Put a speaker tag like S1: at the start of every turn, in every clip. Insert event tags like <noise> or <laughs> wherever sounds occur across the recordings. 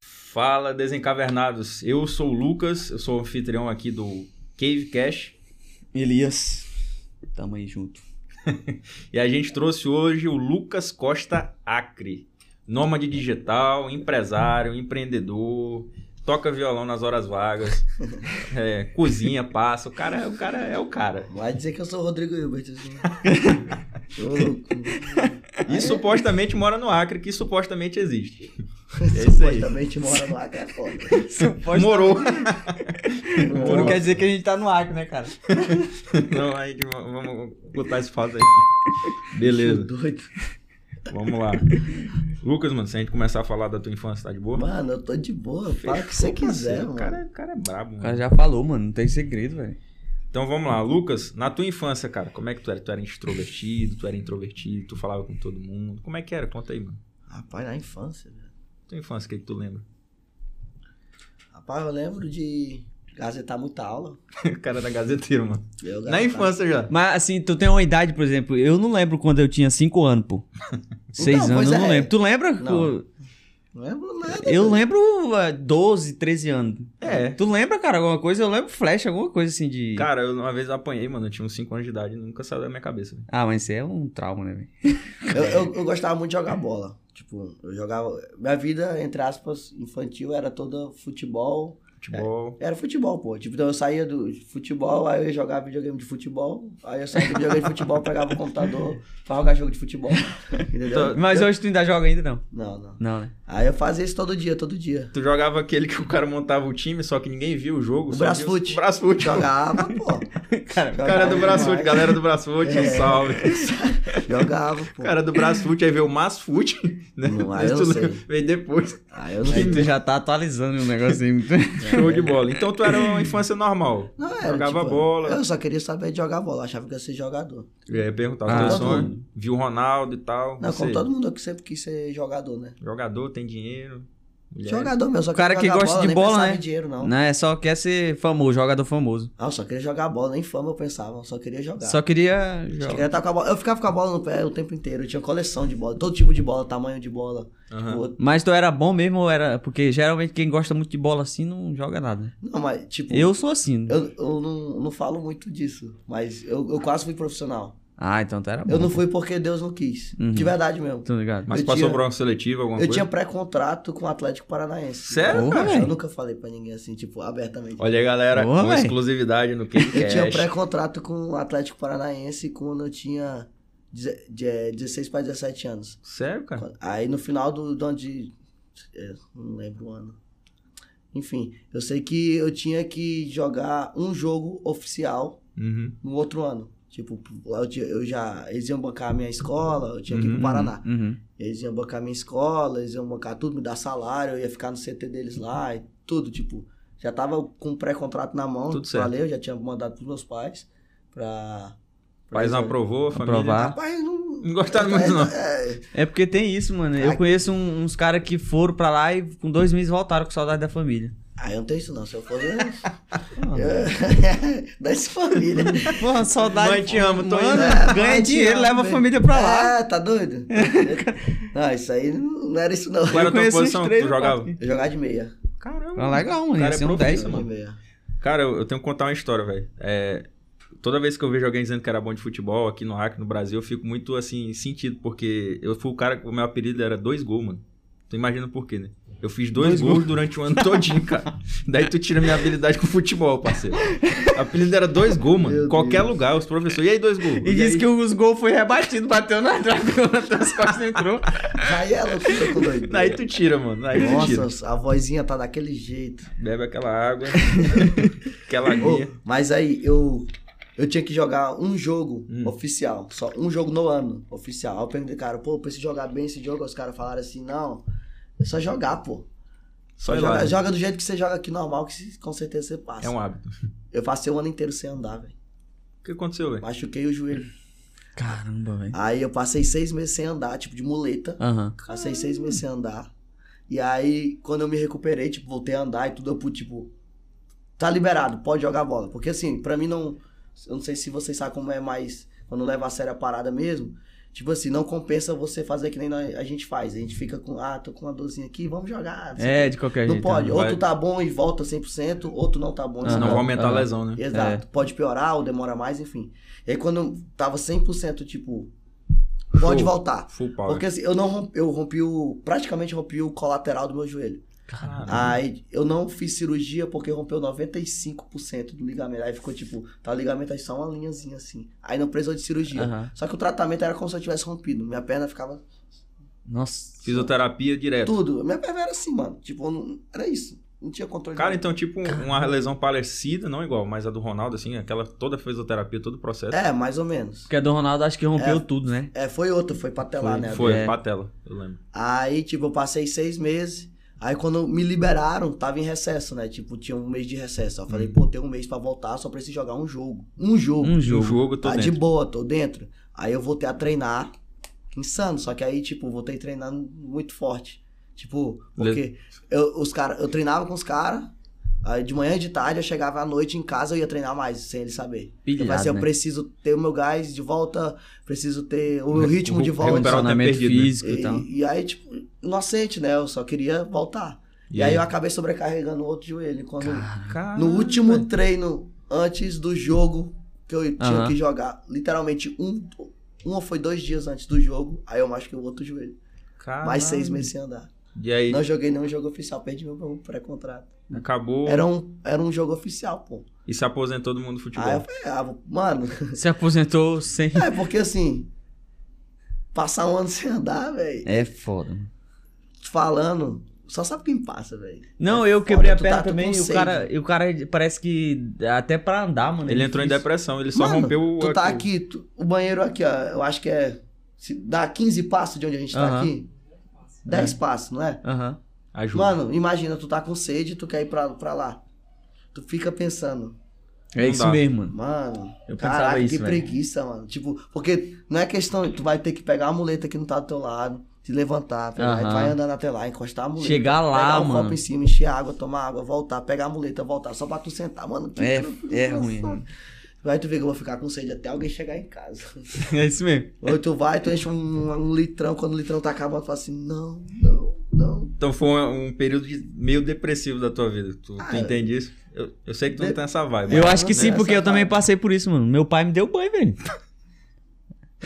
S1: Fala, desencavernados. Eu sou o Lucas, eu sou o anfitrião aqui do Cave Cash
S2: Elias, tamo aí junto.
S1: e a gente trouxe hoje o Lucas Costa Acre, nômade digital, empresário, empreendedor, toca violão nas horas vagas, é, cozinha, passa. O cara, o cara é o cara.
S3: Vai dizer que eu sou o Rodrigo Hilbert.
S1: <laughs>
S3: assim. Ô, louco.
S1: E supostamente mora no Acre, que supostamente existe. É isso aí.
S3: Supostamente mora no Acre, é foda.
S1: Morou.
S2: Não quer dizer que a gente tá no Acre, né, cara?
S1: <laughs> Não, aí que va- vamos botar esse fato aí. Beleza,
S3: é Doido.
S1: vamos lá. Lucas, mano, se a gente começar a falar da tua infância, tá de boa?
S3: Mano, eu tô de boa. Fala o que você
S1: Fechou,
S3: quiser,
S1: parceiro.
S3: mano.
S1: O cara, o cara é brabo,
S2: O
S1: mano.
S2: cara já falou, mano, não tem segredo, velho.
S1: Então vamos lá, Lucas, na tua infância, cara, como é que tu era? Tu era extrovertido, tu era introvertido, tu falava com todo mundo. Como é que era? Conta aí, mano.
S3: Rapaz, na infância, velho.
S1: Tua infância, o que, que tu lembra? <laughs>
S3: Rapaz, eu lembro de gazetar muita aula.
S1: o cara da gazeteiro, mano.
S3: Eu
S1: Na
S3: gazetava-
S1: infância já.
S2: Mas assim, tu tem uma idade, por exemplo, eu não lembro quando eu tinha 5 anos, pô. 6
S3: Então,
S2: anos,
S3: pois
S2: eu não
S3: é.
S2: lembro. Tu lembra?
S3: Não.
S2: Pô,
S3: Não lembro nada.
S2: Eu
S3: velho.
S2: lembro ah, 12, 13 anos.
S1: É.
S2: Tu lembra, cara, alguma coisa? Eu lembro flash, alguma coisa assim de.
S1: Cara, eu uma vez apanhei, mano, eu tinha uns 5 anos de idade e nunca saiu da minha cabeça. velho.
S2: Ah, mas isso é um trauma, né, velho?
S3: Eu, eu, eu gostava muito de jogar bola. Tipo, eu jogava. Minha vida, entre aspas, infantil era toda futebol.
S1: Futebol.
S3: Era futebol, pô. Tipo, então eu saía do futebol, aí eu ia jogar videogame de futebol, aí eu saía do videogame de futebol, pegava o computador pra jogar jogo
S2: <laughs>
S3: de futebol. Entendeu?
S2: Mas hoje tu ainda joga ainda não?
S3: Não, não.
S2: Não, né?
S3: Aí eu fazia isso todo dia, todo dia.
S1: Tu jogava aquele que o cara montava o time, só que ninguém viu o jogo.
S3: É. O
S1: só
S3: braço
S1: viu os-
S3: fute.
S1: Brasfoot.
S3: Jogava, pô.
S2: Cara,
S1: <laughs> Cara do Brasfoot,
S3: demais.
S1: galera do Brasfoot, um
S3: É. <laughs>
S1: salve.
S3: Jogava, pô.
S1: Cara do Brasfoot, aí veio o Masfoot, <laughs> né?
S3: Não, aí
S1: Esse
S3: eu
S1: tu
S3: não
S1: lembra?
S3: sei.
S1: Veio depois.
S3: Aí eu não né?
S2: Aí tu já tá atualizando o negocinho.
S1: Show de bola. Então tu era uma infância normal.
S3: Não, era,
S1: Jogava
S3: tipo,
S1: bola.
S3: Eu só queria saber de jogar bola, achava que ia ser jogador.
S1: Eu ia perguntar o
S2: Ah,
S1: teu
S3: todo
S1: sonho.
S2: mundo.
S1: Viu o Ronaldo e tal.
S3: Não,
S1: você,
S2: assim?
S3: como todo mundo, eu que sempre quis ser jogador, né?
S1: Jogador, tem dinheiro. mulher.
S3: Jogador mesmo, só
S2: O cara
S3: queria
S2: que
S3: jogar
S2: gosta de
S3: nem
S2: bola,
S3: pensava
S2: né?
S3: em dinheiro, não.
S2: Não, é só quer ser famoso, jogador famoso.
S3: Ah, eu só queria jogar bola, nem fama eu pensava, eu só queria jogar.
S2: Só queria
S3: Eu,
S2: jogar.
S3: queria estar com a bola. eu ficava com a bola no pé o tempo inteiro. Eu tinha coleção de bola, todo tipo de bola, tamanho de bola.
S1: Aham.
S3: Tipo,
S2: Mas tu era bom mesmo ou era. Porque geralmente quem gosta muito de bola assim não joga nada.
S3: Não, mas tipo.
S2: Eu sou assim.
S3: Eu, eu não, eu não falo muito disso, mas eu, eu quase fui profissional.
S2: Ah, então tu era bom.
S3: Eu não fui porque Deus não quis.
S2: Uhum.
S3: De verdade mesmo.
S2: Tô ligado.
S1: Mas
S3: Eu
S1: passou
S3: tinha-
S1: por uma seletiva, alguma
S3: eu
S1: coisa?
S3: tinha pré-contrato com o Atlético Paranaense.
S1: Sério,
S2: Porra,
S1: cara?
S2: velho.
S3: Eu nunca falei pra ninguém assim, tipo, abertamente.
S1: Olha aí, galera,
S2: Boa,
S1: com
S2: véi.
S1: exclusividade no Cake
S3: eu tinha
S1: Cash.
S3: pré-contrato com o Atlético Paranaense quando eu tinha deze- é, de- 16 para 17 anos.
S1: Sério, cara?
S3: Aí no final do, do ano de. é, não lembro o ano. Enfim, eu sei que eu tinha que jogar um jogo oficial
S1: Uhum.
S3: no outro ano. Tipo, lá eu, tinha- eu já. Eles iam bancar a minha escola, eu tinha que ir pro
S1: Uhum.
S3: Paraná.
S2: Uhum.
S3: Eles iam bancar a minha escola, eles iam bancar tudo, me dar salário, eu ia ficar no CT deles lá e tudo. Tipo, já tava com o pré-contrato na mão,
S1: Tudo certo.
S3: valeu, já tinha mandado pros meus pais pra.
S1: O país não aprovou, a família...
S2: é. Aprovar.
S3: Rapaz, não.
S1: Não gostaram muito, não.
S3: É,
S2: É porque tem isso, mano. Eu
S3: Ai.
S2: conheço um- uns caras que foram pra lá e com dois meses voltaram com saudade da família. <laughs>
S3: Ah, eu não tenho isso não, se eu for.
S2: Ah,
S3: <laughs> da sua família.
S2: Porra, saudade.
S1: Mãe, te amo, tô
S3: <laughs>
S2: Mano,
S3: indo.
S2: Ganha
S3: Mãe, te
S2: dinheiro,
S3: amo,
S2: leva a
S3: velho.
S2: família pra lá.
S3: Ah, tá doido?
S2: <laughs>
S3: não, isso aí não não era isso não.
S1: Qual era a tua
S2: conheço uns
S1: posição que
S2: três
S1: tu
S2: ou
S1: jogava?
S2: quatro.
S3: Eu jogava de meia.
S1: Caramba.
S2: Ah, legal, mano.
S1: Cara,
S2: Esse
S1: é
S2: é um 10,
S1: profissional.
S2: mano.
S3: De meia.
S1: Cara, eu, eu tenho que contar uma história, velho. É, toda vez que eu vejo alguém dizendo que era bom de futebol aqui no Hack, no Brasil, eu fico muito, assim, sentido, porque eu fui o cara que o meu apelido era dois gols, mano. Tu imagina por quê, né? Eu fiz dois,
S2: Dois
S1: gols,
S2: gols.
S1: durante o ano todinho, <laughs> cara. Daí tu tira minha habilidade com futebol, parceiro. O apelido era dois gols, mano.
S3: Meu
S1: Qualquer
S3: Deus.
S1: lugar, os professores. E aí, dois gols?
S2: E disse
S1: aí-
S2: que os gols foi rebatido, bateu na trave, <laughs> o Matheus Costa entrou.
S3: Aí ela loucura com doido.
S1: Aí tu tira, mano. Aí tu tira.
S3: Nossa, a vozinha tá daquele jeito.
S1: Bebe aquela água, <laughs> aquela
S3: Ô,
S1: aguinha.
S3: mas aí, eu. Eu tinha que jogar um jogo
S1: Hum.
S3: oficial. Só um jogo no ano oficial. Aí eu perguntei, cara, pô, pra se jogar bem esse jogo, os caras falaram assim, não, é só jogar, pô.
S1: Só ir lá. né?
S3: joga, joga do jeito que você joga aqui normal, que se- com certeza você passa.
S1: É um hábito.
S3: Eu passei o ano inteiro sem andar, velho.
S1: O que aconteceu, velho?
S3: Machuquei o joelho.
S2: Caramba, velho.
S3: Aí eu passei seis meses sem andar, tipo, de muleta.
S2: Aham.
S3: Passei seis meses sem andar. E aí, quando eu me recuperei, tipo, voltei a andar e tudo, eu pude, tipo, tá liberado, pode jogar bola. Porque assim, pra mim não. Eu não sei se vocês sabem como é mais. Quando leva a sério a parada mesmo. Tipo assim, não compensa você fazer que nem nós- a gente faz. A gente fica com, ah, tô com uma dorzinha aqui, vamos jogar. não sei
S2: É, de qualquer
S3: Não
S2: jeito.
S3: pode.
S1: não
S3: Ou
S1: vai-
S3: tu tá bom e volta 100%, ou tu não tá bom. e
S2: Aham.
S1: Senão
S3: não.
S1: vai aumentar a
S2: aham.
S1: lesão, né?
S3: Exato. Pode piorar ou demora mais, enfim. E aí quando eu tava 100%, tipo, pode
S1: Show.
S3: voltar.
S1: Full power.
S3: Porque assim, eu não rompi, eu rompi o, praticamente rompi o colateral do meu joelho.
S1: Caramba.
S3: Aí eu não fiz cirurgia porque rompeu 95% do ligamento. Aí ficou tipo, tá o ligamento aí só uma linhazinha assim. Aí não precisou de cirurgia.
S2: Aham.
S3: Só que o tratamento era como se eu tivesse rompido. Minha perna ficava
S2: Nossa.
S1: Fisioterapia direto.
S3: tudo. Minha perna era assim, mano. Tipo, eu não, era isso. Não tinha controle.
S1: Cara,
S3: nenhum.
S1: então, tipo, um- uma lesão parecida, não igual, mas a do Ronaldo, assim, aquela toda a fisioterapia, todo o processo.
S3: É, mais ou menos.
S2: Porque a do Ronaldo acho que rompeu tudo, né?
S3: É, foi outra, foi patelar,
S2: Foi-
S3: né?
S1: Foi,
S2: É.
S1: patela, eu lembro.
S3: Aí, tipo, eu passei seis meses. Aí, quando me liberaram, tava em recesso, né? Tipo, tinha um mês de recesso. Eu falei,
S1: Hum.
S3: pô, tem um mês pra voltar, só preciso jogar um jogo. Um jogo.
S1: Jogo,
S2: Um jogo.
S1: jogo eu Hum, tô
S3: tá
S1: dentro.
S3: de boa, tô dentro. Aí eu voltei a treinar, insano. Só que aí, tipo, voltei treinando muito forte. Tipo, porque eu, os cara, eu treinava com os caras, aí de manhã e de tarde eu chegava à noite em casa, eu ia treinar mais, sem ele saber. Então, vai
S2: Pilhado,
S3: ser, eu
S2: né?
S3: preciso ter o meu gás de volta, preciso ter
S1: <laughs>
S3: o meu ritmo de volta.
S1: recuperar o tempo
S2: Condicionamento
S1: perdido, né?
S2: físico e tal.
S3: E, e aí, tipo, inocente, né? Eu só queria voltar. E, aí eu acabei sobrecarregando o outro joelho. Quando,
S1: Caramba.
S3: no último treino, antes do jogo, que eu tinha
S2: Aham.
S3: que jogar, literalmente um, um ou foi dois dias antes do jogo, aí eu machuquei o outro joelho.
S1: Caramba.
S3: Mais seis meses sem andar.
S1: E aí,
S3: Não joguei nenhum jogo oficial, perdi meu pré-contrato.
S1: acabou
S3: Era um, era um jogo oficial, pô.
S1: e se aposentou do mundo do futebol.
S3: Aí eu falei, ah, vou- mano, <laughs>
S2: Se aposentou sem.
S3: é porque assim, passar um ano sem andar, velho,
S2: É foda. mano.
S3: falando, só sabe quem passa, velho.
S2: Não,
S3: É
S2: eu quebrei a
S3: foda, tu
S2: perna
S3: tá- tu
S2: também e o
S3: consegue.
S2: cara, e o cara parece que até pra andar, mano. é
S1: ele entrou em
S2: difícil.
S1: depressão, ele só
S3: Mano,
S1: rompeu o.
S3: Tu tá aqui, tu- o banheiro aqui, ó. Eu acho que é. Se dá 15 passos de onde a gente tá
S2: Aham.
S3: aqui. 10 passos, não é?
S2: Aham.
S1: Ajuda.
S3: Mano, imagina, tu tá com sede, tu quer ir pra, pra lá. Tu fica pensando,
S2: É
S1: Não
S2: isso
S1: dá.
S2: mesmo, mano.
S3: mano,
S2: Eu pensava
S3: caraca,
S2: isso,
S3: que
S2: velho.
S3: preguiça, mano. Tipo, porque não é questão, tu vai ter que pegar a muleta que não tá do teu lado, se levantar, pegar,
S2: Aham.
S3: vai andando até lá, encostar a muleta.
S2: Chegar lá,
S3: pegar um
S2: mano.
S3: copo em cima, encher água, tomar água, voltar, pegar a muleta, voltar, só pra tu sentar, mano. que
S2: É,
S3: tranquilo,
S2: é
S3: nossa.
S2: ruim,
S1: <laughs>
S2: mano.
S3: Vai tu ver que eu vou ficar com sede até alguém chegar em casa.
S2: É isso mesmo.
S3: Ou tu vai, tu enche um, um litrão, quando o litrão tá acabando, tu fala assim, não, não, não.
S1: Então foi um período de- meio depressivo da tua vida. Tu, tu
S3: Ah,
S1: entende isso? Eu, eu sei que tu não
S3: de-
S1: tem essa vibe.
S2: Eu
S1: mas-
S2: acho que sim,
S1: né?
S2: porque eu
S3: Essa
S2: também
S3: parte.
S2: passei por isso, mano. Meu pai me deu
S1: <laughs>
S2: banho, velho.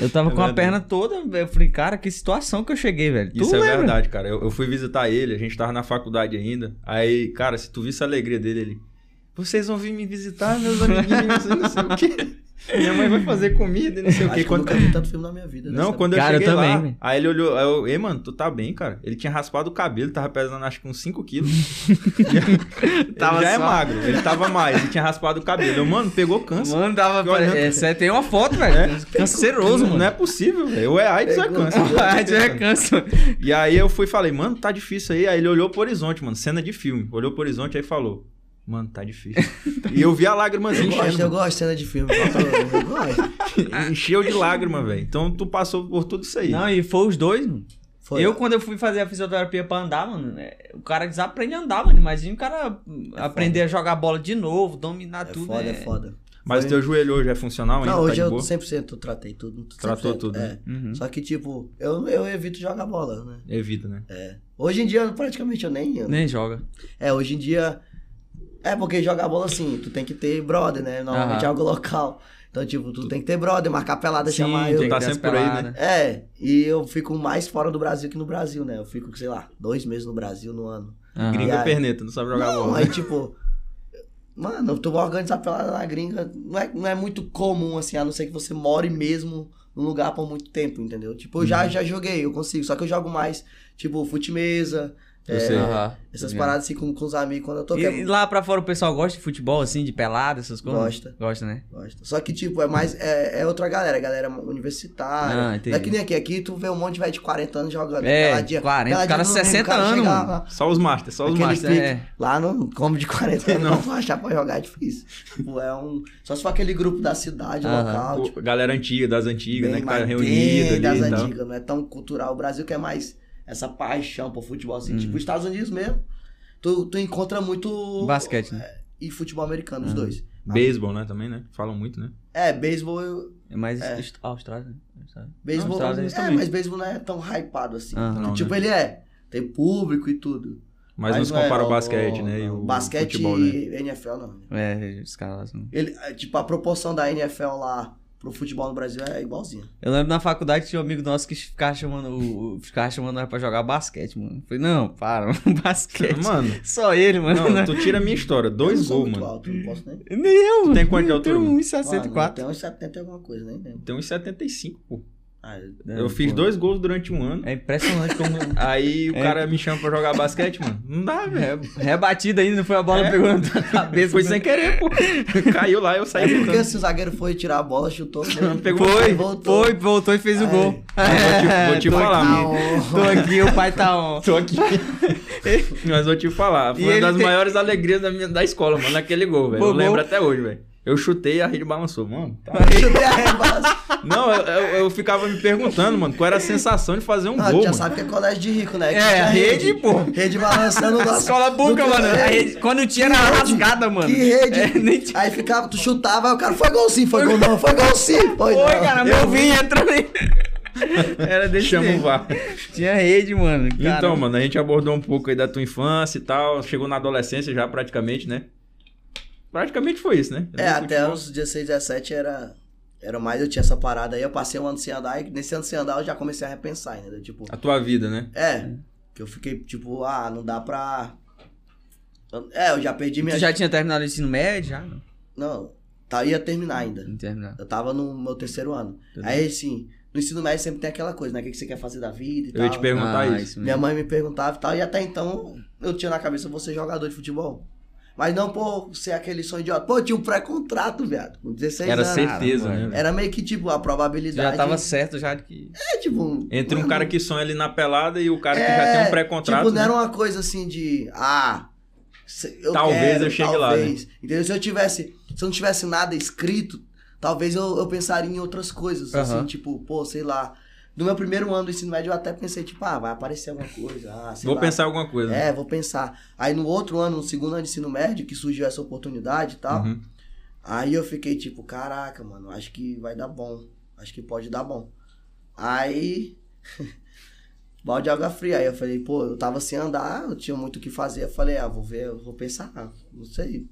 S2: Eu tava
S1: É
S2: com a
S1: verdade.
S2: perna toda, eu falei, cara, que situação que eu cheguei, velho. Tu
S1: Isso é
S2: lembra?
S1: verdade, cara. Eu, eu fui visitar ele, a gente tava na faculdade ainda. Aí, cara, se tu visse a alegria dele, ele. Vocês vão vir me visitar, meus amiguinhos, não sei o quê. <laughs> Minha mãe vai fazer comida e não sei o
S3: Acho
S1: quê.
S3: que eu
S1: Quando-
S3: nunca vi tanto filme na minha vida. né,
S1: <laughs> Não,
S3: sabe?
S1: quando eu
S2: Cara, eu
S1: cheguei
S2: também, né?
S1: lá,
S2: velho.
S1: aí ele olhou, aí eu, ei, mano, tu tá bem, cara? Ele tinha raspado o cabelo, tava pesando acho que uns 5
S2: <laughs>
S1: quilos. ele
S2: Tava
S1: já é
S2: só-
S1: magro, ele tava mais, ele tinha raspado o cabelo. Eu, mano, pegou câncer.
S2: Mano, tava.
S1: Fiquei olhando.
S2: É, cê tem uma foto, velho. Canceroso,
S1: Não é
S2: <laughs> mano.
S1: possível, velho. Ou é AIDS ou é
S3: Pegou
S1: câncer.
S2: <laughs> Rádio é câncer.
S1: E aí eu fui e falei, mano, tá difícil aí. Aí ele olhou pro horizonte, mano, cena de filme. Olhou pro horizonte aí falou, mano, tá
S3: <laughs>
S1: difícil. e eu vi a lágrima assim,
S3: Eu gosto, eu
S1: enchendo.
S3: gosto de cena de filme. Eu gosto, eu gosto.
S1: Encheu de lágrima, velho. Então tu passou por tudo isso aí.
S2: Não, e foi os dois, mano.
S3: Foi.
S2: Eu, quando eu fui fazer a fisioterapia pra andar, mano, é, o cara desaprende a andar, mano. Imagina o cara hum,
S3: É
S2: aprender a jogar bola de novo, dominar
S3: É
S2: tudo.
S3: foda,
S2: né?
S3: é foda.
S1: Mas
S3: Foi-
S1: teu joelho hoje é funcional ainda?
S3: Não, hoje
S1: tá de
S3: eu
S1: boa?
S3: 100% tratei tudo. 100%,
S1: Tratou tudo, né? Hum.
S3: É.
S2: Uhum.
S3: Só que, tipo, eu, eu evito jogar bola, né?
S1: Evita, né?
S3: Hoje em dia, praticamente, eu nem ando.
S2: Uhum. Nem joga.
S3: É, hoje em dia. É, porque jogar bola assim, tu tem que ter brother, né? Normalmente é algo local. Então, tipo, tu tem que ter brother, marcar pelada,
S2: Sim,
S3: chamar
S2: tem
S3: eu.
S2: que
S1: tá
S2: ter as
S1: sempre por aí, né?
S2: peladas.
S3: É, e eu fico mais fora do Brasil que no Brasil, né? Eu fico, sei lá, dois meses no Brasil no ano.
S2: Aham.
S1: Gringa
S3: E
S1: é
S3: aí?
S1: perneta, não sabe jogar
S3: não,
S1: bola.
S3: aí tipo. Mano, tu vai organizar pelada na gringa. Não é, não é muito comum, assim, a não ser que você more mesmo num lugar por muito tempo, entendeu? Tipo, eu
S2: Uhum.
S3: já, já joguei, eu consigo. Só que eu jogo mais, tipo, fute mesa,
S1: Eu sei.
S2: Aham.
S3: É. essas
S2: Obrigado.
S3: paradas assim com, com os amigos quando eu tô.
S2: Uhum. E,
S3: que é-
S2: e lá pra fora o pessoal gosta de futebol, assim, de pelada, essas coisas?
S3: Gosta.
S2: Gosta, né?
S3: Gosta. Só que, tipo, é mais. É, é outra galera, galera universitária.
S2: Ah, entendi.
S3: não é que nem aqui. Aqui tu vê um monte de velho de 40 anos jogando.
S2: É,
S3: peladinha.
S2: 40,
S3: Peladinha
S2: cara,
S3: no domingo,
S2: 60
S3: o cara
S2: anos,
S3: chega
S2: mano.
S3: lá,
S1: Só os masters, só os
S3: Aquele
S1: masters.
S3: pique.
S2: é.
S3: Lá no como de 40 anos, não vai achar pra jogar é difícil. tipo, é um. Só se for aquele grupo da cidade,
S2: Aham.
S3: local.
S1: O-
S3: tipo,
S1: Galera antiga, das antigas, né?
S3: bem
S1: Que tá
S3: mais
S1: reunida
S3: bem
S1: ali
S3: das
S1: e tal.
S3: antigas, não é tão cultural. O Brasil que é mais essa paixão pro futebol,
S1: Uhum.
S3: assim. Tipo, os Estados Unidos mesmo. Tu, tu encontra muito.
S2: Basquete, né?
S1: Uhum.
S3: E futebol americano, os dois.
S1: Beisebol, né? Também, né? Falam muito, né?
S3: É, beisebol. eu-
S2: É mais
S3: É.
S2: est- Austrália. né? Austrália.
S3: Beisebol.
S2: Não, Estados Unidos
S3: É,
S2: também.
S3: mas beisebol não é tão hypado assim.
S2: Ah,
S1: Não,
S3: tipo,
S1: né?
S3: ele é. Tem público e tudo.
S1: Mas, não se compara
S3: é,
S1: o basquete, né? E
S3: não.
S1: o
S3: basquete
S1: futebol, né?
S3: <laughs> e NFL, não.
S2: É, os caras lá são...
S3: Ele, é, tipo, a proporção da NFL lá pro futebol no Brasil é igualzinha.
S2: Eu lembro na faculdade tinha um amigo nosso que ficava chamando, o- o- ficava chamando nós pra jogar basquete, mano. Eu falei, não, para, <laughs> mano, basquete.
S1: Mano,
S2: Só ele, mano.
S1: não, tu tira a minha história.
S3: Eu
S1: Dois
S3: não sou
S1: gols,
S3: muito
S1: mano.
S3: Alto, não posso nem.
S2: Nem eu, mano. um
S1: tem quanto de
S2: Eu
S1: altura,
S2: tenho
S1: mano?
S2: 1,64.
S3: Tem uns 70 e alguma coisa, nem lembro.
S1: Tem uns 75, pô.
S3: Ah, eu-
S2: É,
S1: eu fiz
S2: pô.
S1: dois gols durante um ano.
S2: É impressionante como... <laughs>
S1: Aí o
S2: É.
S1: cara me chama pra jogar basquete, mano. Não dá,
S2: <laughs>
S1: velho.
S2: Rebatida ainda, não foi a bola,
S1: É.
S2: pegou na
S1: <laughs>
S2: tua cabeça.
S1: Foi sem querer, pô. <laughs> Caiu lá,
S2: Tá
S1: eu saí
S3: É porque
S1: gritando.
S3: se o zagueiro foi tirar a
S2: <laughs>
S3: bola, chutou.
S1: Pegou,
S2: Foi,
S3: voltou. Ah,
S2: foi, voltou e fez o
S3: Aí.
S2: gol.
S1: te- É. vou te
S2: <laughs> tô
S1: falar,
S2: aqui,
S3: <laughs>
S1: mano.
S2: Tô aqui, o pai tá on.
S1: Tô aqui. <laughs> Mas vou te falar, foi
S2: E
S1: uma
S2: ele
S1: das
S2: tem-
S1: maiores alegrias da, minha, da escola, mano, naquele gol, velho.
S2: Pô,
S1: Eu lembro
S2: gol.
S1: até hoje, velho. Eu chutei e a rede balançou, mano. tá.
S3: Chutei a rebase.
S1: Não, eu, eu- eu ficava me perguntando, mano, qual era a sensação de fazer um
S3: Ah,
S1: gol,
S3: já
S1: mano.
S3: sabe que é colégio de rico, né? Que
S2: É,
S3: tinha
S2: rede, pô.
S3: Rede
S2: <laughs>
S3: balançando o nosso.
S2: Escola buca,
S3: do-
S2: mano.
S3: É,
S2: A rede- quando tinha era
S3: Que rede?
S2: rasgada, mano.
S3: Que rede.
S2: É, nem tinha-
S3: Aí ficava, tu chutava, aí o cara foi gol sim, foi gol não, foi gol sim. Foi,
S2: <laughs> Foi,
S3: não.
S2: cara, meu vinho entrou aí. Era desse
S1: Chama o
S2: jeito.
S1: VAR.
S2: Tinha rede, mano. cara.
S1: Então, mano, a gente abordou um pouco aí da tua infância e tal. Chegou na adolescência já praticamente, né? Praticamente foi isso, né?
S3: É, até
S1: Futebol.
S3: os 16, 17 era, era mais, eu tinha essa parada aí, eu passei um ano sem andar, e nesse ano sem andar eu já comecei a repensar, entendeu? Tipo,
S1: A tua vida, né?
S3: é, que eu fiquei tipo, ah, não dá pra... É, eu já perdi minha...
S2: Tu já tinha terminado o ensino médio? Já? Não,
S3: Não, tá, ia terminar ainda.
S2: não terminado.
S3: Eu tava no meu terceiro ano.
S2: Tudo
S3: Aí, assim, no ensino médio sempre tem aquela coisa, né? O que que você quer fazer da vida e
S1: Eu ia te
S3: tal.
S1: perguntar
S2: Ah,
S1: isso.
S2: isso
S3: Minha
S2: mesmo.
S3: mãe me perguntava e tal, e até então eu tinha na cabeça, eu vou ser jogador de futebol. Mas não por ser aquele sonho idiota. Pô, eu tinha um pré-contrato, viado, com 16
S1: Era
S3: anos.
S1: certeza,
S2: mano.
S1: né?
S3: Era meio que, tipo, a
S2: Tu
S3: probabilidade...
S2: já tava certo já de que.
S3: É, tipo...
S1: Entre um
S3: mano,
S1: cara que sonha ali na pelada e o cara que
S3: é,
S1: já tem um pré-contrato.
S3: Tipo, não
S1: né?
S3: era uma coisa assim de... Ah, se- eu
S1: Talvez
S3: quero,
S1: eu chegue lá, né?
S3: talvez. Entendeu? Se eu tivesse... Se eu não tivesse nada escrito, talvez eu, eu pensaria em outras coisas. Assim,
S2: Aham.
S3: tipo, pô, sei lá... No meu primeiro ano do ensino médio, eu até pensei, tipo, ah, vai aparecer alguma coisa, ah, sei
S1: Vou
S3: lá.
S1: pensar alguma coisa.
S3: É, vou pensar. Aí no outro ano, no segundo ano de ensino médio, que surgiu essa oportunidade e tal,
S1: Uhum.
S3: aí eu fiquei tipo, caraca, mano, acho que vai dar bom. Acho que pode dar bom. Aí. <laughs> Balde de água fria. Aí eu falei, pô, eu tava sem andar, eu tinha muito o que fazer. Eu falei, ah, vou ver, eu vou pensar. ah, Não sei.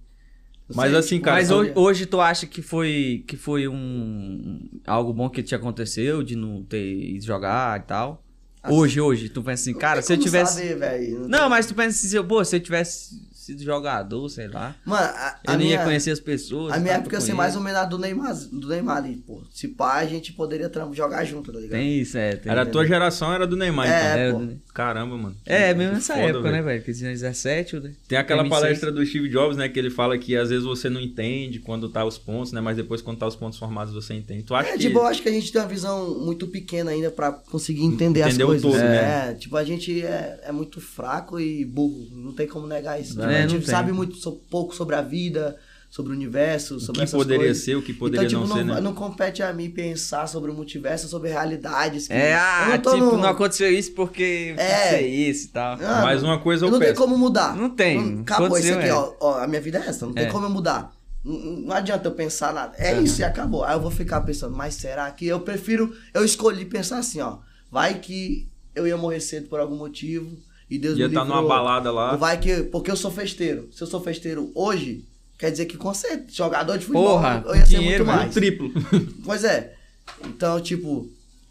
S3: Não
S1: Mas assim, cara,
S2: Mas
S1: só-
S2: hoje, hoje tu acha que foi que foi um algo bom que te aconteceu de não ter ido jogar e tal?
S3: Assim,
S2: hoje, hoje, tu pensa assim,
S3: não
S2: cara,
S3: tem
S2: se eu
S3: como
S2: tivesse.
S3: saber, velho.
S2: Não,
S3: tem-
S2: mas tu pensa assim, pô, se eu tivesse sido jogador, sei lá.
S3: Mano, a,
S2: Eu
S3: a
S2: nem
S3: minha,
S2: ia conhecer as pessoas.
S3: a minha
S2: tá,
S3: época eu
S2: tu
S3: sei mais
S2: conhece.
S3: ou menos a do Neymar, do Neymar ali, pô. Se pá, a gente poderia tra- jogar junto, tá ligado?
S2: Tem isso, é. Tem,
S1: Era a tua geração, era do Neymar,
S3: É,
S1: então.
S2: Era
S3: pô.
S2: do-
S1: Caramba, mano.
S2: É, mesmo
S1: Que
S2: nessa
S1: foda,
S2: época,
S1: velho.
S2: né, velho? Que tinha 17, né?
S1: Tem aquela
S2: 2006.
S1: palestra do Steve Jobs, né? Que ele fala que às vezes você não entende quando tá os pontos, né? Mas depois quando tá os pontos formados você entende. Tu acha
S3: É,
S1: que...
S3: tipo, eu acho que a gente tem uma visão muito pequena ainda pra conseguir entender
S1: Entender o
S3: as coisas.
S1: todo,
S3: é, tipo, a gente é, é muito fraco e burro. Não tem como negar isso.
S2: É,
S3: Tipo, a
S2: não
S3: gente
S2: tem.
S3: sabe muito so- pouco sobre a vida, sobre o universo,
S1: o
S3: sobre
S1: que
S3: essas
S1: poderia
S3: coisas.
S1: ser, o que poderia
S3: então, tipo,
S1: não ser, né?
S3: não compete a mim pensar sobre o multiverso, sobre realidades. que-
S2: É,
S3: eu
S2: ah,
S3: não tô
S2: tipo,
S3: no-
S2: não aconteceu isso porque
S3: É.
S2: aconteceu isso e tal.
S3: Ah,
S1: Mas uma coisa eu,
S3: Eu não tenho
S1: peço.
S3: como mudar.
S2: Não tem.
S3: acabou isso
S2: Aconteceu,
S3: aqui,
S2: é.
S3: ó, Ó, A minha vida é essa. Não tem
S2: É.
S3: como eu mudar. Não, não adianta eu pensar nada. É isso e acabou. Aí eu vou ficar pensando, mas será que eu prefiro. Eu escolhi pensar assim, ó. Vai que eu ia morrer cedo por algum motivo e Deus
S1: Ia
S3: me
S1: estar
S3: livrou.
S1: numa balada lá.
S3: Ou vai que. Porque eu sou festeiro. Se eu sou festeiro hoje, quer dizer que com certeza, jogador de futebol,
S2: Porra,
S3: eu ia ser
S2: dinheiro,
S3: muito
S1: Mas
S2: velho.
S3: mais.
S1: o <laughs> triplo.
S3: Pois é. Então, tipo,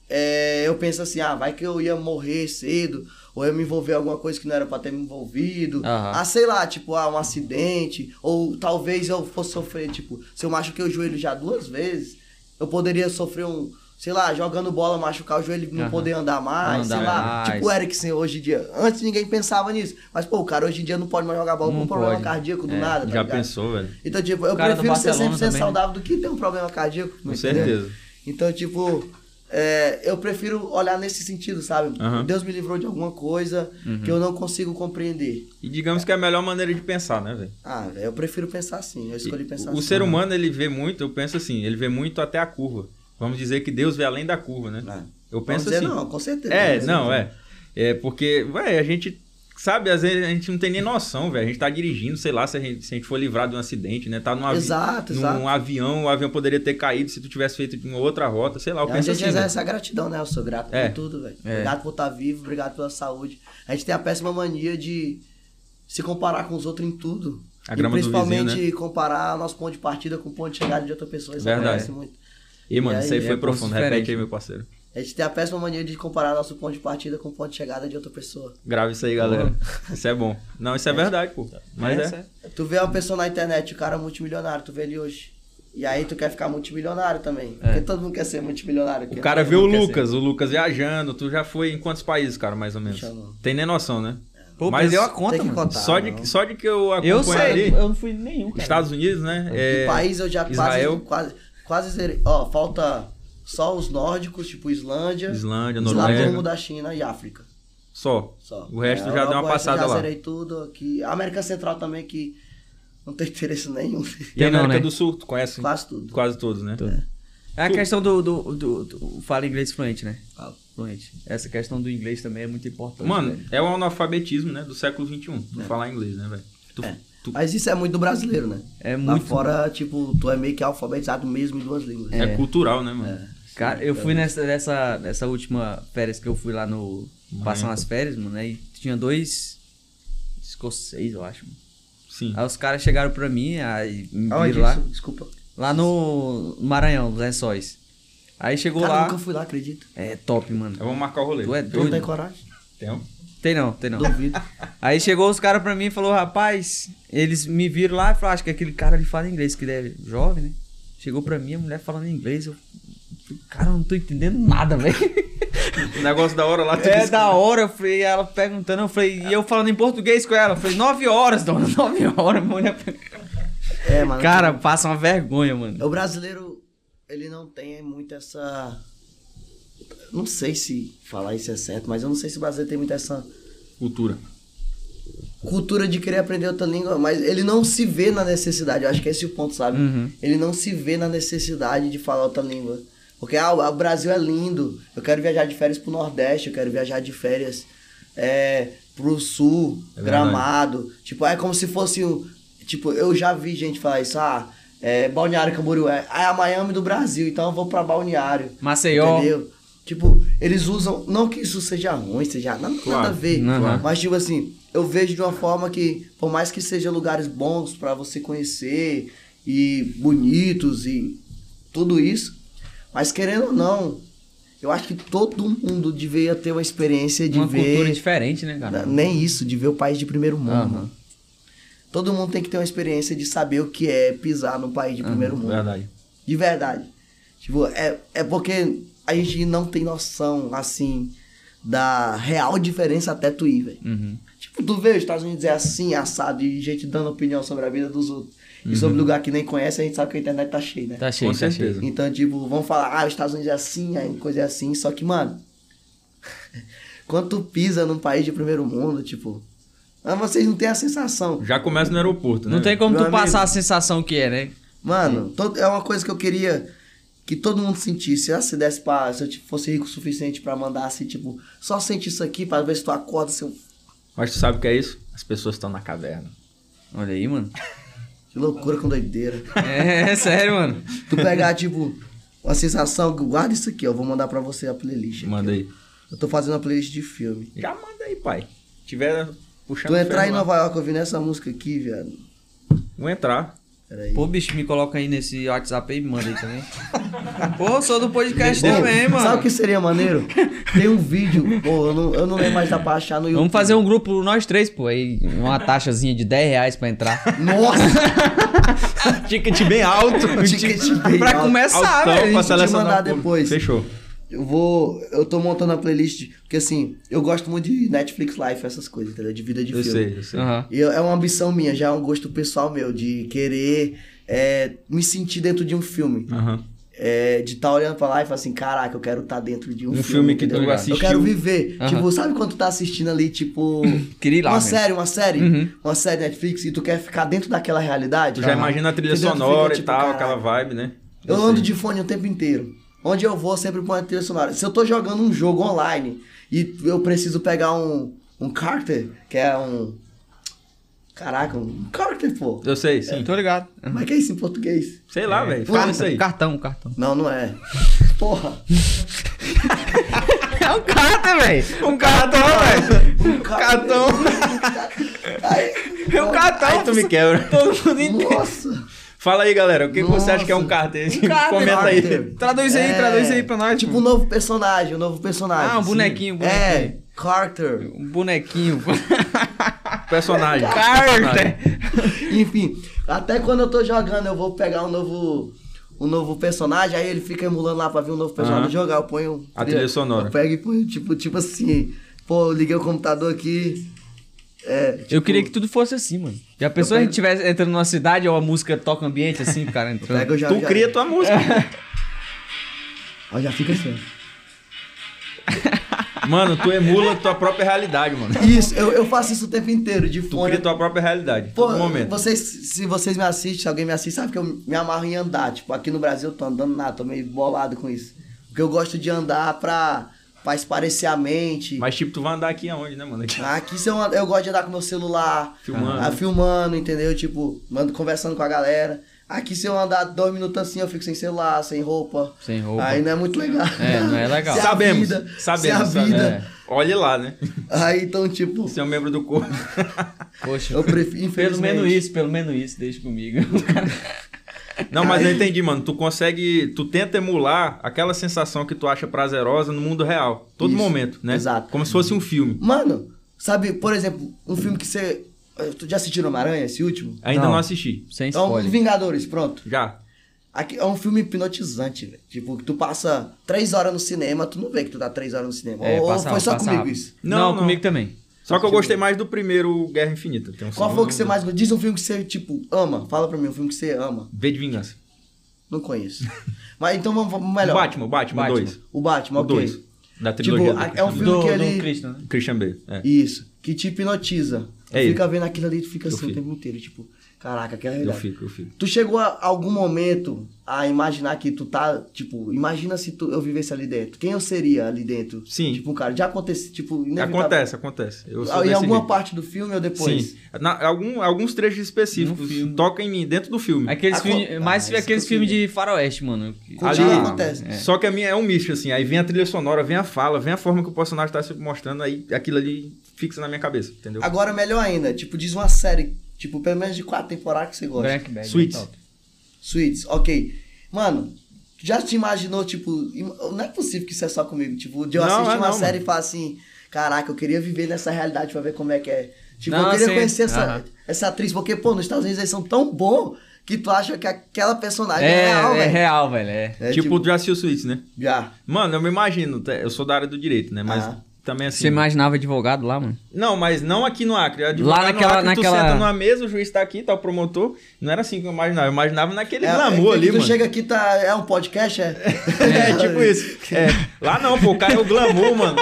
S3: é, eu penso assim, ah, vai que eu ia morrer cedo, ou eu me envolver em alguma coisa que não era pra ter me envolvido.
S2: Aham.
S3: Ah, sei lá, tipo, ah, um acidente, ou talvez eu fosse sofrer, tipo, se eu machuquei o joelho já duas vezes, eu poderia sofrer um, sei lá, jogando bola, machucar o joelho e não
S2: Aham.
S3: poder andar mais,
S2: Não
S3: sei
S2: andar
S3: lá.
S2: mais.
S3: Tipo o Eriksen hoje em dia. Antes ninguém pensava nisso, mas pô, o cara hoje em dia não pode mais jogar bola
S2: Não
S3: com problema
S2: pode.
S3: cardíaco do nada, tá
S1: Já
S3: ligado?
S1: pensou, velho?
S3: Então, tipo, eu
S2: O cara do
S3: prefiro ser
S2: Barcelona
S3: 100%
S2: também, né?
S3: saudável do que ter um problema cardíaco.
S1: Com
S3: entendeu?
S1: certeza.
S3: Então, tipo, é, eu prefiro olhar nesse sentido, sabe?
S1: Aham. Uhum.
S3: Deus me livrou de alguma coisa que eu não consigo compreender.
S1: E digamos que é a melhor maneira de pensar, né, velho?
S3: Ah, velho, eu prefiro pensar assim. Eu escolhi pensar
S1: O
S3: assim.
S1: ser humano, ele vê muito, eu penso assim, ele vê muito até a curva. Vamos dizer que Deus vê além da curva, né?
S3: Ah,
S1: Eu
S3: vamos
S1: penso
S3: dizer,
S1: assim.
S3: Não, com certeza. né?
S1: É,
S3: Com
S1: não,
S3: certeza.
S1: é. É porque, vai, a gente Sabe, às vezes a gente não tem nem noção, velho. A gente tá dirigindo, sei lá, se a gente, se a gente for livrado de um acidente, né? Tá num, avi
S3: Exato,
S1: num
S3: exato.
S1: avião, o avião poderia ter caído se tu tivesse feito em outra rota, sei lá. Eu
S3: a
S1: penso
S3: gente
S1: assim,
S3: exerce
S1: velho.
S3: essa gratidão, né? Eu sou grato
S1: É.
S3: por tudo, velho.
S2: É.
S3: Obrigado por estar vivo, obrigado pela saúde. A gente tem a péssima mania de se comparar com os outros em tudo.
S1: A grama
S3: e
S1: do vizinho, né?
S3: principalmente comparar nosso ponto de partida com o ponto de chegada de outra pessoa. Isso
S1: Verdade.
S3: acontece muito.
S1: Ih, mano,
S3: E aí,
S1: isso aí
S2: é
S1: foi
S2: um ponto
S1: profundo. Repete
S2: diferente.
S1: aí, meu parceiro.
S3: A gente tem a péssima mania de comparar nosso ponto de partida com o ponto de chegada de outra pessoa.
S1: Grava isso aí, galera. Isso é bom. Não, isso é verdade, pô. Mas é.
S2: certo.
S3: Tu vê uma pessoa na internet, o cara é multimilionário, tu vê ele hoje. E aí tu quer ficar multimilionário também. Porque todo mundo quer ser multimilionário.
S1: É. O
S3: quer-
S1: cara vê o
S2: quer ser.
S1: Lucas, o Lucas viajando. Tu já foi em quantos países, cara, mais ou menos?
S3: Deixa eu ver.
S1: Tem nem noção, né?
S2: Pô,
S1: Mas
S2: mas eu
S1: eu-
S2: a conta,
S3: tem que
S2: mano.
S3: contar,
S1: só,
S3: não.
S1: de, só de que eu acompanho
S2: Tá, Eu sei,
S1: ali,
S2: eu não fui em nenhum, cara.
S1: Estados Unidos, né?
S3: Que
S1: É,
S3: país eu já
S1: Israel.
S3: quase. Quase, quase zerei. Ó, falta só os nórdicos, tipo Islândia,
S1: Islândia,
S3: Islândia,
S1: Noruega.
S3: da China e África.
S1: Só.
S3: Só.
S1: O resto
S3: É,
S1: já
S3: Europa,
S1: deu uma
S3: eu
S1: passada
S3: já
S1: lá.
S3: zerei tudo aqui. A América Central também, que não tem interesse nenhum.
S1: E a
S2: Tem não,
S1: América
S2: né?
S1: do Sul, tu conhece
S3: quase tudo.
S1: quase todos, né?
S2: É a questão do, do, do- do- Fala inglês fluente, né?
S3: Fala.
S2: Fluente. Essa questão do inglês também é muito importante.
S1: Mano,
S2: velho.
S1: é o analfabetismo, né? Do século XXI. Tu falar inglês, né, velho? Tu,
S3: É.
S1: tu-
S3: Mas isso é muito do brasileiro, né?
S2: É
S3: Lá
S2: muito-
S3: fora, tipo, tu é meio que alfabetizado mesmo em duas línguas.
S1: é. cultural, né, mano?
S2: Cara, eu fui nessa, nessa, nessa última férias que eu fui lá no. Passando as férias, mano, aí tinha dois. Escocês, eu acho. mano.
S1: Sim.
S2: Aí os caras chegaram pra mim, aí me viram
S3: Aonde
S2: lá.
S3: isso? Desculpa.
S2: Lá no Maranhão, nos Lençóis. Aí chegou
S3: Cara,
S2: lá.
S3: nunca fui lá, acredito.
S2: É top, mano.
S1: Eu vou marcar o rolê.
S2: Tu é
S3: Tu não tem
S2: doido?
S3: coragem?
S1: Tem um?
S2: Tem não, tem não.
S3: Duvido.
S2: Aí chegou os caras pra mim e falou, rapaz, eles me viram lá e falaram, acho que aquele cara ele fala inglês, que ele é jovem, né? Chegou pra mim, a mulher falando inglês, eu falei, cara, eu não tô entendendo nada, velho.
S1: O negócio da hora lá. tu
S2: É
S1: disse-
S2: da hora, eu falei, ela perguntando, eu falei, e eu falando em português com ela, eu falei, nove horas, dona, <laughs> nove horas, mulher.
S3: É, mano.
S2: Cara, passa uma vergonha, mano.
S3: O brasileiro, ele não tem muito essa. Não sei se falar isso é certo, mas eu não sei se o brasileiro tem muito essa
S1: Cultura.
S3: cultura de querer aprender outra língua, mas ele não se vê na necessidade. Eu acho que esse é o ponto, sabe?
S2: Uhum.
S3: Ele não se vê na necessidade de falar outra língua. Porque ah, o o Brasil é lindo. Eu quero viajar de férias pro Nordeste, eu quero viajar de férias é, pro sul,
S1: É verdade.
S3: gramado. Tipo, é como se fosse um. Tipo, eu já vi gente falar isso, ah, é, Balneário Camboriú é, ah, é a Miami do Brasil, então eu vou pra Balneário.
S2: Maceió.
S3: Entendeu? Tipo, eles usam. Não que isso seja ruim, seja. Não,
S1: Claro.
S3: nada a ver.
S2: Uhum.
S3: Mas, tipo assim, eu vejo de uma forma que, por mais que sejam lugares bons pra você conhecer e bonitos e tudo isso, mas querendo ou não, eu acho que todo mundo deveria ter uma experiência de
S2: Uma cultura
S3: ver.
S2: diferente, né, cara?
S3: Nem isso, de ver o país de primeiro mundo.
S2: Aham.
S3: mano. Todo mundo tem que ter uma experiência de saber o que é pisar num país de primeiro mundo.
S1: Verdade.
S3: De verdade. Tipo, é, é porque a gente não tem noção, assim, da real diferença até tu ir, velho.
S2: Uhum.
S3: Tipo, tu vê os Estados Unidos é assim, assado, e gente dando opinião sobre a vida dos outros. E sobre lugar que nem conhece, a gente sabe que a internet tá cheia, né?
S2: Tá cheio,
S1: Com
S2: tá
S1: certeza.
S2: cheio.
S3: Então, tipo, vão falar, ah, os Estados Unidos é assim, a coisa é assim. Só que, mano, <laughs> quando tu pisa num país de primeiro mundo, tipo, ah, vocês não têm a sensação.
S1: Já começa no aeroporto, né?
S2: Não tem como
S3: Meu
S2: tu passar
S3: amigo.
S2: a sensação que é, né?
S3: Mano, todo- é uma coisa que eu queria que todo mundo sentisse. Ah, se desse pra. Se eu tipo, fosse rico o suficiente pra mandar assim, tipo, só sente isso aqui pra ver se tu acorda, seu.
S1: Mas tu sabe o que é isso? As pessoas estão na caverna.
S2: Olha aí, mano. <laughs>
S3: Que loucura com doideira.
S2: É, sério, mano.
S3: Tu pegar, tipo, uma sensação, guarda isso aqui, ó. Vou mandar pra você a playlist. aqui,
S1: Manda
S3: ó.
S1: aí.
S3: Eu tô fazendo uma playlist de filme.
S1: Já manda aí, pai. Se Tiver puxando
S3: Tu entrar em
S1: ferro lá.
S3: Nova York ouvindo essa música aqui, viado.
S1: Vou entrar.
S3: Peraí.
S2: Pô, bicho, me coloca aí nesse WhatsApp aí e me manda aí também. <laughs> Pô, sou do podcast
S3: Pô,
S2: também, mano.
S3: Sabe o que seria maneiro? Tem um vídeo, pô, eu não, eu não lembro mais dá pra achar no YouTube.
S2: Vamos fazer um grupo nós três, pô. Aí uma taxazinha de 10 reais pra entrar.
S3: Nossa!
S2: <laughs> Ticket bem alto.
S3: Ticket bem
S2: pra
S3: alto.
S2: começar,
S1: Altão
S2: velho.
S1: pra
S3: né? gente te
S1: selecionar
S3: mandar
S1: o povo.
S3: depois.
S1: Fechou.
S3: Eu vou. Eu tô montando a playlist. Porque assim, eu gosto muito de Netflix Life, essas coisas, entendeu? De vida de
S1: Eu
S3: filme.
S1: sei, eu sei.
S2: Aham.
S3: E eu- é uma ambição minha, já é um gosto pessoal meu, de querer é, me sentir dentro de um filme.
S1: Aham.
S3: É, de estar olhando pra lá e falar assim, caraca, eu quero estar dentro de um,
S1: Um filme que um-
S3: entendeu?
S1: tu assistiu.
S3: Eu quero viver.
S2: Aham.
S3: Tipo, sabe quando tu tá assistindo ali,
S1: <coughs>
S3: tipo.
S2: Queria ir lá,
S3: uma
S2: velho.
S3: série, uma série,
S2: Uhum.
S3: uma série Netflix, e tu quer ficar dentro daquela realidade.
S1: Tu já imagina a trilha
S3: Entendeu? Tu fica
S1: sonora e
S3: tipo,
S1: tal,
S3: caraca.
S1: aquela vibe, né?
S3: Eu
S1: sei.
S3: ando de fone o tempo inteiro. Onde eu vou, sempre põe a trilha sonora. Se eu tô jogando um jogo online e eu preciso pegar um, um Carter, que é um. Caraca, um Carter, pô.
S1: Eu sei, sim.
S2: Tô ligado.
S3: Como é que é isso em português?
S1: Sei lá, velho. Fala isso
S2: Cartão,
S1: aí.
S2: Um cartão, cartão.
S3: Não, não
S1: <laughs>
S3: é. Porra.
S2: É um cartão, velho. Um cartão, velho.
S3: Um
S2: Cartão.
S3: Aí,
S2: É um cartão.
S1: Aí tu me quebra.
S2: Todo mundo entende.
S3: Nossa.
S1: Fala aí, galera. O que, que você acha que é um
S3: Nossa.
S1: carter?
S2: carter,
S1: Comenta aí.
S3: carter.
S2: Traduz aí,
S3: É,
S2: traduz aí pra nós.
S3: Tipo um novo personagem, um novo personagem.
S2: Ah, um
S3: Sim.
S2: bonequinho, um bonequinho.
S3: É, Carter.
S2: Um bonequinho.
S1: Personagem. Personagem.
S3: <laughs>
S2: Carter.
S3: Enfim, até quando eu tô jogando, eu vou pegar um novo. Um novo personagem, aí ele fica emulando lá pra ver um novo personagem
S1: Aham.
S3: jogar. Eu ponho.
S1: A trilha sonora.
S3: Eu pego e ponho, tipo, tipo assim. Pô, eu liguei o computador aqui. É.
S2: Eu queria que tudo fosse assim, mano. Já pensou a gente tivesse entrando numa cidade ou a música toca ambiente assim, cara? entrando?
S3: Pega, eu já,
S1: Tu
S3: já, é.
S1: cria tua
S3: <laughs>
S1: música.
S3: Ó, já fica assim. ó.
S1: Mano, tu emula tua própria realidade, mano.
S3: Isso, eu, eu faço isso o tempo inteiro, de
S1: Tu
S3: fone.
S1: cria tua própria realidade.
S3: Pô,
S1: todo momento.
S3: vocês, se vocês me assistem, se alguém me assiste, sabe que eu me amarro em andar. Tipo, aqui no Brasil eu tô andando nada, tô meio bolado com isso. Porque eu gosto de andar pra, pra esparecer a mente.
S1: Mas tipo, tu vai andar aqui aonde, né, mano? Aqui.
S3: Aqui se eu, ando- eu gosto de andar com meu celular,
S1: Filmando.
S3: ah, filmando, entendeu? Tipo, mando conversando com a galera. Aqui se eu andar dois minutos assim, eu fico sem celular, sem roupa.
S2: Sem roupa.
S3: Aí não é muito legal.
S2: É, não é legal.
S3: <laughs> Se a
S1: Sabemos.
S3: vida- se
S1: sabemos.
S3: a
S1: sabemos. É.
S3: vida.
S1: Olha lá, né?
S3: Aí então, tipo,
S1: Você é um membro do corpo. <laughs>
S2: Poxa.
S3: eu prefiro,
S2: Pelo
S3: infelizmente.
S2: menos isso, pelo menos isso, deixa comigo. <laughs>
S1: Não, mas eu entendi, mano. Tu consegue. Tu tenta emular aquela sensação que tu acha prazerosa no mundo real. Todo
S3: Isso,
S1: momento, né?
S3: exato.
S1: Como se fosse um filme.
S3: Mano, sabe, por exemplo, um filme que você. eh, Tu já assistiu Homem-Aranha, esse último?
S1: Ainda
S2: Não.
S1: não, assisti.
S2: Sem
S3: Então,
S2: spoiler.
S3: Vingadores, pronto.
S1: Já.
S3: Aqui é um filme hipnotizante, velho. Tipo, que tu passa três horas no cinema, tu não vê que tu tá três horas no cinema.
S2: É,
S3: ou ou
S2: passa-
S3: foi só
S2: passa
S3: comigo
S2: rápido.
S3: isso?
S1: Não,
S2: Não,
S1: não.
S2: comigo também.
S1: Só que eu gostei mais do primeiro Guerra Infinita. Tem um
S3: Qual foi o que você
S1: segundo-
S3: mais gostou? Diz um filme que você, tipo, ama. Fala pra mim, um filme que você ama.
S1: V de Vingança. <laughs>
S3: Não conheço. Mas então vamos, vamos
S1: O
S3: melhor.
S1: Batman, o Batman,
S2: Batman.
S1: 2.
S3: O Batman,
S1: O
S3: ok.
S1: 2. Da
S3: Tipo,
S1: trilogia. do
S3: a- é um
S1: Christian
S3: filme
S1: Bale.
S2: Do,
S3: que
S2: do
S3: ele-
S2: Krishna, né?
S1: Christian Bale. É.
S3: Isso. Que te hipnotiza.
S1: É
S3: fica vendo aquilo ali, tu fica
S1: Eu
S3: assim o
S1: fico.
S3: tempo inteiro. Tipo, caraca, que é a
S1: Eu
S3: realidade.
S1: fico, eu fico.
S3: Tu chegou a algum momento a imaginar que tu tá, tipo, imagina se tu, eu vivesse ali dentro. Quem eu seria ali dentro?
S1: Sim.
S3: Tipo, um cara, já aconteceu, tipo, inevitável.
S1: Acontece, acontece. Eu sou
S3: Em
S1: desse
S3: Ah, alguma
S1: jeito.
S3: parte do filme ou depois?
S1: Sim. Na- algum- alguns trechos
S2: No
S1: específicos
S2: filme.
S1: toca em mim, dentro do filme.
S2: Aqueles
S3: Aco-
S2: filmes, mais
S3: Ah, isso
S2: aqueles
S3: que eu
S2: filmes de faroeste, mano. que-
S3: Ali-
S2: Ah,
S3: né? acontece.
S2: é.
S1: Só que a minha é um misto, assim. Aí vem a trilha sonora, vem a fala, vem a forma que o personagem tá se mostrando, aí aquilo ali fixa na minha cabeça, entendeu?
S3: Agora, melhor ainda, tipo, diz uma série, tipo, pelo menos de quatro temporadas que você gosta.
S2: Breaking Bad,
S1: Suits.
S2: é top.
S3: Suítes, ok. Mano, tu já te imaginou, tipo, im- não é possível que isso é só comigo. Tipo, de eu
S1: Não,
S3: assistir
S1: é
S3: uma
S1: não,
S3: série e falar assim, caraca, eu queria viver nessa realidade pra ver como é que é. Tipo,
S2: Não,
S3: eu queria
S2: sim.
S3: conhecer essa,
S2: Aham.
S3: essa atriz, porque, pô, nos Estados Unidos eles são tão bons que tu acha que aquela personagem é,
S2: É,
S3: real,
S2: é
S3: velho.
S2: real, velho. É.
S3: É,
S1: tipo, já assistiu Suits, né?
S3: Já.
S1: Mano, eu me imagino, tá? eu sou da área do direito, né? Mas
S3: Ah.
S1: também assim.
S2: Você imaginava advogado lá, mano?
S1: Não, mas não aqui no Acre. Advogado
S2: Lá naquela-
S1: no Acre,
S2: naquela-
S1: tu senta numa mesa, o juiz tá aqui, tá o promotor. Não era assim que eu imaginava. Eu imaginava naquele glamour
S3: que
S1: ali,
S3: É, tu
S1: mano. <laughs>
S3: chega aqui, tá, é um podcast, é?
S1: É,
S3: <laughs>
S1: tipo isso. É, Lá não, pô, o cara é o glamour,
S2: <laughs>
S1: mano.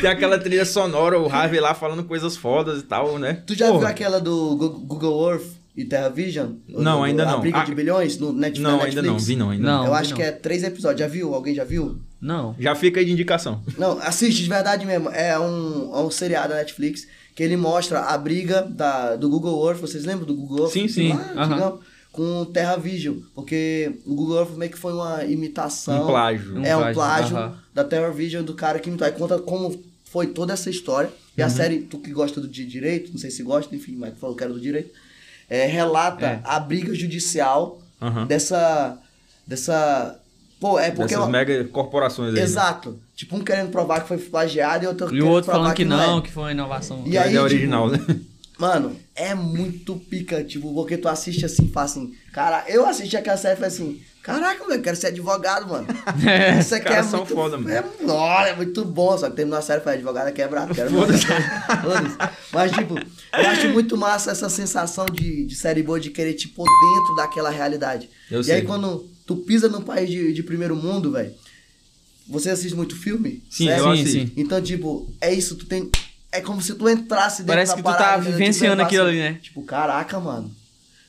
S1: Tem aquela trilha sonora, o Harvey lá falando coisas fodas e tal, né?
S3: Tu já
S1: Porra.
S3: viu aquela do Gu- Google Earth e Terra Vision?
S1: Não,
S3: Do-
S1: ainda
S3: A
S1: não.
S3: briga
S1: Ah,
S3: de bilhões no Net- na Netflix?
S1: Não, ainda não, vi não, ainda
S2: Não.
S1: não.
S3: Eu acho
S2: vi
S3: que é três episódios. Já viu? Alguém já viu?
S2: Não.
S1: Já fica aí de indicação.
S3: Não, assiste de verdade mesmo. É um, é um seriado da Netflix que ele mostra a briga da, do Google Earth. Vocês lembram do Google Earth?
S1: Sim, sim.
S3: Ah,
S2: Aham.
S3: digamos, Com o Terra Vision. Porque o Google Earth meio que foi uma imitação.
S1: Um plágio.
S3: É
S2: Um
S3: um
S2: plágio,
S3: plágio
S2: aham.
S3: da Terra Vision do cara que imitou. Aí conta como foi toda essa história. E
S1: Uhum.
S3: a série, tu que gosta do de direito, não sei se gosta, enfim, mas falou que era do direito, é, relata
S2: É.
S3: a briga judicial
S1: Aham.
S3: dessa. dessa. Pô, é porque.
S1: Dessas
S3: ela-
S1: mega corporações aí. né?
S3: Exato. Tipo, um querendo provar que foi plagiado e
S2: E
S3: outro
S2: o
S3: querendo
S2: outro
S3: provar
S2: falando que
S3: é.
S2: não, que foi uma inovação.
S3: E
S1: Que
S3: aí,
S1: é
S3: tipo,
S1: original, né?
S3: Mano, é muito pica, tipo, porque tu assiste assim, fala assim, cara, eu assisti aquela série e falei assim, caraca, meu, eu quero ser advogado, mano. Isso aqui é
S1: Caras são
S3: muito,
S1: foda, mano.
S3: é, nossa, é muito bom, só que terminou a série e falei, advogado é quebrado, quero Foda-se. <laughs> Foda-se. Mas, tipo, eu acho muito massa essa sensação de, de série boa, de querer te pôr dentro daquela realidade.
S1: Eu
S3: e
S1: sei.
S3: aí, quando tu pisa num país de, de primeiro mundo, velho, você assiste muito filme?
S1: Sim,
S3: Série?
S1: eu
S2: Sim,
S1: assisto.
S2: sim.
S3: Então, tipo, é isso, tu tem. É como se tu entrasse dentro
S2: Parece
S3: da
S2: que tu tá
S3: parada, entendeu?
S2: vivenciando
S3: Tipo,
S2: aquilo ali,
S3: assim,
S2: né?
S3: Tipo, caraca, mano.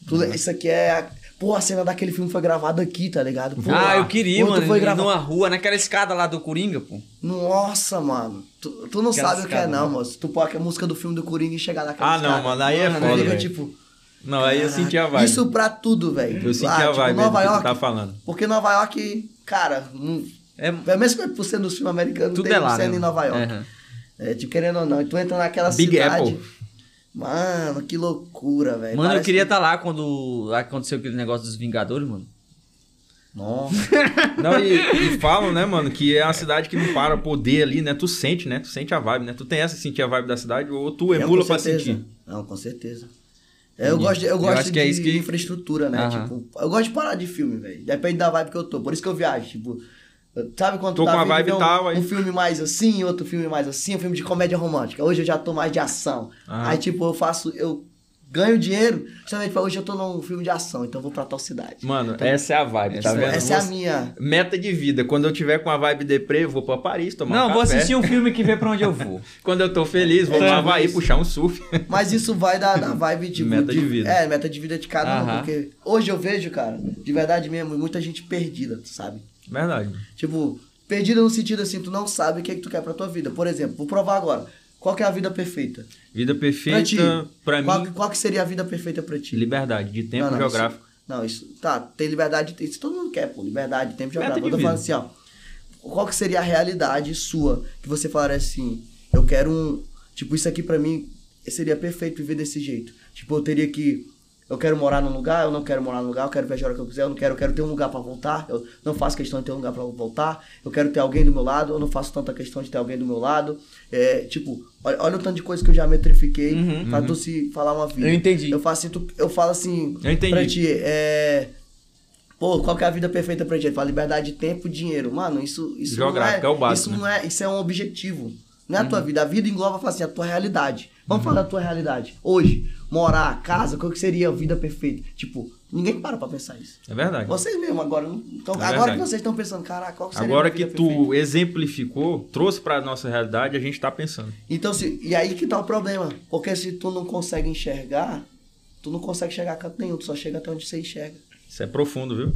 S3: Tudo,
S1: Uhum.
S3: Isso aqui é. a- Pô, a cena daquele filme foi gravada aqui, tá ligado? Pô,
S2: ah, eu queria,
S3: outro
S2: mano.
S3: Foi
S2: ir
S3: gravado...
S2: numa rua, naquela escada lá do Coringa, pô.
S3: Nossa, mano. Tu, tu não
S2: Aquela
S3: sabe o que é,
S2: escada,
S3: não,
S2: né?
S3: moço. Tu pode a música do filme do Coringa e chegar naquela
S1: Ah, não,
S3: escada.
S1: mano, aí é
S3: eu
S1: foda,
S3: fico,
S1: velho.
S3: tipo,
S1: Não, aí eu
S3: caraca,
S1: senti a vibe.
S3: Isso pra tudo, velho.
S1: Eu senti
S3: Ah,
S1: a
S3: tipo,
S1: vibe
S3: Nova
S1: do que
S3: York.
S1: tu tá falando.
S3: Porque Nova York, cara, não-
S2: É,
S3: pelo menos que por ser nos filmes americanos,
S2: tudo
S3: tem um
S2: é lá.
S3: cena
S2: né?
S3: em Nova York.
S2: Aham.
S3: É, tipo, querendo ou não, e tu entra naquela
S1: Big
S3: cidade.
S1: Apple.
S3: Mano, que loucura, velho.
S2: Mano, eu
S3: É, Parece
S2: queria
S3: que-
S2: estar lá quando aconteceu aquele negócio dos Vingadores, mano.
S1: tá-
S3: Nossa.
S1: Não, e, e falam, né, mano, que é uma cidade que não para poder ali, né? Tu sente, né? Tu sente a vibe, né? Tu tem essa de sentir a vibe da cidade ou tu
S3: Eu,
S1: emula
S3: é, com
S1: pra
S3: certeza.
S1: sentir.
S3: Não, com certeza. É, Eu gosto, de- eu
S2: Eu
S3: gosto
S2: acho
S3: de
S2: que é isso que-
S3: infraestrutura, né?
S2: Aham.
S3: Tipo, eu gosto de parar de filme, velho. Depende da vibe que eu tô. Por isso que eu viajo, tipo... eu- Sabe quando
S1: Tô
S3: tu tá
S1: com a
S3: afim de
S1: vibe
S3: ver um,
S1: tal, aí-
S3: um filme mais assim, outro filme mais assim, um filme de comédia romântica. Hoje eu já tô mais de ação.
S1: Ah.
S3: Aí, tipo, eu faço... Eu ganho dinheiro justamente pra hoje eu tô num filme de ação, então eu vou pra tal cidade.
S1: Mano, essa é a vibe, tá
S3: Essa-
S1: vendo?
S3: essa é a
S1: Você-
S3: minha...
S1: Meta de vida. Quando eu tiver com a vibe deprê, eu vou pra Paris tomar
S2: não,
S1: um
S2: vou
S1: café.
S2: assistir um filme que vê pra onde eu vou.
S1: Quando eu tô feliz, vou
S2: É,
S1: pra Havaí
S2: isso.
S1: puxar um surf. <laughs>
S3: Mas isso vai da, da vibe de
S1: Meta de vida.
S3: É, meta de vida de cada um.
S2: Aham.
S3: Porque hoje eu vejo, cara, de verdade mesmo, muita gente perdida, tu sabe?
S1: Verdade. mano.
S3: Tipo, perdida no sentido assim, tu não sabe o que, é que tu quer pra tua vida. Por exemplo, vou provar agora. Qual que é a vida perfeita?
S1: Vida perfeita, pra
S3: qual,
S1: mim,
S3: qual que seria a vida perfeita pra ti?
S1: liberdade de tempo
S3: Não, não,
S1: geográfico.
S3: Isso, não, isso. Tá, tem liberdade, tem, isso todo mundo quer, pô. Liberdade,
S1: Meta
S3: tempo geográfico.
S1: de
S3: Eu tô
S1: vida.
S3: falando assim, ó. Qual que seria a realidade sua? Que você falaria assim, eu quero um. Tipo, isso aqui pra mim seria perfeito viver desse jeito. Tipo, eu teria que. Eu quero morar num lugar, eu não quero morar num lugar, eu quero viajar a hora que eu quiser, eu não quero, eu quero ter um lugar pra voltar, eu não faço questão de ter um lugar pra voltar, eu quero ter alguém do meu lado, eu não faço tanta questão de ter alguém do meu lado. É, tipo, olha, olha o tanto de coisa que eu já metrifiquei pra tu se falar uma vida.
S2: Eu entendi.
S3: Eu faço assim, tu- eu falo assim,
S1: Eu entendi.
S3: pra ti, é. Pô, qual que é a vida perfeita pra ti? Ele fala liberdade de tempo e dinheiro. Mano, isso, isso
S1: Geográfico,
S3: não
S1: é o básico,
S3: Isso
S1: né? Uhum.
S3: não é. Isso é um objetivo. Não é a tua vida. A vida engloba fala assim, a tua realidade. Vamos falar da tua realidade. Hoje, morar, casa, qual que seria a vida perfeita? Tipo, ninguém para pra pensar isso.
S1: É verdade.
S3: Vocês mesmo agora. não- Então,
S1: É
S3: agora
S1: verdade.
S3: que vocês estão pensando, caraca, qual que seria
S1: Agora
S3: a
S1: que
S3: vida
S1: tu
S3: perfeita?
S1: exemplificou, trouxe pra nossa realidade, a gente tá pensando.
S3: Então, se, e aí que tá o problema. Porque se tu não consegue enxergar, tu não consegue chegar a canto nenhum, tu só chega até onde você enxerga.
S1: Isso é profundo, viu?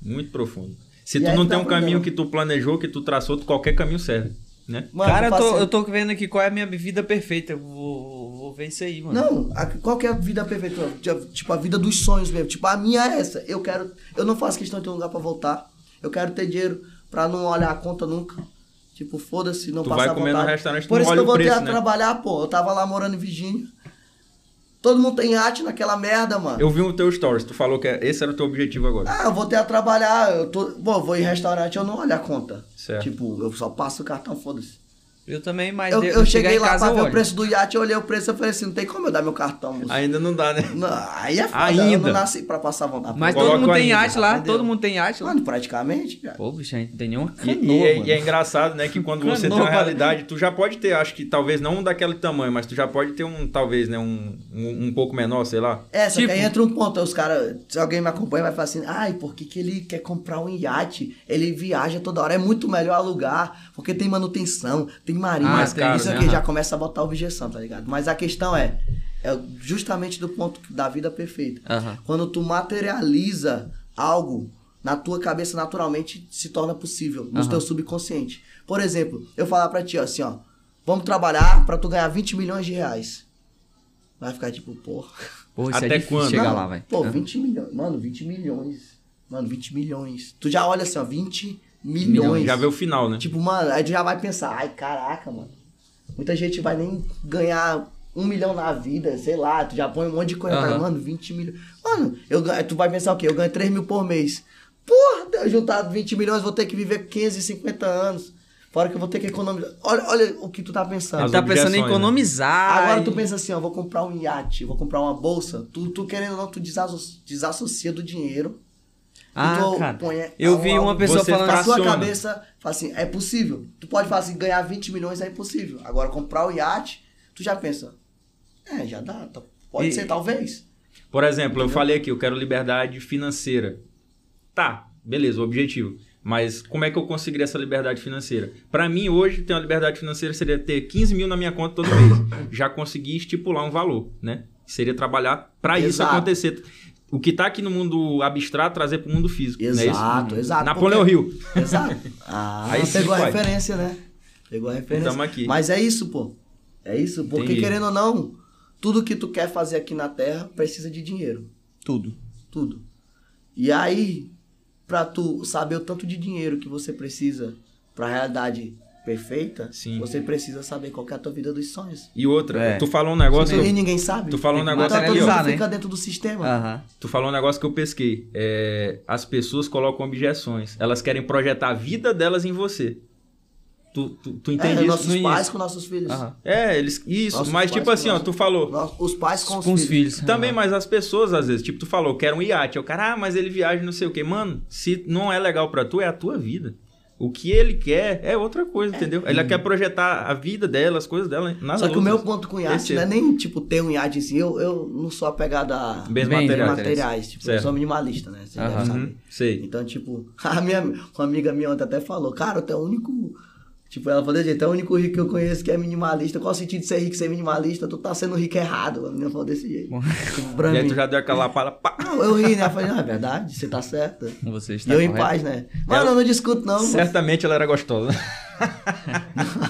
S1: Muito profundo. Se
S3: E
S1: tu
S3: aí
S1: não
S3: que
S1: tem
S3: dá
S1: um
S3: problema.
S1: caminho que tu planejou, que tu traçou, tu- qualquer caminho serve, né?
S3: <laughs> Mano,
S2: Cara, eu tô,
S3: passei-
S2: eu tô vendo aqui qual é a minha vida perfeita. Eu vou, vou- vou ver isso aí, mano.
S3: Não, a, qual que é a vida perfeita? Tipo, a vida dos sonhos mesmo. Tipo, a minha é essa. Eu quero. Eu não faço questão de ter um lugar pra voltar. Eu quero ter dinheiro pra não olhar a conta nunca. Tipo, foda-se, não
S1: Tu
S3: passar
S1: vai comer no
S3: vontade.
S1: restaurante, tu
S3: Por
S1: não
S3: isso que
S1: olha
S3: eu
S1: o
S3: voltei
S1: preço,
S3: a
S1: né?
S3: trabalhar, pô. Eu tava lá morando em Virgínia. Todo mundo tem iate naquela merda, mano.
S1: Eu vi o teu stories, tu falou que é- esse era o teu objetivo agora.
S3: Ah, eu voltei a trabalhar. Eu tô. Bom, eu vou em restaurante, eu não olho a conta.
S1: Certo.
S3: Tipo, eu só passo o cartão, foda-se.
S2: Eu também, mas
S3: Eu,
S2: de-
S3: eu
S2: chegar
S3: cheguei
S2: em
S3: lá
S2: casa
S3: pra
S2: eu
S3: ver o
S2: olho.
S3: preço do iate, eu olhei o preço e falei assim: não tem como eu dar meu cartão, moço.
S1: Ainda não dá, né?
S3: Não, aí é foda,
S1: Ainda.
S3: eu não nasci pra passar vontade.
S2: Mas
S1: Coloca
S2: todo mundo
S1: o
S2: tem
S1: ainda,
S2: iate lá,
S3: entendeu?
S2: todo mundo tem iate lá.
S3: Mano, praticamente, cara.
S2: Pô, bicho, a gente não tem nenhuma
S1: E,
S2: canoa,
S1: e é,
S2: mano.
S1: e é engraçado, né, que quando você tem
S2: Canoa.
S1: uma realidade, tu já pode ter, acho que talvez não daquele tamanho, mas tu já pode ter um, talvez, né, um, um, um pouco menor, sei lá.
S3: É, só
S2: Tipo-
S3: que aí entra um ponto, aí os caras, se alguém me acompanha, vai falar assim, ai, por que, que ele quer comprar um iate? Ele viaja toda hora, é muito melhor alugar, porque tem manutenção, tem marinha,
S2: Ah,
S3: mas
S2: caro,
S3: isso
S2: né?
S3: aqui
S2: Aham.
S3: já começa a botar objeção, tá ligado? Mas a questão é, é justamente do ponto da vida perfeita.
S2: Aham.
S3: Quando tu materializa algo na tua cabeça naturalmente se torna possível, no
S2: Aham.
S3: teu subconsciente. Por exemplo, eu falar pra ti ó, assim, ó, vamos trabalhar pra tu ganhar 20 milhões de reais. Vai ficar tipo, porra.
S2: Pô, isso
S1: Até
S2: é difícil
S1: quando? né?
S2: chegar
S3: Não,
S2: lá, velho.
S3: Pô, 20 milhões. Mano, 20 milhões. Mano, 20 milhões. Tu já olha assim, ó, 20 milhões.
S1: Um Já vê o final, né?
S3: Tipo, mano, aí tu já vai pensar, ai, caraca, mano. Muita gente vai nem ganhar um milhão na vida, sei lá, tu já põe um monte de coisa,
S2: Aham.
S3: tá, mano, 20 milhões. Mano, eu, ganho- tu vai pensar o quê? Eu ganho 3 mil por mês. Porra, eu juntar 20 milhões, vou ter que viver 15, 50 anos. Fora que eu vou ter que economizar. Olha, olha o que tu tá pensando.
S1: As
S2: Ele tá pensando em
S1: obrigações, né?
S2: economizar.
S3: Agora
S2: e-
S3: tu pensa assim, ó, vou comprar um iate, vou comprar uma bolsa. Tu, tu querendo ou não, tu desasso- desassocia do dinheiro.
S2: Ah,
S3: tu
S2: cara.
S3: põe é,
S2: Eu
S3: a-
S2: vi
S3: a-
S2: uma pessoa
S1: Você
S2: falando
S3: Na sua
S1: Aciona.
S3: cabeça, fala assim, é possível. Tu pode falar assim, ganhar 20 milhões é impossível. Agora, comprar o iate, tu já pensa, é, já dá. tá- Pode
S2: E-
S3: ser, talvez.
S1: Por exemplo, eu falei aqui, eu quero liberdade financeira. Tá, beleza, o objetivo. Mas como é que eu conseguiria essa liberdade financeira? Pra mim, hoje, ter uma liberdade financeira seria ter 15 mil na minha conta todo
S3: <laughs>
S1: mês. Já consegui estipular um valor, né? Seria trabalhar pra isso
S3: Exato.
S1: acontecer. o que tá aqui no mundo abstrato trazer pro mundo físico.
S3: Exato,
S1: não é isso?
S3: exato,
S1: Napoleão
S3: porque-
S1: Hill.
S2: <laughs>
S3: Exato. Ah,
S1: Aí
S3: Aí
S1: sim,
S3: pegou a
S1: pai.
S3: referência, né? Pegou a referência.
S1: Tamo aqui.
S3: Mas é isso, pô. É isso, porque
S1: Entendi.
S3: querendo ou não, tudo que tu quer fazer aqui na Terra precisa de dinheiro.
S2: Tudo.
S3: Tudo. E aí, pra tu saber o tanto de dinheiro que você precisa pra realidade perfeita,
S1: Sim.
S3: você precisa saber qual que é a tua vida dos sonhos.
S1: E outra,
S2: É.
S1: tu falou um negócio.
S3: e ninguém sabe.
S1: Tu falou um
S2: Tem que
S1: negócio
S3: então, todo
S1: aqui, ó.
S2: materializar,
S3: mundo
S2: né?
S3: fica dentro do sistema.
S2: Aham.
S1: Tu falou um negócio que eu pesquei. É, as pessoas colocam objeções. Elas querem projetar a vida delas em você. Tu, tu, tu
S3: é,
S1: entende isso?
S3: nossos
S1: no início?
S3: pais com nossos filhos.
S2: Aham.
S1: É, eles. Isso,
S3: Nossos
S1: mas
S3: pais
S1: tipo
S3: com
S1: assim, ó,
S3: nossos-
S1: tu falou.
S3: Nós- Os pais com os
S2: Com os
S3: filhos.
S2: filhos.
S1: Também,
S2: aham.
S1: mas as pessoas, às vezes, tipo, tu falou, quero um iate. Eu, cara, ah, mas ele viaja e não sei o quê. Mano, se não é legal pra tu, é a tua vida. O que ele quer é outra coisa, entendeu? Ele quer projetar a vida dela, as coisas dela, nada
S3: Só que o meu ponto com iate
S1: Esse-
S3: não é nem, tipo, ter um iate assim. Eu, eu não sou apegado a
S1: Bens
S2: Bem,
S3: bens
S1: materiais.
S3: materiais. Tipo, eu
S1: Certo.
S3: sou minimalista, né? Você
S2: Aham.
S3: deve saber.
S1: Uhum, sei.
S3: Então, tipo, <laughs> a minha, uma amiga minha ontem até falou, cara, tu é o único. Tipo, ela falou, gente, é o único rico que eu conheço que é minimalista. Qual o sentido de ser rico e ser minimalista? Tu tá sendo rico errado. A menina falou desse jeito.
S1: <laughs>
S3: Tipo, pra
S1: E aí
S3: mim.
S1: tu já deu aquela pala, pá.
S3: Não, eu ri, né? Eu falei, não, é verdade, você tá certa. E
S2: Você está
S1: tá
S3: eu em
S2: correto.
S3: paz, né? Mano, eu não discuto, não.
S1: Certamente ela era gostosa. <laughs>
S3: <laughs>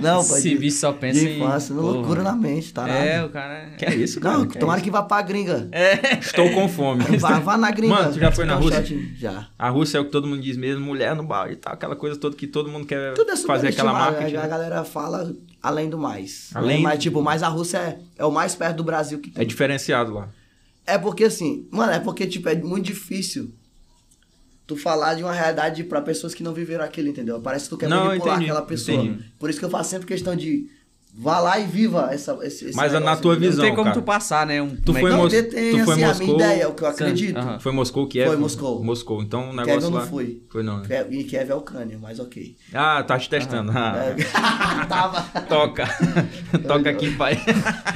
S3: Não, pô,
S2: Esse
S3: de-
S2: bicho só pensa
S3: de
S2: em-
S3: infância,
S2: Porra.
S3: loucura na mente, tá?
S2: É, o cara.
S1: Que é isso, cara?
S3: Não,
S1: Que é
S3: tomara
S1: isso?
S3: que vá pra gringa.
S1: Estou com fome.
S3: <laughs> Vá, vá na gringa.
S1: Mano, tu já foi na
S3: Dá um
S1: Rússia?
S3: shot, Já.
S1: A Rússia é o que todo mundo diz mesmo, mulher no bar e tal, aquela coisa toda que todo mundo quer
S3: Tudo é
S1: fazer aquela
S3: superestimado,
S1: marketing.
S3: né? A galera fala além do mais.
S1: Além-
S3: Mas, tipo, mas a Rússia é, é o mais perto do Brasil que tem.
S1: É diferenciado lá.
S3: É porque assim, mano, é porque, tipo, é muito difícil tu falar de uma realidade pra pessoas que não viveram aquilo, entendeu? Parece que tu quer
S1: Não,
S3: manipular
S1: entendi,
S3: aquela pessoa.
S1: entendi.
S3: Por isso que eu faço sempre questão de vá lá e viva essa. Esse, esse
S1: Mas na
S3: negócio,
S1: tua
S3: entendeu?
S2: Não tem
S1: visão,
S2: como
S1: cara.
S2: tu passar, né? Um,
S1: Tu
S2: como é
S1: foi
S2: que-
S1: em
S3: Não,
S1: Mos-
S3: tem, tem,
S1: tu foi
S3: assim,
S1: em
S3: a
S1: Moscou?
S3: minha ideia, é o que eu acredito.
S2: aham.
S1: Foi Moscou que é?
S3: Foi Moscou.
S1: Moscou. Então o negócio
S3: Kiev eu não
S1: lá.
S3: fui.
S1: Foi não, né?
S3: Kiev- E Kiev é a Ucrânia, mas ok.
S1: Ah, tá te testando. Ah,
S3: É, <laughs> Tava.
S1: <laughs> Toca. Toca aqui, pai.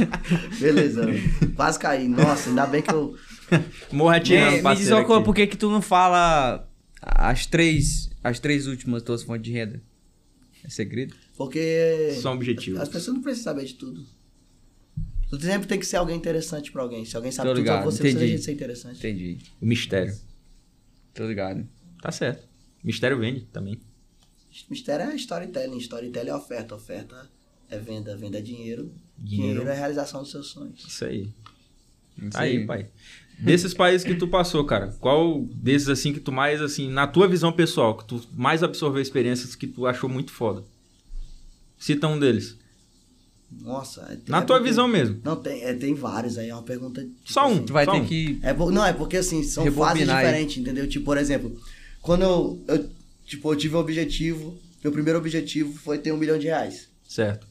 S1: <laughs>
S3: Beleza. Quase caí. Nossa, ainda bem que eu.
S1: Morra tirando,
S2: Me, me
S1: né,
S2: diz
S1: parceiro é
S2: uma coisa,
S1: aqui.
S2: por que que tu não fala as três, as três últimas tuas fontes de renda? É segredo?
S3: Porque.
S1: São objetivos.
S3: As pessoas não precisam saber de tudo. Tu sempre tem que ser alguém interessante pra alguém. Se alguém sabe
S2: Tô
S3: tudo
S2: ligado,
S3: sobre você,
S2: entendi.
S3: você tem que ser interessante.
S2: Entendi.
S1: O mistério.
S2: Tô ligado.
S1: Tá certo. Mistério vende também.
S3: Mistério é storytelling. Storytelling é oferta. Oferta é venda. Venda é dinheiro.
S1: Dinheiro.
S3: Dinheiro, é a realização dos seus sonhos.
S1: Isso aí.
S2: Isso
S1: Tá Aí, pai. Desses países que tu passou, cara, qual desses assim que tu mais assim, na tua visão pessoal, que tu mais absorveu experiências que tu achou muito foda? Cita um deles.
S3: Nossa. é-
S1: Na
S3: é
S1: tua
S3: porque-
S1: visão mesmo.
S3: Não, tem, é, tem vários aí. É uma pergunta. tipo
S1: Só um.
S3: assim.
S2: Tu vai
S1: Só
S2: ter
S1: um.
S2: que.
S3: É por- não, é porque assim, são fases
S2: Rebobinar aí.
S3: diferentes, entendeu? Tipo, por exemplo, quando eu, eu, tipo, eu tive um objetivo, meu primeiro objetivo foi ter um milhão de reais.
S1: Certo.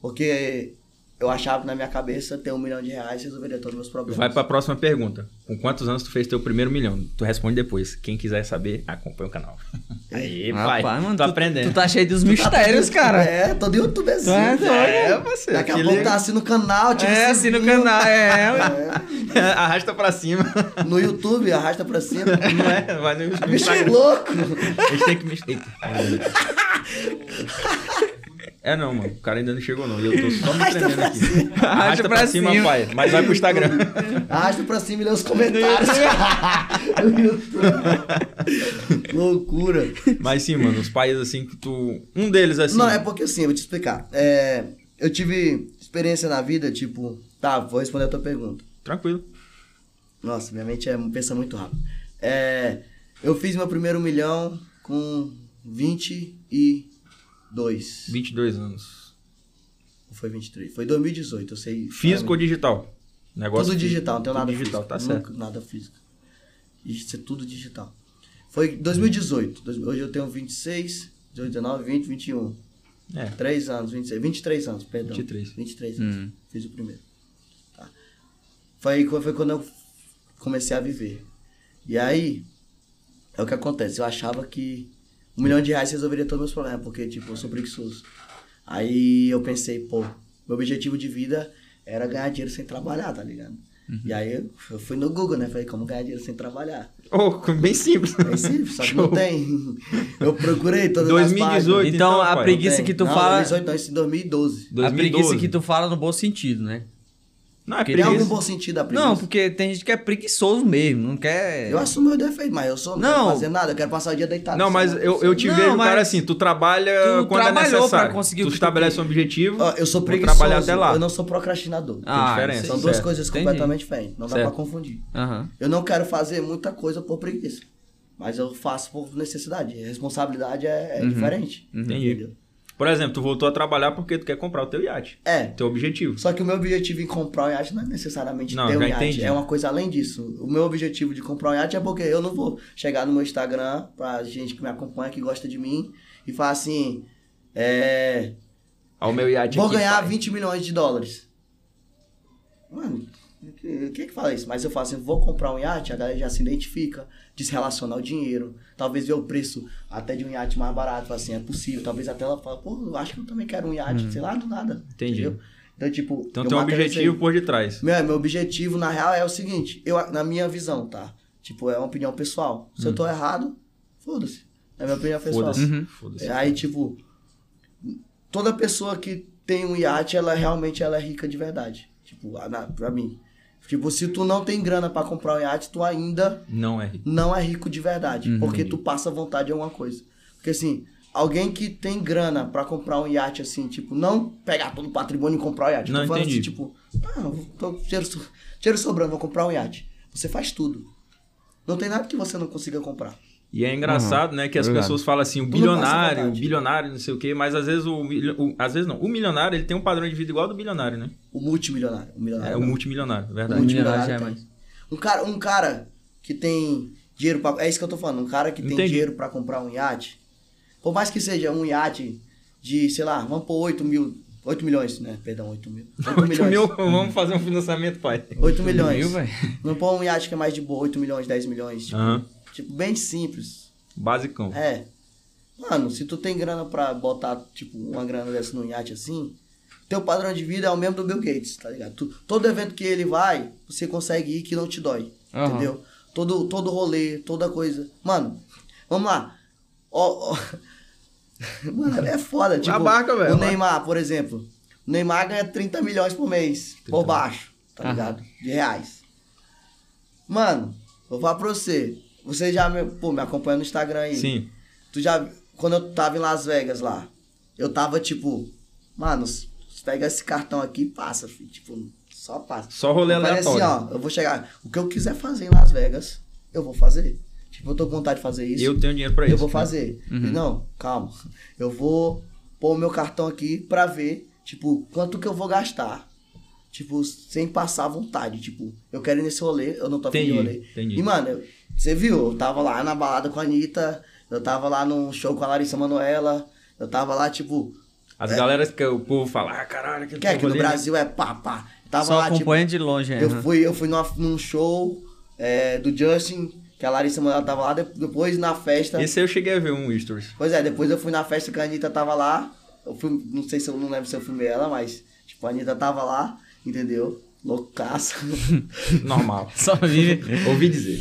S3: Porque eu achava na minha cabeça ter um milhão de reais resolveria todos os meus problemas.
S1: Vai pra próxima pergunta. Com quantos anos tu fez teu primeiro milhão? Tu responde depois. Quem quiser saber, acompanha o
S2: <laughs>
S1: canal. Aí, pai.
S2: Rapaz,
S1: Rapaz,
S2: mano,
S1: tô
S2: tu,
S1: aprendendo.
S2: tu tá cheio dos mistérios, cara.
S3: É, todo youtuberzinho.
S2: É, doido.
S1: É, você.
S3: Daqui a
S1: se
S3: pouco
S1: liga.
S3: tá assim no canal, tipo
S2: É, assim no canal, é.
S1: <laughs> Arrasta pra cima. <laughs>
S3: No YouTube, arrasta pra cima.
S1: Não é? Vai no no
S3: Bicho é
S1: Instagram.
S3: louco.
S1: A gente tem que me. Eita. É não, mano. O cara ainda não chegou, não. E eu tô só me
S3: Arrasta
S1: tremendo
S3: pra
S1: aqui.
S3: cima.
S1: <laughs> Arrasta pra cima, pai. Mas vai pro Instagram.
S3: Arrasta pra cima e lê os comentários. <laughs> No YouTube. Loucura.
S1: <laughs> Mas sim, mano, os pais assim que tu. Um deles assim.
S3: Não, é porque assim, eu vou te explicar. É, eu tive experiência na vida, tipo... Tá, vou responder a tua pergunta.
S1: Tranquilo.
S3: Nossa, minha mente é, pensa muito rápido. É, eu fiz meu primeiro milhão com 22.
S1: 22 anos.
S3: Ou foi 23? Foi 2018, eu sei.
S1: Físico ou digital?
S3: Tudo
S1: Negócio. físico.
S3: digital, não tem
S1: Tudo
S3: nada
S1: digital,
S3: físico.
S1: tá
S3: Nunca-
S1: certo.
S3: Nada físico. Isso é tudo digital. Foi 2018. dois- Hoje eu tenho 26, 18, 19, 20, 21.
S1: É.
S3: 3 anos, 26, 23 anos, perdão.
S1: 23.
S3: 23 anos.
S2: Hum.
S3: Fiz o primeiro. Tá. Foi, foi quando eu comecei a viver. E aí, é o que acontece. Eu achava que um milhão de reais resolveria todos os meus problemas, porque, tipo, eu sou preguiçoso. Aí eu pensei, pô, meu objetivo de vida era ganhar dinheiro sem trabalhar, tá ligado?
S2: Uhum.
S3: E aí eu eu fui no Google, né? Falei, como ganhar dinheiro sem trabalhar?
S1: Oh, <laughs> bem simples.
S3: É
S2: <laughs>
S3: simples, só que não
S1: Show.
S3: tem. <laughs> Eu procurei todas as
S1: 2018,
S3: páginas.
S2: Então,
S1: então,
S2: a
S1: pai,
S2: preguiça
S3: Tem.
S2: que tu
S3: não,
S2: fala.
S3: 2018, não, isso em 2012.
S2: A
S1: 2012.
S2: preguiça que tu fala no bom sentido, né?
S1: Não, é
S2: Porque
S3: Tem algum
S1: preguiça.
S3: bom sentido a preguiça?
S2: Não, porque tem gente que é preguiçoso mesmo, não quer.
S3: Eu assumo meu defeito, mas eu sou não,
S2: Não.
S3: quero fazer nada, eu quero passar o dia deitado.
S1: Não, mas
S3: sabe?
S1: eu, eu te
S2: Não,
S1: vejo,
S2: mas
S1: cara, assim, tu trabalha
S2: tu
S1: quando é
S2: trabalhou
S1: necessário.
S2: pra conseguir o
S1: tu
S2: que tu
S1: estabelece um
S2: quer.
S1: objetivo.
S3: Ó, eu sou
S1: vou
S3: preguiçoso,
S1: trabalhar até lá. é,
S3: eu não sou procrastinador.
S2: Ah,
S1: diferença.
S2: isso
S3: São
S2: aí,
S3: duas
S2: certo.
S3: coisas
S2: Entendi.
S3: completamente diferentes, não dá
S1: Certo.
S3: pra confundir.
S2: Aham.
S3: Eu não quero fazer muita coisa por preguiça, mas eu faço por necessidade. Responsabilidade é, é diferente.
S1: Uhum. Entendi.
S3: entendeu?
S1: Por exemplo, tu voltou a trabalhar porque tu quer comprar o teu iate.
S3: É,
S1: Teu objetivo.
S3: só que o meu objetivo em comprar um iate não é necessariamente
S1: Não,
S3: ter um
S1: já
S3: iate,
S1: entendi.
S3: é uma coisa além disso. O meu objetivo de comprar um iate é porque eu não vou chegar no meu Instagram pra gente que me acompanha, que gosta de mim, e falar assim, é,
S1: Ao meu iate
S3: Vou
S1: aqui,
S3: ganhar
S1: pai.
S3: 20 milhões de dólares. Mano, o que, que que fala isso? Mas eu falo assim, vou comprar um iate, a galera já se identifica, desrelaciona o dinheiro, talvez vê o preço até de um iate mais barato, fala assim, é possível, talvez até ela fala, pô, eu acho que eu também quero um iate, sei lá, do nada.
S1: Uhum. Entendi.
S3: Então, tipo,
S1: Então
S3: eu
S1: tem um
S3: materializei.
S1: objetivo por detrás.
S3: Meu, meu objetivo, na real, é o seguinte, eu, na minha visão, tá? Tipo, é uma opinião pessoal. Se eu tô errado, foda-se. É minha opinião pessoal.
S1: Hum. Foda-se. Uhum. Foda-se.
S3: Aí, tipo, toda pessoa que tem um iate, ela realmente ela é rica de verdade. Tipo, a- na- pra mim. Tipo, se tu não tem grana pra comprar um iate, tu ainda
S1: Não é.
S3: não é rico de verdade.
S1: Uhum.
S3: Porque tu passa vontade de alguma coisa. Porque assim, alguém que tem grana pra comprar um iate, assim, tipo, não pegar todo o patrimônio e comprar um iate.
S1: Não,
S3: tô falando
S1: entendi.
S3: assim, tipo, ah, eu tô dinheiro, so- dinheiro sobrando, vou comprar um iate. Você faz tudo. Não tem nada que você não consiga comprar.
S1: E é engraçado, né, que as
S2: Obrigado.
S1: pessoas falam assim, o
S3: Tudo passa
S1: bilionário, o
S3: vontade.
S1: bilionário, não sei o quê, mas às vezes o, milho- o- às vezes não, o milionário, ele tem um padrão de vida igual ao do bilionário, né?
S3: O multimilionário. O milionário.
S1: É o
S3: não.
S1: multimilionário, é verdade.
S3: Um
S1: <laughs>
S2: Milionário
S3: milionário
S2: já é
S3: tem.
S2: mais.
S3: Um cara, um cara que tem dinheiro pra. É isso que eu tô falando. Um cara que tem
S1: Entendi.
S3: dinheiro pra comprar um iate. Por mais que seja um iate de, sei lá, vamos pôr 8 mil. 8 milhões, né? Perdão, 8 mil.
S1: <laughs>
S3: 8
S1: Oito
S3: milhões.
S1: mil, vamos fazer um financiamento, pai.
S3: 8 milhões.
S2: Viu, velho?
S3: Vamos pôr um iate que é mais de boa, 8 milhões, 10 milhões. Tipo,
S1: Aham,
S3: tipo, bem simples.
S1: basicão.
S3: É. Mano, se tu tem grana pra botar, tipo, uma grana dessa num iate assim, teu padrão de vida é o mesmo do Bill Gates, tá ligado? Tu- todo evento que ele vai, você consegue ir que não te dói.
S2: Aham.
S3: Entendeu? Todo, todo rolê, toda coisa. Mano, vamos lá. Ó, <laughs> ó. Mano, é foda, tipo.
S1: Abarca, velho,
S3: O
S1: abarca.
S3: Neymar, por exemplo. O Neymar ganha 30 milhões por mês, por baixo, tá
S2: Aham.
S3: ligado? De reais. Mano, vou falar pra você. Você já me, pô, me acompanha no Instagram aí.
S1: Sim,
S3: Tu já. Quando eu tava em Las Vegas lá, eu tava tipo, mano, s- pega esse cartão aqui e passa, filho. Tipo, só passa.
S1: Só rolê
S3: Eu falei
S1: aleatório.
S3: assim, ó, eu vou chegar. O que eu quiser fazer em Las Vegas, eu vou fazer. Tipo, eu tô com vontade de fazer isso.
S1: eu tenho dinheiro pra isso. né?
S3: Eu vou fazer. Ele, Não, calma. Eu vou pôr o meu cartão aqui pra ver, tipo, quanto que eu vou gastar. Tipo, sem passar à vontade. Tipo, eu quero ir nesse rolê, eu não tô afim de
S1: Entendi,
S3: rolê.
S1: entendi.
S3: E, mano, eu- você viu? Eu tava lá na balada com a Anitta, eu tava lá num show com a Larissa Manoela, eu tava lá, tipo,
S1: As galeras que o povo fala, ah, caralho, aquele
S3: quer que no
S1: rolê, né?"
S3: Brasil é pá, pá. Eu Tava
S2: Só
S3: lá, tipo,
S2: acompanha de longe, é.
S3: eu fui, eu fui numa- num show é, do Justin, que a Larissa Manoela tava lá, de- depois na festa.
S1: Esse aí eu cheguei a ver um stories.
S3: Pois é, depois eu fui na festa que a Anitta tava lá. Eu fui, não sei se eu não lembro se eu filmei ela, mas tipo, a Anitta tava lá, entendeu?
S1: <laughs>
S3: Loucaça. <laughs>
S1: Normal.
S2: <laughs> Só vive.
S1: Ouvi dizer.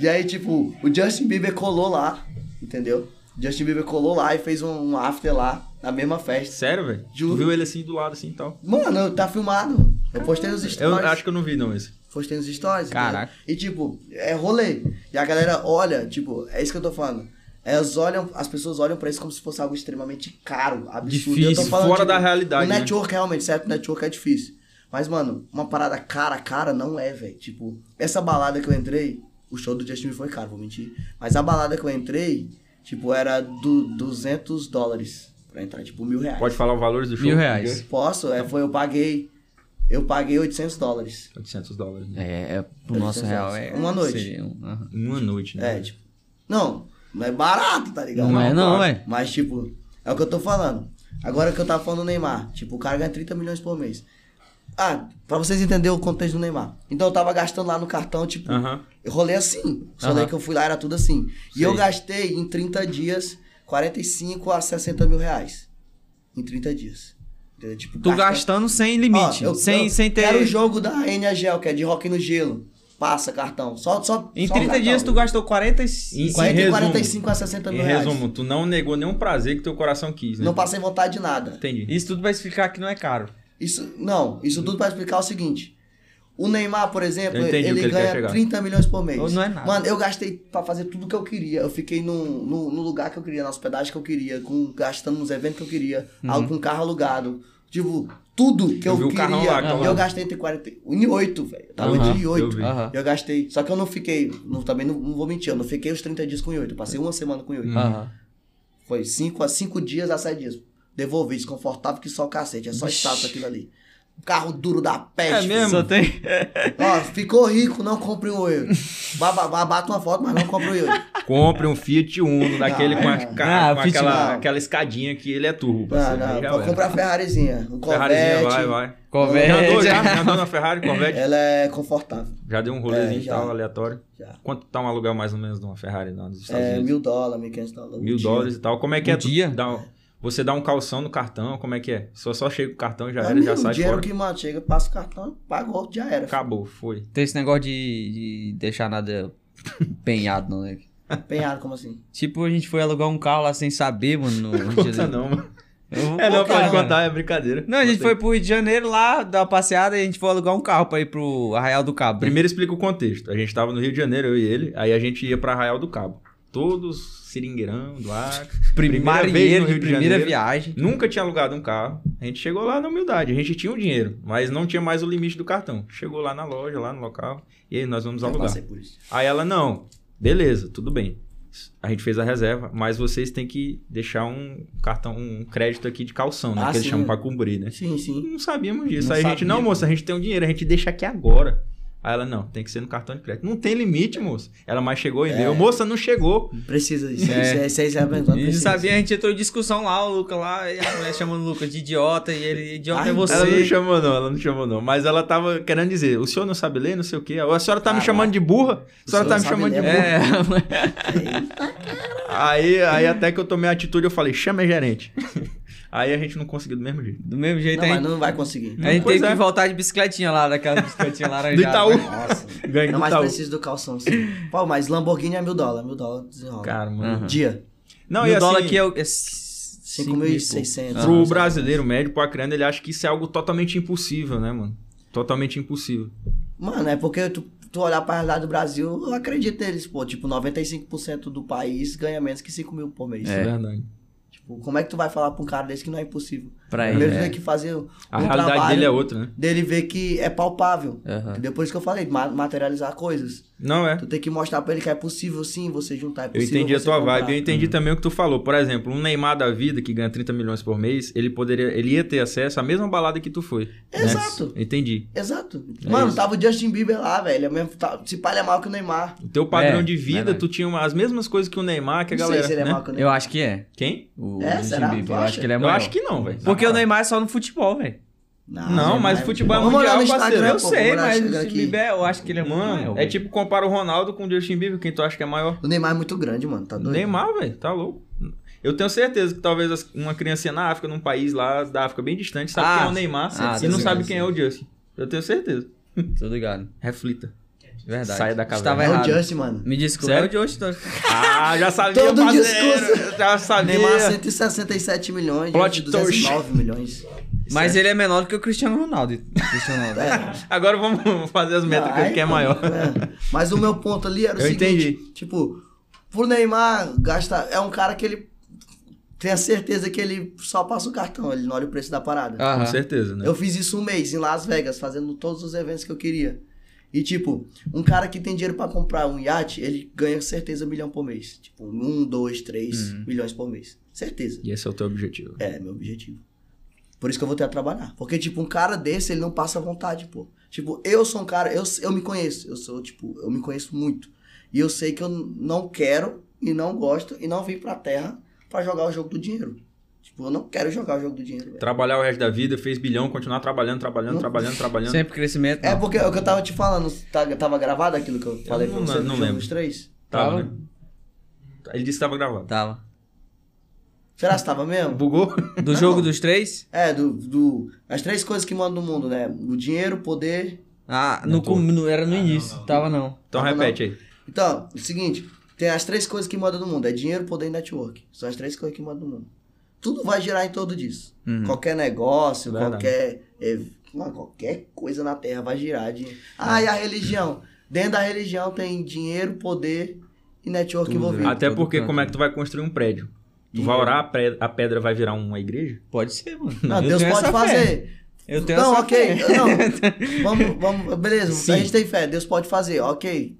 S3: e aí, tipo, o Justin Bieber colou lá, entendeu? Justin Bieber colou lá e fez um, um after lá, na mesma festa.
S1: Sério, velho? Tu
S3: Juro.
S1: viu ele assim do lado, assim e tal?
S3: Mano, eu- tá filmado. Eu postei nos
S1: Eu
S3: stories.
S1: acho que eu não vi, não, esse.
S3: Postei nos stories.
S2: Caraca.
S3: entendeu? E tipo, é rolê. E a galera olha, tipo, é isso que eu tô falando. Elas olham, as pessoas olham pra isso como se fosse algo extremamente caro, absurdo.
S2: Difícil,
S3: Eu tô falando, tipo,
S1: fora da realidade,
S3: O
S1: né?
S3: network realmente, certo? O network é difícil. Mas, mano, uma parada cara, cara não é, velho. Tipo, essa balada que eu entrei, o show do Justin Bieber foi caro, vou mentir. Mas a balada que eu entrei, tipo, era do 200 dólares pra entrar, tipo, mil reais.
S1: Pode falar os valores do show?
S2: Mil reais.
S3: Posso? É, foi, eu paguei, eu paguei 800 dólares.
S1: 800 dólares. Né?
S2: É, é pro nosso real, é.
S3: Uma noite.
S2: seria um- aham.
S1: Uma noite, né?
S3: É, tipo. Não, não é barato, tá ligado?
S2: Uhum. Não é não,
S1: cara.
S2: velho.
S3: Mas, tipo, é o que eu tô falando. Agora que eu tava falando do Neymar, tipo, o cara ganha 30 milhões por mês. Ah, pra vocês entenderem o contexto do Neymar. Então eu tava gastando lá no cartão, tipo,
S1: Aham.
S3: eu rolei assim. Só
S2: Ah. Aham.
S3: daí que eu fui lá era tudo assim. E eu
S1: Sei.
S3: gastei em 30 dias 45 a 60 mil reais. Em 30 dias. Entendeu? Tipo,
S2: Tu
S3: gasta-
S2: gastando sem limite,
S3: Ó, eu-
S2: sem,
S3: eu
S2: sem ter...
S3: Quero o jogo da NGL, que é de rock no gelo. Passa cartão. Só, só,
S2: Em
S3: só um
S2: 30 dias
S3: cartão.
S2: tu gastou 40
S1: Em-
S2: e...
S1: em
S3: 40 e
S1: resumo-
S3: 45 a 60
S1: Em
S3: mil tá reais.
S1: resumo, tu não negou nenhum prazer que teu coração quis, né?
S3: Não passei vontade de nada.
S1: Entendi.
S2: Isso tudo vai explicar que não é caro.
S3: Isso, não, isso tudo pra explicar o seguinte. O Neymar, por exemplo,
S1: Eu entendi o
S3: ele,
S1: que ele quer
S3: ganha
S1: chegar.
S3: 30 milhões por mês.
S2: Não é nada.
S3: Mano, eu gastei pra fazer tudo que eu queria. Eu fiquei no, no, no lugar que eu queria, na hospedagem que eu queria, com, gastando nos eventos que eu queria, algo com carro alugado. Tipo, tudo que
S1: Uhum. Eu
S3: eu,
S1: vi o
S3: queria.
S1: carrão lá,
S2: tá lá.
S3: eu gastei entre 40 e- em 8, velho. Tá
S2: Aham,
S3: em 8.
S1: eu vi.
S2: Aham.
S3: Eu gastei. Só que eu não fiquei. não- também não, não vou mentir, eu não fiquei os 30 dias com 8. Eu passei uma semana com 8.
S1: Hum.
S2: Aham.
S3: Foi 5 a 5 dias a 7 dias. Devolvi, desconfortável que só o cacete. É só status aquilo ali. Um Carro duro da peste.
S1: É mesmo?
S2: Só <laughs> tem.
S3: Ó, ficou rico, não compre um euro. Ba- ba- ba- Bata uma foto, mas não compre um euro.
S1: Compre um Fiat Uno, daquele com, a
S3: não. é.
S1: ca-
S2: Ah,
S1: com
S2: Fiat
S1: aquela,
S3: não.
S1: aquela escadinha que ele é turbo.
S3: Não,
S1: parceiro. Aí
S3: Ah, não,
S1: já
S3: pode
S1: era.
S3: comprar a Ferrarizinha. Um
S1: é. Ferrarizinha,
S3: Corvette.
S1: vai, vai. Já andou, já, já
S3: né?
S2: Converte.
S1: andou na
S3: <laughs>
S1: Ferrari, Corvette.
S3: Ela é confortável.
S1: Já deu um rolezinho
S3: É,
S1: e
S3: já.
S1: tal, aleatório.
S3: Já.
S1: Quanto tá um aluguel mais ou menos de uma Ferrari lá nos Estados
S3: É
S1: Unidos?
S3: mil dólares, mil quinhentos dólares. um
S1: Mil
S3: dia.
S1: dólares e tal. Como é que
S2: Um
S1: é? tu
S2: dia?
S1: dá um- você dá um calção no cartão, como é que é? Só, só chega o cartão, já
S3: É
S1: era, já
S3: mil,
S1: sai
S3: o dinheiro
S1: fora.
S3: que mano, chega, passa o cartão, pagou, já era.
S1: Acabou, foi.
S2: Tem esse negócio de, de deixar nada <laughs> empenhado, não, né?
S3: Penhado, como assim?
S2: Tipo, a gente foi alugar um carro lá sem saber,
S3: <laughs>
S2: mano. No...
S1: Conta Ah, não, mano.
S2: Eu vou
S1: É, não,
S2: contar,
S1: pode
S2: mano.
S1: contar, é brincadeira.
S2: né? Não, a gente
S1: Conta
S2: foi
S1: aí.
S2: pro Rio de Janeiro lá, dar uma passeada, e a gente foi alugar um carro pra ir pro Arraial do Cabo.
S1: Primeiro explica o contexto. A gente tava no Rio de Janeiro, eu e ele, aí a gente ia pra Arraial do Cabo. Todos seringueirão do ar. Primeira vez no
S2: Marinheiro
S1: Rio
S2: de
S1: de
S2: primeira
S1: Janeiro.
S2: viagem.
S1: Nunca tinha alugado um carro. A gente chegou lá na humildade. A gente tinha o dinheiro, mas não tinha mais o limite do cartão. Chegou lá na loja, lá no local, e aí nós
S2: É
S1: vamos
S3: Já
S1: alugar.
S3: passei por isso.
S1: Aí ela, não, beleza, tudo bem. A gente fez a reserva, mas vocês têm que deixar um cartão, um crédito aqui de calção, né?
S3: Ah,
S1: que eles
S3: sim.
S1: chamam pra cumprir, né?
S3: Sim, sim.
S1: Não sabíamos disso.
S3: Não
S1: Aí a gente,
S3: sabia.
S1: não, moça, a gente tem o dinheiro, a gente deixa aqui agora. Aí ela, não, tem que ser no cartão de crédito. Não tem limite, moça. Ela mais chegou e deu. Moça, não chegou.
S3: Precisa disso.
S2: É.
S3: É. Isso aí você vai
S2: E sabia, a gente entrou em discussão lá, o Luca lá, e a mulher chamando o Luca de idiota, e ele, idiota
S3: Ai,
S2: é você.
S1: Ela não chamou, não, ela não chamou, não. Mas ela tava querendo dizer, o senhor não sabe ler, não sei o quê. A senhora tá me
S3: Caralho.
S1: chamando de burra? A
S3: O
S1: senhora
S3: senhor
S1: tá
S3: não
S1: me
S3: sabe
S1: chamando de
S3: ler,
S1: burra.
S2: É,
S1: <laughs> Aí, <laughs> aí até que eu tomei a atitude, eu falei, chama a gerente. <laughs> aí a gente não conseguiu do mesmo jeito.
S2: <laughs> do mesmo jeito,
S3: Não,
S2: a
S3: mas
S2: gente,
S3: não vai conseguir.
S2: a gente
S1: Pois
S2: teve
S1: é. um.
S2: que voltar de bicicletinha lá, daquela
S1: <laughs>
S2: bicicletinha laranjada. né?
S1: Itaú.
S3: Nossa.
S1: Ganhei
S3: Não
S1: do
S3: mais
S1: Itaú.
S3: preciso do calção, sim. Pô, mas Lamborghini é mil dólares. Mil dólares desenrola.
S1: Cara, mano.
S2: Aham.
S3: Dia.
S1: Não,
S2: e
S1: e
S2: o dólar
S1: assim,
S2: aqui é, o- é 5.600.
S3: 5.600.
S1: pro brasileiro médio, pro acreano, ele acha que isso é algo totalmente impossível, né, mano? Totalmente impossível.
S3: Mano, é porque tu, tu olhar pra realidade do Brasil, eu acredito neles, pô. Tipo, 95% do país ganha menos que 5 mil por mês.
S1: Isso é, verdade.
S3: Tipo, como é que tu vai falar pra um cara desse que não é impossível?
S2: Pra ele,
S3: Primeiro
S2: né?
S3: tem que fazer um
S1: é. A realidade
S3: trabalho
S1: dele é outra, né?
S3: dele ver que é palpável.
S2: Aham.
S3: Entendeu? Por isso que eu falei, ma- materializar coisas.
S1: Não é.
S3: Tu tem que mostrar pra ele que é possível sim você juntar. É
S1: Eu
S3: possível
S1: entendi a
S3: você
S1: tua
S3: comprar.
S1: vibe, eu
S2: Uhum.
S1: entendi também o que tu falou. Por exemplo, um Neymar da vida que ganha 30 milhões por mês, ele poderia, ele ia ter acesso à mesma balada que tu foi. né?
S3: Exato.
S1: Entendi.
S3: Exato.
S1: É
S3: Mano,
S1: isso.
S3: tava o Justin Bieber lá, velho. É mesmo- tá- Se palha mal que o Neymar.
S1: O teu padrão
S2: É,
S1: de vida,
S2: verdade.
S1: tu tinha uma- as mesmas coisas que o Neymar, que a
S3: não
S1: galera,
S3: sei se ele é
S1: né?
S3: mal que o Neymar.
S2: Eu acho que é.
S1: Quem?
S2: O
S3: É,
S2: Justin
S3: será?
S2: Bieber,
S3: Tu
S2: Eu acho
S3: acha?
S2: que ele é
S1: eu
S2: maior.
S1: acho que não, velho.
S2: Porque o
S1: Na moral.
S2: Neymar é só no futebol, velho.
S1: Não, mas
S3: Neymar é
S1: futebol é
S3: Vamos
S1: mundial,
S3: olhar no
S1: parceiro,
S3: Instagram,
S2: Eu
S3: pô,
S2: sei,
S3: vamos
S2: mas
S3: olhar no
S2: o
S3: Instagram
S2: Justin
S3: aqui.
S2: Bieber, eu acho que ele é muito
S1: Mano,
S2: maior.
S1: é tipo compara o Ronaldo com o Justin Bieber, quem tu acha que é maior?
S3: O Neymar é muito grande, mano. Tá doido?
S1: Neymar, velho, tá louco. Eu tenho certeza que talvez as- uma criancinha na África, num país lá da África bem distante, sabe
S2: Ah,
S1: quem é o Neymar
S2: ah,
S1: e
S2: tá
S1: não
S2: ligado,
S1: sabe quem
S2: sim.
S1: é o Justin. Eu tenho certeza.
S2: Tô ligado.
S1: Reflita.
S2: Verdade.
S1: Saia da caverna.
S2: Estava
S3: É o
S2: errado.
S3: Justin, mano.
S2: Me desculpa.
S1: Sério?
S2: É o Justin.
S1: Ah, já sabia,
S3: Todo
S1: parceiro,
S3: discurso.
S1: Já sabia.
S3: Neymar é 167 milhões,
S1: é Plot
S3: Plot 209 milhões.
S2: Mas ele é menor do que o Cristiano Ronaldo. Cristiano
S3: é, <laughs>
S2: Ronaldo.
S1: <laughs> Agora vamos fazer as métricas
S3: Ai,
S1: que é
S3: pô,
S1: maior.
S3: é. Mas o meu ponto ali era o
S1: Eu
S3: seguinte,
S1: entendi.
S3: tipo, pro Neymar gasta é um cara que ele tem a certeza que ele só passa o cartão, ele não olha o preço da parada.
S2: <laughs> Aham.
S1: Com certeza, né?
S3: Eu fiz isso um mês em Las Vegas, fazendo todos os eventos que eu queria. E, tipo, um cara que tem dinheiro pra comprar um iate, ele ganha com certeza um milhão por mês. Tipo, um, dois, três milhões por mês. Certeza.
S1: E esse é o teu objetivo.
S3: É, meu objetivo. Por isso que eu vou ter a trabalhar. Porque, tipo, um cara desse, ele não passa vontade, pô. Tipo, eu sou um cara, eu, eu me conheço. Eu sou, tipo, eu me conheço muito. E eu sei que eu n- não quero e não gosto e não vim pra terra pra jogar o jogo do dinheiro. Tipo, eu não quero jogar o jogo do dinheiro, velho.
S1: Trabalhar o resto da vida, fez bilhão, continuar trabalhando, trabalhando,
S3: Não-
S1: trabalhando, trabalhando.
S2: Sempre crescimento.
S3: É
S2: não.
S3: porque é o que eu tava te falando, tá- tava gravado aquilo que eu falei
S1: não
S3: pra você
S1: lem- não
S3: no jogo
S1: lembro.
S3: dos três?
S1: Tava, né? Ele disse que tava gravado.
S2: Tava.
S3: Será que tava mesmo?
S1: Bugou?
S2: Do jogo dos três?
S3: É, do, do. As três coisas que mandam no mundo, né? O dinheiro, o poder
S2: Ah,
S1: Não
S2: no,
S1: tô.
S2: com- no- era no início. Tava não.
S1: Então
S3: Tava
S1: repete aí.
S3: Então, é o seguinte, tem as três coisas que mandam no mundo, é dinheiro, poder e network. São as três coisas que mandam no mundo. Tudo vai girar em torno disso.
S2: Uhum.
S3: Qualquer negócio,
S1: Verdade.
S3: qualquer ev- Mano, qualquer coisa na Terra vai girar. De... Ah, e a religião? Dentro da religião tem dinheiro, poder e network
S2: Tudo,
S3: envolvido.
S1: Até
S2: todo
S1: porque
S2: canto,
S1: como é
S2: né?
S1: que tu vai construir um prédio? Tu
S3: E-
S1: vai orar, a pedra, a pedra vai virar uma igreja?
S2: Pode ser, mano.
S3: Não,
S2: Eu
S3: Deus
S2: tenho
S3: pode
S2: essa fé.
S3: fazer.
S2: Eu tenho
S3: não,
S2: essa
S3: ok.
S2: fé.
S3: Não. Vamos, vamos, beleza, a
S2: Sim.
S3: gente tem fé, Deus pode fazer, ok.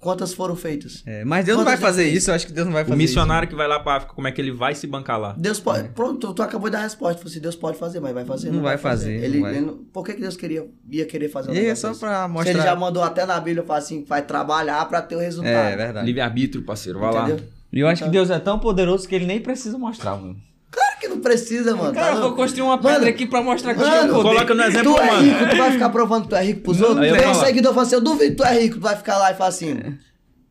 S3: Quantas foram feitas?
S2: <laughs> É, mas Deus não vai
S3: Quantas
S2: fazer
S3: vezes?
S2: isso, eu acho que Deus não vai fazer
S1: O missionário que vai lá pra África, como é que ele vai se bancar lá?
S3: Deus pode. Pronto, tu, tu acabou de dar a resposta. Falou assim, Deus pode fazer, mas vai fazer.
S2: É. Não vai fazer, não
S3: Ele,
S2: vai.
S3: ele não- por que, que Deus queria, ia querer fazer
S2: isso.
S3: um
S2: E aí é
S3: negócio
S2: só
S3: desse?
S2: pra
S3: Se
S2: mostrar.
S3: ele já um mandou até na Bíblia, fala assim, vai trabalhar pra ter o resultado.
S2: É, verdade.
S1: Livre-arbítrio, parceiro, vai lá.
S3: entendeu?
S2: E eu acho que Deus é tão poderoso que ele nem precisa mostrar, mano.
S3: Claro que não precisa, mano.
S2: Cara,
S3: tá
S2: eu
S3: louco?
S2: vou construir uma pedra
S3: Mano,
S2: aqui pra mostrar que eu
S3: mano,
S2: tenho poder.
S1: Coloca no exemplo
S3: tu é
S1: humano.
S3: rico, tu vai ficar provando que tu é rico pros
S2: Não
S3: outros.
S1: tem.
S3: Tem um seguidor falando assim, eu duvido que tu é rico, tu vai ficar lá e falar assim.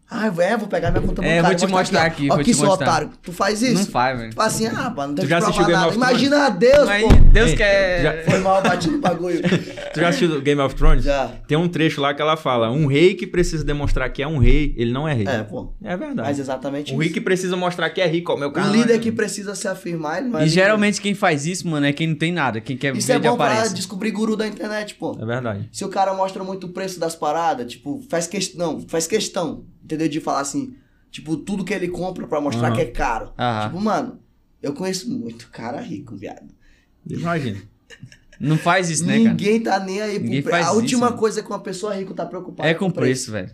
S3: Ah, é, vou pegar minha conta
S2: É,
S3: bancária.
S2: vou te mostrar aqui,
S3: ó,
S2: vou
S3: aqui,
S2: te
S3: seu
S2: mostrar.
S3: otário. Tu faz isso?
S2: Não faz, velho.
S3: Fala assim, ah, rapaz, não
S1: Tu
S3: tem que
S1: já assistiu
S3: provar
S1: Game
S3: nada.
S1: of Thrones?
S3: Imagina a Deus,
S2: Mas
S3: pô.
S2: Deus
S1: Ei,
S2: quer.
S1: já-
S3: Foi mal batido o
S2: <laughs>
S3: bagulho.
S1: Tu já assistiu Game of Thrones?
S3: Já.
S1: Tem um trecho lá que ela fala: um rei que precisa demonstrar que é um rei, ele não é rei.
S3: É, pô.
S1: É
S2: Tá.
S1: verdade.
S3: Mas exatamente
S1: O rei que precisa mostrar que é rico, ó, meu
S3: O
S1: caralho.
S3: Um líder que precisa se afirmar, ele não é
S2: E
S3: líder.
S2: geralmente quem faz isso, mano, é quem não tem nada, quem quer
S3: Isso
S2: ver
S3: é
S2: de
S3: bom pra
S2: aparência.
S3: descobrir guru da internet, pô.
S1: É verdade.
S3: Se o cara mostra muito o preço das paradas, tipo, faz questão, não, faz questão, entendeu? De falar assim, tipo, tudo que ele compra pra mostrar
S1: Aham.
S3: que é caro.
S2: Aham.
S3: Tipo, mano, eu conheço muito cara rico, viado.
S1: Imagina.
S2: Não faz isso, né, cara?
S3: Tipo, Ninguém tá nem aí pro
S2: Ninguém
S3: pre-
S2: faz
S3: A
S2: isso,
S3: última
S2: mano.
S3: coisa que uma pessoa rica tá preocupada
S2: É com preço, velho.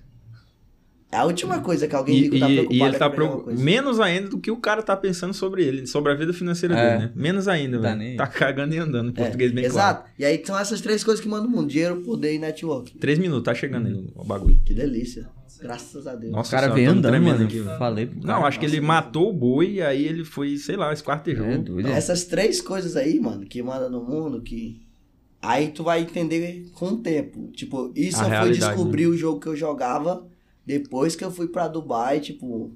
S3: É a última coisa que alguém
S1: E,
S3: rico tá
S1: e-
S3: preocupado
S1: e ele
S3: é
S1: tá
S3: com alguma
S1: preocu-
S3: coisa.
S1: menos ainda do que o cara tá pensando sobre ele, sobre a vida financeira
S2: É.
S1: dele, né? Menos ainda,
S2: Tá nem aí.
S1: velho. Tá cagando e andando, em
S3: É,
S1: português bem claro.
S3: Exato. E aí são essas três coisas que mandam o mundo: dinheiro, poder e network.
S1: Três minutos, tá chegando aí o bagulho.
S3: Que delícia. Graças a Deus.
S1: Nossa,
S2: O cara
S1: senhora,
S2: vem
S1: eu tô me
S2: andando,
S1: tremendo
S2: mano.
S1: aqui, velho.
S2: Falei pro
S1: Não,
S2: cara.
S3: tá
S1: acho que é
S3: assim
S1: ele matou o boi e aí ele foi, sei lá, esquartejou.
S2: É doido. é.
S3: Essas três coisas aí, mano, que manda no mundo, que. Aí tu vai entender com o tempo. Tipo, isso
S1: A
S3: eu fui
S1: realidade, né?
S3: descobrir o jogo que eu jogava depois que eu fui pra Dubai, tipo,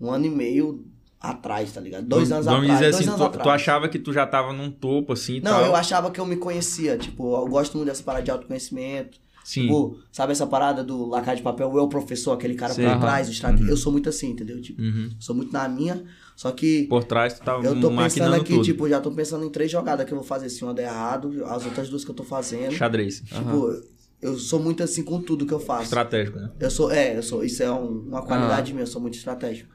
S3: um ano e meio atrás, tá ligado? Dois anos
S1: Vamos
S3: atrás.
S1: dizer
S3: dois
S1: assim,
S3: anos
S1: tu,
S3: atrás.
S1: tu achava que tu já tava num topo assim e
S3: Não,
S1: tal.
S3: eu achava que eu me conhecia. Tipo, eu gosto muito dessa parada de autoconhecimento.
S1: Sim.
S3: Tipo, sabe essa parada do lacar de papel? Eu, professor, aquele cara
S1: Sei.
S3: por
S2: Aham.
S3: trás, o estrate... Eu sou muito assim, entendeu? Tipo,
S1: Uhum.
S3: sou muito na minha, só que.
S1: Por trás tu tava
S3: Eu tô pensando
S1: maquinando
S3: aqui,
S1: tudo.
S3: tipo, já tô pensando em três jogadas que eu vou fazer. Se uma der errado, as outras duas que eu tô fazendo.
S1: Xadrez.
S3: Tipo, eu sou muito assim com tudo que eu faço.
S1: Estratégico, né?
S3: Eu sou, é, eu sou. Isso é um- uma qualidade minha, eu sou muito estratégico.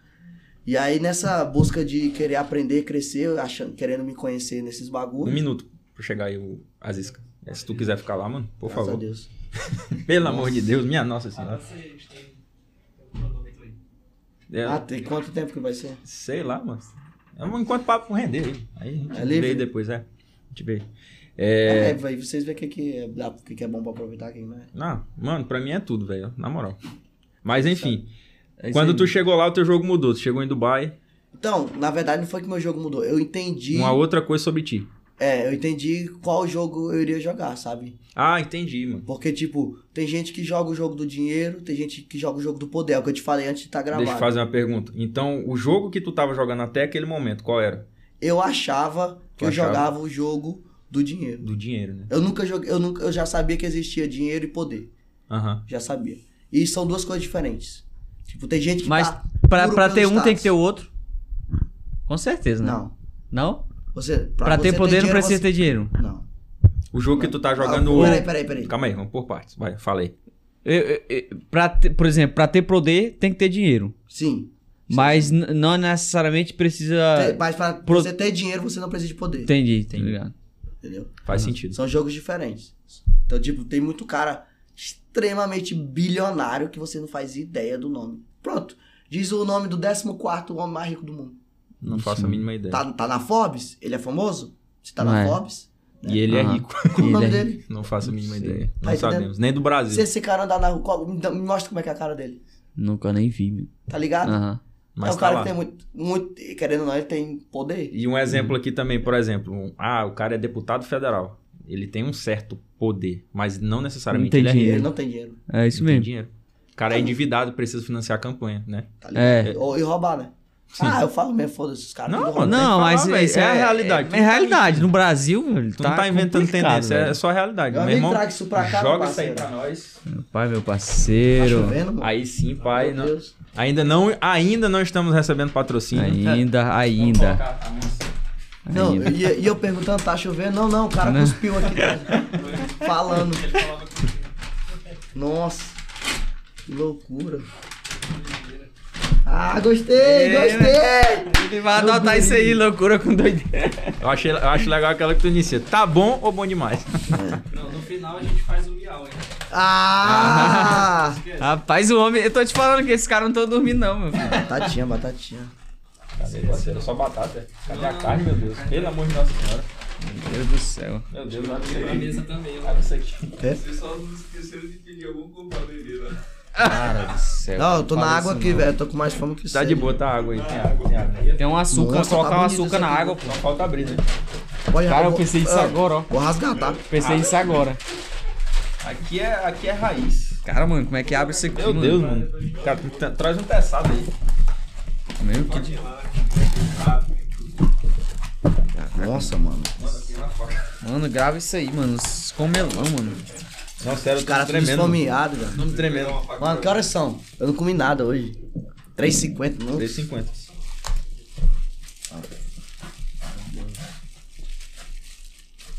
S3: E aí, nessa busca de querer aprender, crescer, achando, querendo me conhecer nesses
S1: Um
S3: bagulhos.
S1: minuto pra chegar aí o as iscas. É, se tu quiser ficar lá, mano, por
S3: Graças a
S1: favor.
S3: Deus.
S1: Pelo amor de Deus, minha nossa senhora. É,
S3: Ah, tem quanto tempo que vai ser?
S1: sei lá, mano. É um enquanto papo render aí. Aí a gente
S3: É livre?
S1: vê aí depois, é. A gente vê.
S3: É,
S1: É.
S3: vai, vocês veem o que, que, é, dá- o que, que é bom pra aproveitar aqui, né?
S1: Não, mano, pra mim é tudo, velho. Na moral. Mas enfim,
S2: É isso
S1: quando
S2: aí.
S3: assim,
S1: tu chegou lá, o teu jogo mudou. Tu chegou em Dubai,
S3: Então, na verdade, não foi que meu jogo mudou. Eu entendi.
S1: uma outra coisa sobre ti.
S3: É, eu entendi qual jogo eu iria jogar, sabe?
S1: Ah, entendi, mano.
S3: Porque, tipo, tem gente que joga o jogo do dinheiro, tem gente que joga o jogo do poder. É o que eu te falei antes de estar tá gravado.
S1: Deixa eu fazer uma pergunta. Então, o jogo que tu tava jogando até aquele momento, qual era?
S3: Eu achava que
S1: Tu
S3: eu
S1: achava?
S3: jogava o jogo do dinheiro.
S1: Do dinheiro, né?
S3: Eu nunca joguei, eu nunca, eu já sabia que existia dinheiro e poder.
S1: Aham.
S3: Já sabia. E são duas coisas diferentes. Tipo, tem gente que
S2: Mas
S3: tá
S2: pra,
S3: puro
S2: pra
S3: pelo
S2: ter um tem
S3: status.
S2: que ter o outro. Com certeza, né?
S3: Não.
S2: Não?
S3: Você, pra
S2: Pra
S3: você
S2: ter poder não
S3: dinheiro,
S2: precisa
S3: você-
S2: ter dinheiro.
S3: Não.
S1: O jogo que tu tá jogando
S3: Ah,
S1: hoje.
S3: peraí, peraí, peraí.
S1: Calma aí, vamos por partes. Vai, falei.
S2: Eu, eu- eu- pra ter- por exemplo, pra ter poder tem que ter dinheiro.
S3: Sim.
S2: Mas n- não necessariamente precisa.
S3: Tem- Mas pra
S2: É. Pro-
S3: você ter dinheiro, você não precisa de poder.
S2: Entendi, tá ligado?
S3: Entendeu?
S1: Faz sentido.
S3: São jogos diferentes. Então, tipo, tem muito cara extremamente bilionário que você não faz ideia do nome. Pronto. Diz o nome do 14 homem mais rico do mundo.
S1: Não faço a
S2: Sim.
S1: mínima ideia.
S3: Tá, tá na Forbes? Ele é famoso? Você tá
S2: É. Não
S3: na
S2: é.
S3: Forbes?
S1: E ele é
S2: Aham.
S1: rico. <laughs>
S3: Qual o nome
S2: Ele é-
S3: dele?
S1: Não faço a mínima
S2: Sim.
S1: ideia. Não
S3: Tá entendendo?
S1: sabemos. Nem do Brasil.
S3: Se esse cara andar na rua, qual- me dá- me mostra como é que é a cara dele.
S2: Nunca nem vi, meu.
S3: Tá ligado?
S2: Aham.
S1: Mas
S3: é um
S1: tá
S3: cara
S1: lá.
S3: que tem muito, muito. Querendo ou não, ele tem poder.
S1: E um
S2: Uhum.
S1: exemplo aqui também, por exemplo. um- ah, o cara é deputado federal. Ele tem um certo poder, mas não necessariamente
S2: Não tem
S1: ele é
S3: E
S1: rico.
S3: ele
S2: dinheiro.
S3: não tem dinheiro.
S2: É isso
S1: Não tem
S2: mesmo.
S1: dinheiro. O cara é endividado, precisa financiar a campanha, né?
S3: Tá
S2: É.
S3: ligado? Ou, e roubar, né? Ah, eu falo mesmo, foda-se, os caras.
S1: Não,
S3: tudo
S1: mano,
S3: roubam.
S1: tem que
S2: Não,
S1: falar,
S2: mas
S1: velho,
S2: isso
S1: é a realidade,
S2: É,
S1: tu não tá
S2: realidade. No Brasil, velho. então
S1: Tu não tá inventando
S2: complicado,
S1: tendência, é
S2: velho.
S1: só a realidade.
S3: Eu
S1: Meu
S3: nem
S1: irmão,
S3: trago isso pra cá,
S1: joga
S3: meu
S1: isso aí pra
S3: parceiro.
S1: nós.
S2: Meu pai, meu
S3: Tá
S2: parceiro.
S3: chovendo, mano?
S1: Aí sim, pai.
S3: Meu
S1: não-
S3: Deus.
S1: ainda, não, ainda não estamos recebendo patrocínio.
S2: Ainda, ainda.
S1: Colocar a mão assim.
S3: Não,
S2: Ainda. Né?
S3: e, e eu perguntando, tá chovendo? Não, não, o cara
S2: Não.
S3: cuspiu aqui. falando.
S4: Ele falava com
S3: Nossa, que loucura. Ah, gostei,
S2: É,
S3: gostei!
S2: Ele vai
S3: Meu
S2: adotar
S3: Deus.
S2: isso aí, loucura com doideira.
S1: Eu, achei, eu acho legal aquela que tu inicia. Tá bom ou bom demais?
S4: Não, no final a gente faz o miau, hein?
S3: Ah!
S4: Esquece.
S2: Rapaz, o homem. Eu tô te falando que esses caras não estão dormindo, não, meu filho.
S3: Batatinha, batatinha.
S1: Cadê, parceiro? É Só batata. Cadê a carne, meu Deus? Pelo amor de Nossa Senhora.
S2: Meu Deus do céu.
S1: Meu Deus, abre
S4: Pra
S1: isso
S4: mesa
S1: aqui.
S4: também, ó.
S1: Abre isso aqui.
S3: É?
S4: pessoal não esqueceram de pedir algum culpado ali, né?
S2: Cara do céu.
S3: Não, eu tô na
S2: fala
S3: água
S2: isso
S3: aqui,
S2: não.
S3: velho. Tô com mais fome que
S1: Tá
S3: sede.
S1: de boa, tá a água aí. Tem água, tem água.
S2: Tem um açúcar,
S3: Nossa,
S2: colocar
S3: tá
S2: um
S3: bonito
S2: açúcar
S3: isso
S2: na
S3: aqui,
S2: água, pô.
S1: Só falta abrir, né?
S3: Pode
S2: Cara, eu
S3: vou-
S2: pensei disso
S3: ah,
S2: agora, ó.
S3: Vou rasgar, tá?
S2: Pensei nisso agora.
S1: Aqui é, aqui é raiz.
S2: Cara, mano, como é que abre isso aqui?
S1: Meu
S2: mano?
S1: Deus, mano. Cara, tu tra- traz um teçado aí.
S2: Meu, que de-
S3: Nossa, mano.
S2: Mano, grava isso aí, mano. Os comelão, mano.
S1: Não, sério,
S3: Os caras
S1: tô
S3: tudo
S1: tremendo.
S3: esfomeados, velho.
S1: Tô tremendo.
S3: Mano, que horas são? Eu não comi nada hoje. 3,50, não?
S1: 3,50.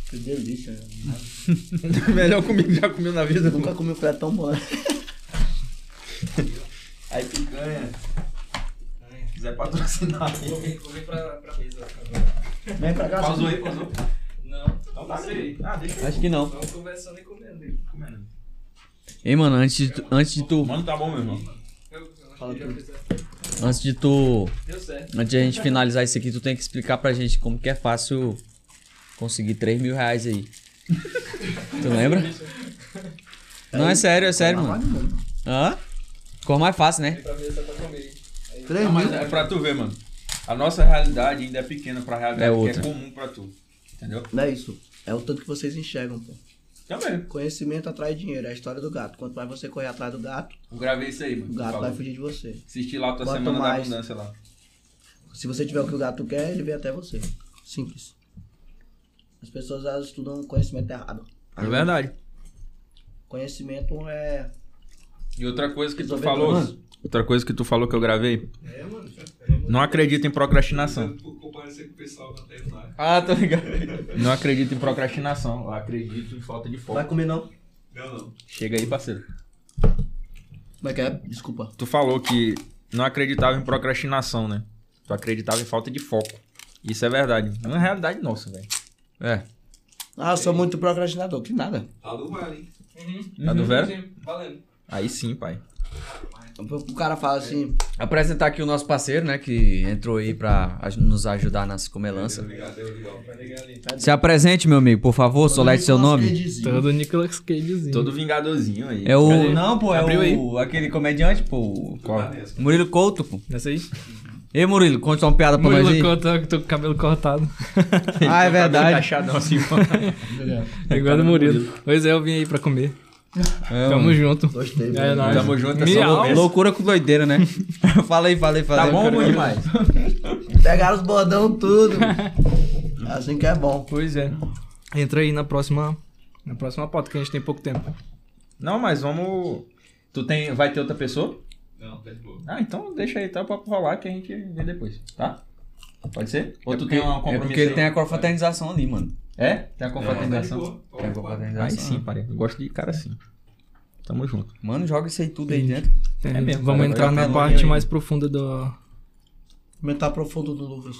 S3: Que delícia, velho.
S1: Melhor comigo que já comeu na vida.
S3: Nunca comi um prato tão bom.
S1: Aí picanha. Se quiser patrocinar aí.
S4: Vou vou vir pra, pra mesa. tá
S3: Vem pra cá,
S1: Pausou aí, pausou.
S4: Não,
S1: Então
S4: não
S1: tá
S4: sei.
S1: aí. Ah, deixa né? eu
S2: Acho que não.
S4: Vamos conversando e comendo.
S1: comendo.
S2: Ei, mano, antes de tu, antes de tu,
S1: Mano, tá bom, meu irmão.
S4: Eu, eu acho
S3: Fala
S4: que já
S3: tudo.
S4: fiz a-
S2: antes de tu,
S4: Deu certo.
S2: antes de a gente finalizar isso aqui, tu tem que explicar pra gente como que é fácil conseguir 3 mil reais <laughs> aí. tu lembra? Não, é sério, é sério, mano. Hã? Ficou mais fácil, né?
S4: Vem pra mesa pra comer. Aí,
S3: 3
S1: Mas
S3: mil.
S1: é pra tu ver, mano. A nossa realidade ainda é pequena pra realidade
S2: É
S1: que
S2: outra.
S1: é comum pra tu. Entendeu?
S3: Não é isso. É o tanto que vocês enxergam, pô.
S1: Também.
S3: Conhecimento atrai dinheiro, é a história do gato. Quanto mais você correr atrás do gato,
S1: Eu gravei isso aí, mano.
S3: o
S1: que tu
S3: gato
S1: falou.
S3: vai fugir de você.
S1: Assistir lá a tua
S3: Quanto
S1: semana da
S3: mais.
S1: abundância lá.
S3: Se você tiver o que o gato quer, ele vem até você. Simples. As pessoas elas estudam conhecimento errado.
S1: É verdade.
S3: Conhecimento é.
S1: E outra coisa que tu
S3: Resolver
S1: falou.
S3: tudo.
S1: Outra coisa que tu falou que eu gravei.
S4: É, mano. já-
S1: Não acredito em procrastinação.
S4: Por comparecer com o pessoal da tela lá.
S2: Ah, tô ligado.
S1: Não acredito em procrastinação. Eu acredito em falta de foco.
S3: Vai comer não?
S4: Não, não.
S1: Chega aí, parceiro.
S3: Como é que é? Desculpa.
S1: Tu falou que não acreditava em procrastinação, né? Tu acreditava em falta de foco. Isso é verdade. É uma realidade nossa, velho.
S2: É.
S3: Ah, eu sou muito procrastinador, que nada.
S4: Tá do vale, hein?
S1: Tá
S2: Uhum.
S1: do Vera?
S4: Uhum. Sim, Valendo.
S1: Aí sim, pai.
S3: O cara fala assim,
S2: Apresentar aqui o nosso parceiro, né, que entrou aí pra aj- nos ajudar nas comelanças.
S4: Obrigado, deu legal. Vai ligar ali.
S2: Se apresente, meu amigo, por favor, solete é seu nome.
S5: Todo Nicolas Cagezinho.
S1: Todo vingadorzinho aí.
S2: É o. Não, pô,
S5: é Abriu
S2: o. Aquele comediante, pô.
S1: Qual?
S2: Murilo Couto, pô.
S5: Essa aí?
S2: Ei, Murilo, conta uma piada pra nós
S5: Murilo
S2: aí.
S5: Couto, que tô com o cabelo cortado.
S2: <laughs> Ah, é verdade.
S1: Encaixadão assim,
S5: É igual do Murilo. Pois é, eu vim aí pra comer.
S2: É,
S5: Tamo
S2: mano.
S5: junto.
S3: Gostei,
S5: É
S3: velho.
S5: nóis.
S1: Tamo junto, é só
S5: Miau.
S1: começo.
S2: Loucura com doideira, né? <laughs> fala aí, fala aí,
S1: Tá
S2: fala aí. É
S1: bom ou bom demais?
S3: Pegaram os bordão tudo.
S2: <laughs>
S3: assim que é bom.
S5: Pois é. Entra aí na próxima. Na próxima pauta, que a gente tem pouco tempo.
S1: Não, mas vamos. Tu tem. Vai ter outra pessoa?
S4: Não, tá de boa.
S1: Ah, então deixa aí, tá? Pra rolar que a gente vê depois, tá? Pode ser? Ou
S2: É
S1: tu
S2: porque,
S1: tem um
S2: é
S1: compromisso?
S2: porque
S1: aí?
S2: tem a confraternização ali, mano.
S1: É? Tem a
S4: Tá de
S1: confraternização?
S4: boa.
S2: Tem a
S1: Aí
S2: confraternização.
S1: sim, pai. Eu gosto de cara assim. Tamo junto.
S2: Mano, joga isso aí tudo aí dentro.
S5: É,
S1: mesmo,
S5: vamos
S1: cara,
S5: entrar
S1: vai
S5: na
S1: ter
S5: parte
S2: aí.
S5: mais profunda do.
S3: Comentar profundo do Lucas.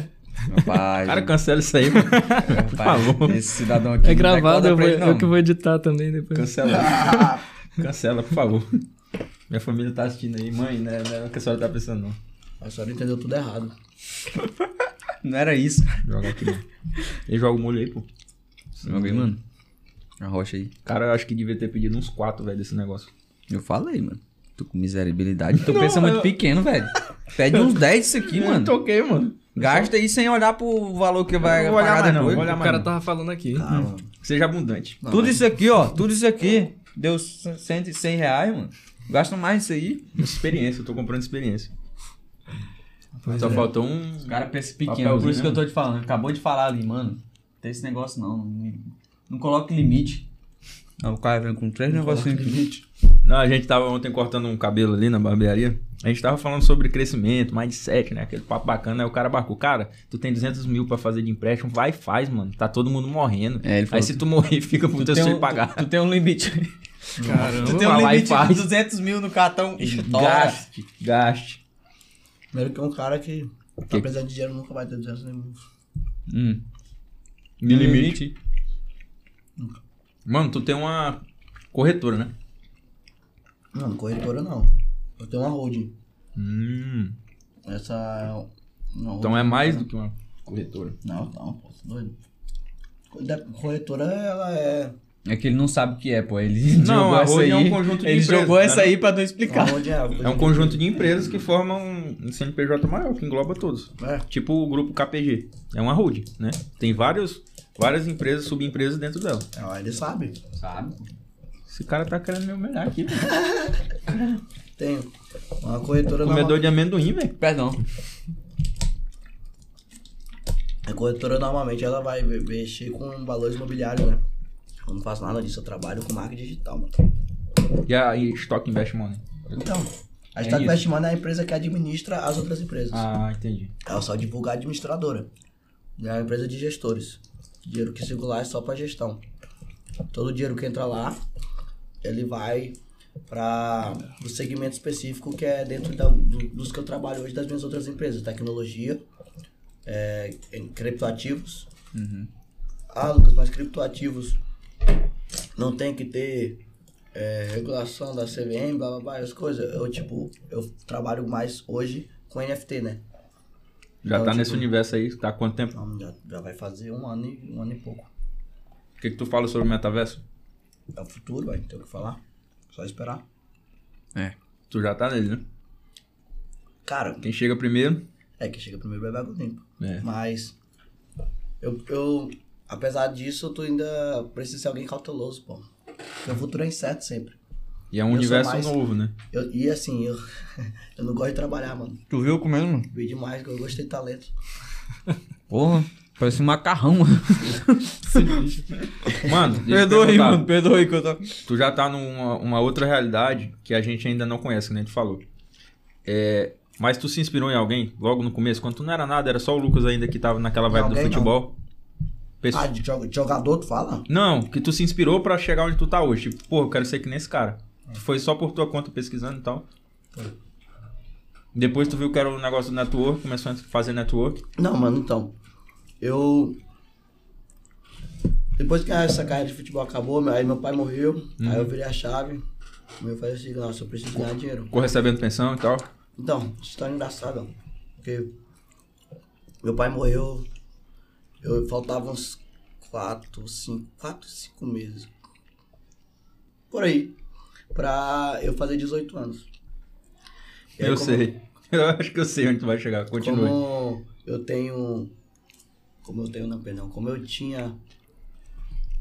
S1: <laughs>
S2: Rapaz,
S1: Cara, cancela isso aí,
S2: <laughs>
S1: mano.
S2: rapaz,
S1: por favor.
S2: Esse cidadão aqui.
S5: É
S2: não dá
S5: gravado,
S2: corda
S5: eu,
S2: pra
S5: vou,
S2: ele,
S5: eu que
S2: não.
S5: vou editar também depois.
S1: Cancela.
S2: <laughs>
S1: Cancela, por favor. Minha família tá assistindo aí, mãe, né? Não é o que a senhora tá pensando, não.
S3: A senhora entendeu tudo errado.
S2: Não era isso.
S1: Joga aqui. né? Ele joga o molho aí, pô.
S2: Joga aí, mano. A rocha aí.
S1: Cara, eu acho que devia ter pedido uns quatro, velho, desse negócio.
S2: Eu falei, mano. Tu com miserabilidade. Tu
S1: Não,
S2: pensa muito
S1: eu-
S2: pequeno, velho. Pede uns 10 disso
S1: <laughs>
S2: aqui,
S1: Eu
S2: mano.
S1: toquei, mano.
S2: Gasta aí sem olhar pro valor que vai
S1: não vou olhar
S2: pagar
S1: mais não,
S2: depois.
S1: vou olhar
S5: O
S1: mais
S5: cara
S1: não.
S5: tava falando aqui.
S3: Ah, mano.
S1: Seja abundante.
S3: Não,
S2: Tudo
S3: mas-
S2: isso aqui, ó. Tudo isso aqui. Deu 100, e 100 reais, mano. Gasta mais isso aí.
S1: Experiência, eu tô comprando experiência.
S5: Pois
S1: Só
S5: é.
S1: faltou um.
S2: cara pensa pequeno.
S1: Papelzinho,
S2: Por isso que
S1: né?
S2: eu tô te falando. Acabou de falar ali, mano. Não tem esse negócio não. Não, não coloque limite. Não, o cara vem com três negocinhos aqui.
S1: Não, a gente tava ontem cortando um cabelo ali na barbearia. A gente tava falando sobre crescimento, mindset, né? Aquele papo bacana. Aí o cara barcou, cara, tu tem 200 mil pra fazer de empréstimo, vai e faz, mano. Tá todo mundo morrendo.
S2: É, ele falou,
S1: Aí se tu morrer, <laughs> fica pro teu
S2: tem
S1: filho
S2: um-
S1: pagar.
S2: Tu, tu tem um limite. tu
S5: Caramba.
S2: tem um
S1: vai lá e
S2: limite de
S1: faz.
S2: 200 mil no cartão. Estoura.
S1: Gaste, gaste.
S3: Primeiro que é um cara que, tá
S1: Que-
S3: precisando de dinheiro, nunca vai ter 200 nenhum.
S2: Hum.
S1: De limite. Mano, tu tem uma corretora, né?
S3: Não, não corretora não. Eu tenho uma holding.
S1: Hum.
S3: Essa é uma
S1: Então
S3: holding.
S1: é mais do que uma corretora.
S3: Não, não, pô, tá doido. Da- Corretora, ela é.
S2: É que ele não sabe o que é, pô. Ele <laughs>
S1: Não,
S2: jogou
S1: a
S2: essa
S1: holding
S2: aí.
S1: é um conjunto de
S2: ele
S1: empresas,
S2: jogou
S1: né?
S2: essa aí pra não explicar.
S3: Uma holding é,
S1: É um conjunto de empresas que formam um CNPJ maior, que engloba todos.
S3: É.
S1: Tipo o grupo KPG. É uma holding, né? Tem vários, várias empresas, subempresas dentro dela.
S3: Ah, ele sabe.
S2: Sabe?
S1: Esse cara tá querendo me humilhar aqui. velho.
S3: Tem uma corretora
S1: Comedor
S3: norma-
S1: de amendoim, velho.
S2: Perdão.
S3: A corretora normalmente ela vai ve- mexer com valores imobiliários, né? Eu não faço nada disso, eu trabalho com marca digital, mano.
S1: E a e Stock Invest Money.
S3: Então, a
S1: É isso.
S3: Stack Investment é a empresa que administra as outras empresas.
S1: Ah, entendi.
S3: Ela É só divulga a administradora. É uma empresa de gestores. Dinheiro que circular é só pra gestão. Todo o dinheiro que entra lá, ele vai para o segmento específico que é dentro da- do- dos que eu trabalho hoje das minhas outras empresas. Tecnologia, é, em criptoativos. Ah, Lucas, mas criptoativos não tem que ter é, regulação da CVM, blá blá blá, as coisas. Eu, tipo, eu trabalho mais hoje com NFT, né?
S1: Já
S3: Então,
S1: tá
S3: tipo-
S1: nesse universo aí, tá há quanto tempo?
S3: Então, já, já vai fazer um ano, e, um ano e pouco.
S1: O que, que tu fala sobre o metaverso?
S3: É o futuro, vai ter o que falar. Só esperar.
S1: Tu já tá nele, né?
S3: Cara,
S1: Quem chega primeiro?
S3: é que chega primeiro bebe água limpa.
S1: É.
S3: Mas, eu, eu, apesar disso, eu tô ainda preciso ser alguém cauteloso, pô. Porque o futuro é incerto sempre.
S1: E é um
S3: Eu sou
S1: universo
S3: mais-
S1: novo, né?
S3: Eu, e assim, eu, <laughs> eu não gosto de trabalhar, mano.
S2: Tu viu comendo, mano?
S3: Vi demais, eu gostei de talento.
S2: Porra, parece um macarrão, mano.
S3: <laughs>
S1: Mano, deixa eu
S2: Perdoa aí,
S1: perguntar.
S2: mano. Perdoa aí que eu tô.
S1: tu já tá numa uma outra realidade que a gente ainda não conhece, que nem tu falou. É, mas tu se inspirou em alguém logo no começo, quando tu não era nada, era só o Lucas ainda que tava naquela vibe do
S3: Alguém não.
S1: futebol. Pesso-
S3: Ah, de jo- de jogador, tu fala?
S1: Não, que tu se inspirou pra chegar onde tu tá hoje. Tipo, pô, eu quero ser que nem esse cara. Foi só por tua conta pesquisando e tal. Depois tu viu que era o negócio do network, começou a fazer network.
S3: Não, mano, então. Eu. Depois que essa carreira de futebol acabou, aí meu pai morreu,
S1: Hum.
S3: aí eu virei a chave. Meu pai disse, nossa, eu preciso ganhar dinheiro.
S1: Ficou recebendo pensão e tal.
S3: Então, história engraçada. Porque meu pai morreu, eu faltava uns 4, 5, 4, 5 meses. Por aí. Pra eu fazer 18 anos. E aí,
S1: eu
S3: como-
S1: sei. <laughs> Eu acho que eu sei onde tu vai chegar. Continue.
S3: como eu tenho. Como eu tenho, não, perdão. Como eu tinha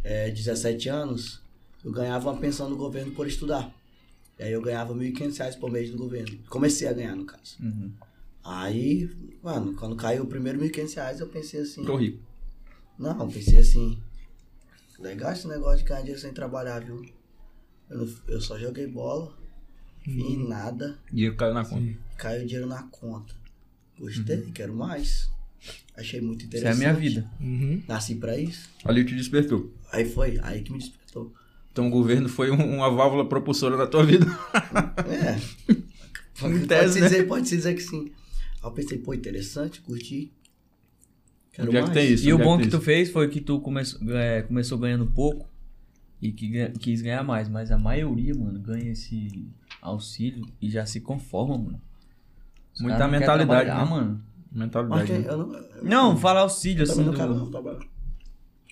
S3: é, 17 anos, eu ganhava uma pensão do governo por estudar. E aí eu ganhava R$ 1.500 reais por mês do governo. Comecei a ganhar, no caso. Aí, mano, quando caiu o primeiro R$ 1.500 reais, eu pensei assim.
S1: Tô rico.
S3: Não, eu pensei assim. Legal esse negócio de ganhar dinheiro sem trabalhar, viu? Eu, não- eu só joguei bola, e nada
S1: Dinheiro caiu na conta.
S3: caiu dinheiro na conta. Gostei, quero mais. Achei
S2: Isso
S3: muito
S2: é
S3: interessante.
S2: a minha vida.
S5: Uhum.
S3: Nasci pra isso.
S1: Ali te despertou.
S3: Aí foi, aí que me despertou.
S1: Então o governo foi um- uma válvula propulsora da tua vida. <laughs>
S3: É.
S1: Em
S3: pode,
S1: tese,
S3: se
S1: né?
S3: dizer, pode se dizer que sim. Aí eu pensei, pô, interessante, curti. Quero
S1: Onde é que
S3: mais.
S1: tem isso?
S2: E o
S1: Onde é
S2: bom
S1: tem
S2: que tu
S1: isso?
S2: fez foi que tu começou, é, começou ganhando pouco e que ganha- quis ganhar mais, mas a maioria, mano, ganha esse auxílio e já se conforma, mano. Os
S1: Muita
S2: cara não quer
S1: mentalidade,
S2: trabalhar,
S1: né?
S2: mano.
S3: Mas
S1: Mentalidade.
S3: tem-
S1: né?
S3: eu não, eu
S2: Não, fala auxílio
S3: também
S2: assim.
S3: não
S2: do-
S3: quero Tá não trabalhar.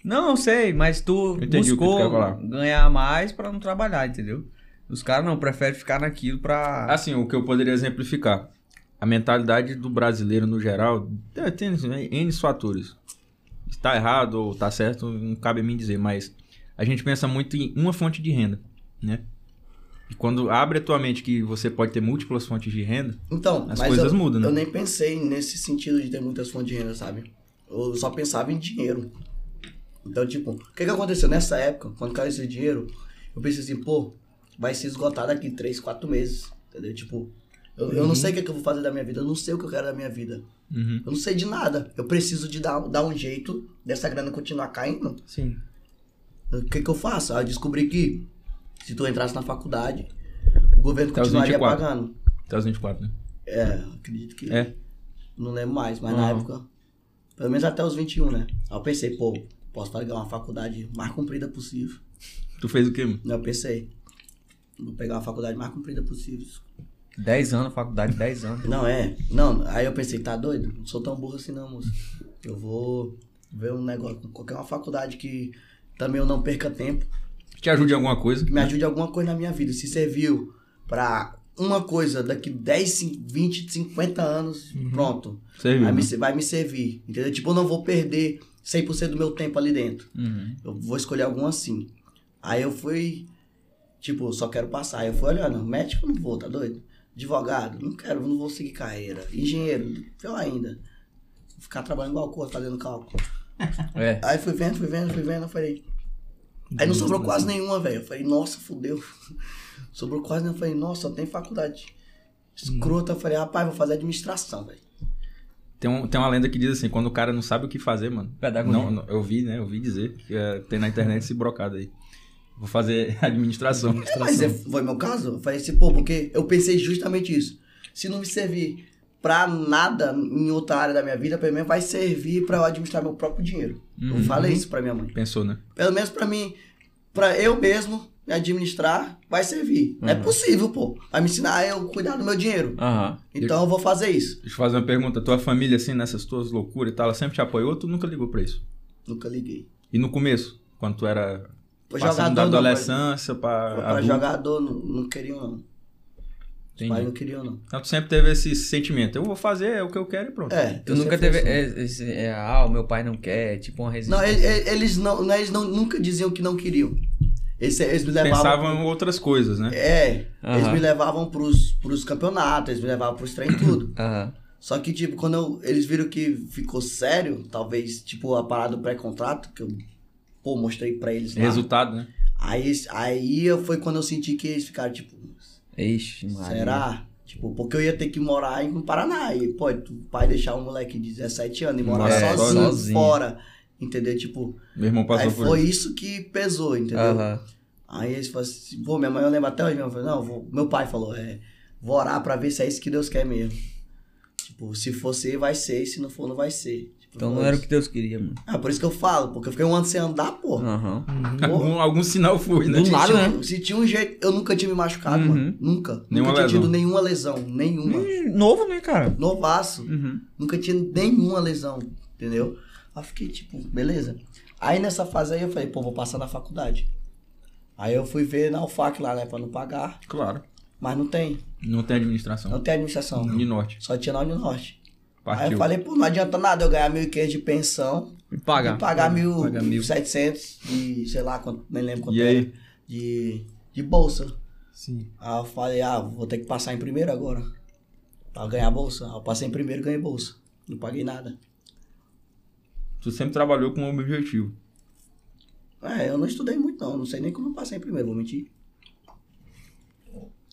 S2: Não, eu sei, mas tu
S1: entendi o que tu
S2: buscou
S1: quer falar.
S2: ganhar mais pra não trabalhar, entendeu? Os caras não, preferem ficar naquilo pra.
S1: Assim, o que eu poderia exemplificar. A mentalidade do brasileiro no geral é, tem N fatores. Se tá errado ou tá certo, não cabe a mim dizer, mas a gente pensa muito em uma fonte de renda, né? E quando abre a tua mente que você pode ter múltiplas fontes de renda,
S3: Então,
S1: as
S3: mas
S1: coisas
S3: eu,
S1: mudam, né?
S3: eu nem pensei nesse sentido de ter muitas fontes de renda, sabe? Eu só pensava em dinheiro. Então, tipo, o que, que aconteceu nessa época, quando caiu esse dinheiro? Eu pensei assim, pô, vai se esgotar daqui três, quatro meses, entendeu? Tipo, eu,
S1: Uhum.
S3: eu não sei o que, é que eu vou fazer da minha vida, eu não sei o que eu quero da minha vida.
S5: Uhum.
S3: Eu não sei de nada. Eu preciso de dar, dar um jeito dessa grana continuar caindo.
S5: Sim.
S3: O que, que eu faço? Aí eu descobri que se tu entrasse na faculdade, o governo
S1: Até Tá os
S3: continuaria
S1: 24.
S3: pagando.
S1: Até os 24, né?
S3: É, acredito que.
S1: É.
S3: Não lembro mais, mas
S1: Aham.
S3: na época. Pelo menos até os 21, né? Aí eu pensei, pô, posso pagar uma faculdade mais comprida possível.
S1: Tu fez o quê, mano?
S3: Aí eu pensei, vou pegar uma faculdade mais comprida possível.
S2: 10 anos, faculdade, 10 anos.
S3: Não, é. Não, aí eu pensei, tá doido? Não sou tão burro assim não, moço. Eu vou ver um negócio, qualquer uma faculdade que também eu não perca tempo,
S1: Te ajude em alguma coisa.
S3: que me ajude alguma coisa na minha vida. Se serviu pra uma coisa daqui 10, 5, 20, 50 anos, pronto.
S1: Serviu.
S3: Vai
S1: né?
S3: me, vai me servir, entendeu? Tipo, eu não vou perder 100% do meu tempo ali dentro.
S2: Uhum.
S3: Eu vou escolher algum assim. Aí eu fui, tipo, só quero passar. Aí eu fui olhando, médico eu não vou, tá doido? Advogado, não quero, não vou seguir carreira. Engenheiro, pior ainda. Vou Ficar trabalhando igual corpo, fazendo cálculo.
S2: É.
S3: Aí fui vendo, fui vendo, fui vendo, eu falei. Aí não sobrou quase nenhuma, velho. Eu falei, nossa, fudeu. <laughs> Sobrou quase nenhuma. Eu falei, nossa, só tem faculdade. Escrota, eu falei, rapaz, vou fazer administração, velho.
S1: Tem, um- tem uma lenda que diz assim, quando o cara não sabe o que fazer, mano.
S2: Pedagogia.
S1: Não, não, eu vi, né? Eu vi dizer. Que, eh, tem na internet esse brocado aí. Vou fazer <laughs> administração.
S3: Mas é- foi meu caso? Eu falei assim, pô, porque eu pensei justamente isso. Se não me servir pra nada em outra área da minha vida, pelo menos vai servir pra eu administrar meu próprio dinheiro.
S1: Uhum.
S3: Eu falei isso pra minha mãe.
S1: Pensou, né?
S3: Pelo menos pra mim, pra eu mesmo me administrar, vai servir.
S1: Uhum.
S3: Não é possível, pô. Vai me ensinar eu cuidar do meu dinheiro.
S2: Aham.
S3: Então eu vou fazer isso.
S1: Deixa eu fazer uma pergunta. Tua família, assim, nessas tuas loucuras e tal, ela sempre te apoiou ou tu nunca ligou pra isso?
S3: Nunca liguei.
S1: E no começo, quando tu era
S3: Pra
S1: passando da
S3: não, pra-
S1: adolescência pra,
S3: Pra,
S1: adulto,
S3: jogador, não, não queriam, não. Os pais
S2: Entendi.
S3: não queriam, não.
S1: então tu sempre teve esse sentimento. Eu vou fazer é o que eu quero e pronto.
S3: É.
S2: Tu
S3: eu
S2: nunca teve.
S3: sempre fui assim.
S2: é, esse- é, ah, o meu pai não quer, tipo uma
S3: Não,
S2: resistência.
S3: e- e- eles, não, não, eles não, nunca diziam que não queriam. Eles, eles me levavam.
S1: Pensavam em outras coisas, né?
S3: É, eles
S2: Aham.
S3: me levavam pros, pros campeonatos, eles me levavam pros treinos tudo.
S2: Aham.
S3: Só que, tipo, quando eu- eles viram que ficou sério, talvez, tipo, a parada do pré-contrato, que eu, pô, mostrei pra eles lá.
S1: Resultado, né?
S3: Aí, eles- aí eu- foi quando eu senti que eles ficaram, tipo,
S2: Ixi, Maria.
S3: será? Tipo, porque eu ia ter que morar em- no Paraná. E, pô, o pai deixar um moleque de 17 anos e morar
S1: Morar
S3: sozinho,
S2: sozinho.
S3: fora. Entendeu? Tipo,
S1: Meu irmão passou
S3: aí
S1: por
S3: foi
S1: isso.
S3: isso que pesou, entendeu?
S2: Aham.
S3: Aí eles falaram assim, pô, minha mãe, eu lembro até hoje, minha mãe falou, não, vou- meu pai falou, é, vou orar pra ver se é isso que Deus quer mesmo. Tipo, se for ser, vai ser, e se não for, não vai ser. Tipo,
S2: Então
S3: foi
S2: não era o
S3: isso.
S2: que Deus queria, mano.
S3: Ah, por isso que eu falo, porque eu fiquei um ano sem andar, pô.
S2: Aham.
S3: Pô,
S1: <laughs>
S2: <laughs>
S1: Algum, algum sinal foi, né?
S2: Do nada,
S3: se, tinha-
S2: né?
S3: se tinha um jeito, eu nunca tinha me machucado,
S2: Uhum.
S3: mano. Nunca.
S1: Nenhuma
S3: nunca tinha
S1: lesão.
S3: tido nenhuma lesão, nenhuma.
S2: Ih, Novo, né, cara?
S3: Novaço.
S2: Uhum.
S3: Nunca tinha nenhuma lesão, entendeu? Aí eu fiquei tipo, beleza. Aí nessa fase aí eu falei, pô, vou passar na faculdade. Aí eu fui ver na UFAC lá, né, pra não pagar.
S1: Claro.
S3: Mas não tem,
S1: Não tem administração.
S3: não tem administração.
S1: De norte.
S3: Só tinha na Uninorte. Aí eu
S1: Partiu.
S3: falei, pô, não adianta nada eu ganhar 1.500 de pensão
S2: E pagar.
S3: e pagar
S2: Pagar mil.
S3: 1.700 de, sei lá, quanto, nem lembro quanto
S1: E aí?
S3: era, de, de bolsa.
S5: Sim.
S3: Aí eu falei, ah, vou ter que passar em primeiro agora, pra ganhar bolsa. Aí eu passei em primeiro e ganhei bolsa. Não paguei nada.
S1: Tu sempre trabalhou com um objetivo.
S3: É, eu não estudei muito não, não sei nem como eu passei em primeiro, vou mentir.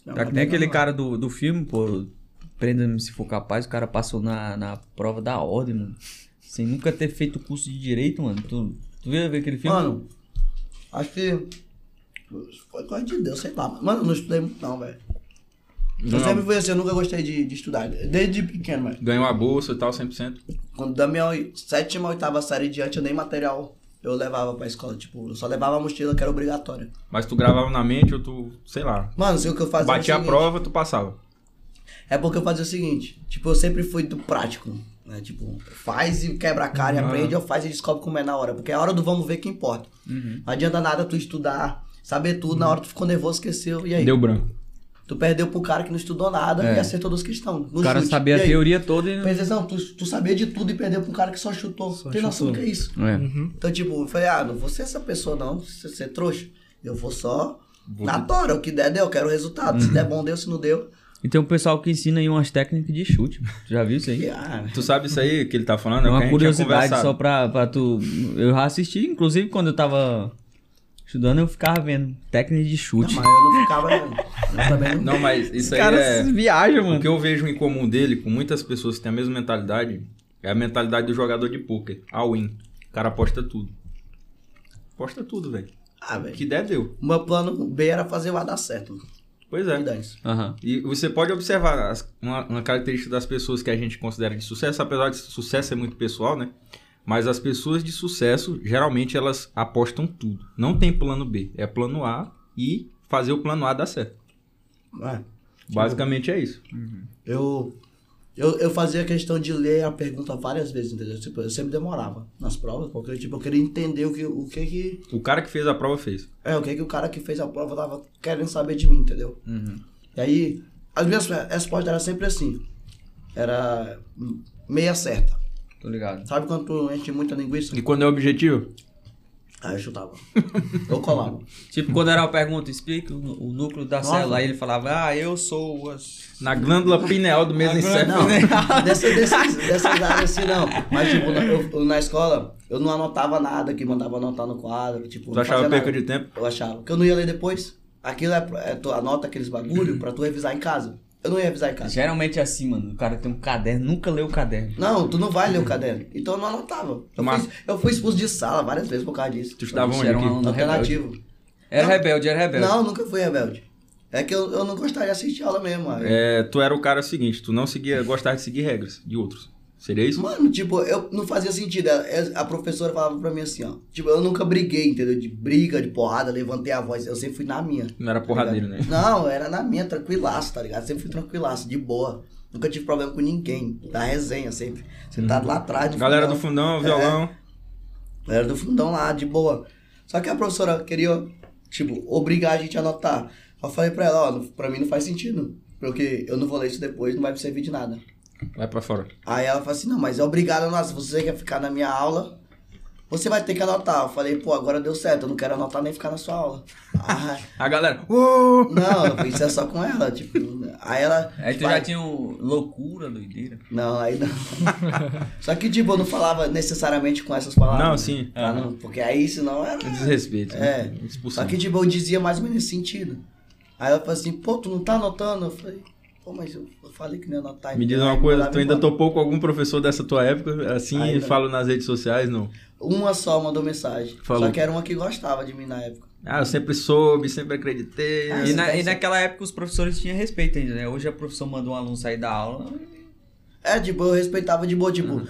S3: Não,
S2: Tá que
S3: mas-
S2: nem aquele cara do, do filme, pô. Prenda-me se for capaz, o cara passou na, na prova da ordem, mano. Sem nunca ter feito curso de direito, mano. Tu, tu veio ver aquele filme?
S3: Mano, acho que foi coisa de Deus, sei lá. Mano, eu não estudei muito não, velho. Eu sempre fui assim, eu nunca gostei de, de estudar, desde pequeno, velho.
S1: Ganhou a bolsa e tal, 100%.
S3: Quando da minha oi- sétima, oitava série em diante, eu nem material eu levava pra escola, tipo, eu só levava a mochila que era obrigatória.
S1: Mas tu gravava na mente ou tu, sei lá.
S3: Mano, sei o que eu fazia.
S1: Batia
S3: o
S1: a
S3: seguinte,
S1: prova, tu passava.
S3: É porque eu fazia o seguinte, tipo, eu sempre fui do prático, né? Tipo, faz e quebra a cara e aprende, ou faz e descobre como é na hora. Porque é a hora do vamos ver que importa.
S2: Uhum.
S3: Não adianta nada tu estudar, saber tudo, na hora tu ficou nervoso, esqueceu, e aí?
S1: Deu branco.
S3: Tu perdeu pro cara que não estudou nada
S2: É.
S3: e acertou dos cristãos.
S2: o cara sabia a teoria toda e.
S3: Presta atenção, assim, tu, tu sabia de tudo e perdeu pro cara que só chutou. Tem noção do que é isso?
S2: É.
S3: Então, tipo, eu falei, ah, não vou ser essa pessoa não, você você é trouxa. Eu vou só
S1: Vou
S3: na tora, o que der, deu, eu quero o resultado.
S2: Uhum.
S3: Se der bom, deu, se não deu.
S2: E tem um pessoal que ensina aí umas técnicas de chute. mano. Tu já viu isso aí?
S3: E, ah,
S1: Tu sabe isso aí que ele tá falando?
S2: É
S1: o que
S2: uma
S1: a gente tinha
S2: curiosidade
S1: conversado.
S2: só pra, pra tu. Eu já assisti, inclusive quando eu tava Estudando eu ficava vendo técnicas de
S3: Não,
S2: chute.
S3: mas eu não ficava. não. Eu também não.
S1: Não, mas isso
S2: Os
S1: aí
S2: caras
S1: é...
S2: viajam,
S1: O que
S2: mano.
S1: eu vejo em comum dele, com muitas pessoas que têm a mesma mentalidade, é a mentalidade do jogador de pôquer, a win. O cara aposta tudo. Aposta tudo, velho.
S3: Ah,
S1: O
S3: velho.
S1: que der, deu.
S3: O meu plano B era fazer o A dar certo. mano.
S1: Pois
S3: Me
S1: é.
S3: dá isso.
S2: Aham.
S1: E você pode observar as- uma, uma característica das pessoas que a gente considera de sucesso, apesar de sucesso é muito pessoal, né? Mas as pessoas de sucesso, geralmente, elas apostam tudo. Não tem plano B. É plano A e fazer o plano A dar certo.
S3: É.
S1: Basicamente é isso.
S3: Eu, eu, eu fazia questão de ler a pergunta várias vezes, entendeu? Tipo, eu sempre demorava nas provas, porque tipo, eu queria entender o que, o que que...
S1: O cara que fez a prova fez.
S3: É, o que que o cara que fez a prova tava querendo saber de mim, entendeu? E aí, as minhas re- respostas eram sempre assim. Era meia certa.
S2: Tô ligado.
S3: Sabe quando tu enche muita linguiça?
S1: E quando é o objetivo?
S3: Aí eu chutava. Eu <laughs> colava.
S2: Tipo, quando era uma pergunta, explica o, o núcleo da
S3: Nossa.
S2: célula. Aí ele falava, ah, eu sou as...
S1: Na glândula pineal do mesencéfalo.
S2: <laughs>
S3: Não,
S2: Né?
S3: dessa, dessas, dessas áreas assim não. Mas, tipo, na, eu- eu- na escola, eu não anotava nada que mandava anotar no quadro. Tipo,
S1: Tu
S3: não
S1: achava
S3: fazia
S1: perca
S3: nada.
S1: de tempo?
S3: Eu achava. Porque eu não ia ler depois. Aquilo é, pra- é tu anota aqueles bagulho pra tu revisar em casa. Eu não ia revisar em casa.
S2: Geralmente é assim, mano. O cara tem um caderno, nunca leu o caderno.
S3: Não, tu não vai ler o caderno. Então eu não anotava. Eu,
S1: Mas-
S3: fui, eu fui expulso de sala várias vezes por causa disso.
S1: Tu estudava
S2: Você
S1: onde É
S2: era
S1: aqui?
S2: um aluno rebelde.
S3: Alternativo.
S2: Era
S3: Não.
S2: rebelde, era rebelde.
S3: Não, nunca fui rebelde. É que eu, eu não gostaria de assistir aula mesmo. aí.
S1: É, tu era o cara seguinte, tu não seguia, gostava de seguir regras de outros. Seria isso?
S3: Mano, tipo, eu não fazia sentido. Ela- ela- A professora falava pra mim assim, ó. Tipo, eu nunca briguei, entendeu? De briga, de porrada, levantei a voz. Eu sempre fui na minha. tá
S1: Não era porradeiro, né?
S3: Não, era na minha, tranquilaço, tá ligado? Sempre fui tranquilaço, de boa. Nunca tive problema com ninguém. Da resenha, sempre. Sentado lá atrás. no
S1: Uhum. Galera do
S3: fundão.
S1: fundão, violão.
S3: Galera do fundão lá, de boa. Só que a professora queria, tipo, obrigar a gente a anotar. Eu falei pra ela, ó, não- pra mim não faz sentido. Porque eu não vou ler isso depois, não vai me servir de nada.
S1: Vai pra fora.
S3: Aí ela falou assim, não, mas é obrigado, nossa, você quer ficar na minha aula, você vai ter que anotar. Eu falei, pô, agora deu certo, eu não quero anotar nem ficar na sua aula. <laughs> Ah,
S1: A galera. "Uou!"
S3: não, eu falei, isso é só com ela, tipo. Aí ela.
S2: Aí tu
S3: tipo,
S2: já tinha um... loucura, doideira.
S3: Não, aí não. <laughs> só que, tipo, eu não falava necessariamente com essas palavras.
S1: Não, sim. é.
S3: Pra não- porque aí senão era.
S1: Desrespeito.
S3: É.
S1: né?
S3: Só
S1: Expulsão.
S3: que, tipo, eu dizia mais ou menos nesse sentido. Aí ela falou assim, pô, tu não tá anotando? Eu falei, pô, mas eu eu falei que não ia anotar.
S1: Me diz
S3: então,
S1: uma
S3: aí
S1: coisa,
S3: mandava
S1: tu ainda
S3: embora.
S1: topou com algum professor dessa tua época, assim,
S3: Ainda.
S1: e falo nas redes sociais, não?
S3: Uma só mandou mensagem.
S1: Falou.
S3: Só que era uma que gostava de mim na época.
S1: Ah, eu sempre soube, sempre acreditei.
S3: Ah,
S2: E,
S3: sim.
S1: né?
S2: na-
S3: deve
S2: e
S3: ser.
S2: naquela época os professores tinham respeito ainda, né? Hoje a professora manda um aluno sair da aula.
S3: É, tipo, eu respeitava de boa, tipo.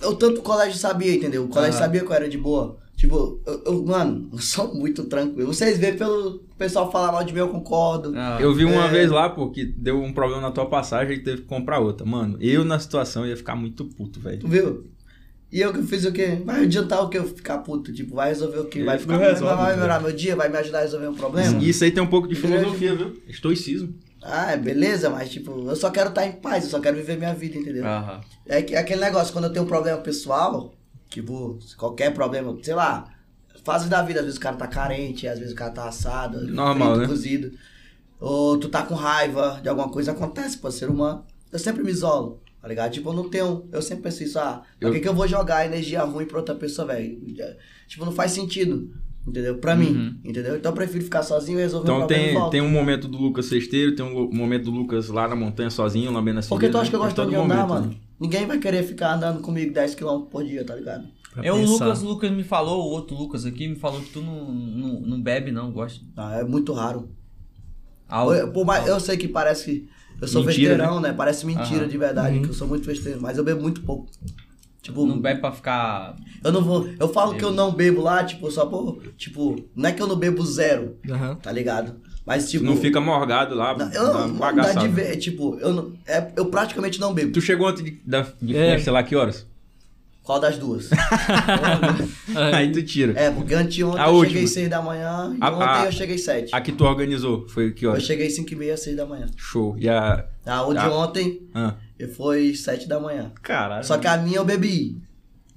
S3: Eu tanto o colégio sabia, entendeu? O colégio
S2: Aham.
S3: sabia que eu era de boa. Tipo, eu, eu- mano, <laughs> eu sou muito tranquilo. Vocês veem pelo pessoal falar mal de mim, eu concordo.
S2: Ah,
S1: Eu vi uma
S3: É.
S1: vez lá, pô, que deu um problema na tua passagem e teve que comprar outra. Mano, eu na situação ia ficar muito puto, velho.
S3: Tu viu? E eu que fiz o quê? Vai adiantar o que eu ficar puto? Tipo, vai resolver o quê? Vai,
S1: Não
S3: ficar,
S1: resolve,
S3: vai melhorar meu dia? Vai me ajudar a resolver um problema?
S1: E isso aí tem um pouco de filosofia, viu? Estoicismo.
S3: Ah, é beleza, mas tipo, eu só quero estar em paz, eu só quero viver minha vida, entendeu?
S2: Aham.
S3: É que- é aquele negócio, quando eu tenho um problema pessoal, tipo, qualquer problema, sei lá, fase da vida, às vezes o cara tá carente, às vezes o cara tá assado,
S1: Normal, né?
S3: cozido. Ou tu tá com raiva de alguma coisa, acontece, pô, ser humano. Eu sempre me isolo, tá ligado? Tipo, eu não tenho, eu sempre penso isso, ah, pra
S1: Eu-
S3: que, que eu vou jogar energia ruim pra outra pessoa, velho? Tipo, não faz sentido, entendeu? Pra mim, entendeu? Então eu prefiro ficar sozinho e resolver
S1: Uhum. Então
S3: o problema e
S1: tem,
S3: volto.
S1: tem um momento do Lucas cesteiro, tem um lu- momento do Lucas lá na montanha sozinho, lambendo as
S3: Porque tu acha que eu
S1: Tem
S3: gosto tanto de
S1: todo
S3: andar,
S1: momento,
S3: mano?
S1: né?
S3: Ninguém vai querer ficar andando comigo 10km por dia, tá ligado?
S5: Pra
S2: É o
S5: pensar.
S2: Lucas, o Lucas me falou, o outro Lucas aqui me falou que tu não, não, não bebe, não, gosta.
S3: Ah, é muito raro.
S2: Álcool.
S3: Eu, por mais- eu sei que parece que eu sou
S1: Mentira, Uhum.
S3: besteirão, né? Parece mentira
S2: Aham.
S3: de verdade, que eu sou muito besteiro, mas eu bebo muito pouco. Tipo,
S2: Não bebe pra ficar.
S3: eu não vou. Eu falo que eu não bebo lá, tipo, só por. Tipo, não é que eu não bebo zero,
S5: Aham.
S3: tá ligado? Mas
S1: Tu
S3: tipo.
S1: não fica morgado lá,
S3: Não, eu não, não dá de
S1: bagaçado.
S3: ver, tipo, eu, não, é, eu praticamente não bebo.
S1: Tu chegou antes de, da, de
S5: É.
S1: festa lá que horas?
S3: Qual
S1: <laughs>
S3: das duas?
S5: Aí-
S1: Aí tu tira.
S3: é, porque anteontem
S1: A
S3: eu
S1: última.
S3: cheguei 6 da manhã e
S1: A-
S3: ontem
S1: a-
S3: eu cheguei 7.
S1: A que tu organizou foi que
S3: Eu
S1: horas?
S3: cheguei 5 e meia, 6 da manhã.
S1: Show. E a...
S3: A o de
S1: Ah.
S3: ontem
S1: Ah.
S3: foi 7 da manhã.
S1: Caralho.
S3: Só que a minha eu bebi.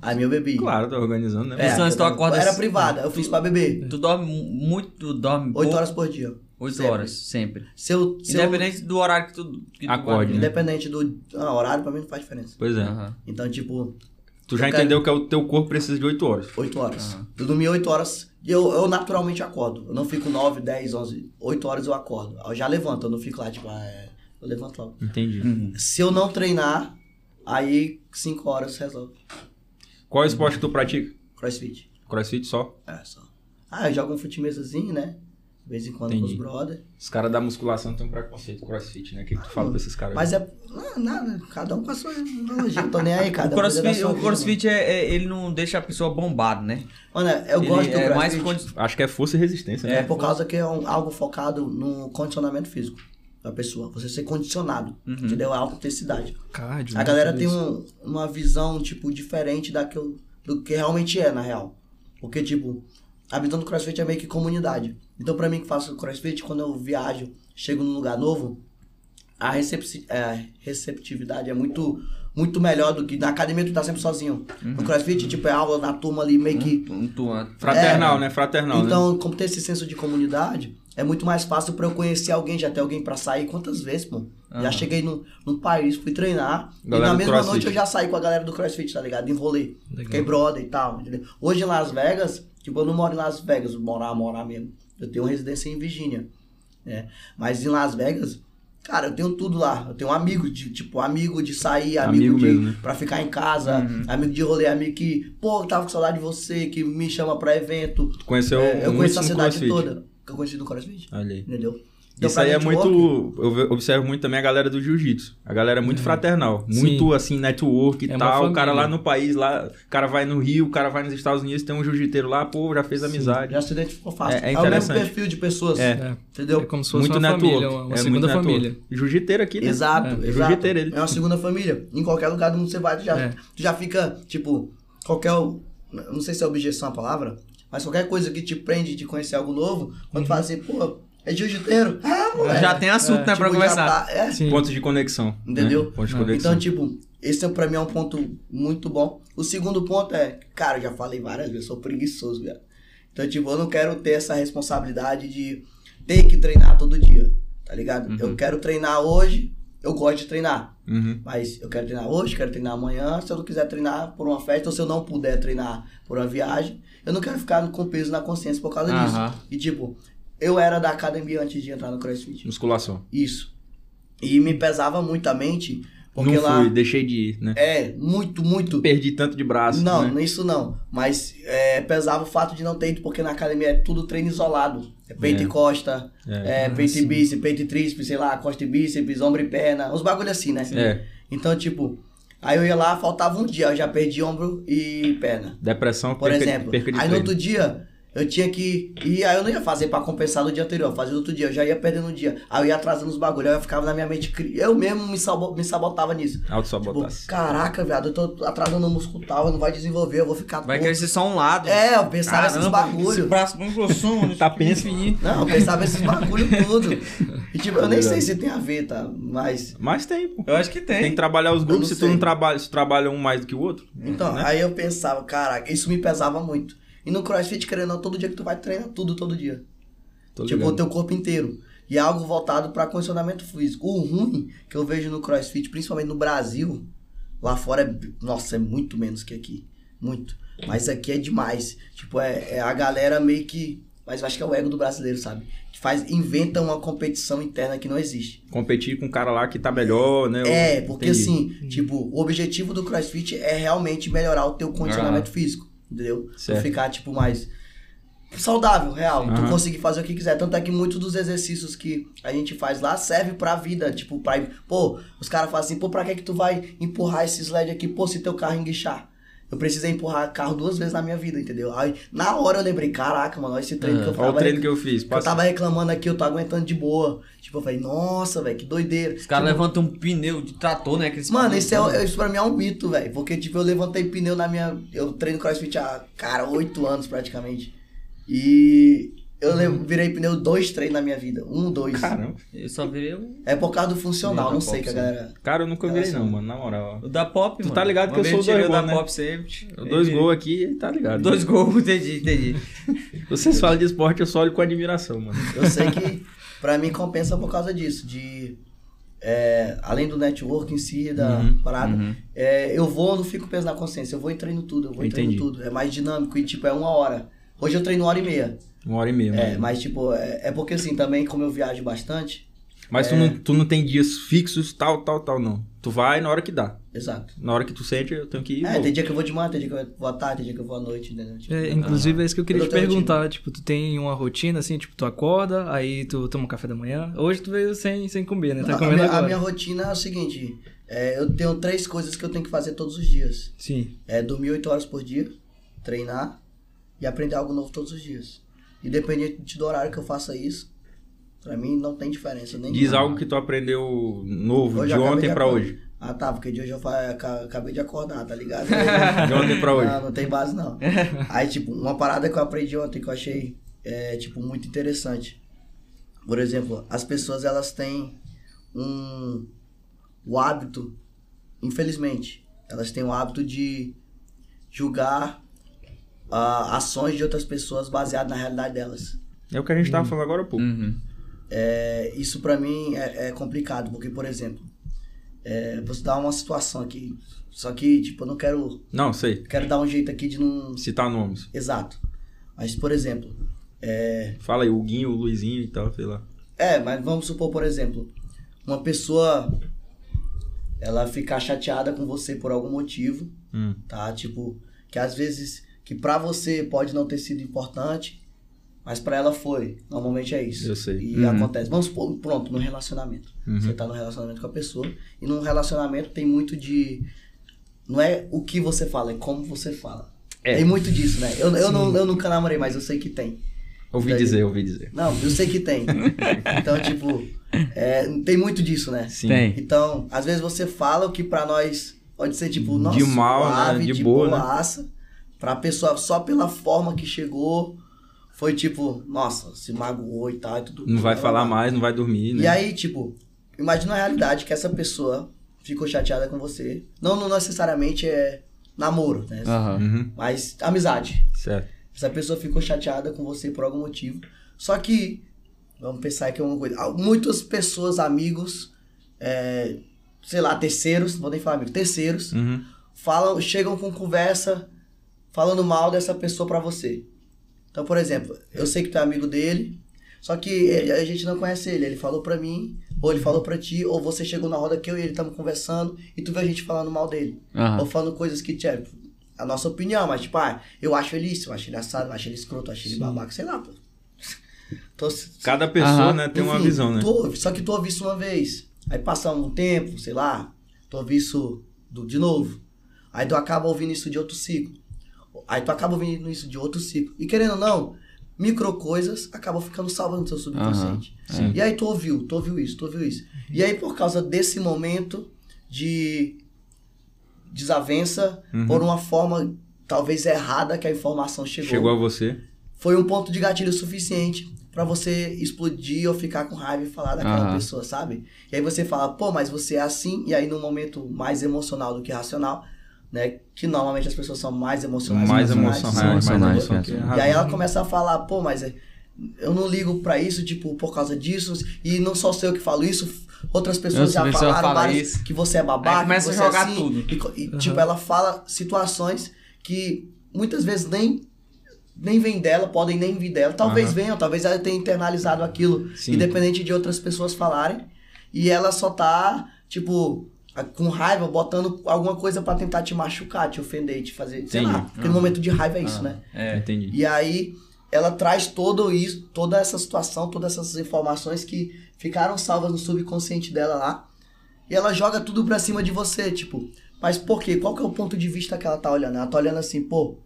S3: A minha eu bebi.
S1: Claro, tá organizando, né?
S2: É. Santos, tu acorda-
S3: Era privada, eu fiz pra beber.
S2: Tu dorme mu- muito, tu dorme.
S3: 8
S2: pouco?
S3: horas por dia.
S2: Oito
S3: Sempre.
S2: horas, sempre.
S3: Se eu, se eu-
S2: Independente do horário que tu. Que tu
S1: Acorde,
S2: vai.
S1: né?
S3: independente do ah, horário, pra mim não faz diferença.
S1: Pois é.
S2: Aham.
S3: Então, tipo,
S1: Tu já
S3: Eu quero-
S1: entendeu que é o teu corpo precisa de 8 horas.
S3: 8 horas. Eu dormi 8 horas e eu, eu naturalmente acordo. Eu não fico 9, 10, 11. 8 horas eu acordo. Eu já levanto, eu não fico lá, tipo, ah, é... eu levanto logo.
S1: Entendi.
S3: Se eu não treinar, aí 5 horas resolve.
S1: Qual é o esporte que tu pratica?
S3: Crossfit.
S1: Crossfit só?
S3: É só. Ah, eu jogo um futimesazinho, né? De vez em quando com
S1: Entendi.
S3: os brother.
S1: Os caras da musculação têm um preconceito com crossfit, né? O que, que tu fala pra esses caras?
S3: Mas é. Não, nada, cada um com a sua analogia. Eu tô nem aí,
S2: O
S3: cada um. cuida da
S2: crossfit,
S3: sua
S2: o
S3: vida,
S2: crossfit é, é- ele não deixa a pessoa bombada, né?
S3: Mano, Mano, né? eu
S2: Ele
S3: gosto do
S2: é
S3: crossfit.
S2: mais condi-
S1: Acho que é força e resistência, né?
S3: É por causa que é um- algo focado no condicionamento físico da pessoa. Você ser condicionado,
S2: Uhum.
S3: entendeu? A alta intensidade.
S5: Cardio.
S3: A
S5: né,
S3: galera
S5: tudo
S3: tem
S5: isso.
S3: um- uma visão, tipo, diferente daquilo, do que realmente é, na real. Porque, tipo, a visão do crossfit é meio que comunidade. Então, pra mim que faço crossfit, quando eu viajo, chego num lugar novo, a recepci- é, a receptividade é muito, muito melhor do que na academia tu tá sempre sozinho. No crossfit, tipo, é aula na turma ali, meio que...
S2: Um tuan.
S1: Fraternal,
S3: É.
S1: né? Fraternal, né?
S3: Então, como tem esse senso de comunidade, é muito mais fácil pra eu conhecer alguém, já ter alguém pra sair quantas vezes, pô. Já
S2: Aham.
S3: cheguei no, no país, fui
S1: Ah.
S3: treinar,
S1: Galera
S3: e na
S1: do
S3: mesma
S1: CrossFit.
S3: noite eu já saí com a galera do CrossFit, tá ligado? Enrolei.
S5: Legal.
S3: Fiquei brother e tal, entendeu? Hoje em Las Vegas, tipo, eu não moro em Las Vegas, morar, morar mesmo. Eu tenho residência em Virgínia, né? Mas em Las Vegas, cara, eu tenho tudo lá. Eu tenho amigo de, tipo, amigo de sair, amigo,
S1: Amigo
S3: de,
S1: mesmo, né? Uhum.
S3: pra ficar em casa, amigo de rolê, amigo que, pô, eu tava com saudade de você, que me chama pra evento.
S1: Tu conheceu
S3: É, eu
S1: muitos
S3: conheço
S1: Então,
S3: a
S1: no
S3: cidade
S1: crossfit.
S3: toda. Que eu conheci no CrossFit.
S1: Olha aí.
S3: Entendeu? Então,
S1: Isso
S3: pra
S1: aí é
S3: network,
S1: muito. Eu ve- observo muito também a galera do jiu-jitsu. A galera é muito fraternal.
S5: Sim.
S1: Muito assim, network e
S5: É uma
S1: tal. O
S5: família.
S1: cara lá no país, lá, o cara vai no Rio, o cara vai nos Estados Unidos, tem um jiu-jiteiro lá, pô, já fez amizade.
S3: Já se identificou fácil.
S1: É- é
S3: o mesmo
S1: interessante.
S3: perfil de pessoas.
S1: É.
S5: É.
S3: Entendeu?
S5: É como se fosse
S1: muito
S5: uma
S1: network.
S5: família, uma
S1: é
S5: segunda
S1: muito network.
S5: família.
S1: Jiu-jiteiro aqui, né?
S3: Exato,
S1: É,
S3: exato.
S1: jiu-jiteiro ele.
S3: É uma segunda família. Em qualquer lugar do mundo você vai, tu já,
S5: É.
S3: tu já fica, tipo, qualquer. eu Não sei se é objeção a palavra, mas qualquer coisa que te prende de conhecer algo novo, quando tu fala
S1: Uhum.
S3: assim, pô, é jiu-jiteiro? Ah, moleque.
S2: Já tem assunto, né, pra
S3: Tipo, já
S2: conversar.
S3: tá- é,
S5: Sim.
S1: Pontos de conexão.
S3: Entendeu?
S1: né? Pontos de
S5: Não.
S1: conexão.
S3: Então, tipo, esse pra mim é um ponto muito bom. O segundo ponto é, cara, eu já falei várias vezes, eu sou preguiçoso, velho. Então, tipo, eu não quero ter essa responsabilidade de ter que treinar todo dia, tá ligado? Eu quero treinar hoje, eu gosto de treinar.
S1: Uhum.
S3: Mas eu quero treinar hoje, quero treinar amanhã. Se eu não quiser treinar por uma festa, ou se eu não puder treinar por uma viagem, eu não quero ficar com peso na consciência por causa
S2: Aham.
S3: disso. E, tipo, eu era da academia antes de entrar no CrossFit.
S1: Musculação.
S3: Isso. E me pesava muito a mente, porque
S1: não
S3: lá
S1: fui, deixei de ir, né?
S3: é muito, muito.
S1: Perdi tanto de braço.
S3: não,
S1: né?
S3: isso não. Mas é, pesava o fato de não ter ido, porque na academia é tudo treino isolado. É peito
S1: É.
S3: e costa,
S1: É.
S3: é, peito e bíceps, peito e tríceps, sei lá, costa e bíceps, ombro e perna, uns bagulho assim, né?
S1: É.
S3: Então, tipo, aí eu ia lá, faltava um dia, eu já perdi ombro e perna.
S1: Depressão,
S3: Por
S1: perca, de-
S3: exemplo.
S1: perca de
S3: aí no
S1: treino.
S3: outro dia eu tinha que. E aí eu não ia fazer pra compensar no dia anterior, eu fazia no outro dia, eu já ia perdendo um dia. Aí eu ia atrasando os bagulhos, aí eu ficava na minha mente. cri- Eu mesmo me, sabo- me sabotava nisso. Tipo,
S2: assim.
S1: Autossabotagem.
S3: caraca, viado, eu tô atrasando o músculo tal, eu não vai desenvolver, eu vou ficar
S2: Vai
S3: torto.
S2: crescer só um lado.
S3: É, eu pensava esses
S2: Esse
S3: bagulho.
S2: braço muito
S1: <laughs>
S2: grossão, mano.
S1: Tá pensa.
S3: Não, eu pensava esses bagulho tudo. E tipo, eu nem sei se tem a ver, tá? Mas.
S1: Mas tem, pô.
S2: Eu acho que
S1: Tem que trabalhar os grupos
S3: não
S1: se tu não
S3: sei.
S1: trabalha, se tu trabalha um mais do que o outro.
S3: Então,
S1: né?
S3: aí eu pensava, caraca, isso me pesava muito. E no crossfit, querendo ou não, todo dia que tu vai treinar tudo, todo dia.
S1: Tô
S3: tipo,
S1: ligado.
S3: o teu corpo inteiro. E é algo voltado pra condicionamento físico. O ruim que eu vejo no crossfit, principalmente no Brasil, lá fora é. Nossa, é muito menos que aqui. Muito. Mas aqui é demais. Tipo, é, é a galera meio que. Mas eu acho que é o ego do brasileiro, sabe? Que faz, inventa uma competição interna que não existe.
S1: competir com um cara lá que tá melhor, né?
S3: É,
S1: Eu-
S3: porque
S1: entendi.
S3: assim, tipo, o objetivo do CrossFit é realmente melhorar o teu condicionamento físico, entendeu? Tu
S1: Ah. Certo.
S3: ficar, tipo, mais saudável, real. Tu
S1: Aham.
S3: conseguir fazer o que quiser. Tanto é que muitos dos exercícios que a gente faz lá serve pra vida, tipo, pra... Pô, os caras falam assim, pô, pra que que tu vai empurrar esse sled aqui, pô, se teu carro enguichar? Eu precisei empurrar carro duas vezes na minha vida, entendeu? Aí, na hora eu lembrei, caraca, mano, olha esse treino que eu
S1: Ah, Olha
S3: tava...
S1: o treino que eu fiz.
S3: eu
S1: Passa...
S3: tava reclamando aqui, eu tô aguentando de boa. Tipo, eu falei, nossa, velho, que doideira. Tipo,
S2: Os caras levantam um pneu de trator, né? Aqueles
S3: Mano, isso, é, isso pra mim é um mito, velho. Porque, tipo, eu levantei pneu na minha. Eu treino crossfit há, cara, oito anos praticamente. E eu
S1: Uhum.
S3: le- virei pneu dois treinos na minha vida. Um, dois.
S1: Caramba.
S2: Eu só virei o,
S3: É por causa do funcional,
S2: Meio
S3: não
S2: da
S3: sei que a
S2: boxe, né?
S3: galera.
S1: Cara, eu nunca virei
S3: Nossa,
S1: não, mano. Na moral.
S2: o da Pop,
S1: Tu
S2: mano.
S1: tá ligado que eu sou o
S2: o
S1: dois
S2: da
S1: gol, né?
S2: Pop sempre.
S1: ó. Dois
S2: Ele- <laughs>
S1: gols aqui, tá ligado.
S2: Dois gols, entendi, entendi.
S1: Vocês falam de <laughs> esporte, eu só olho com admiração, mano.
S3: Eu sei que pra mim compensa por causa disso. De. é, além do network em si, da
S1: Uhum,
S3: parada,
S2: uhum.
S3: é, eu vou, eu não fico peso na consciência. Eu vou e treino tudo, eu vou e treino
S1: Entendi.
S3: tudo. É mais dinâmico e, tipo, é uma hora. Hoje eu treino uma hora e meia.
S1: Uma hora e meia.
S3: É,
S1: mano.
S3: mas, tipo, é, é porque, assim, também, como eu viajo bastante...
S1: Mas
S3: é.
S1: tu, não, tu não tem dias fixos, tal, tal, tal, não. Tu vai na hora que dá.
S3: Exato.
S1: Na hora que tu sente, eu tenho que ir.
S3: É,
S1: vou.
S3: tem dia que eu vou de manhã, tem dia que eu vou à tarde, tem dia que eu vou à noite, entendeu? Tipo,
S5: É, inclusive, é isso que eu queria
S3: Eu
S5: te
S3: tenho rotina.
S5: perguntar. Tipo, tu tem uma rotina, assim, tipo, tu acorda, aí tu toma um café da manhã. Hoje tu veio sem, sem comer, né? Tá
S3: a,
S5: comendo
S3: minha, a
S5: agora.
S3: minha rotina é o seguinte, é, eu tenho três coisas que eu tenho que fazer todos os dias.
S5: Sim.
S3: É dormir oito horas por dia, treinar e aprender algo novo todos os dias. Independente do horário que eu faça isso, pra mim não tem diferença nenhuma.
S1: Diz algo que tu aprendeu novo,
S3: Hoje
S1: de
S3: eu acabei
S1: ontem
S3: de
S1: pra
S3: acordar.
S1: hoje.
S3: Ah tá, porque de hoje eu fa- aca- acabei de acordar, tá ligado?
S1: <laughs>
S3: Ah,
S1: De ontem pra hoje.
S3: Não, não tem
S1: <laughs>
S3: base não. Aí, tipo, uma parada que eu aprendi ontem que eu achei, é, tipo, muito interessante. Por exemplo, as pessoas, elas têm um... O hábito, infelizmente, elas têm o hábito de julgar ah, ações de outras pessoas baseado na realidade delas.
S1: É o que a gente
S3: Hum.
S1: tava falando agora há pouco.
S2: Uhum.
S3: É, isso pra mim é, é complicado, porque, por exemplo, é, vou dar uma situação aqui. Só que, tipo, eu não quero...
S1: Não, sei.
S3: Quero dar um jeito aqui de não
S1: Citar nomes.
S3: Exato. Mas, por exemplo, é...
S1: Fala aí, o Guinho, o Luizinho e tal, sei lá.
S3: é, mas vamos supor, por exemplo, uma pessoa ela ficar chateada com você por algum motivo,
S1: Hum.
S3: tá? Tipo, que às vezes que pra você pode não ter sido importante, mas pra ela foi. Normalmente é isso.
S1: Eu sei.
S3: E
S2: Uhum.
S3: acontece. Vamos supor, pronto, no relacionamento.
S1: Uhum.
S3: Você tá no relacionamento com a pessoa e num relacionamento tem muito de não é o que você fala, é como você fala.
S1: É.
S3: Tem muito disso, né? Eu, eu, não, eu nunca namorei, mas eu sei que tem.
S1: Ouvi
S3: Daí-
S1: dizer, ouvi dizer.
S3: Não, eu sei que tem. Então, tipo, é, tem muito disso, né?
S1: Sim.
S2: Tem.
S3: Então, às vezes você fala o que pra nós pode ser, tipo,
S1: De
S3: nossa,
S1: mal, né?
S3: suave,
S1: De
S3: de
S1: boa,
S3: boa,
S1: né?
S3: boaça. Pra pessoa, só pela forma que chegou, foi tipo, nossa, se magoou e tal e tudo.
S1: Não vai falar mais, não vai dormir, né?
S3: E aí, tipo, imagina a realidade que essa pessoa ficou chateada com você. Não, não necessariamente é namoro, né?
S2: Aham.
S1: Uhum,
S3: Mas amizade.
S1: certo.
S3: Essa pessoa ficou chateada com você por algum motivo. Só que, vamos pensar aqui uma coisa. Ah, Muitas pessoas, amigos, é, sei lá, terceiros, não vou nem falar amigos, terceiros,
S1: Uhum.
S3: falam, chegam com conversa falando mal dessa pessoa pra você. Então, por exemplo, eu sei que tu é amigo dele, só que ele- a gente não conhece ele. Ele falou pra mim, ou ele falou pra ti, ou você chegou na roda que eu e ele estamos conversando e tu vê a gente falando mal dele. Ou
S2: Aham.
S3: falando coisas que, tipo, a nossa opinião, mas tipo, ah, eu acho ele isso, eu acho ele assado, eu acho ele escroto, eu acho ele babaca, sei lá, pô. <laughs> Tô-
S1: Cada pessoa,
S2: Aham.
S1: né, tem uma
S3: enfim,
S1: visão, né?
S3: tu ouve, só que tu ouve isso uma vez. Aí passa um tempo, sei lá, tu ouve isso do- de novo. Aí tu acaba ouvindo isso de outro ciclo. Aí tu acaba ouvindo isso de outro ciclo. E querendo ou não, micro coisas acabam ficando salvas no seu subconsciente.
S2: Aham,
S3: E aí tu ouviu, tu ouviu isso, tu ouviu isso. E aí por causa desse momento de desavença,
S1: Uhum.
S3: por uma forma talvez errada que a informação
S1: Chegou a você.
S3: foi um ponto de gatilho suficiente pra você explodir ou ficar com raiva e falar daquela
S2: Aham.
S3: pessoa, sabe? E aí você fala, pô, mas você é assim, e aí num momento mais emocional do que racional, né? Que normalmente as pessoas são mais emocionais.
S1: Mais
S3: racionais.
S1: emocionais, é.
S2: São
S1: mais
S2: emocionais,
S1: emoção
S2: cara.
S1: que
S3: E aí
S1: razão.
S3: ela começa a falar, pô, mas é- eu não ligo pra isso, tipo, por causa disso, e não só sei eu que falo isso, outras
S2: Outras
S3: pessoas já
S2: pessoas
S3: falaram
S2: falam
S3: várias
S2: isso.
S3: que você é babaca,
S2: Aí começa
S3: que
S2: a
S3: você
S2: jogar
S3: é assim,
S2: tudo.
S3: E, co- e, tipo, ela fala situações que muitas vezes nem nem vem dela, podem nem vir dela, talvez
S1: Aham.
S3: venham, talvez ela tenha internalizado aquilo,
S1: Sim.
S3: independente de outras pessoas falarem, e ela só tá, tipo, a- com raiva, botando alguma coisa pra tentar te machucar, te ofender, te fazer, sei
S1: Entendi.
S3: lá, porque no momento de raiva é isso, né?
S2: É.
S1: Entendi.
S3: E aí ela traz todo isso, toda essa situação, todas essas informações que ficaram salvas no subconsciente dela lá. E ela joga tudo pra cima de você, tipo, mas por quê? Qual que é o ponto de vista que ela tá olhando? Ela tá olhando assim, pô,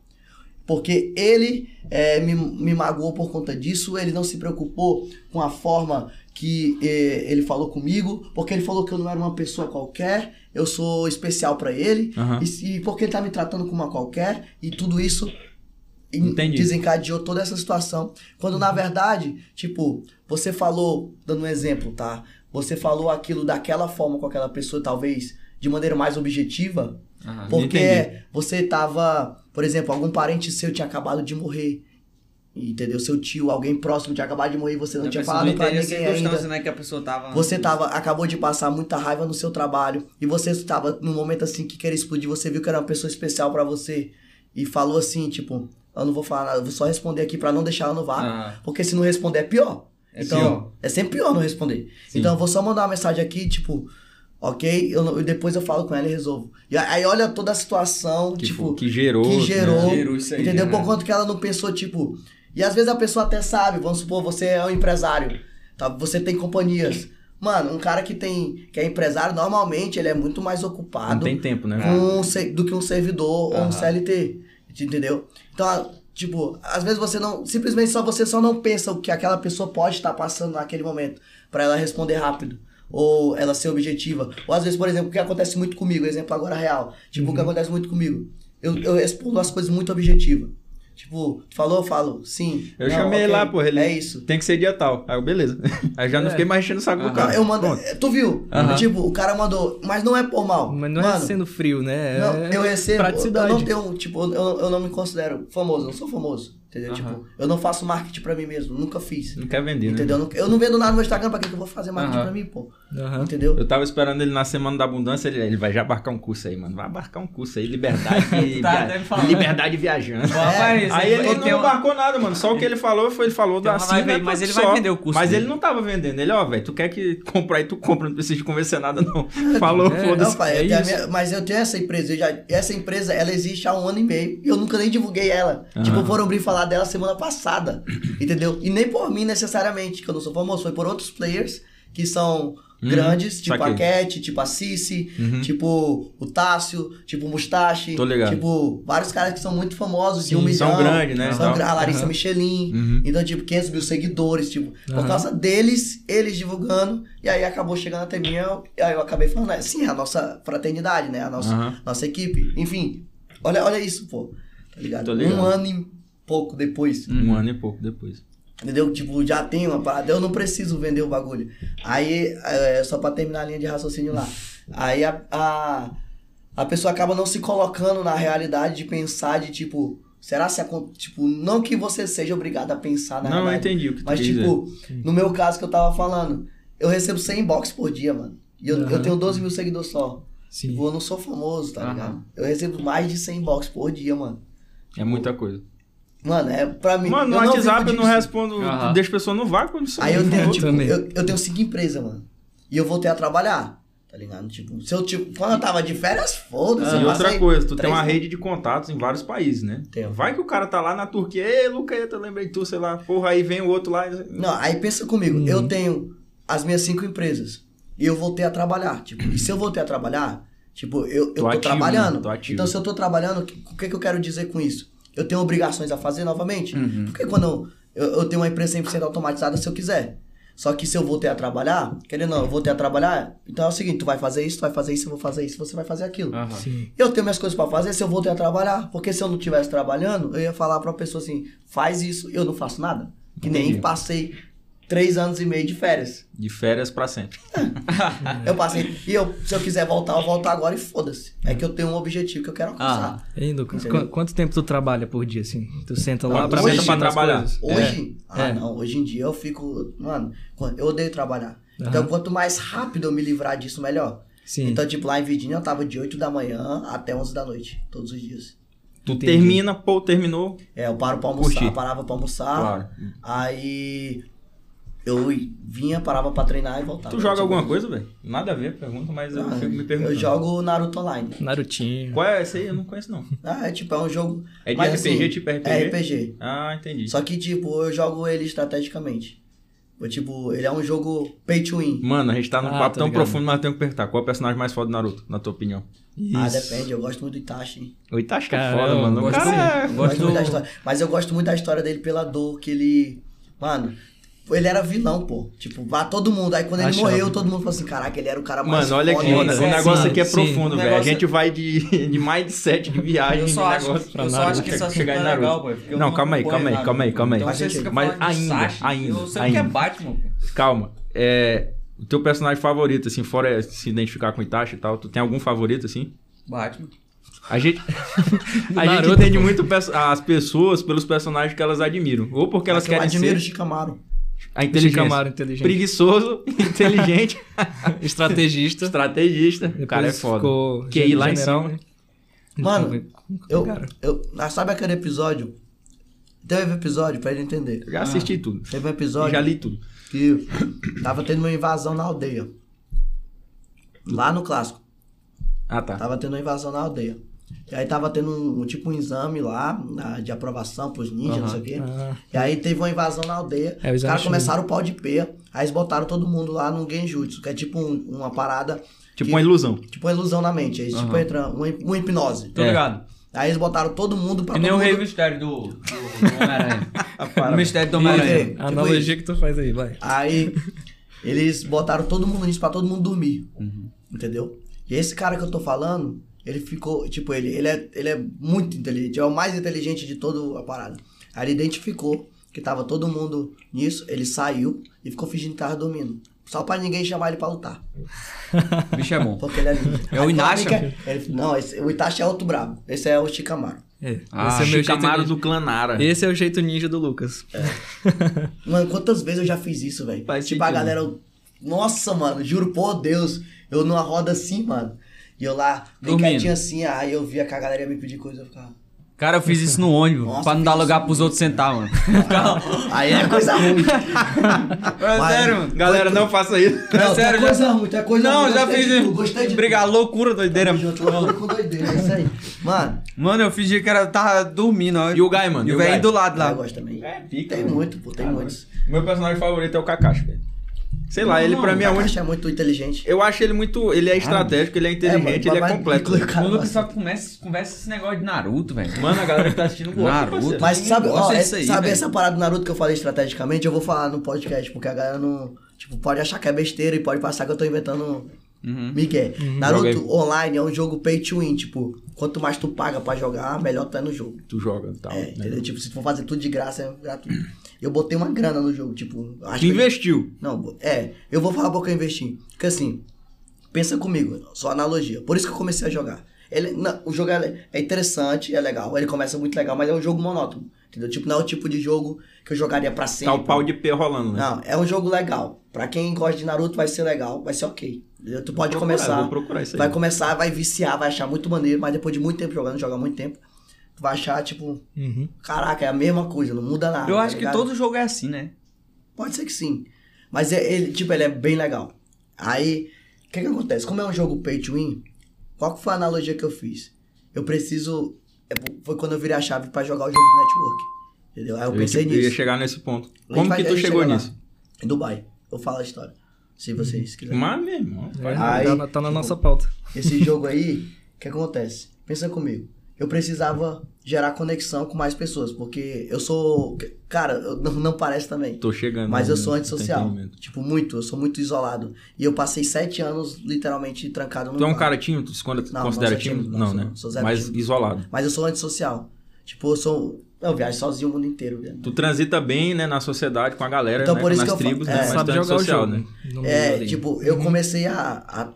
S3: porque ele eh, me, me magoou por conta disso, ele não se preocupou com a forma que eh, ele falou comigo, porque ele falou que eu não era uma pessoa qualquer, eu sou especial pra ele,
S1: Aham.
S3: e, se- e porque ele tá me tratando como uma qualquer, e tudo isso em-
S1: Entendi. Uhum.
S3: desencadeou toda essa situação. Quando na verdade, tipo, você falou, dando um exemplo, tá? Você falou aquilo daquela forma com aquela pessoa, talvez de maneira mais objetiva,
S2: Aham.
S3: porque
S1: entendi.
S3: você tava, por exemplo, algum parente seu tinha acabado de morrer. Entendeu? Seu tio, alguém próximo tinha acabado de morrer e você não
S2: A
S3: tinha
S2: pessoa
S3: falado
S2: não
S3: pra
S2: entende a
S3: ninguém ainda.
S2: circunstância, né? Que a pessoa tava.
S3: Você tava, acabou de passar muita raiva no seu trabalho e você estava num momento assim que queria explodir, você viu que era uma pessoa especial pra você e falou assim, tipo, eu não vou falar nada, eu vou só responder aqui pra não deixar ela no vácuo,
S2: Ah,
S3: porque se não responder é pior.
S2: é
S3: então,
S2: pior.
S3: é sempre pior não responder.
S2: Sim.
S3: Então, eu vou só mandar uma mensagem aqui, tipo, ok, eu, não- e depois eu falo com ela e resolvo. E aí olha toda a situação,
S1: Que,
S3: tipo,
S1: fo- que gerou.
S3: que
S1: né?
S3: gerou,
S2: Gerou isso aí,
S3: entendeu?
S2: né?
S3: Por quanto que ela não pensou, tipo. E às vezes a pessoa até sabe, vamos supor, você é um empresário, tá? Você tem companhias. Mano, um cara que tem que é empresário, normalmente ele é muito mais
S1: Não
S3: ocupado
S1: tem tempo, né?
S3: com um se- do que um servidor ou
S2: Aham.
S3: um CLT, entendeu? Então, a- tipo, às vezes você não, simplesmente só você só não pensa o que aquela pessoa pode estar passando naquele momento pra ela responder rápido. Ou ela ser objetiva. Ou às vezes, por exemplo, o que acontece muito comigo, exemplo agora real. Tipo,
S1: Uhum.
S3: o que acontece muito comigo. Eu, eu respondo as coisas muito objetiva. Tipo, falou, eu falo, sim.
S1: Eu
S3: não,
S1: chamei
S3: ok,
S1: lá, porra. Ele
S3: É isso.
S1: Tem que ser dia tal. Aí eu,
S3: <laughs>
S1: beleza. Aí já não
S5: É.
S1: fiquei mais enchendo o saco do
S2: Aham.
S1: cara.
S3: eu mando.
S1: Pronto.
S3: Tu viu?
S2: Aham.
S3: Tipo, o cara mandou, mas não é por mal.
S5: Mas não é
S3: Mano,
S5: sendo frio, né? É
S3: Não, eu recebo. Eu
S5: Praticidade.
S3: não tenho, tipo, eu, eu não me considero famoso, eu não sou famoso. Entendeu?
S2: Aham.
S3: Tipo, eu não faço marketing pra mim mesmo, nunca fiz.
S1: Não quer vender, né?
S3: Entendeu? Eu não, eu não vendo nada no meu Instagram, pra que que eu vou fazer marketing
S2: Aham.
S3: pra mim, pô?
S5: Aham.
S3: Entendeu?
S1: Eu tava esperando ele na Semana da Abundância, ele, ele vai já abarcar um curso aí, mano. Vai abarcar um curso aí,
S2: <laughs>
S1: liberdade.
S2: Tá,
S1: via-
S2: deve falar.
S1: liberdade viajando.
S2: Bom,
S3: É,
S2: rapaz, esse
S1: Aí ele
S2: tem
S1: não
S2: uma-
S1: embarcou nada, mano. Só o que ele falou foi ele falou
S2: Então
S1: da
S2: vai
S1: Cina,
S2: ver, mas
S1: tudo
S2: ele vai
S1: só.
S2: vender o curso
S1: Mas
S2: dele.
S1: ele não tava vendendo. Ele, ó, velho, tu quer que comprar aí, tu compra, não precisa de convencer nada, não. Falou,
S5: É,
S1: foda-se.
S3: Não, pai, eu
S1: É
S3: tenho a
S1: isso.
S3: minha- mas eu tenho essa empresa, eu já- essa empresa, ela existe há um ano e meio, e eu nunca nem divulguei ela.
S1: Aham.
S3: Tipo, foram abrir e falar dela semana passada, <clears throat> entendeu? E nem por mim, necessariamente, que eu não sou famoso, foi por outros players que são
S1: Uhum,
S3: grandes, tipo
S1: saquei.
S3: a Cat, tipo a Cici,
S1: Uhum.
S3: Tipo o Tássio, tipo o Mustache.
S1: Tô ligado.
S3: Tipo, vários caras que são muito famosos de um
S1: Sim,
S3: milhão.
S1: são grandes, né,
S3: São
S1: tal.
S3: gra- a Larissa
S5: Aham.
S3: Michelin.
S1: Uhum.
S3: Então, tipo, 500 mil seguidores, tipo, por
S5: Aham.
S3: causa deles, eles divulgando, e aí acabou chegando até mim, eu- e aí eu acabei falando, "É, sim, é a nossa fraternidade, né, a nossa,
S1: Aham.
S3: nossa equipe, enfim, olha, olha isso, pô, tá ligado?
S1: Tô ligado.
S3: Um ano e pouco depois,
S1: Um ano e pouco depois.
S3: Entendeu? Tipo, já tem uma parada, eu não preciso vender o bagulho. Aí, é, só pra terminar a linha de raciocínio lá. Aí a, a, a pessoa acaba não se colocando na realidade de pensar de tipo, será se acon- Tipo, não que você seja obrigado a pensar na
S1: não, eu
S3: realidade.
S1: entendi o que tu
S3: Mas,
S1: quis
S3: tipo, no meu caso que eu tava falando, eu recebo 100 inbox por dia, mano. E eu, eu
S5: Aham.
S3: tenho 12 mil seguidores só.
S5: Sim.
S3: Tipo, eu não sou famoso, tá
S2: Aham.
S3: ligado? Eu recebo mais de 100 inbox por dia, mano.
S1: dizer. É muita coisa.
S3: Mano, é pra mim.
S1: Mano, no
S3: eu não
S1: WhatsApp
S3: vivo
S1: eu não
S3: disso.
S1: respondo,
S2: Aham.
S1: deixa a pessoa no vácuo. isso
S3: Aí
S1: não
S3: eu tenho,
S1: falou.
S3: tipo,
S5: também.
S3: eu, eu tenho cinco empresas, mano. E eu voltei a trabalhar, tá ligado? Tipo, se eu, tipo, quando eu tava de férias, foda-se.
S1: Ah, e
S3: assim, eu
S1: outra
S3: passei-
S1: coisa, tu tem
S3: três
S1: uma
S3: anos.
S1: rede de contatos em vários países, né?
S3: Tenho.
S1: Vai que o cara tá lá na Turquia, ei, Lucaeta, lembrei de tu, sei lá. Porra, aí vem o outro lá. e-
S3: Não, aí pensa comigo,
S5: Uhum.
S3: eu tenho as minhas cinco empresas. E eu voltei a trabalhar, tipo, e se eu voltei a trabalhar, tipo, eu, eu
S1: Tô
S3: tô,
S1: ativo, né?
S3: trabalhando.
S1: Tô ativo.
S3: Então, se eu tô trabalhando, o que, o que que eu quero dizer com isso? Eu tenho obrigações a fazer novamente?
S2: Uhum.
S3: Porque quando eu, eu, eu tenho uma empresa 100% automatizada, se eu quiser. Só que se eu voltei a trabalhar, querendo ou não, eu voltei a trabalhar, então é o seguinte, tu vai fazer isso, tu vai fazer isso, eu vou fazer isso, você vai fazer aquilo.
S2: Aham.
S5: Sim.
S3: Eu tenho minhas coisas pra fazer se eu voltei a trabalhar. Porque se eu não estivesse trabalhando, eu ia falar pra uma pessoa assim: faz isso, eu não faço nada. Que nem
S1: Entendi.
S3: passei três anos e meio de férias.
S1: De férias pra sempre.
S3: Eu passei. E eu, se eu quiser voltar, eu volto agora e foda-se. É que eu tenho um objetivo que eu quero alcançar.
S5: Ei, Lucas,
S3: Entendeu?
S5: qu- quanto tempo tu trabalha por dia, assim? Tu senta lá
S1: Ah,
S5: pra
S1: senta
S5: mexer
S1: pra
S5: nas
S1: trabalhar.
S5: coisas?
S3: Hoje, ah
S5: é.
S3: não, hoje em dia eu fico. Mano, eu odeio trabalhar. Então,
S5: Aham.
S3: quanto mais rápido eu me livrar disso, melhor.
S5: Sim.
S3: Então, tipo, lá em Virgínia eu tava de 8 da manhã até 11 da noite, todos os dias.
S1: Tu
S5: Entendi.
S1: termina, pô, terminou.
S3: É, eu paro pra almoçar,
S1: Curti.
S3: parava pra almoçar.
S1: claro.
S3: Aí eu vinha, parava pra treinar e voltava.
S1: tu joga alguma coisa, velho? Nada a ver, pergunta, mas eu
S3: Tá Ah,
S1: fico me
S3: Eu
S1: perguntando.
S3: jogo Naruto Online.
S5: Narutinho.
S1: Qual é esse aí? Eu não conheço, não.
S3: Ah, é tipo, é um jogo.
S1: É de
S3: Mas,
S1: RPG,
S3: assim,
S1: tipo RPG?
S3: É RPG.
S1: Ah, entendi.
S3: Só que, tipo, eu jogo ele estrategicamente. Eu, tipo, ele é um jogo pay to win.
S1: Mano, a gente tá num
S5: Ah,
S1: papo
S5: tô
S1: tão
S5: ligado.
S1: profundo, mas eu tenho que perguntar. Qual é o personagem mais foda do Naruto, na tua opinião?
S3: Ah,
S5: Isso.
S3: depende, eu gosto muito do Itachi. hein?
S1: O Itachi que é
S5: Cara,
S1: foda,
S5: eu
S1: mano. O
S5: gosto
S1: cara
S5: dele.
S1: é...
S3: Eu
S5: Gosto
S3: gosto muito
S5: do-
S3: da história. Mas eu gosto muito da história dele pela dor que ele. Mano. Ele era vilão, pô. Tipo, vá todo mundo. Aí quando ele
S5: Achava.
S3: morreu, todo mundo falou assim: caraca, ele era o cara mais
S1: Mano, olha aqui,
S3: foda.
S1: o
S2: né?
S3: Sim,
S1: negócio
S5: sim,
S1: aqui é
S5: sim.
S1: profundo,
S2: O
S1: velho. A
S2: negócio-
S1: gente vai de, <laughs> de mindset, de viagem,
S2: Eu
S1: de
S2: só acho,
S1: um negócio.
S5: pra
S2: eu só
S5: Naruto.
S2: acho que esse
S1: Chega- <laughs>
S2: assunto
S1: chegar em
S2: é
S1: Naruto.
S2: legal, pô. porque eu
S1: Não, calma aí,
S2: acompanho
S1: calma aí,
S2: Naruto.
S1: calma aí, calma aí.
S2: Então você
S3: Mas
S2: fica
S1: ainda,
S2: falando de
S1: ainda,
S2: Sasuke, Eu sei
S1: ainda.
S2: que é Batman, pô.
S1: Calma. É, o teu personagem favorito, assim, fora se identificar com o Itachi e tal, tu tem algum favorito, assim?
S2: Batman.
S1: A gente, a gente
S5: Naruto,
S1: entende
S5: pô.
S1: muito perso- as pessoas pelos personagens que elas admiram. Ou porque elas
S3: Mas É eu
S1: querem
S3: admiro
S1: ser
S3: de Camaro.
S1: a inteligência.
S5: Camaro inteligente.
S1: Preguiçoso, <laughs> inteligente,
S5: Estrategista.
S1: estrategista. <laughs> O cara é
S5: Depois
S1: foda.
S5: Ficou
S1: QI lá em
S5: general, Então,
S1: cima.
S5: né?
S3: Mano, Eu,
S5: Cara.
S3: eu, ah, sabe aquele episódio? Teve um episódio, pra ele entender.
S1: Eu já assisti tudo.
S3: Teve um
S1: Eu já
S3: episódio
S1: li tudo.
S3: que tava tendo uma invasão na aldeia. Lá no clássico.
S1: Ah, tá.
S3: Tava tendo uma invasão na aldeia. E aí tava tendo um, um tipo um exame lá na- de aprovação pros ninjas, não sei o quê.
S5: Ah,
S3: E aí teve uma invasão na aldeia.
S5: É, o
S3: os
S5: exame
S3: caras
S5: chinês.
S3: começaram o pau de pé. Aí eles botaram todo mundo lá num genjutsu, que é tipo um- uma parada,
S1: Tipo
S3: Que-
S1: uma ilusão.
S3: tipo uma ilusão na mente. Aí tipo entra uma, hip- uma hipnose.
S2: Tô ligado.
S3: Aí eles botaram todo mundo pra
S2: Que
S3: todo
S2: nem o
S3: mundo...
S2: Rei Mistério do, do, do
S3: <laughs>
S2: Homem-Aranha.
S3: Ah,
S2: o Mistério do
S3: Ei,
S2: Homem-Aranha.
S3: ei.
S5: a é, analogia
S3: Tipo
S5: que tu faz aí, vai.
S3: Aí eles botaram todo mundo nisso pra todo mundo dormir.
S2: Uhum.
S3: Entendeu? E esse cara que eu tô falando, ele ficou, tipo, ele, ele, é, ele é muito inteligente, é o mais inteligente de toda a parada. Aí ele identificou que tava todo mundo nisso, ele saiu e ficou fingindo que tava dormindo. Só pra ninguém chamar ele pra lutar.
S2: O bicho é bom.
S3: Porque ele é ninja.
S2: É o
S3: Aí,
S2: Inasha?
S3: claro que é- ele- não, esse- o Itachi é outro brabo. Esse é o Shikamaru.
S5: É,
S2: Ah,
S5: esse é o meu
S1: Chico
S5: jeito
S1: Camaro
S5: ninja.
S1: do Clanara.
S5: Esse é o jeito ninja do Lucas.
S1: É,
S3: Mano, quantas vezes eu já fiz isso, velho? Tipo,
S2: Faz
S3: a
S2: sentido.
S3: galera. eu- Nossa, mano, juro por Deus. Eu numa roda assim, mano. E eu lá, bem
S2: Dormindo.
S3: quietinho assim, aí eu via que a galera ia me pedir coisa, eu ficava.
S2: Cara, eu fiz isso no ônibus,
S3: Nossa,
S2: pra não dar
S3: fiz
S2: lugar pros outros sentar, mano.
S3: <laughs> Aí é coisa
S1: <laughs>
S3: ruim.
S2: É
S3: Mas-
S2: sério, mano.
S1: Galera, não faça isso. <laughs>
S3: Não,
S2: sério,
S3: é
S2: já-
S3: coisa ruim, tu é coisa
S2: Não,
S3: ruim.
S2: já
S3: gostei
S2: fiz.
S3: de tu, Gostei de tu.
S2: Briga, loucura, doideira.
S3: Tamo junto, loucura com doideira, é isso aí. Mano,
S2: Mano, eu fingi que era, tava dormindo. ó.
S1: E o Guy, mano? E
S2: E o
S1: o
S2: velho
S1: Guy?
S2: do lado
S3: lá
S2: lá.
S3: eu gosto também.
S1: É pica. Tá
S3: Tem muito, pô, tem muitos.
S1: Meu personagem favorito é o Kakashi, velho. Sei lá,
S2: Não,
S1: ele pra
S2: não,
S1: mim é
S3: Minha
S1: o único.
S3: é muito inteligente.
S1: Eu acho ele muito. Ele é estratégico, ele é inteligente,
S3: mano,
S1: ele é
S3: babado-
S1: completo.
S3: inclui o cara,
S2: O Lucas
S3: nossa.
S2: só começa, conversa esse negócio de Naruto, velho.
S1: Mano, a galera que tá assistindo gosta.
S2: Naruto.
S1: parceiro.
S3: Mas
S2: Ninguém
S3: sabe,
S2: gosta
S3: ó,
S2: disso
S3: é-
S2: aí,
S3: sabe
S2: velho.
S3: essa parada do Naruto que eu falei estrategicamente? Eu vou falar no podcast, porque a galera não. Tipo, pode achar que é besteira e pode passar que eu tô inventando
S2: Uhum.
S3: Miguel. Naruto
S1: Joga
S3: Online é um jogo pay to win, tipo, quanto mais tu paga pra jogar, melhor tu é no jogo.
S1: Tu joga
S2: Ah,
S1: e tal.
S3: É,
S1: né?
S3: entendeu? Tipo, se tu for fazer tudo de graça, é gratuito. Eu botei uma grana no jogo, tipo, acho
S1: Tu
S3: que.
S1: investiu.
S3: Não, é, eu vou falar porque eu investi. Porque assim, pensa comigo, só analogia. Por isso que eu comecei a jogar. Ele, não, o jogo é, é interessante, é legal. Ele começa muito legal, mas é um jogo monótono. Entendeu? Tipo, não é o tipo de jogo que eu jogaria pra
S1: Tá
S3: sempre.
S1: o pau de pé rolando, né?
S3: Não, é um jogo legal. Pra quem gosta de Naruto, vai ser legal, vai ser ok. Entendeu? Tu pode
S1: Vou procurar,
S3: começar.
S1: Vou procurar isso aí.
S3: Vai começar, vai viciar, vai achar muito maneiro, mas depois de muito tempo jogando, jogar muito tempo, tu vai achar, tipo,
S5: Uhum.
S3: caraca, é a mesma coisa, não muda nada.
S2: Eu
S3: tá
S2: acho que
S3: ligado?
S2: todo jogo é assim, né?
S3: Pode ser que sim. Mas é- ele, tipo, ele é bem legal. Aí, o que que acontece? Como é um jogo pay to win, qual que foi a analogia que eu fiz? Eu preciso... é, Foi quando eu virei a chave pra jogar o jogo do Network. Entendeu? Aí eu pensei
S1: tipo, ia, ia
S3: nisso.
S1: chegar nesse ponto.
S3: A gente
S1: Como
S3: vai-
S1: que
S3: a
S1: tu
S3: gente
S1: chegou
S3: chega lá.
S1: nisso? Uhum.
S3: Em Dubai. Eu falo a história. Se vocês quiserem.
S1: Mas, meu
S3: É.
S1: irmão.
S5: Vai,
S3: Aí,
S5: tá, na- tá na
S3: tipo,
S5: nossa pauta.
S3: Esse jogo aí, o que acontece? Pensa comigo. Eu precisava gerar conexão com mais pessoas, porque eu sou. Cara, eu não, não parece também.
S1: Tô chegando.
S3: Mas eu
S1: né?
S3: sou
S1: Tem
S3: antissocial.
S1: entendimento.
S3: Tipo, muito. Eu sou muito isolado. E eu passei sete anos literalmente trancado no.
S1: Tu é um
S3: quarto.
S1: cara tímido? Tu se con-
S3: não
S1: considera
S3: sou tímido,
S1: tímido?
S3: não,
S1: Não,
S3: sou-
S1: né?
S3: sou zero
S1: Mas
S3: tímido.
S1: isolado.
S3: Mas eu sou antissocial. Tipo, eu sou. Eu viajo sozinho o mundo inteiro, velho.
S1: Tu transita bem, né, na sociedade, com a galera,
S3: Então,
S1: né,
S3: por isso
S1: nas
S3: que eu fa-
S1: tribos,
S3: é.
S1: né? Mas tu
S5: Sabe
S1: é Uhum.
S5: jogar o
S1: antissocial,
S5: jogo.
S1: né?
S5: No meio
S3: É,
S5: ali.
S3: tipo, eu comecei a, a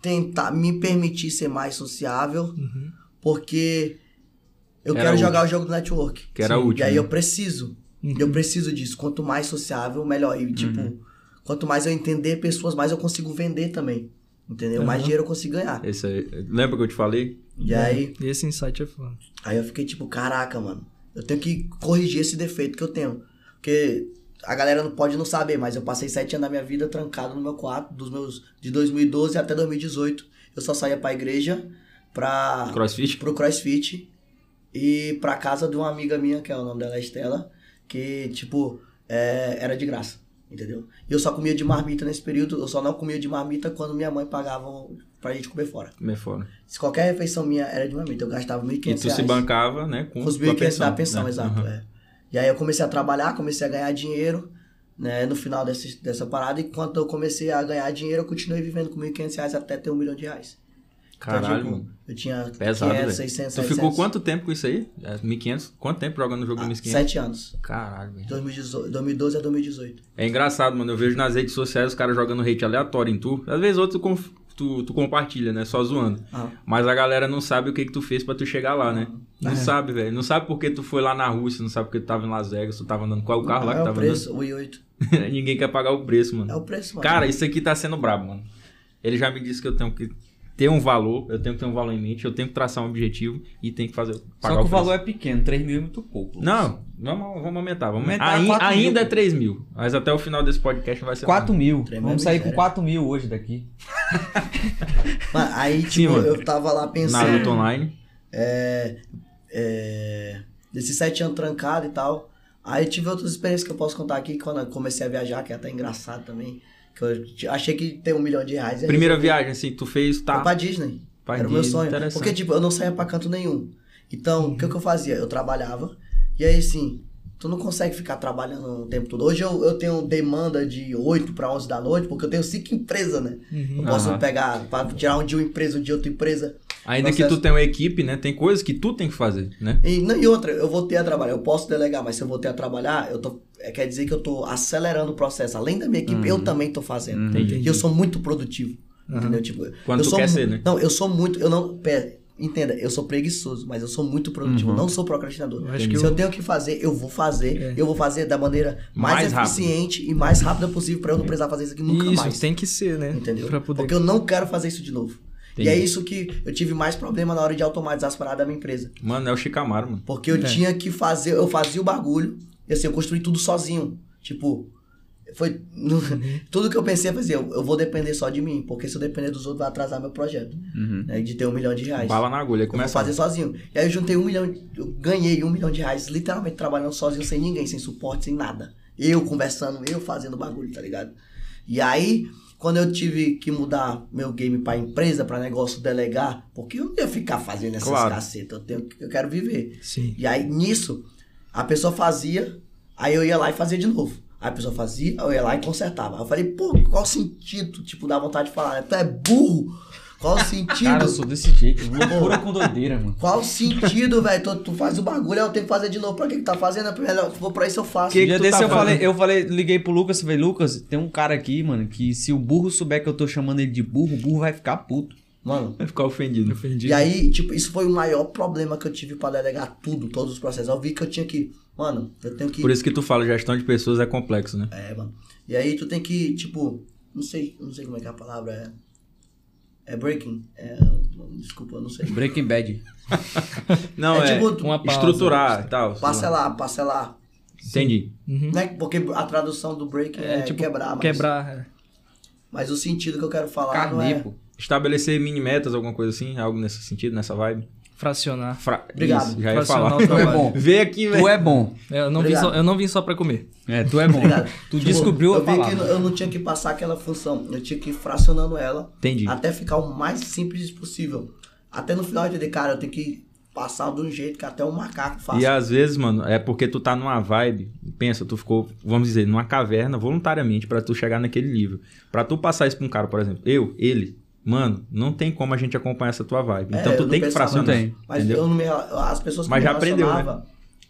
S3: tentar me permitir ser mais sociável, porque eu
S1: Uhum. Era
S3: quero
S1: útil.
S3: jogar o jogo do network.
S1: Que era
S3: Sim.
S1: útil,
S3: E aí
S1: né? Uhum.
S3: eu preciso. Eu preciso disso. Quanto mais sociável, melhor. E, tipo, quanto mais eu entender pessoas, mais eu consigo vender também. Entendeu? Mais
S1: Uhum.
S3: dinheiro eu consigo ganhar.
S1: Esse aí- lembra que eu te falei?
S3: E aí,
S5: E esse insight é foda.
S3: Aí eu fiquei tipo, caraca, mano, eu tenho que corrigir esse defeito que eu tenho. Porque a galera não pode não saber, mas eu passei sete anos da minha vida trancado no meu quarto, dos meus, de 2012 até 2018. Eu só saía pra igreja, pra,
S1: Crossfit?
S3: pro crossfit e pra casa de uma amiga minha, que é o nome dela, é Estela, que, tipo, é, era de graça, entendeu? E eu só comia de marmita nesse período, eu só não comia de marmita quando minha mãe pagava pra gente comer fora.
S1: Me fora.
S3: Se qualquer refeição minha era de marmita, eu gastava 1.500
S1: E tu se
S3: reais.
S1: bancava, né? Com,
S3: Com os
S1: com a
S3: 1.500 da pensão,
S1: né?
S3: tá exato.
S1: Aham.
S3: é. E aí eu comecei a trabalhar, comecei a ganhar dinheiro, né? No final desse, dessa parada, e quando eu comecei a ganhar dinheiro, eu continuei vivendo com 1.500 reais até ter um milhão de reais. Então,
S1: Caralho,
S3: tipo,
S1: mano.
S3: Eu tinha
S1: Pesado,
S3: 500,
S1: velho.
S3: 600,
S1: Tu ficou
S3: 700.
S1: quanto tempo com isso aí? É, 1500? Quanto tempo jogando no jogo do
S3: Ah,
S1: 1500?
S3: sete anos.
S1: Caralho, velho.
S3: 2018, 2012 a 2018.
S1: É engraçado, mano. Eu vejo nas redes sociais os caras jogando hate aleatório em tu. Às vezes outro conf- tu, tu compartilha, né? Só zoando.
S3: Ah.
S1: Mas a galera não sabe o que que tu fez pra tu chegar lá, né? Não
S5: É.
S1: sabe, velho. Não sabe porque tu foi lá na Rússia, não sabe porque tu tava em Las Vegas, tu tava andando. Qual é o carro lá
S3: é
S1: que
S3: o
S1: tava
S3: preço, o i8.
S1: andando? <laughs> Ninguém quer pagar o preço, mano.
S3: É o preço, mano.
S1: Cara, isso aqui tá sendo brabo, mano. Ele já me disse que eu tenho que ter um valor, eu tenho que ter um valor em mente, eu tenho que traçar um objetivo e tenho que fazer.
S2: Só
S1: pagar
S2: que o
S1: preço.
S2: valor é pequeno, 3 mil é muito pouco.
S1: Não, vamos, vamos aumentar. Vamos
S2: Aumentar
S1: Ai-
S2: 4 mil.
S1: ainda é 3 mil. Mas até o final desse podcast vai ser.
S2: 4 mil.
S3: Três mil
S2: Vamos
S3: é
S2: sair com
S3: miséria.
S2: 4 mil hoje daqui.
S3: Mano, aí, tipo,
S1: Sim, mano.
S3: eu tava lá
S1: mais.
S3: pensando.
S1: Naruto Online.
S3: é, é, desses sete anos trancado e tal. Aí tive outras experiências que eu posso contar aqui quando eu comecei a viajar, que é até engraçado também. Que eu t- achei que ter um milhão de reais. ia
S1: Primeira viagem, assim, tu fez,
S3: resolver.
S1: tá.
S3: Foi pra Disney.
S1: Pra
S3: Era o meu
S1: Disney,
S3: sonho.
S1: interessante. Uhum.
S3: Porque, tipo, eu não saía pra canto nenhum. Então, o que, que eu fazia? Eu trabalhava. E aí, assim, tu não consegue ficar trabalhando o tempo todo. Hoje eu, eu tenho demanda de 8 pra 11 da noite, porque eu tenho cinco empresas, né? Eu posso
S1: Uhum. Aham.
S3: pegar, pra tirar um dia uma empresa, um dia outra empresa.
S1: Ainda que
S3: processo-
S1: tu tenha uma equipe, né? Tem coisas que tu tem que fazer, né?
S3: E, não, e outra, eu voltei a trabalhar. Eu posso delegar, mas se eu voltei a trabalhar, eu tô, é, quer dizer que eu tô acelerando o processo. Além da minha equipe, eu também tô fazendo.
S1: Entendi.
S3: E eu sou muito produtivo.
S5: Aham.
S3: Entendeu? Tipo,
S1: Quando
S3: eu
S1: tu
S3: sou
S1: quer
S3: mu-
S1: ser, né?
S3: Não, eu sou muito. Eu não. Pera, entenda, eu sou preguiçoso, mas eu sou muito produtivo. Eu Não sou procrastinador.
S5: Eu acho que
S3: se eu...
S5: eu-
S3: tenho que fazer, eu vou fazer.
S5: É.
S3: Eu vou fazer da maneira mais,
S1: Mais rápido.
S3: eficiente e mais rápida possível pra eu não precisar fazer isso aqui nunca
S5: isso,
S3: mais.
S5: tem que ser, né?
S3: Entendeu?
S5: Pra poder...
S3: Porque eu não quero fazer isso de novo.
S1: Entendi.
S3: E é isso que eu tive mais problema na hora de automatizar as paradas da minha empresa.
S1: Mano, é o Chicamaro, mano.
S3: Porque eu
S5: É.
S3: tinha que fazer, eu fazia o bagulho, e assim, eu construí tudo sozinho. Tipo, foi. <laughs> tudo que eu pensei é fazer, eu, eu vou depender só de mim, porque se eu depender dos outros, vai atrasar meu projeto. né, de ter um milhão de reais.
S1: Uhum. Bala na agulha.
S3: eu vou
S1: Começa.
S3: fazer sozinho. E aí eu juntei um milhão, eu ganhei um milhão de reais, literalmente trabalhando sozinho, sem ninguém, sem suporte, sem nada. Eu conversando, eu fazendo o bagulho, tá ligado? E aí, quando eu tive que mudar meu game pra empresa, pra negócio delegar, porque eu não ia ficar fazendo essas
S1: Claro.
S3: cacetas, eu, tenho, eu quero viver.
S5: Sim.
S3: E aí, nisso, a pessoa fazia, aí eu ia lá e fazia de novo. Aí a pessoa fazia, eu ia lá e consertava. Aí eu falei, pô, qual o sentido? Tipo, dá vontade de falar, né? Tu é burro? Qual
S2: <laughs>
S3: o sentido?
S2: Cara, eu sou desse jeito. Loucura com doideira, mano.
S3: Qual o sentido, velho? Tu, tu faz o bagulho, aí eu tenho que fazer de novo. Pra que que tá fazendo? É melhor, se for pra isso, eu faço.
S1: Que-
S2: Um dia
S1: tu
S2: desse
S1: tá
S2: eu falei,
S1: falando?
S2: eu falei, liguei pro Lucas, falei, Lucas, tem um cara aqui, mano, que se o burro souber que eu tô chamando ele de burro, o burro vai ficar puto.
S3: Mano,
S1: Vai ficar ofendido.
S5: Ofendido.
S3: e aí, tipo, isso foi o maior problema que eu tive pra delegar tudo, todos os processos. Eu vi que eu tinha que... Mano, eu tenho que...
S1: Por isso que tu fala, gestão de pessoas é complexo, né?
S3: É, mano. E aí tu tem que, tipo, não sei, não sei como é que é a palavra é. É breaking. É, desculpa, eu não sei.
S2: Breaking Bad.
S1: Não,
S3: É
S1: é,
S3: tipo
S5: uma pausa. né?
S1: estruturar e tal. sei lá.
S3: Parcelar, parcelar.
S1: Entendi.
S5: Uhum.
S3: Né? Porque a tradução do breaking é,
S5: É, tipo,
S3: quebrar, mas,
S5: Quebrar. é.
S3: mas o sentido que eu quero falar não
S2: Carnê,
S3: é.
S2: pô.
S1: Estabelecer mini-metas, alguma coisa assim, algo nesse sentido, nessa vibe.
S5: Fracionar.
S1: Fra...
S3: Obrigado.
S1: Isso, já ia
S5: Fracionar
S1: falar.
S5: o
S2: Tu é
S5: trabalho.
S2: bom.
S1: <laughs> Vê aqui, velho.
S2: Tu é bom.
S5: É, eu, não vim
S3: Obrigado.
S5: só, eu não vim só pra comer.
S2: É, tu é bom.
S3: Obrigado.
S2: <laughs> Tu
S3: Tipo,
S2: descobriu a
S3: eu vi que
S2: palavra.
S3: eu não tinha que passar aquela função. Eu tinha que ir fracionando ela
S1: Entendi.
S3: até ficar o mais simples possível. Até no final eu entendi, cara, eu tenho que passar de um jeito que até um macaco faça.
S1: E às vezes, mano, é porque tu tá numa vibe, pensa, tu ficou, vamos dizer, numa caverna voluntariamente pra tu chegar naquele nível. Pra tu passar isso pra um cara, por exemplo, eu, ele, mano, não tem como a gente acompanhar essa tua vibe.
S3: É,
S1: Então
S3: eu
S1: tu
S3: não
S1: tem que
S3: pensava
S1: fracionar.
S2: nisso.
S3: Mas
S1: entendeu?
S3: eu não me, rela- as pessoas que
S1: Mas
S3: me
S1: já aprendeu, né?
S3: relacionava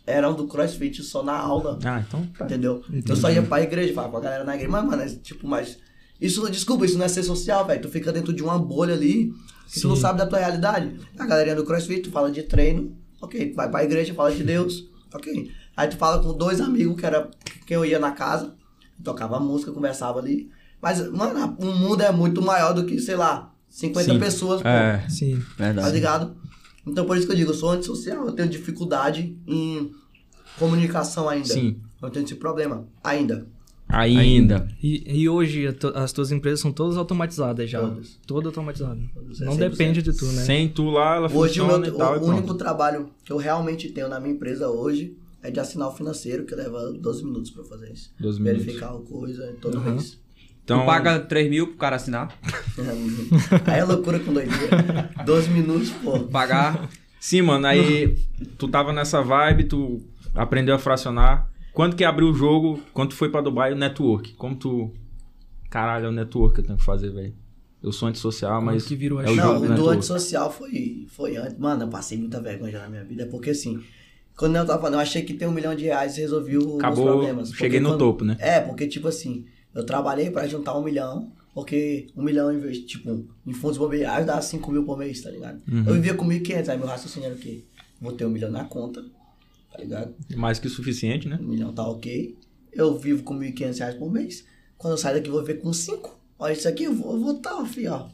S3: eram do CrossFit só na aula,
S1: Ah, então tá.
S3: entendeu? Eu só ia pra igreja, falava com a galera na igreja, mas, mano, é, tipo, mas isso, não- desculpa, isso não é ser social, velho. Tu fica dentro de uma bolha ali, que tu não sabe da tua realidade. A galerinha do CrossFit, tu fala de treino, ok, tu vai pra igreja, fala de Deus, ok. Aí tu fala com dois amigos que era quem eu ia na casa, tocava música, conversava ali. Mas, mano, o mundo é muito maior do que, sei lá, 50
S1: Sim.
S3: pessoas. pô.
S2: É,
S5: Sim.
S3: Tá
S2: verdade.
S3: ligado? Então por isso que eu digo, eu sou antissocial, eu tenho dificuldade em comunicação ainda.
S1: Sim.
S3: Eu tenho esse problema ainda.
S1: Ainda.
S2: Ainda.
S5: E, e hoje a to- as tuas empresas são todas automatizadas já.
S3: Todas. É
S5: Toda automatizada. Não
S3: 100%.
S5: depende de tu, né?
S1: Sem tu lá, ela
S3: Hoje o,
S1: funciona
S3: meu-
S1: e tal.
S3: o
S1: e pronto.
S3: único trabalho que eu realmente tenho na minha empresa hoje é de assinar o financeiro, que leva 12 minutos pra eu fazer isso.
S1: 12 minutos.
S3: Verificar a coisa todo <laughs>
S5: Aham.
S3: mês.
S1: Então,
S2: Tu paga 3 mil pro cara assinar.
S3: É, Aí é loucura com doideira.
S1: <laughs>
S3: 12 minutos, pô.
S2: <laughs> Pagar.
S1: sim, mano,
S5: <laughs>
S1: aí tu tava nessa vibe, tu aprendeu a fracionar. Quando que abriu o jogo, quando tu foi pra Dubai, o network. Como tu. Caralho, é o network que eu tenho que fazer, velho. Eu sou antissocial,
S5: Como
S1: mas.
S5: que virou a
S1: é o
S5: chave?
S3: Não,
S1: jogo,
S3: o
S1: né,
S3: do
S1: tu-
S3: antissocial foi, foi antes. Mano, eu passei muita vergonha já na minha vida, porque assim, quando eu tava falando, eu achei que ter um milhão de reais resolvia os meus
S1: Acabou,
S3: problemas. Porque
S1: cheguei no
S3: quando-
S1: topo, né?
S3: É, porque tipo assim, eu trabalhei pra juntar um milhão, Porque um milhão em vez, tipo, em fundos imobiliários dá 5 mil por mês, tá ligado?
S1: Uhum.
S3: Eu vivia com 1.500, aí meu raciocínio era o quê? Vou ter um milhão na conta, tá ligado?
S1: Mais que o suficiente, né?
S3: Um milhão tá ok. Eu vivo com 1.500 reais por mês. Quando eu sair daqui, eu vou viver com 5. Olha isso aqui, eu vou votar, filho, ó.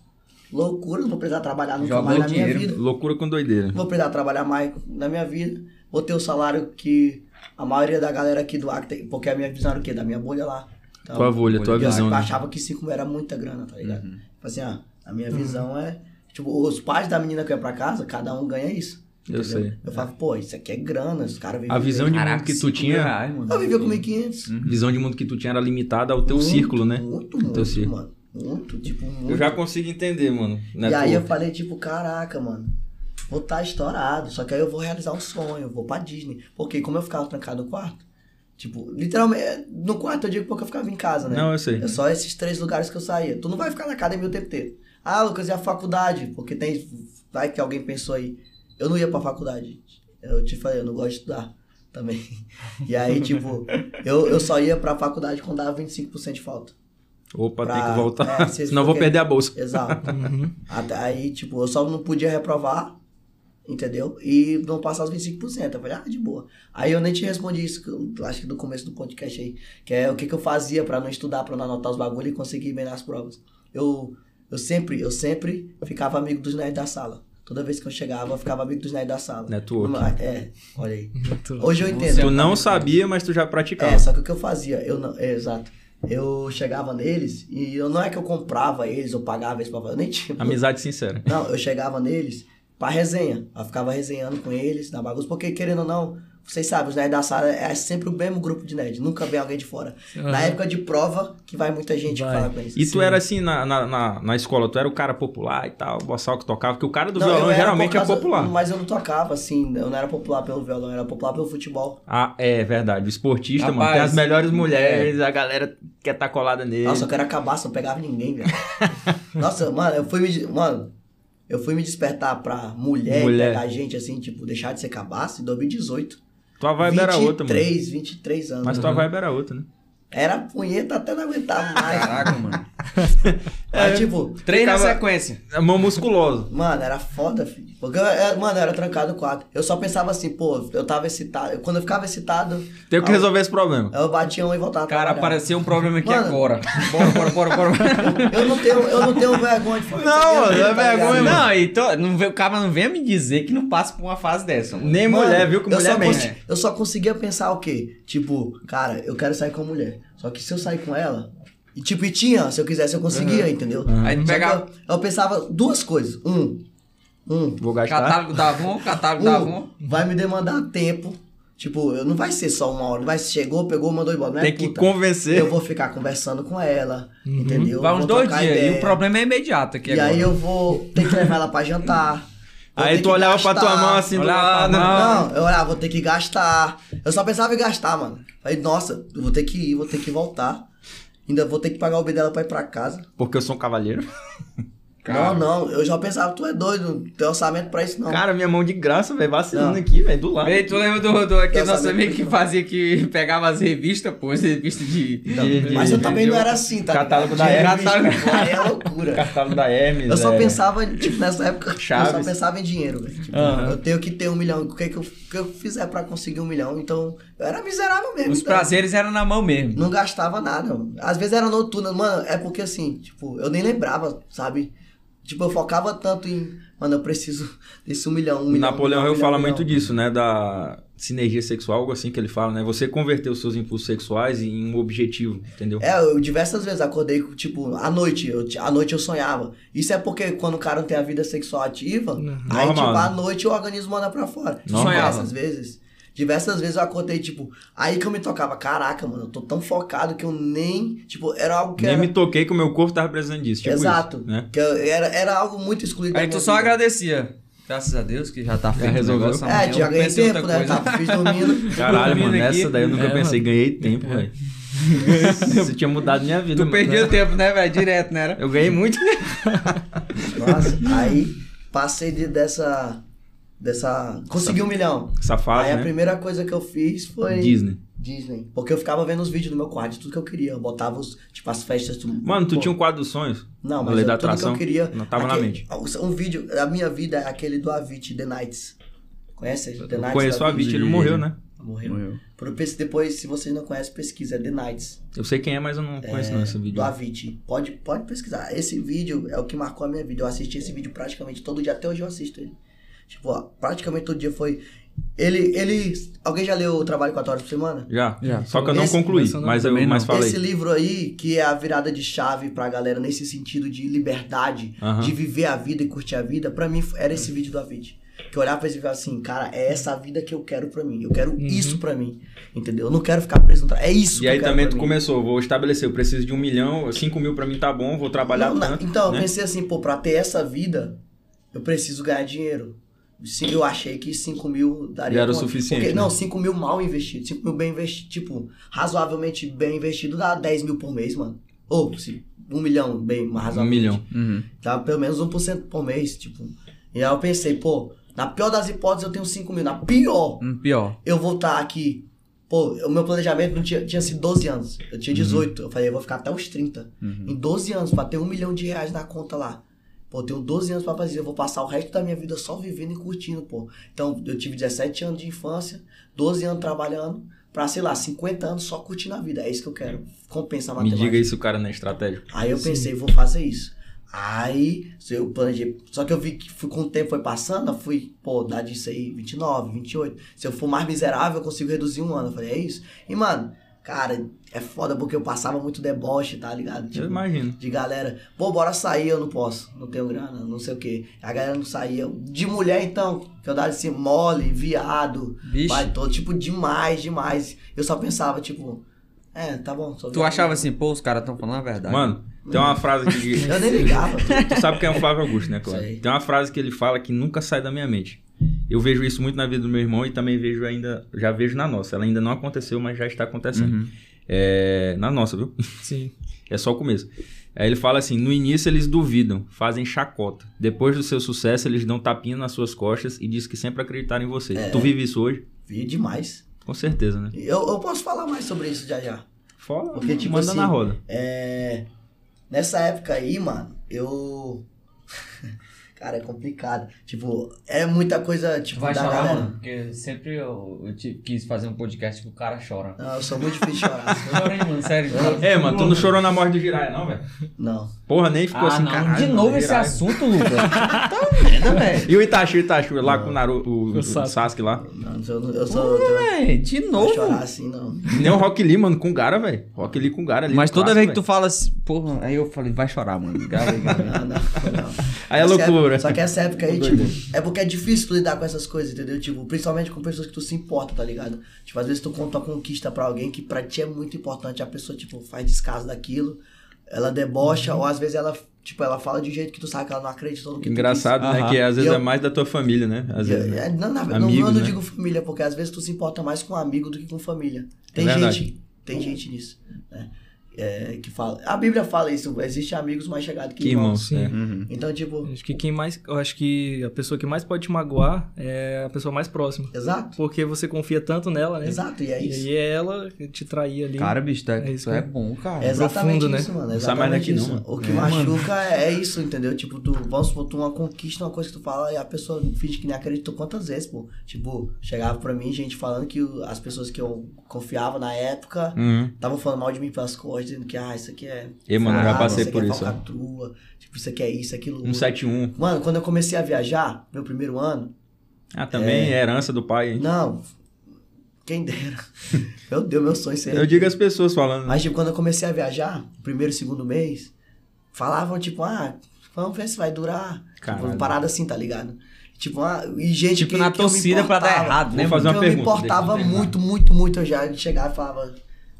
S3: Loucura, não vou precisar trabalhar nunca
S2: Jogou
S3: mais na
S2: dinheiro.
S3: minha vida.
S1: Loucura com doideira.
S3: Não vou precisar trabalhar mais na minha vida. Vou ter o salário que a maioria da galera aqui do Acre tem, porque a minha visão era o quê? Da minha bolha lá. Então,
S1: Tua bolha, tua
S3: eu
S1: visão. né? Uhum.
S3: achava que 5 era muita grana, tá ligado? Tipo assim, ó, a minha visão é. Tipo, os pais da menina que ia pra casa, cada um ganha isso.
S1: Eu
S3: entendeu?
S1: sei.
S3: Eu falava, pô, isso aqui é grana, os caras vivem.
S1: A visão
S3: bem.
S1: de mundo que tu
S2: cinco mil
S1: tinha,
S2: reais, mano.
S3: Eu vivia com 1.500.
S1: visão de mundo que tu tinha era limitada ao teu
S3: Uhum. Muito,
S1: círculo, né?
S3: Muito,
S1: Teu
S3: muito,
S1: círculo.
S3: mano. Muito, tipo, muito.
S1: Eu já consigo entender, mano. né,
S3: e aí
S1: tu?
S3: eu falei, tipo, caraca, mano, vou estar estourado, só que aí eu vou realizar um sonho, eu vou pra Disney. Porque como eu ficava trancado no quarto, tipo, literalmente, no quarto eu digo porque eu ficava em casa, né?
S1: Não, eu sei.
S3: É só esses três lugares que eu saía. Tu não vai ficar na academia o tempo inteiro. Ah, Lucas, e a faculdade? Porque tem. Vai que alguém pensou aí. Eu não ia pra faculdade. Eu te falei, eu não gosto de estudar também. <laughs> E aí, tipo, eu, eu só ia pra faculdade quando dava 25% de falta.
S1: Opa,
S3: pra-
S1: tem que voltar.
S3: é, vocês
S1: Senão eu vou
S3: porque-
S1: perder a bolsa.
S3: Exato.
S5: Uhum.
S3: Até aí, tipo, eu só não podia reprovar, entendeu? E não passar os 25%. Eu falei, ah, de boa. Aí eu nem te respondi isso, que eu acho que do começo do podcast aí, que é o que, que eu fazia pra não estudar, pra não anotar os bagulhos e conseguir bem nas provas. Eu, eu sempre, eu sempre ficava amigo dos nerds da sala. Toda vez que eu chegava, eu ficava amigo dos nerds da sala.
S1: Network.
S3: Mas, É, olha aí.
S5: Muito louco.
S3: Hoje eu entendo.
S1: Tu não sabia, mas tu já praticava.
S3: tá É, só que o que eu fazia, eu não, é, exato. Eu chegava neles e eu não é que eu comprava eles ou pagava eles pra fazer, eu nem tinha.
S1: Amizade sincera.
S3: Não, eu chegava neles pra resenha. Eu ficava resenhando com eles, na bagunça, porque querendo ou não, vocês sabem, os nerds da sala é sempre o mesmo grupo de nerd, nunca vem alguém de fora.
S5: Aham.
S3: Na época de prova, que vai muita gente
S5: Vai.
S3: falar com eles.
S1: E tu era assim na, na, na, na escola, tu era o cara popular e tal, o boçal que tocava, porque o cara do
S3: Não, eu
S1: violão
S3: era
S1: geralmente
S3: por causa-
S1: é popular.
S3: Mas eu não tocava, assim, eu não era popular pelo violão, eu era popular pelo futebol.
S1: Ah, é verdade. O esportista, mano,
S2: Rapaz,
S1: tem as melhores mulheres, a galera quer estar colada nele.
S3: é. Nossa, eu quero acabar, se eu não pegava
S1: <laughs>
S3: ninguém, velho. Nossa, mano, eu fui me. de- Mano, eu fui me despertar pra mulher,
S1: Mulher.
S3: pegar gente assim, tipo, deixar de ser cabaço em 2018.
S1: tua vibe era outra, mano.
S3: 23, 23 anos. Uhum.
S1: Mas tua vibe era outra, né?
S3: Era punheta até
S1: Ah.
S3: não aguentar mais.
S2: Caraca, mano.
S1: É.
S3: Mas, tipo,
S2: Três na
S1: Ficava-
S2: sequência.
S1: É Mão musculosa.
S3: mano, era foda, filho. Porque, eu era- mano, eu era trancado no quarto. Eu só pensava assim, pô, eu tava excitado. Quando eu ficava excitado,
S1: Tenho que
S3: Ah,
S1: resolver esse problema.
S3: eu batia um e voltava a
S2: Cara,
S3: trabalhar.
S2: apareceu um problema aqui
S3: Mano.
S2: agora. Bora, bora, bora, bora.
S3: Eu não tenho, eu não tenho vergonha de falar.
S1: Não,
S3: isso aqui,
S1: mano, é
S3: tá ligado?
S1: vergonha, mano.
S2: Não, então, não vem- o cara não venha me dizer que não passa por uma fase dessa. mano.
S1: Nem
S3: Mano,
S1: mulher, viu? Que
S3: eu
S1: mulher
S3: só
S1: mente.
S3: consi- Eu só conseguia pensar o quê? Tipo, cara, eu quero sair com a mulher. Só que se eu sair com ela. E tipo, e tinha, se eu quisesse, eu conseguia, entendeu?
S2: Aí tu
S3: Só que
S2: pegava-
S3: Eu, eu pensava duas coisas. Um. Um.
S1: Vou gastar.
S2: Catálogo da Avon, catálogo
S1: Tá
S2: tá da Avon.
S3: Um, vai me demandar tempo. Tipo, eu- não vai ser só uma hora. Não vai ser, chegou, pegou, mandou embora. Não é
S1: Tem que
S3: puta.
S1: convencer.
S3: Eu vou ficar conversando com ela,
S2: Uhum.
S3: entendeu?
S2: Vai uns
S3: Vou
S2: dois
S3: trocar
S2: dias.
S3: ideia.
S2: E o problema é imediato aqui
S3: E
S2: agora.
S3: aí eu vou ter que levar ela pra jantar.
S1: <laughs>
S3: vou ter
S1: Aí
S3: que
S1: tu olhava pra tua
S3: gastar.
S1: mão assim do
S2: Olhava pra
S1: lado.
S2: mão.
S3: Não, eu olhava, vou ter que gastar. Eu só pensava em gastar, mano. Falei, nossa, eu vou ter que ir, vou ter que voltar. Ainda vou ter que pagar o Uber dela pra ir pra casa.
S1: Porque eu sou um cavalheiro.
S2: Cara.
S3: Não, não, eu já pensava, tu é doido, não tem orçamento pra isso não.
S1: Cara, minha mão de graça, velho, vacilando
S3: Não.
S1: aqui, velho, do lado.
S2: Ei, tu lembra do, do aquele
S3: Eu
S2: nosso
S3: sabia
S2: amigo
S3: que
S2: que
S3: não.
S2: fazia que pegava as revistas, pô, as revistas de.
S3: Não,
S1: de-
S3: mas
S1: de-
S3: eu também
S2: de-
S3: não era assim, tá?
S1: Catálogo
S3: ligado?
S1: da
S3: Tinha
S1: Hermes.
S3: revista, pô, Aí é loucura.
S1: Catálogo da Hermes.
S3: Eu só
S1: é.
S3: pensava, tipo, nessa época, eu só
S1: Chaves.
S3: pensava em dinheiro, velho. Tipo,
S1: Aham.
S3: eu tenho que ter um milhão. O que, que, eu, o que eu fizer pra conseguir um milhão? Então, eu era miserável mesmo.
S2: Os
S3: então,
S2: prazeres eram na mão mesmo.
S3: Não gastava nada. mano. Às vezes era noturno, mano. É porque assim, tipo, eu nem lembrava, sabe? Tipo, eu focava tanto em. Mano, eu preciso desse um milhão. Um
S1: O
S3: milhão,
S1: Napoleão
S3: um milhão,
S1: Hill
S3: um
S1: fala
S3: milhão,
S1: muito
S3: um
S1: disso, né? Da sinergia sexual, algo assim que ele fala, né? Você converter os seus impulsos sexuais em um objetivo, entendeu?
S3: milhão. É, eu diversas vezes acordei, tipo, à noite. Eu, à noite eu sonhava. Isso é porque quando o cara não tem a vida sexual ativa, aí,
S1: Normal,
S3: tipo,
S1: né?
S3: à noite o organismo manda pra fora.
S1: Normal.
S3: Diversas vezes. Diversas vezes eu acordei, tipo, aí que eu me tocava, caraca, mano, eu tô tão focado que eu nem. Tipo, era algo que
S1: Nem
S3: era.
S1: me toquei que o meu corpo tava precisando disso. Tipo
S3: Exato.
S1: Isso, né?
S3: Que eu- era, era algo muito excluído. da
S2: Aí tu
S3: minha
S2: só
S3: vida.
S2: agradecia. Graças a Deus que já tá feito. o
S1: resolveu.
S2: negócio, amanhã
S3: É,
S2: eu
S3: já ganhei
S2: penso em outra
S3: tempo, né?
S2: coisa.
S3: Tava fiz dormindo.
S1: Caralho, mano,
S2: Dormindo
S1: essa
S2: aqui.
S1: daí eu nunca
S5: É,
S1: pensei.
S5: mano.
S1: Ganhei tempo, velho. Isso tinha mudado minha vida,
S2: Tu
S1: mano.
S2: perdia tempo, né, velho? Direto, né? Era?
S1: Eu ganhei muito.
S3: Nossa, aí passei de- dessa. Dessa. Consegui um milhão.
S1: Essa fase,
S3: aí a
S1: né?
S3: primeira coisa que eu fiz foi.
S1: Disney.
S3: Disney. Porque eu ficava vendo os vídeos do meu quarto, de tudo que eu queria. Eu botava os, tipo, as festas. Do...
S1: Mano, tu
S3: Pô,
S1: tinha um quadro dos sonhos?
S3: Não,
S1: na
S3: mas
S1: lei
S3: eu,
S1: da
S3: tudo
S1: atração?
S3: que eu queria.
S1: Não tava na
S3: aquele-
S1: mente.
S3: Um vídeo, a minha vida é aquele do Avicii, The Nights. Conhece? The
S1: Eu
S3: Nights
S1: conheço
S3: do
S1: a Avicii, ele
S2: de-
S1: morreu, né?
S3: Morreu.
S2: Morreu.
S3: Por- Depois, se vocês não conhecem, pesquisa. É The Nights.
S1: Eu sei quem é, mas eu não conheço não esse
S3: do
S1: vídeo.
S3: Avicii. Pode, pode pesquisar. Esse vídeo é o que marcou a minha vida. Eu assisti esse vídeo praticamente todo dia, até hoje eu assisto ele. Tipo, ó, praticamente todo dia foi. Ele. ele. Alguém já leu o trabalho 4 horas por semana?
S1: Já,
S2: Já.
S1: Só que eu não
S3: Esse-
S1: concluí,
S5: esse eu não-
S1: mas eu
S2: também
S1: mais
S2: não.
S1: falei.
S3: Esse livro aí, que é a virada de chave pra galera nesse sentido de liberdade,
S1: Aham.
S3: de viver a vida e curtir a vida, pra mim era esse vídeo do Avicii. Que eu olhava pra esse vídeo e falava assim, cara, é essa a vida que eu quero pra mim. Eu quero isso pra mim. Entendeu? Eu não quero ficar preso no tra... É
S1: Uhum.
S3: isso
S1: E
S3: que eu
S1: aí
S3: quero
S1: também
S3: pra
S1: tu
S3: mim.
S1: começou, vou estabelecer, eu preciso de um milhão, cinco mil pra mim tá bom, vou trabalhar
S3: Não, na-
S1: tanto.
S3: então,
S1: né?
S3: eu pensei assim, pô, pra ter essa vida, eu preciso ganhar dinheiro. Sim, eu achei que 5 mil daria.
S1: Já era o
S3: conta.
S1: suficiente,
S3: Porque-
S1: né?
S3: Não, 5 mil mal investido. 5 mil bem investido. Tipo, razoavelmente bem investido dá 10 mil por mês, mano. Ou, se, 1 um milhão bem mais
S1: Um
S3: razoavelmente.
S1: milhão.
S2: Uhum.
S3: Dá pelo menos 1% por mês, tipo. E aí eu pensei, pô, na pior das hipóteses eu tenho 5 mil. Na pior,
S2: Hum, pior.
S3: eu vou estar aqui. Pô, o meu planejamento não tinha, tinha sido 12 anos. Eu tinha
S1: Uhum.
S3: 18. Eu falei, eu vou ficar até os 30. Em 12 anos, pra ter um milhão de reais na conta lá. Pô, eu tenho 12 anos pra fazer. Eu vou passar o resto da minha vida só vivendo e curtindo, pô. Então, eu tive 17 anos de infância, 12 anos trabalhando, pra, sei lá, 50 anos só curtindo a vida. É isso que eu quero. Compensa a
S1: Me
S3: matemática.
S1: diga isso, cara, é na estratégia.
S3: Aí eu pensei, vou fazer isso. Aí, se eu planejei. Só que eu vi que fui, com o tempo foi passando, eu fui, pô, dá disso aí, 29, 28. Se eu for mais miserável, eu consigo reduzir um ano. Eu falei, é isso. E, mano, cara, é foda porque eu passava muito deboche, tá ligado?
S1: Eu
S3: Tipo,
S1: imagino.
S3: de galera, pô, bora sair, eu não posso, não tenho grana, não sei o quê. A galera não saía. De mulher, então, feudade assim, mole, viado,
S2: Vixe.
S3: vai todo, tipo, demais, demais. Eu só pensava, tipo, é, tá bom, só
S2: Tu achava assim, pô, os caras tão falando a verdade.
S1: Mano, tem uma frase
S3: <laughs>
S1: que.
S3: Eu
S2: <laughs>
S3: nem ligava.
S1: Tu sabe quem é o Flávio Augusto, né, claro?
S3: Sei.
S1: Tem uma frase que ele fala que nunca sai da minha mente. Eu vejo isso muito na vida do meu irmão e também vejo ainda, já vejo na nossa. Ela ainda não aconteceu, mas já está acontecendo.
S2: Uhum.
S1: É, na nossa, viu? <laughs>
S5: Sim.
S1: É só o começo. Aí ele fala assim: no início eles duvidam, fazem chacota. Depois do seu sucesso, eles dão tapinha nas suas costas e dizem que sempre acreditaram em você.
S3: É.
S1: Tu vive isso hoje?
S3: Vi demais.
S1: Com certeza, né?
S3: Eu, eu posso falar mais sobre isso já já.
S1: Fala,
S3: Porque, tipo
S1: manda
S3: assim,
S1: na roda.
S3: É, nessa época aí, mano, eu. <laughs> Cara, é complicado. Tipo, é muita coisa, tipo,
S2: Vai
S3: da
S2: chorar,
S3: galera.
S2: mano? Porque sempre eu, eu te- quis fazer um podcast que o cara chora.
S3: Não, eu sou muito difícil de chorar. assim.
S2: <laughs> Eu chorei, mano, sério.
S1: É, mano, tu não chorou na morte do Jiraya, não, velho?
S3: Não.
S1: Porra, nem ficou
S2: Ah,
S1: assim,
S2: não,
S1: caralho.
S2: de
S1: mano,
S2: novo esse
S1: Jiraiya.
S2: assunto, Lucas. <laughs> tá merda, velho.
S1: E o Itachi, o Itachi, lá com o, Naru, o,
S5: O
S1: o
S5: Sasuke.
S1: Sasuke lá.
S3: Não, eu, não- eu sou. Eu tenho-
S2: Véi, De
S3: não vou
S2: é novo.
S3: chorar assim, não.
S1: Nem o Rock Lee, mano, com o Gara, velho. Rock Lee com o Gara ali.
S2: Mas
S1: no
S2: toda vez
S1: clássico,
S2: que tu fala assim, porra, aí eu falei, vai chorar, mano. Grava aí, grava aí.
S3: Não, não, não.
S1: velho. Aí é
S3: Essa época-
S1: loucura.
S3: só que essa época aí, tipo, é porque é difícil tu lidar com essas coisas, entendeu? Tipo, principalmente com pessoas que tu se importa, tá ligado? Tipo, às vezes tu conta uma conquista pra alguém que pra ti é muito importante, a pessoa, tipo, faz descaso daquilo, ela debocha, ou às vezes ela, tipo, ela fala de um jeito que tu sabe que ela não acreditou no que
S1: <laughs> Engraçado, né?
S2: Aham.
S1: Que às vezes
S3: E
S1: é
S3: eu-
S1: mais da tua família, né?
S3: tu
S1: Às
S3: disse.
S1: vezes. né?
S3: É, não, na- não,
S1: Amigos,
S3: eu não
S1: né?
S3: digo família, porque às vezes tu se importa mais com um amigo do que com família. Tem
S1: É verdade.
S3: gente, tem gente nisso, né? É, que fala. A Bíblia fala isso, existe amigos mais chegados que,
S1: Que né? irmão,
S3: irmãos.
S1: sim.
S5: Sim.
S2: Uhum.
S3: Então, tipo,
S5: Acho que quem mais. Eu acho que a pessoa que mais pode te magoar é a pessoa mais próxima.
S3: exato.
S5: Porque você confia tanto nela, né?
S3: Exato, e é
S5: E
S3: isso.
S5: aí é ela que te trair <laughs> ali.
S2: Cara, bicho, tá,
S5: É isso
S2: tu
S5: que-
S2: é bom, cara.
S3: É exatamente
S5: profundo,
S3: isso, mano. é
S1: Não sai mais
S3: Exatamente
S1: daqui, não,
S3: isso.
S1: mano.
S3: O que
S2: É,
S3: machuca é, é isso, entendeu? Tipo, tu, vamos supor, tu uma conquista, uma coisa que tu fala e a pessoa finge que nem acreditou quantas vezes, pô. Tipo, chegava pra mim gente falando que o- as pessoas que eu confiava na época
S1: Uhum.
S3: estavam falando mal de mim pelas costas, dizendo que, ah, isso aqui é.
S1: E, mano, eu já
S3: sarado,
S1: passei
S3: isso
S1: por
S3: aqui é
S1: isso. ó.
S3: falcatrua, Tipo, isso aqui é isso, aquilo. outro.
S1: 171.
S3: Mano, quando eu comecei a viajar, meu primeiro ano,
S1: Ah, também é herança do pai. hein?
S3: não. Quem dera.
S1: <laughs>
S3: meu Deus, meu sonho seria.
S1: Eu digo as pessoas falando. né?
S3: é. Mas, tipo, quando eu comecei a viajar, no primeiro e segundo mês, falavam, tipo, ah, vamos ver se vai durar. Tipo,
S1: Caralho.
S3: uma parada assim, tá ligado? Tipo, ah, e gente
S2: Tipo
S3: que,
S2: na
S3: que eu me
S2: torcida pra dar
S3: importava,
S2: errado, né?
S1: Vou fazer
S3: que
S1: uma
S3: eu me
S1: pergunta,
S3: importava
S1: deixa eu
S3: muito, muito, muito. Eu já chegava e falava,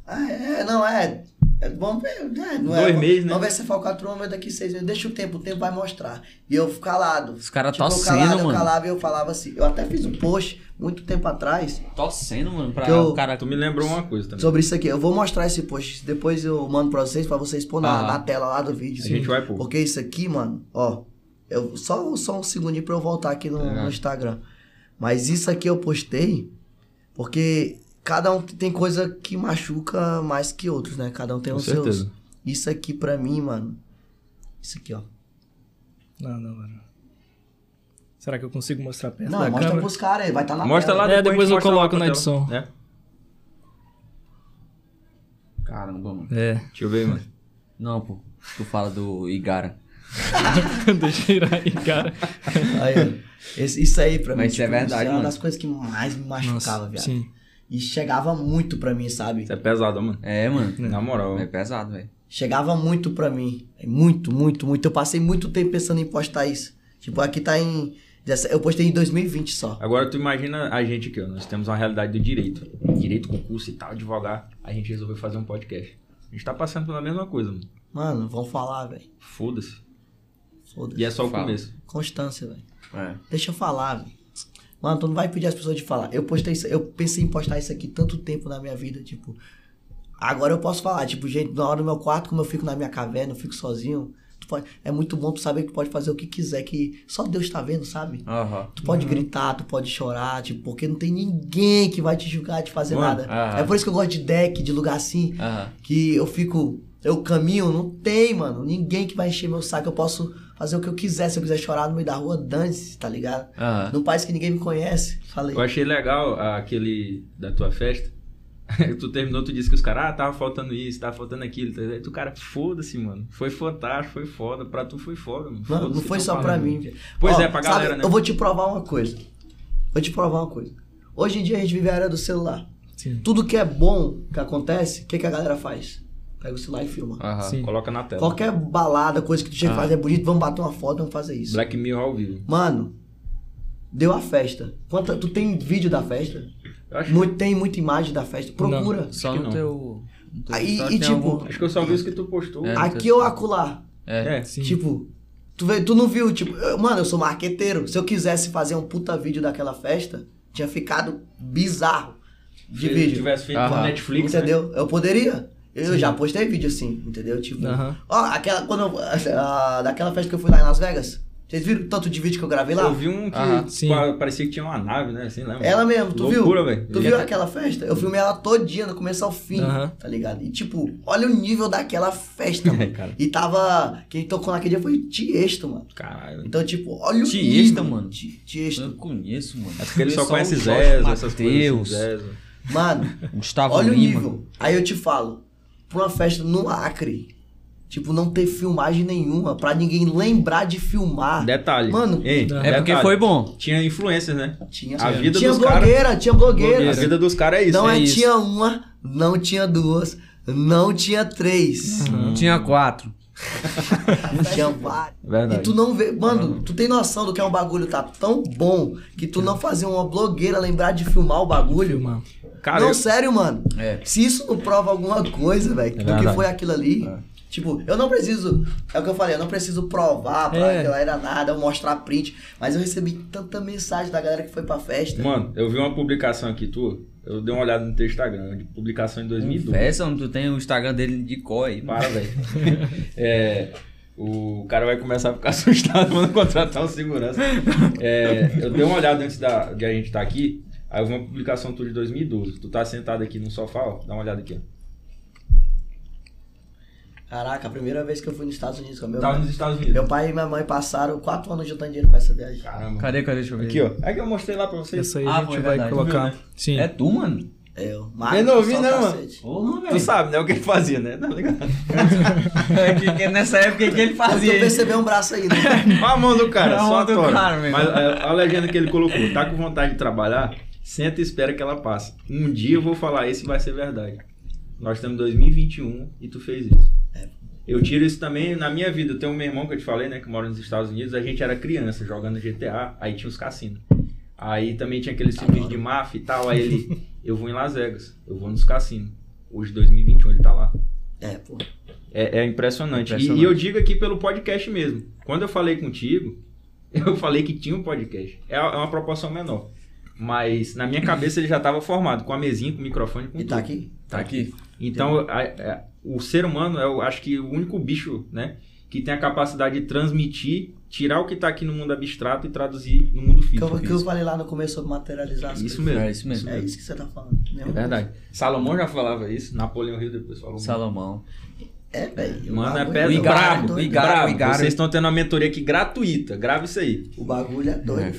S3: ah, é, não, é... é, Vamos ver, né? não é,
S1: Dois meses, né?
S3: Vamos ver se é Falcatrua, mas daqui seis meses. Deixa o tempo, o tempo vai mostrar. E eu calado.
S2: Os caras
S3: Tipo, eu
S2: tossendo,
S3: calado, eu
S2: Tá mano.
S3: calava e eu falava assim. Eu até fiz um post muito tempo atrás
S2: Tossendo, mano, pra
S3: Que eu-
S2: o cara.
S1: Tu me lembrou uma coisa também.
S3: sobre isso aqui. Eu vou mostrar esse post. Depois eu mando pra vocês, pra vocês pôr na,
S2: Ah.
S3: na tela lá do vídeo.
S1: A gente vai pôr.
S3: Porque isso aqui, mano, ó. Eu, só, só um segundinho pra eu voltar aqui no,
S2: Tá ligado.
S3: no Instagram. Mas isso aqui eu postei porque, cada um tem coisa que machuca mais que outros, né? Cada um tem
S1: Com
S3: os seus.
S1: certeza.
S3: Isso aqui pra mim, mano. Isso aqui, ó.
S5: Não, não, mano. Será que eu consigo mostrar a perna
S3: Não,
S5: da
S3: mostra
S5: câmera?
S3: pros caras aí, vai estar tá na
S1: Mostra
S3: tela.
S1: lá
S5: É,
S1: depois.
S5: depois
S1: a gente
S5: eu
S1: mostra lá
S5: coloco
S1: pra
S5: na
S1: tela.
S5: edição.
S1: É?
S2: Caramba, mano.
S5: É.
S1: Deixa eu ver, mano.
S2: Não, pô. Tu fala do Igara.
S5: <laughs> Deixa eu ir aí, cara.
S3: Aí, ó. Esse- isso aí pra
S2: Mas
S3: mim.
S2: isso é verdade,
S3: isso é uma
S2: mano.
S3: das coisas que mais me <laughs> machucava, viado.
S5: Sim.
S3: E chegava muito pra mim, sabe?
S1: Isso é pesado, mano.
S2: É, mano.
S1: Na moral.
S2: É pesado, velho.
S3: Chegava muito pra mim. Muito, muito, muito. Eu passei muito tempo pensando em postar isso. Tipo, aqui tá em. 17 Eu postei em 2020 só.
S1: Agora tu imagina a gente aqui, ó. Nós temos uma realidade do direito. Direito, concurso e tal, advogar. A gente resolveu fazer um podcast. A gente tá passando pela mesma coisa, mano.
S3: Mano, vão falar, velho.
S1: Foda-se.
S3: Foda-se.
S1: E é só o
S2: Fala.
S1: começo.
S3: Constância, velho.
S2: É.
S3: Deixa eu falar, velho. Mano, tu não vai pedir as pessoas de falar. Eu postei isso, eu pensei em postar isso aqui tanto tempo na minha vida, tipo. Agora eu posso falar, tipo, gente, na hora do meu quarto, como eu fico na minha caverna, eu fico sozinho. tu pode- é muito bom tu saber que tu pode fazer o que quiser, que só Deus tá vendo, sabe?
S2: Aham.
S3: Tu
S1: Uhum.
S3: pode gritar, tu pode chorar, tipo, porque não tem ninguém que vai te julgar, te fazer
S1: Mano,
S3: nada.
S2: ah.
S3: É por isso que eu gosto de deck, de lugar assim,
S2: Aham.
S3: que eu fico. Eu caminho, não tem, mano. Ninguém que vai encher meu saco. Eu posso fazer o que eu quiser. Se eu quiser chorar no meio da rua, dane-se, tá ligado?
S1: É.
S2: Aham.
S3: Num país que ninguém me conhece. Falei.
S1: Eu achei legal ah, aquele da tua festa. <laughs> tu terminou, tu disse que os caras, ah, tava faltando isso, tava faltando aquilo. Tá Aí tu, cara, foda-se, mano. Foi fantástico, foi foda. Pra tu foi foda, mano.
S3: Mano, não
S1: Foda-se,
S3: foi
S1: tô
S3: só pra
S1: falando.
S3: mim, velho.
S1: Pois
S3: Ó,
S1: é, pra
S3: sabe,
S1: galera, né?
S3: Eu vou te provar uma coisa. Vou te provar uma coisa. Hoje em dia a gente vive a era do celular.
S5: Sim.
S3: Tudo que é bom que acontece, o que, que a galera faz? Pega o celular e filma.
S2: Aham.
S5: Sim.
S1: Coloca na tela.
S3: Qualquer balada, coisa que tu tinha que
S2: Ah.
S3: fazer é bonito, vamos bater uma foto, vamos fazer é isso.
S1: Black Mirror ao vivo.
S3: Mano, deu a festa. Quanta, tu tem vídeo da festa?
S1: Eu acho,
S3: Muito, tem muita imagem da festa. Procura.
S2: Só
S1: que
S2: no
S1: não.
S2: teu. no teu
S3: Aí,
S2: story
S3: e
S2: tem
S3: tipo-
S2: algum-
S1: acho que eu só vi os que tu postou.
S2: É.
S3: Aqui ou acular.
S2: É.
S1: É.
S5: Sim.
S3: Tipo, tu, vê, tu não viu, tipo, eu- mano, eu sou marqueteiro. Se eu quisesse fazer um puta vídeo daquela festa, tinha ficado bizarro
S1: Se
S3: de vídeo.
S1: tivesse feito
S2: Aham.
S1: no Netflix, né?
S3: entendeu? Eu poderia. Eu já postei vídeo assim, entendeu? Tipo,
S5: Aham.
S3: ó, aquela, quando eu- <laughs> ah, daquela festa que eu fui lá em Las Vegas, vocês viram o tanto de vídeo que eu gravei lá?
S1: Eu vi um que
S2: Aham,
S5: sim.
S1: pa- parecia que tinha uma nave, né? Assim, lembra?
S3: Ela mesmo, tu viu?
S1: Loucura, velho. é-
S3: Tu viu aquela festa? Eu filmei ela todinha, do começo ao fim,
S5: Aham.
S3: tá ligado? E tipo, olha o nível daquela festa, mano.
S1: <laughs> Cara.
S3: E tava. Quem tocou naquele dia foi o Tiesto, mano.
S1: Caralho.
S3: Então, tipo, olha o
S2: Tiesto,
S3: nível,
S2: mano.
S3: Ti- Tiesto.
S2: Eu conheço, mano.
S1: Acho que ele É só
S2: Só
S1: conhece
S2: o Jorge
S1: Zezo, essas coisas.
S2: Mateus.
S1: assim, Zezo.
S3: Mano,
S1: <laughs>
S2: Gustavo
S3: olha o
S2: Lima.
S3: nível. Aí eu te falo, pra uma festa no Acre, tipo, não ter filmagem nenhuma, pra ninguém lembrar de filmar.
S1: Detalhe.
S3: Ah, Mano,
S1: Ei,
S2: É porque
S1: detalhe.
S2: foi bom.
S1: Tinha influências, né?
S3: Tinha,
S1: A vida
S3: tinha
S1: dos
S3: blogueira, tinha blogueira.
S1: A vida dos caras é isso.
S3: não
S1: né?
S3: é,
S2: isso.
S3: tinha uma, não tinha duas, não tinha três.
S2: Tinha quatro.
S3: Tinha várias.
S1: Verdade.
S3: E tu não vê. Mano, tu tem noção do que é um bagulho tá tão bom que tu não fazer uma blogueira lembrar de filmar o bagulho?
S5: Filmar.
S1: Cara,
S3: não,
S1: eu- É
S3: sério, mano.
S2: É.
S3: Se isso não prova alguma coisa, velho, do que
S1: verdade. É.
S3: foi aquilo ali. Tipo, eu não preciso. É o que eu falei, eu não preciso provar pra
S5: É.
S3: que lá era nada, eu mostrar print. Mas eu recebi tanta mensagem da galera que foi pra festa.
S1: Mano, eu vi uma publicação aqui, tu. Eu dei uma olhada no teu Instagram, de publicação em 2012.
S2: Confessa, mano, tu tem o Instagram dele de cor aí. mano.
S1: Para, velho. É, o cara vai começar a ficar <laughs> assustado quando contratar um segurança. É, eu dei uma olhada antes da, de a gente estar aqui. Aí eu vi uma publicação tua de 2012. Tu tá sentado aqui no sofá, ó. Dá uma olhada aqui, ó.
S3: Caraca, a primeira vez que eu fui nos Estados Unidos com meu
S1: Tava
S3: pai.
S1: Tá nos Estados
S3: Meu
S1: Unidos.
S3: pai e minha mãe passaram quatro anos juntando dinheiro pra essa viagem.
S1: Caramba.
S2: Cadê, cadê? Deixa eu ver.
S1: Aqui, ó. É que eu mostrei lá pra vocês.
S5: Essa aí
S2: Ah,
S5: a gente
S2: foi
S5: vai
S2: verdade.
S5: colocar.
S1: Viu,
S3: né?
S5: Sim.
S2: É tu, mano?
S3: É, eu,
S1: Eu não né, ouvi,
S3: só o
S1: não,
S3: cacete.
S2: Porra,
S1: Tu sabe, né? O que ele fazia, né? Tá ligado?
S2: que, que nessa época que ele
S3: Tu
S2: fazia. isso?
S3: percebeu um braço
S2: <laughs>
S3: aí, né?
S1: Olha a mão do cara,
S2: A
S1: só
S2: mão
S1: a
S2: do
S1: tora.
S2: cara, meu.
S1: Mas é, a legenda que ele colocou, tá com vontade de trabalhar, senta e espera que ela passe. Um dia eu vou falar isso e vai ser verdade. Nós estamos em 2021 e tu fez isso. Eu tiro isso também na minha vida. Eu tenho um meu irmão que eu te falei, né, que mora nos Estados Unidos. A gente era criança jogando GTA, aí tinha os cassinos. Aí também tinha aqueles filmes de máfia e tal. Aí ele, eu vou em Las Vegas, eu vou nos cassinos. Hoje, 2021, ele tá lá.
S3: É, pô.
S1: É, é impressionante. E- E,
S2: Impressionante.
S1: eu digo aqui pelo podcast mesmo. Quando eu falei contigo, <laughs> eu falei que tinha um podcast. É, é uma proporção menor. Mas na minha cabeça ele já estava formado, com a mesinha, com o microfone, com
S3: E
S1: tudo.
S3: tá aqui?
S2: Tá aqui.
S1: Então, a- a- o ser humano é, eu acho que, o único bicho, né? Que tem a capacidade de transmitir, tirar o que tá aqui no mundo abstrato e traduzir no mundo
S3: Que
S1: físico.
S3: eu, que eu falei lá no começo sobre materializar as
S1: Isso
S3: coisas.
S1: mesmo. né?
S2: É isso mesmo.
S3: É isso que você tá falando.
S1: É verdade. Salomão já falava isso, Napoleão Rio depois falou.
S2: Salomão.
S3: É, velho. o
S1: Mano, é
S3: bagulho- é
S1: pedra.
S2: O Igaro,
S1: brabo,
S2: o Igaro,
S1: brabo.
S2: o Igaro.
S1: Vocês estão tendo uma mentoria aqui gratuita. Grava isso aí.
S3: O bagulho é doido.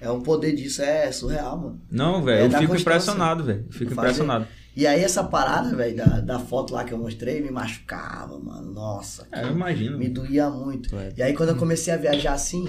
S3: É. um poder disso, é surreal, mano.
S1: Não,
S3: É
S1: velho. eu
S3: da
S1: fico
S3: constância.
S1: impressionado, velho. Eu Fico
S3: Fazer. um
S1: impressionado.
S3: E aí essa parada, velho, da, da foto lá que eu mostrei, me machucava, mano. Nossa.
S1: É, eu imagino.
S3: Me doía muito.
S2: Claro.
S3: E aí quando
S1: Hum.
S3: eu comecei a viajar assim,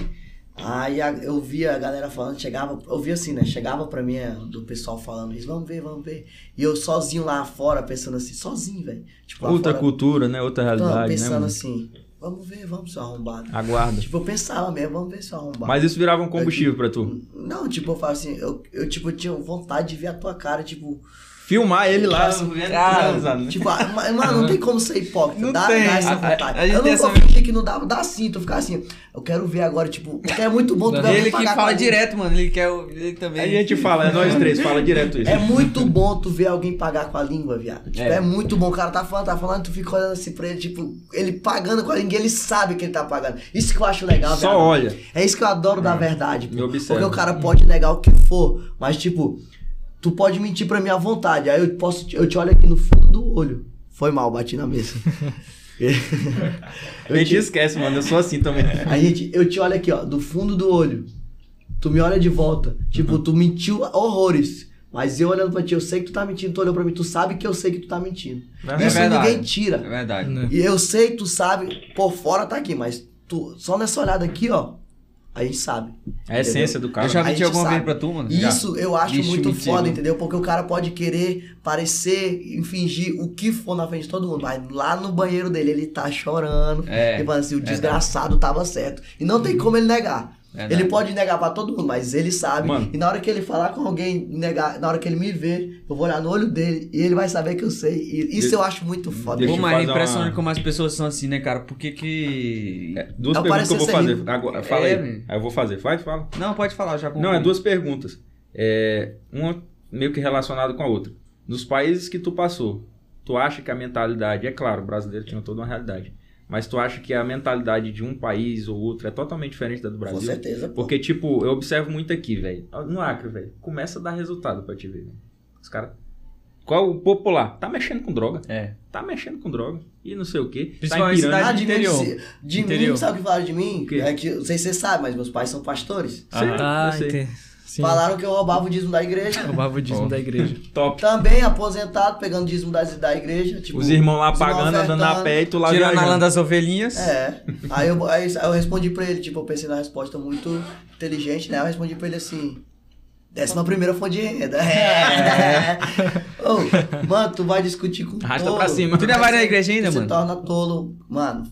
S3: aí a- eu via a galera falando, chegava, eu via assim, né? Chegava pra mim é, do pessoal falando isso, vamos ver, vamos ver. E eu sozinho lá fora, pensando assim, sozinho, velho. Tipo, lá
S1: Outra
S3: fora,
S1: cultura, né? Outra
S3: Tô
S1: realidade, né?
S3: pensando
S1: mano?
S3: assim, vamos ver, vamos seu arrombado.
S1: Aguarda.
S3: Tipo, eu pensava mesmo, vamos ver seu arrombado.
S1: Mas isso virava um combustível pra tu.
S3: Não, tipo, eu falo assim, eu, eu tipo, tinha vontade de ver a tua cara, tipo.
S1: Filmar ele lá.
S3: Assim,
S1: vendo-
S3: cara,
S1: né?
S3: tipo, ah, mas, mano, não tem como ser hipócrita.
S5: Não
S3: dá,
S5: tem.
S3: dá essa
S5: A- a-
S3: vontade.
S5: a gente
S3: eu
S5: tem
S3: não vou
S5: essa-
S3: fingir que não dá, dá sim, tu ficar assim, eu quero ver agora, tipo, porque é muito bom tu vai
S2: Ele que
S3: pagar
S2: fala
S3: 40.
S2: direto, mano. Ele quer. o- Ele também.
S1: A gente fala, é nós três, fala direto isso.
S3: É muito bom tu ver alguém pagar com a língua, viado. Tipo,
S2: É.
S3: é. muito bom. O cara tá falando, tá falando, tu fica olhando assim pra ele, tipo, ele pagando com a língua, ele sabe que ele tá pagando. Isso que eu acho legal,
S1: Só
S3: viado.
S1: olha.
S3: É isso que eu adoro da verdade. pô.
S1: Me observa.
S3: Porque o cara pode negar o que for, mas tipo, tu pode mentir pra mim à vontade. Aí eu posso, te- eu te olho aqui no fundo do olho. Foi mal, bati na
S1: <laughs>
S3: mesa.
S1: A
S2: <laughs>
S1: gente esquece, mano. Eu sou assim também.
S3: A gente, eu te olho aqui, ó, do fundo do olho. Tu me olha de volta. Tipo,
S2: Uhum.
S3: tu mentiu horrores. Mas eu olhando pra ti, eu sei que tu tá mentindo, tu olhou pra mim, tu sabe que eu sei que tu tá mentindo.
S2: É
S3: Isso
S2: verdade.
S3: ninguém
S2: É
S3: tira.
S2: verdade.
S5: Né?
S3: E eu sei, tu sabe, por fora tá aqui, mas tu, só nessa olhada aqui, ó, a gente sabe.
S1: É a essência do cara.
S2: Eu já
S3: A
S2: menti
S3: gente
S2: alguma
S3: sabe.
S2: vez pra tu, mano?
S3: E
S2: Já.
S3: Isso eu acho
S2: Bicho
S3: muito
S2: mentido.
S3: foda, entendeu? Porque o cara pode querer parecer e fingir o que for na frente de todo mundo, mas lá no banheiro dele ele tá chorando.
S2: É,
S3: e falando assim, o
S2: é.
S3: desgraçado tava certo. E não
S1: Uhum.
S3: tem como ele negar.
S2: Verdade.
S3: Ele pode negar pra todo mundo, mas ele sabe.
S1: É Mano.
S3: E na hora que ele falar com alguém, negar, na hora que ele me ver, eu vou olhar no olho dele e ele vai saber que eu sei. E isso
S1: De-
S3: eu acho muito foda.
S1: Deixa
S2: Pô,
S1: eu
S2: mas é
S1: fazer uma- É.
S2: impressionante como as pessoas são assim, né, cara? Por que que.
S1: Duas
S3: Não,
S1: perguntas que eu
S3: parece
S1: vou
S3: ser
S1: fazer.
S3: rico.
S1: Agora, fala
S2: É,
S1: aí.
S2: velho.
S1: Aí eu vou fazer. Vai, fala.
S2: Não, pode falar, já
S1: Não, é duas perguntas. É, uma meio que relacionada com a outra. Nos países que tu passou, tu acha que a mentalidade, é claro, o brasileiro tinha toda uma realidade, mas tu acha que a mentalidade de um país ou outro é totalmente diferente da do
S3: com
S1: Brasil?
S3: certeza, pô.
S1: Porque, tipo, eu observo muito aqui, velho. No Acre, velho, começa a dar resultado pra te ver, velho. Os caras. Qual o popular? Tá mexendo com droga.
S2: É.
S1: Tá mexendo com droga. E não sei o quê. tá
S2: Principalmente
S1: empirando.
S2: cidade-
S3: Ah,
S2: do
S3: de mim,
S2: interior.
S3: se- de mim,
S2: Interior.
S3: sabe o que falaram de mim?
S1: O quê?
S3: É que, não sei se você sabe, mas meus pais são pastores.
S1: Sei,
S5: Ah,
S1: eu sei.
S5: entendi. Sim.
S3: Falaram que eu roubava o dízimo da igreja.
S5: Roubava o dízimo
S1: Ó.
S5: da
S3: <laughs>
S5: igreja.
S1: Top.
S3: Também aposentado, pagando dízimo da, da igreja. Tipo,
S1: Os irmãos lá
S3: os irmãos
S1: pagando, andando a
S3: ofertando.
S1: pé e tu lá
S2: Tirando a lã
S1: viajando.
S2: das ovelhinhas.
S3: É. Aí eu, aí eu respondi pra ele, tipo, eu pensei na resposta muito inteligente, né? Eu respondi pra ele assim. Décima primeira fonte de renda. É. <laughs> Ô, mano, tu vai discutir com
S1: Arrasta
S3: tolo.
S1: pra cima.
S2: Tu ainda vai na igreja
S3: Tu
S2: ainda,
S3: se
S2: mano?
S3: torna tolo. Mano,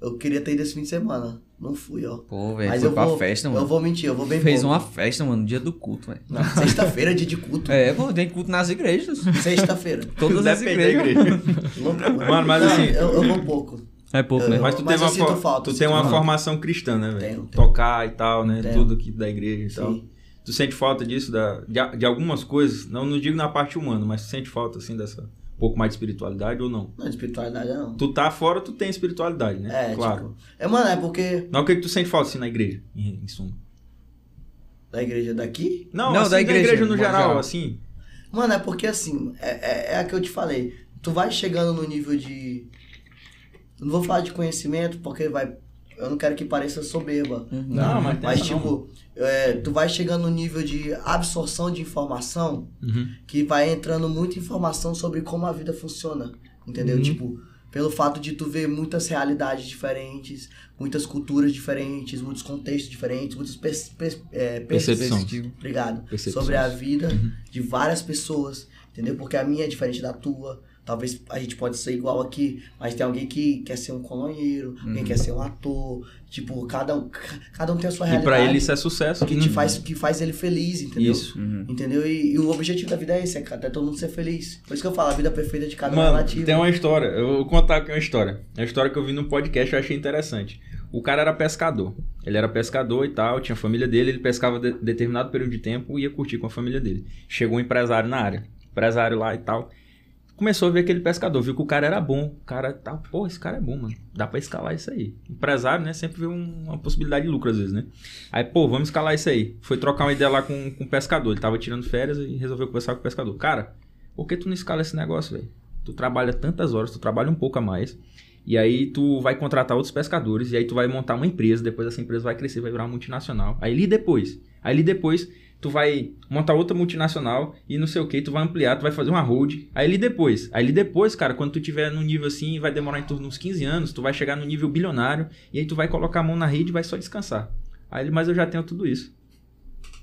S3: eu queria ter ido esse fim de semana. Não fui, ó.
S2: Pô, velho,
S3: Mas
S2: foi
S3: eu
S2: pra
S3: vou,
S2: festa,
S3: Eu
S2: mano.
S3: vou mentir, eu vou bem
S2: Fez
S3: pouco.
S2: uma festa, mano, no dia do culto, velho.
S3: <laughs> Não, Sexta-feira, dia de culto.
S2: É, pô, tem culto nas
S1: <laughs>
S2: igrejas.
S3: Sexta-feira.
S2: Todas as
S1: Depende da
S2: igrejas.
S1: <laughs> igreja.
S3: Loucura.
S1: Mano, mas
S3: Não,
S1: assim-
S3: Eu, eu vou pouco.
S2: É pouco, né?
S1: Mas tu
S3: Mas
S1: tem
S3: eu
S1: uma,
S3: sinto
S1: fo-
S3: falta,
S1: tu
S3: eu
S1: tem
S3: sinto
S1: uma
S3: falta.
S1: formação cristã, né, velho?
S3: Tenho, tenho.
S1: Tocar e tal, né?
S3: Tenho.
S1: Tudo que da igreja e
S2: Então.
S1: tal.
S3: Sim.
S1: Tu sente falta disso, da, de, a- de algumas coisas? Não, não digo na parte humana, mas tu sente falta, assim, dessa um pouco mais de espiritualidade ou não?
S3: Não, de espiritualidade não.
S1: Tu tá fora, tu tem espiritualidade, né?
S3: É,
S1: claro.
S3: tipo. É, mano, é porque.
S1: Não, o que, que tu sente falta, assim, na igreja, em, em suma?
S3: Da igreja daqui?
S1: Não,
S2: Não,
S1: assim,
S2: da
S1: da, igreja,
S2: igreja,
S1: no
S2: no
S1: geral,
S2: geral.
S1: assim.
S3: Mano, é porque assim, é, é, é a que eu te falei. Tu vai chegando no nível de. Não vou falar de conhecimento, porque vai. Eu não quero que pareça soberba.
S1: Não, mas tem
S3: Mas,
S1: essa não.
S3: tipo, é, tu vai chegando no nível de absorção de informação
S1: Uhum.
S3: que vai entrando muita informação sobre como a vida funciona, entendeu?
S5: Uhum.
S3: Tipo, pelo fato de tu ver muitas realidades diferentes, muitas culturas diferentes, muitos contextos diferentes, muitas pers- pers- é,
S1: Percepção.
S2: tipo.
S3: obrigado,
S1: Percepções. Uhum.
S3: sobre a vida de várias pessoas, entendeu? Porque a minha é diferente da tua. Talvez a gente pode ser igual aqui, mas tem alguém que quer ser um colonheiro,
S1: Uhum.
S3: alguém quer ser um ator, tipo, cada um, ca- cada um tem a sua
S1: E
S3: realidade
S1: pra ele isso é sucesso.
S3: que
S1: Hum.
S3: te faz que faz ele feliz, entendeu?
S1: Isso.
S2: Uhum.
S3: Entendeu? E, e o objetivo da vida é esse, é cada- todo mundo ser feliz. Por isso que eu falo, a vida perfeita de cada um é
S1: Mano,
S3: relativa.
S1: tem uma história. Eu vou contar aqui uma história. É uma história que eu vi num podcast e eu achei interessante. O cara era pescador. Ele era pescador e tal, tinha a família dele, ele pescava de determinado período de tempo e ia curtir com a família dele. Chegou um empresário na área. Empresário lá e tal. Começou a ver aquele pescador, viu que o cara era bom. O cara tá, pô, esse cara é bom, mano. Dá pra escalar isso aí. Empresário, né? Sempre vê um- uma possibilidade de lucro às vezes, né? Aí, pô, vamos escalar isso aí. Foi trocar uma ideia lá com, com o pescador. Ele tava tirando férias e resolveu conversar com o pescador. Cara, Por que tu não escala esse negócio, velho? Tu trabalha tantas horas, tu trabalha um pouco a mais. E aí tu vai contratar outros pescadores, e aí tu vai montar uma empresa, depois essa empresa vai crescer, vai virar uma multinacional. Aí ali depois, aí ali depois tu vai montar outra multinacional e não sei o que, tu vai ampliar, tu vai fazer uma road. Aí ali depois, aí ali depois, cara, quando tu tiver num nível assim, vai demorar em torno de uns 15 anos, tu vai chegar no nível bilionário e aí tu vai colocar a mão na rede e vai só descansar. Aí ele, mas eu já tenho tudo isso.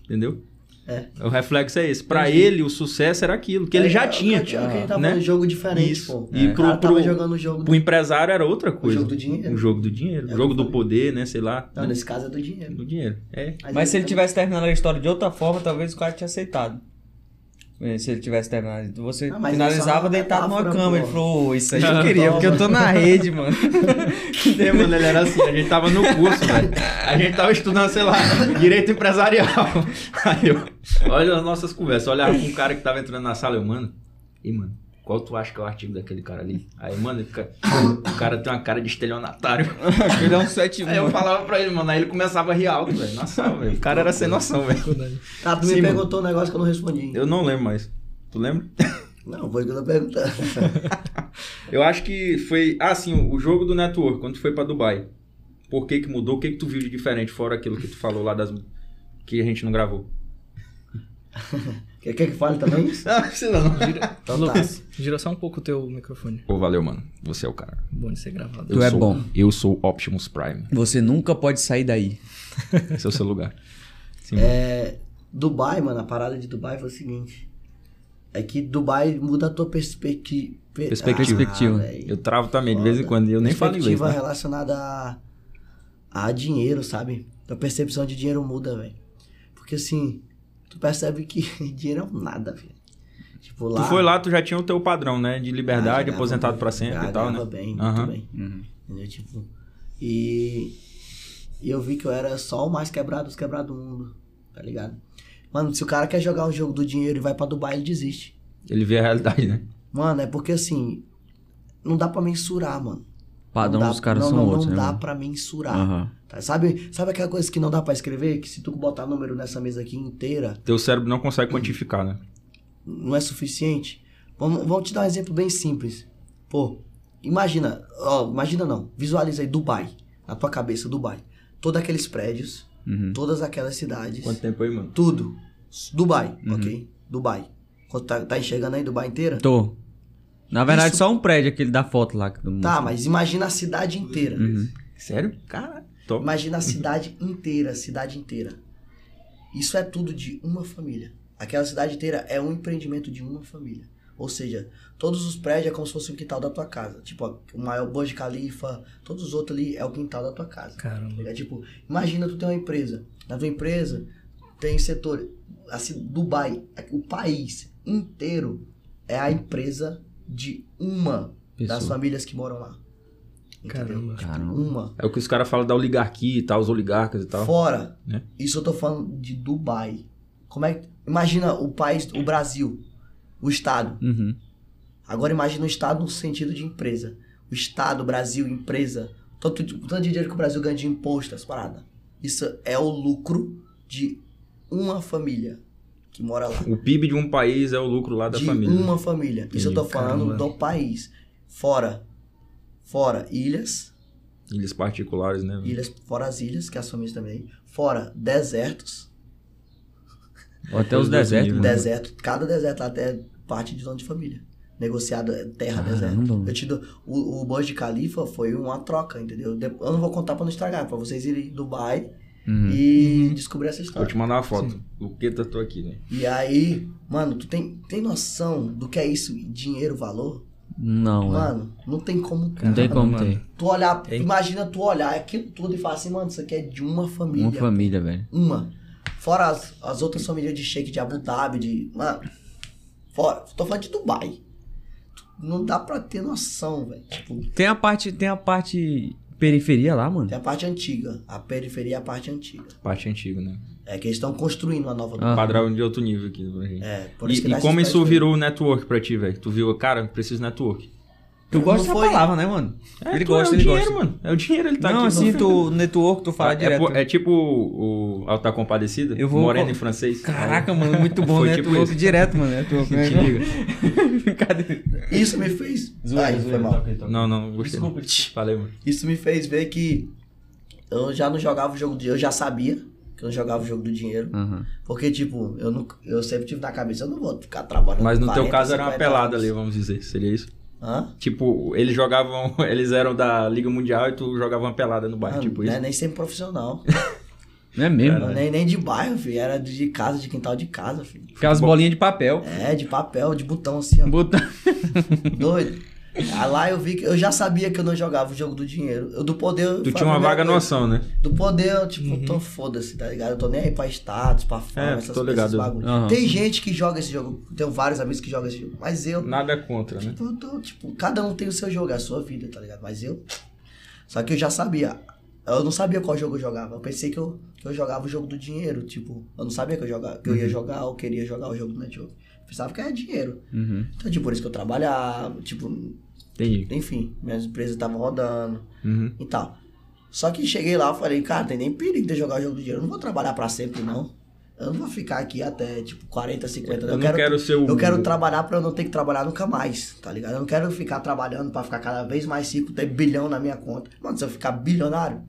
S1: Entendeu?
S3: É.
S1: O reflexo é esse. Pra ele, o sucesso era aquilo que ele já tinha.
S3: Que ele tava
S1: né?
S3: num jogo diferente,
S1: Isso.
S3: pô. É.
S1: E
S3: o
S1: pro-
S3: cara tava
S1: pro-
S3: jogando o jogo do...
S1: O empresário era outra coisa.
S3: jogo do dinheiro.
S1: O jogo do dinheiro.
S3: É
S1: o jogo
S3: o que eu
S1: do
S3: falei.
S1: poder, né? Sei lá.
S3: Não,
S1: né?
S3: nesse caso é do dinheiro.
S1: Do dinheiro. <laughs> É.
S2: Mas se ele
S3: também-
S2: tivesse terminado a história de outra forma, talvez o cara tinha aceitado. É, Se ele tivesse terminado. Você
S3: Ah, mas isso é
S2: finalizava
S3: uma
S2: deitado numa
S3: metáfora,
S2: cama.
S3: pô.
S2: Ele falou, "Ô, isso
S1: <laughs>
S2: aí
S5: Eu queria, porque eu tô na rede, mano.
S1: É, mano, ele era assim, a gente tava no curso, velho. A gente tava estudando, sei lá, direito empresarial. <laughs> Aí eu, olha as nossas conversas, olhava com um cara que tava entrando na sala, eu, mano, e mano, qual tu acha que é o artigo daquele cara ali? Aí, mano, ele fica- o cara tem uma cara de estelionatário. <laughs>
S2: Acho que ele é um 7
S1: Aí eu falava pra ele, mano, aí ele começava a rir alto, velho. Nossa, velho, o cara era sem noção, velho.
S3: Tá, tu me
S1: Sim, mano.
S3: perguntou um negócio que eu não respondi. hein?
S1: Eu não lembro mais. Tu lembra?
S3: Não, foi o que eu tô perguntando. <laughs>
S1: Eu acho que foi. Ah, sim, o jogo do network, quando tu foi pra Dubai. Por que que mudou? O que que tu viu de diferente, fora aquilo que tu falou lá das. que a gente não
S3: <laughs>
S1: gravou?
S3: Quer, quer que fale também?
S1: Ah, sei lá, não. Gira...
S3: Então tá.
S5: Lucas, gira só um pouco o teu microfone.
S1: Pô, valeu, mano. Você é o cara.
S5: Bom de ser gravado.
S2: Tu é bom.
S1: Eu sou Optimus Prime.
S2: Você nunca pode sair daí.
S1: Esse é o seu lugar. Sim.
S3: Dubai, mano, a parada de Dubai foi o seguinte. É que Dubai muda a tua perspectiva.
S1: Perspectiva.
S2: <laughs> Perspectiva.
S1: Eu travo também, de vez em quando. e Eu nem falo inglês.
S3: Perspectiva é
S1: Né?
S3: relacionada a, a dinheiro, sabe? A percepção de dinheiro muda, velho. Porque assim, tu percebe que <laughs> dinheiro é um nada, velho. Tipo, lá.
S1: Tu foi lá, tu já tinha o teu padrão, né? De
S3: Ah,
S1: liberdade,
S3: jogava
S1: aposentado
S3: bem,
S1: pra sempre e
S3: jogava
S1: tal, né?
S3: bem,
S1: Aham.
S3: muito bem.
S2: Uhum.
S3: Entendeu? Tipo, e, e eu vi que eu era só o mais quebrado dos quebrados do mundo, tá ligado? Mano, se o cara quer jogar um jogo do dinheiro e vai pra Dubai, ele desiste.
S1: Ele vê a realidade, né?
S3: Mano, é porque assim, não dá pra mensurar, mano.
S2: Padrão
S3: Não dá-
S2: dos caras
S3: não,
S2: são
S3: não,
S2: outros,
S3: Não
S2: né?
S3: dá
S2: mano?
S3: pra mensurar.
S2: Aham.
S3: tá? Sabe, sabe aquela coisa que não dá pra escrever? Que se tu botar número nessa mesa aqui inteira,
S1: Teu cérebro não consegue quantificar, né?
S3: não é suficiente. Vamos, vamos te dar um exemplo bem simples. Pô, imagina, ó, imagina não, visualiza aí Dubai, na tua cabeça, Dubai. Todos aqueles prédios,
S2: Uhum.
S3: todas aquelas cidades,
S1: Quanto tempo aí, mano?
S3: tudo. Dubai,
S2: Uhum.
S3: ok? Dubai. Quando Tá, tá enxergando aí Dubai inteira?
S2: Tô. Na verdade, só um prédio, aquele da foto lá. que todo mundo-
S3: Tá, mas imagina a cidade inteira.
S2: Uhum.
S1: Sério? Cara, top.
S3: Imagina a cidade inteira, a cidade inteira. Isso é tudo de uma família. Aquela cidade inteira é um empreendimento de uma família. Ou seja, todos os prédios é como se fosse o quintal da tua casa. Tipo, ó, o maior Burj Khalifa, todos os outros ali é o quintal da tua casa.
S5: Caramba.
S3: É tipo, imagina tu tem uma empresa. Na tua empresa tem setor. Assim, Dubai, o país inteiro é a empresa de uma das
S2: Pessoa.
S3: famílias que moram lá. Entendeu?
S5: Caramba.
S2: Caramba.
S3: Uma.
S1: É o que os caras falam da oligarquia e tal, os oligarcas e tal.
S3: Fora.
S5: É.
S1: Né?
S3: Isso eu tô falando de Dubai. Como é que. Imagina o país, o Brasil, o Estado.
S2: Uhum.
S3: Agora imagina o Estado no sentido de empresa. O Estado, Brasil, empresa. Tanto, tanto de dinheiro que o Brasil ganha de imposto, as paradas. Isso é o lucro de uma família que mora lá.
S1: O PIB de um país é o lucro lá da
S3: de
S1: família.
S3: uma família. Isso eu tô
S5: né? Entendi.
S3: falando
S5: Caramba.
S3: do país. Fora. Fora ilhas.
S1: Ilhas particulares, né? velho?
S3: Ilhas, fora as ilhas, que é as famílias também. Fora desertos.
S2: Ou até os desertos, mano.
S3: Deserto, cada deserto lá é parte de dono de família. Negociado é terra,
S2: Caramba,
S3: deserto.
S2: mano.
S3: Eu te dou, o, o Burj Khalifa foi uma troca, entendeu? De- Eu não vou contar pra não estragar, pra vocês irem em Dubai
S2: Uhum.
S3: e descobrir essa
S1: Vou
S3: história.
S1: te mandar uma foto. Luqueta, tô aqui, né?
S3: E aí, mano, tu tem, tem noção do que é isso? Dinheiro, valor?
S2: Não, é.
S3: mano, não tem como.
S2: Não tem
S5: Caramba,
S2: como
S5: mano.
S2: ter.
S3: Tu olhar,
S5: Tem.
S3: imagina tu olhar aquilo tudo e falar assim, mano, isso aqui é de uma família.
S2: Uma família, velho.
S3: Uma. Fora as, as outras famílias de Sheik, de Abu Dhabi, de. Mano. Fora. Tô falando de Dubai. Não dá pra ter noção, velho. Tipo,
S2: Tem a parte, tem a parte periferia lá, mano.
S3: tem a parte antiga. A periferia é a parte antiga.
S1: Parte antiga, né?
S3: É que eles estão construindo uma nova
S2: Ah.
S3: Dubai.
S1: Padrão de outro nível aqui né, pra gente.
S3: É, por isso que
S1: E, e
S3: dá essa
S1: como isso
S3: cidade
S1: virou network pra ti, velho? Tu viu, cara, preciso de network.
S2: Tu
S3: Não
S2: gosta da
S3: foi-
S2: palavra, né, mano?
S1: É,
S2: ele
S1: tu-
S2: gosta,
S1: é o
S2: ele
S1: dinheiro,
S2: gosta.
S1: mano. É o dinheiro, ele tá
S2: não,
S1: aqui.
S2: assim, tu, network, tu fala
S1: é,
S2: direto.
S1: po- é tipo o, o Alta Compadecida,
S2: Eu vou-
S1: moreno em francês.
S2: Caraca, mano, muito bom,
S1: Foi
S2: né?
S1: tipo
S2: network
S1: isso.
S2: direto, mano. Network, <laughs>
S1: <laughs>
S2: né?
S1: Te liga.
S2: Cadê?
S3: Isso me fez. Ai, foi mal.
S1: Não, não, gostei. não. Falei, mano.
S3: Isso me fez ver que eu já não jogava o jogo do Eu já sabia que eu não jogava o jogo do dinheiro.
S2: Aham.
S3: Porque, tipo, eu, não, eu sempre tive na cabeça, eu não vou ficar trabalhando.
S1: Mas no teu
S3: 40,
S1: caso era uma
S3: 50
S1: pelada
S3: anos.
S1: ali, vamos dizer. Seria isso?
S3: Hã?
S1: Tipo, eles jogavam, <laughs> eles eram da Liga Mundial e tu jogava uma pelada no bairro,
S3: Ah,
S1: tipo
S3: não
S1: isso.
S3: é nem sempre profissional.
S2: Não é mesmo?
S3: Não, nem, nem de bairro, filho. Era de casa, de quintal de casa, filho.
S2: Aquelas bolinhas de papel.
S3: É, de papel, de botão assim, ó.
S2: Botão.
S3: Doido. Aí Lá eu vi que eu já sabia que eu não jogava o jogo do dinheiro. Eu, do poder. eu
S1: Tu
S3: fui a
S1: tinha uma
S3: primeira
S1: vaga
S3: coisa.
S1: noção, né?
S3: Do poder, eu, tipo, tô foda-se, tá ligado? Eu tô nem aí pra status, pra fama,
S1: É,
S3: essas
S1: tô
S3: coisas,
S1: ligado.
S3: esses bagulho.
S2: Aham.
S3: Tem gente que joga esse jogo. eu Tenho vários amigos que jogam esse jogo. Mas eu,
S1: Nada contra, né?
S3: eu tô, tipo, cada um tem o seu jogo, é a sua vida, tá ligado? Mas eu. Só que eu já sabia. Eu não sabia qual jogo eu jogava. Eu pensei que eu, que eu jogava o jogo do dinheiro. Tipo, eu não sabia que eu, jogava, que eu ia jogar ou queria jogar o jogo do network. Eu pensava que era dinheiro.
S2: Uhum.
S3: Então, tipo, por isso que eu trabalhava. Tipo,
S1: Entendi.
S3: enfim, minhas empresas estavam rodando
S1: Uhum.
S3: e tal. Só que cheguei lá, eu falei, cara, tem nem perigo de eu jogar o jogo do dinheiro. Eu não vou trabalhar pra sempre, não. Eu não vou ficar aqui até, tipo, 40, 50.
S1: Eu,
S3: Eu,
S1: não
S3: quero,
S1: quero, ser o.
S3: eu quero trabalhar pra eu não ter que trabalhar nunca mais, tá ligado? Eu não quero ficar trabalhando pra ficar cada vez mais rico, ter bilhão na minha conta. Mano, se eu ficar bilionário,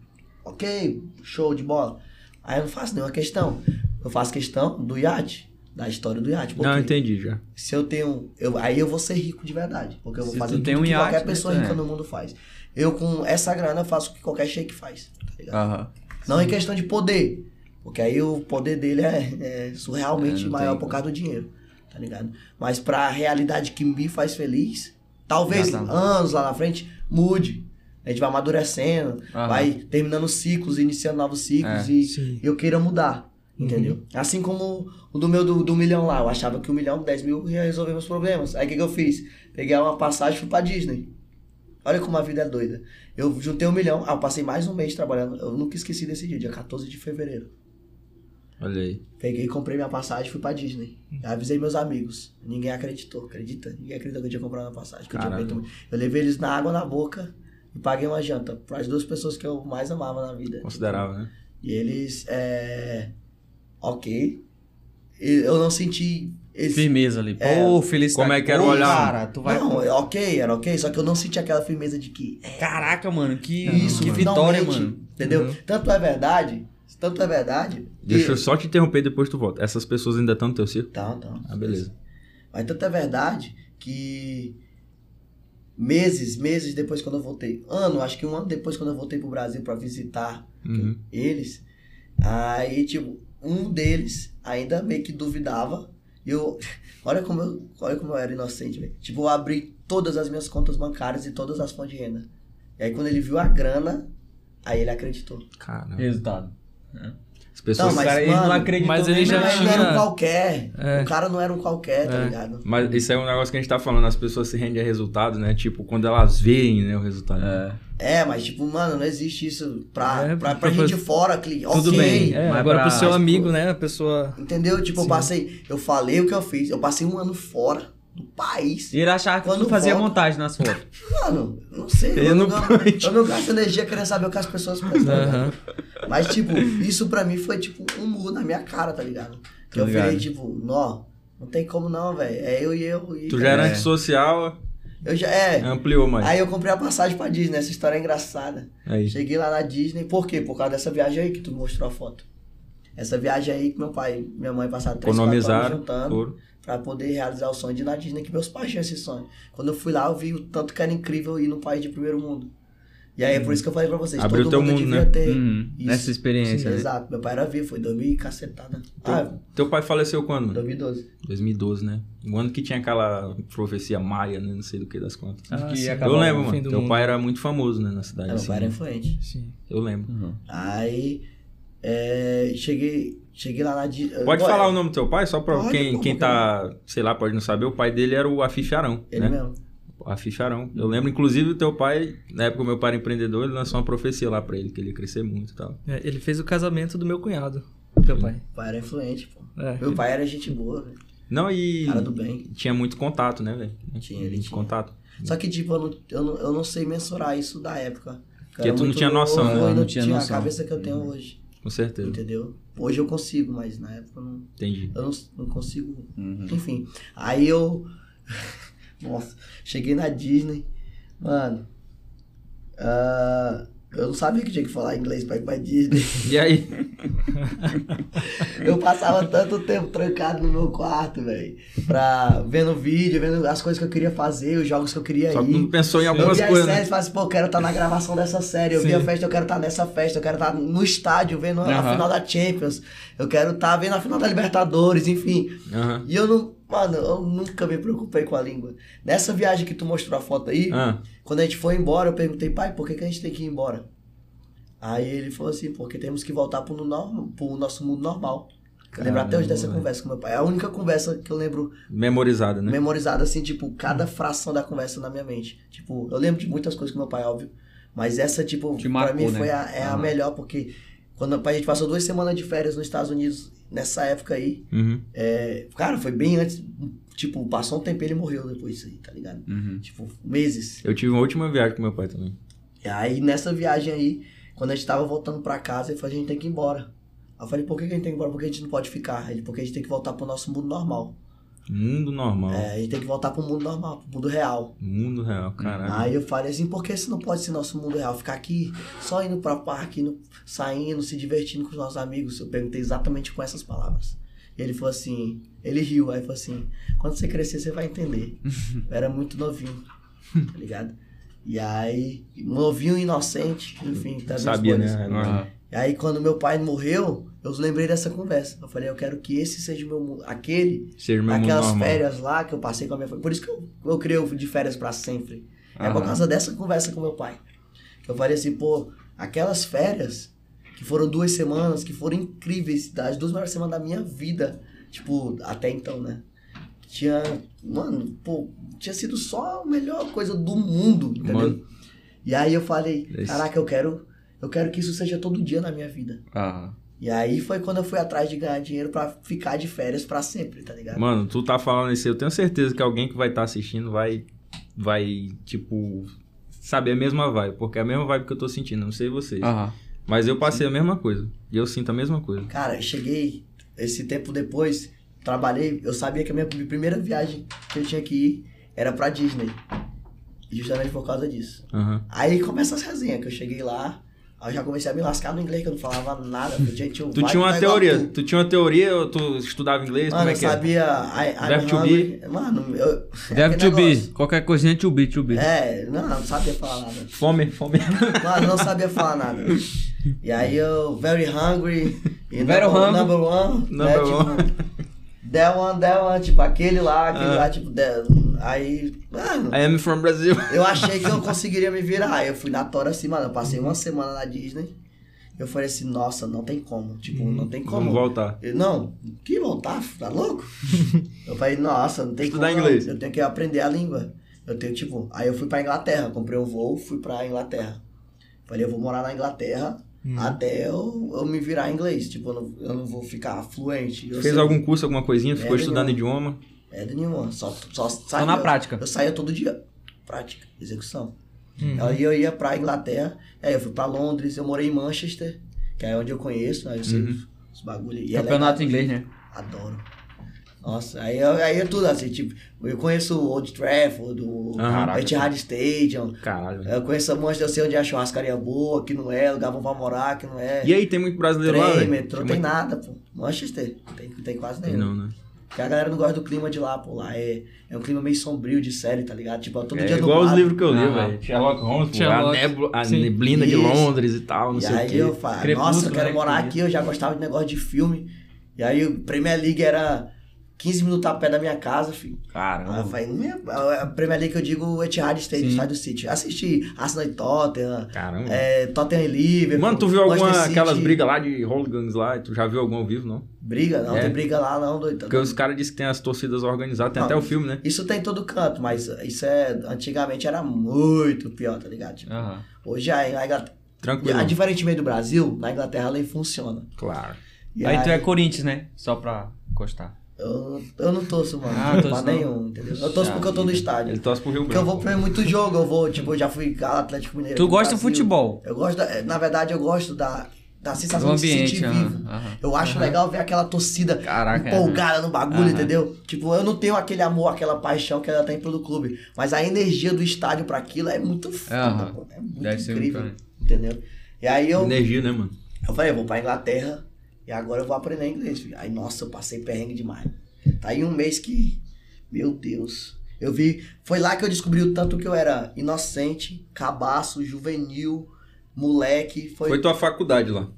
S3: ok, show de bola. Aí eu não faço nenhuma questão. Eu faço questão do iate, da história do iate. um
S1: Não,
S3: porque-
S1: entendi já.
S3: se eu tenho. Eu, aí eu vou ser rico de verdade. Porque eu vou
S2: Se
S3: fazer
S2: tu
S3: tudo
S2: tem um
S3: que
S2: iate,
S3: qualquer
S2: né,
S3: pessoa
S2: tu
S3: rica
S2: é.
S3: no mundo faz. Eu, com essa grana, eu faço o que qualquer shake faz. Tá ligado?
S2: Aham.
S3: Não em questão de poder. Porque aí o poder dele é, é surrealmente
S2: É, não
S3: maior
S2: tem
S3: por causa do dinheiro. Tá ligado? Mas pra realidade que me faz feliz, talvez
S2: Já tá.
S3: anos lá na frente, mude. A gente vai amadurecendo,
S2: Aham.
S3: vai terminando ciclos, iniciando novos ciclos
S2: É,
S3: e
S5: sim.
S3: eu queira mudar. Entendeu? Assim como o do meu do, do milhão lá. Eu achava que o milhão, 10 mil ia resolver meus problemas. Aí o que, que eu fiz? Peguei uma passagem e fui pra Disney. Olha como a vida é doida. Eu juntei um milhão, ah, eu passei mais um mês trabalhando. Eu nunca esqueci desse dia, dia 14 de fevereiro.
S1: Olha aí.
S3: Peguei, comprei minha passagem e fui pra Disney. Avisei meus amigos. Ninguém acreditou, acredita? Ninguém acreditou que eu tinha comprado uma passagem. Que eu, tinha
S1: Caralho.
S3: feito... um- eu levei eles na água na boca e paguei uma janta para as duas pessoas que eu mais amava na vida.
S1: Considerava, né?
S3: E eles, é. Ok. E Eu não senti esse.
S2: Firmeza ali. Pô,
S3: É.
S2: felicidade.
S1: Como é que era o
S2: Pô,
S1: olhar?
S2: Cara, tu vai.
S3: Não, é ok, era ok, só que eu não senti aquela firmeza de que é
S2: Caraca, mano, que,
S3: Isso,
S2: Uhum. que vitória,
S3: finalmente,
S2: mano.
S3: Entendeu?
S5: Uhum.
S3: Tanto é verdade, tanto é verdade.
S1: Deixa eu
S3: que...
S1: só te interromper depois tu volta. Essas pessoas ainda estão no teu circo?
S3: Tá, tá.
S1: Ah, beleza.
S3: Mas tanto é verdade que meses, meses depois quando eu voltei, ano, acho que um ano depois quando eu voltei pro Brasil pra visitar
S1: Uhum.
S3: eles, aí tipo, um deles ainda meio que duvidava. E eu, <laughs> olha como eu, olha como eu era inocente, velho. Tipo, eu abri todas as minhas contas bancárias e todas as fontes de renda. E aí quando ele viu a grana, aí ele acreditou.
S1: Cara,
S2: Resultado.
S1: as pessoas.
S3: É. Não, mas,
S2: Cara, ele não
S3: mano,
S2: acreditou
S5: mas ele
S2: nem
S3: Não,
S5: já
S2: na-
S3: ele não
S5: tinha-
S3: era um qualquer.
S5: É.
S3: O cara não era um qualquer, tá ligado?
S1: Mas isso aí é um negócio que a gente tá falando, as pessoas se rendem a resultados, né? Tipo, quando elas veem né, o resultado.
S2: É.
S3: É, mas tipo, mano, não existe isso pra,
S5: É,
S3: pra, pra
S5: pra
S3: gente de
S5: fazer-
S3: fora, cliente.
S2: Tudo
S3: ok.
S2: bem.
S5: É,
S2: Mas
S5: agora
S2: pra-
S5: pro seu
S2: mas,
S5: amigo, né? A pessoa.
S3: Entendeu? Tipo, eu
S5: Sim.
S3: passei, eu falei o que eu fiz. Eu passei um ano fora do país.
S2: E ele achava que
S3: Quando
S2: tu fazia
S3: volta-
S2: montagem nas fotos.
S3: Mano, não sei. Eu,
S1: Ele não
S3: não, gasto, eu não gasto energia querendo saber o que as pessoas pensam. tá ligado?
S5: Aham.
S3: Mas, tipo, isso pra mim foi, tipo, um murro na minha cara, tá ligado? Que
S2: Tô
S3: eu
S2: ligado.
S3: virei, tipo, nó, não tem como não, velho. É eu e eu. E,
S1: Tu já era
S2: É.
S1: antissocial,
S3: Eu já, é.
S1: ampliou mais.
S3: Aí eu comprei a passagem pra Disney. Essa história é engraçada.
S1: Aí.
S3: Cheguei lá na Disney, por quê? Por causa dessa viagem aí que tu mostrou a foto. Essa viagem aí que meu pai e minha mãe passaram três, quatro anos
S1: Economizaram,
S3: juntando
S1: foram.
S3: pra poder realizar o sonho de ir na Disney, que meus pais tinham esse sonho. Quando eu fui lá, eu vi o tanto que era incrível ir num país de primeiro mundo. E aí é por isso que eu falei pra vocês,
S1: Uhum. Abriu
S3: todo
S1: teu
S3: mundo
S1: mundo,
S3: devia
S1: né?
S3: ter.
S2: Uhum,
S3: É, isso.
S2: Nessa experiência.
S3: Sim,
S2: ali.
S3: exato, meu pai era vivo, foi 2000 e cacetada.
S1: Teu,
S3: Ah,
S1: teu pai faleceu quando, mano?
S3: 2012.
S1: 2012, né? O ano que tinha aquela profecia maia, né? Não sei do que das contas.
S5: Ah,
S2: Que
S5: sim.
S2: ia acabar
S1: Eu
S2: o
S1: lembro,
S5: fim
S1: mano.
S5: do
S1: Teu
S5: mundo.
S1: pai era muito famoso, né, na cidade.
S3: É, meu
S1: assim,
S3: pai era
S1: né?
S3: influente.
S5: Sim.
S1: Eu lembro.
S2: Uhum.
S3: Aí, é, cheguei, cheguei lá na Disney.
S1: Pode falar o nome do teu pai, só pra
S3: é- Pode,
S1: quem,
S3: pô,
S1: quem
S3: porque-
S1: tá, sei lá, pode não saber. O pai dele era o Afif Arão,
S3: Ele
S1: né?
S3: mesmo.
S1: O Afif Arão. Eu lembro, inclusive, o teu pai, na época o meu pai era empreendedor, ele lançou uma profecia lá pra ele, que ele ia crescer muito e tal.
S5: É, ele fez o casamento do meu cunhado, teu pai.
S3: Meu pai era influente, pô.
S5: É.
S3: Meu pai era gente boa, velho.
S1: Não, e
S3: Cara do bem.
S1: tinha muito contato, né, velho?
S3: Tinha, ele
S1: muito
S3: tinha.
S1: contato.
S3: Só que, tipo, eu não, eu não, eu não sei mensurar isso da época.
S1: Porque tu não tinha noção, Uhum. né?
S3: Eu
S2: Não
S3: não
S2: tinha
S3: tinha, a
S2: noção.
S3: cabeça que eu tenho hoje,
S1: Com certeza.
S3: entendeu? Hoje eu consigo, mas na época eu não,
S1: Entendi.
S3: eu não, não consigo.
S2: Uhum.
S3: Enfim, aí eu. <laughs> Nossa, cheguei na Disney, mano. ah, eu não sabia que tinha que falar inglês pra ir pra Disney.
S1: E aí?
S3: Eu passava tanto tempo trancado no meu quarto, velho. Pra vendo vídeo, vendo as coisas que eu queria fazer, os jogos que eu queria
S1: Só que não
S3: ir.
S1: pensou em
S3: Eu
S1: algumas
S3: via as
S1: coisas, né?
S3: séries e falava assim, pô, eu quero estar na gravação dessa série, eu vi a festa, eu quero estar nessa festa, eu quero estar no estádio vendo
S2: Aham.
S3: a final da Champions, eu quero estar vendo a final da Libertadores, enfim.
S1: Aham.
S3: E eu não, mano, eu nunca me preocupei com a língua. Nessa viagem que tu mostrou a foto aí,
S1: Ah,
S3: quando a gente foi embora, eu perguntei, pai, por que, que a gente tem que ir embora? Aí ele falou assim, porque temos que voltar pro, norm- pro nosso mundo normal. Eu lembro até hoje dessa conversa com meu pai. É a única conversa que eu lembro
S1: memorizada, né?
S3: memorizada, assim, tipo,
S2: Hum.
S3: cada fração da conversa na minha mente. Tipo, eu lembro de muitas coisas com meu pai, óbvio. Mas essa, tipo,
S2: Te
S3: pra
S2: marcou,
S3: mim
S2: né?
S3: foi a, é a
S2: Aham.
S3: melhor, porque quando a gente passou duas semanas de férias nos Estados Unidos nessa época aí.
S1: Uhum.
S3: é, cara, foi bem antes. Tipo, passou um tempo e ele morreu depois disso aí, tá ligado?
S2: Uhum.
S3: Tipo, meses.
S1: Eu tive uma última viagem com meu pai também.
S3: E aí nessa viagem aí, quando a gente tava voltando pra casa, ele falou, a gente tem que ir embora. Aí eu falei, por que que a gente tem que ir embora? Porque a gente não pode ficar. Ele, porque a gente tem que voltar pro nosso mundo normal.
S1: Mundo normal.
S3: É, a gente tem que voltar pro mundo normal, pro mundo real.
S1: Mundo real, caralho.
S3: Aí eu falei assim, por que isso não pode ser nosso mundo real? Ficar aqui, só indo pra parque, indo, saindo, se divertindo com os nossos amigos. Eu perguntei exatamente com essas palavras. E ele falou assim, ele riu, aí falou assim, quando você crescer, você vai entender. Eu era muito novinho, tá ligado? E aí, novinho inocente, enfim, tá vendo
S1: Sabia,
S3: coisas.
S1: né?
S2: Aham.
S3: E aí, quando meu pai morreu, eu lembrei dessa conversa. Eu falei, eu quero que esse seja o meu mundo. Aquele,
S1: Ser meu mundo
S3: Uhum. aquelas
S1: normal.
S3: férias lá que eu passei com a minha família. Por isso que eu, eu criei o de férias pra sempre. É por
S2: Aham.
S3: causa dessa conversa com meu pai. Que eu falei assim, pô, aquelas férias, que foram duas semanas, que foram incríveis, das duas melhores semanas da minha vida. Tipo, até então, né? Tinha, mano, pô, tinha sido só a melhor coisa do mundo, entendeu?
S1: Mano.
S3: E aí eu falei,
S1: Esse-
S3: caraca, eu quero, eu quero que isso seja todo dia na minha vida.
S2: Aham.
S3: E aí foi quando eu fui atrás de ganhar dinheiro pra ficar de férias pra sempre, tá ligado?
S1: Mano, tu tá falando isso, aí, eu tenho certeza que alguém que vai estar assistindo vai, vai, tipo, saber a mesma vibe, porque é a mesma vibe que eu tô sentindo, não sei vocês.
S2: Aham.
S1: Mas eu passei a mesma coisa, e eu sinto a mesma coisa.
S3: Cara, eu cheguei esse tempo depois, trabalhei, eu sabia que a minha primeira viagem que eu tinha que ir era pra Disney. Justamente por causa disso.
S1: Aham.
S3: Aí começa as resenhas, que eu cheguei lá, aí eu já comecei a me lascar no inglês, que eu não falava nada. Eu tinha, tinha um
S1: Tu
S3: vibe
S1: tinha uma
S3: que tá igual
S1: teoria,
S3: tu.
S1: tu. tinha uma teoria, ou tu estudava inglês, como
S3: Mano,
S1: é
S3: eu
S1: que é?
S3: sabia. I, I'm
S1: Verbo to
S3: hungry. Mano, eu. é
S2: Deve
S3: aquele
S2: to be.
S3: negócio.
S2: Qualquer coisinha to be, to be.
S3: É, não, não sabia falar nada.
S1: Fome, fome. <laughs>
S3: Mano, não sabia falar nada. E aí eu, very hungry. E
S2: Very
S3: number,
S2: hungry.
S3: Number one. né,
S1: Number
S3: Tipo, that one, that one. Tipo, aquele lá, aquele
S1: Ah.
S3: lá, tipo, that- aí, mano,
S1: I am from Brazil.
S3: eu achei que eu conseguiria me virar. Aí eu fui na tora assim, mano, eu passei uma semana na Disney. Eu falei assim, nossa, não tem como. Tipo, não tem como.
S1: Vamos voltar.
S3: Eu, não, que voltar? Tá louco? eu falei, nossa, não tem
S1: Estudar
S3: como. não.
S1: inglês.
S3: Eu tenho que aprender a língua. Eu tenho, tipo, aí eu fui pra Inglaterra, comprei um voo, fui pra Inglaterra. Falei, eu vou morar na Inglaterra até eu, eu me virar em inglês. Tipo, eu não, eu não vou ficar fluente. Eu
S1: Fez
S3: sei-
S1: algum curso, alguma coisinha, ficou
S3: É,
S1: estudando idioma.
S3: É de nenhuma. Só, só,
S2: Só na prática.
S3: Eu saía todo dia. Prática, execução. Aí eu ia pra Inglaterra, aí eu fui pra Londres, eu morei em Manchester, que é onde eu conheço, aí eu sei os- os bagulho. E é legal.
S2: Campeonato inglês, né?
S3: Adoro. Nossa, aí, eu- aí é tudo assim, tipo, eu conheço o Old Trafford, o
S1: Ah, caraca.
S3: Etihad Stadium,
S1: Caralho.
S3: eu conheço um monte, eu sei onde é a churrascaria boa, que não é, lugar bom pra morar, que não é.
S1: E aí, tem muito brasileiro lá,
S3: Trem,
S1: velho?
S3: metrô, tem
S1: muito-
S3: nada, pô. Manchester, tem, tem um quase
S1: Tem
S3: nenhum.
S1: não, né?
S3: Porque a galera não gosta do clima de lá, pô, lá é, é um clima meio sombrio de série, tá ligado? Tipo, é todo
S1: É
S3: dia
S1: igual os
S3: nublado.
S1: livros que eu li,
S2: Aham.
S1: velho. Ah, Sherlock Holmes, pô, a,
S5: Sherlock,
S1: nebula, a
S5: sim.
S1: neblina de
S3: Isso.
S1: Londres e tal, não
S3: e
S1: sei o
S3: aí
S1: quê.
S3: eu falo,
S5: Crepúsculo,
S3: nossa, eu quero
S5: né,
S3: morar
S5: que-
S3: aqui, eu já gostava de negócio de filme. E aí o Premier League era 15 minutos a pé da minha casa, filho. Ah,
S2: Caramba.
S3: vai, não é- a Premier League que eu digo o Etihad Stadium,
S2: Sim.
S3: estádio City. Assisti Arsenal e Tottenham,
S1: Caramba.
S3: é, Tottenham e Liverpool.
S1: Hum. Mano, tu viu alguma
S3: Manchester City.
S1: aquelas brigas lá de hooligans lá? Tu já viu algum ao vivo, não?
S3: Briga? Não,
S1: É.
S3: tem briga lá não, doido.
S1: Porque os caras dizem que tem as torcidas organizadas, tem
S3: Não.
S1: até o filme, né?
S3: Isso tem em todo canto, mas isso é... Antigamente era muito pior, tá ligado? Tipo,
S2: Aham.
S3: Hoje a Inglaterra...
S1: Ah. Tranquilo.
S3: a- Diferentemente do Brasil, na Inglaterra a lei funciona.
S1: Claro.
S3: E
S2: Aí tu é Corinthians, né? Só pra encostar.
S3: Eu, eu não torço, mano.
S2: Ah, não
S3: pra
S2: torço não.
S3: nenhum, entendeu? Eu torço
S2: Puxa
S3: porque eu tô no
S2: vida.
S3: estádio.
S1: né? Ele torce pro Rio
S3: Porque eu
S1: Branco.
S3: vou pra muito jogo, eu vou, tipo, eu já fui Galo, Atlético Mineiro.
S2: Tu
S3: aqui no
S2: gosta do
S3: Brasil.
S2: futebol?
S3: Eu gosto, da- na verdade, eu gosto da, da sensação
S2: Do
S3: de se
S2: ambiente,
S3: sentir
S2: aham,
S3: vivo.
S2: aham.
S3: Eu acho legal ver aquela torcida
S2: Caraca,
S3: empolgada no bagulho,
S2: Aham.
S3: entendeu? Tipo, eu não tenho aquele amor, aquela paixão que ela tem pelo clube. Mas a energia do estádio pra aquilo é muito foda,
S2: Aham.
S3: pô. É muito
S2: Deve ser
S3: incrível,
S2: muito
S3: entendeu? E aí eu,
S1: Energia, né, mano?
S3: eu falei, eu vou pra Inglaterra e agora eu vou aprender inglês. filho. Aí, nossa, eu passei perrengue demais. Tá aí um mês que. Meu Deus. Eu vi. Foi lá que eu descobri o tanto que eu era inocente, cabaço, juvenil, moleque. Foi,
S1: Foi tua faculdade lá.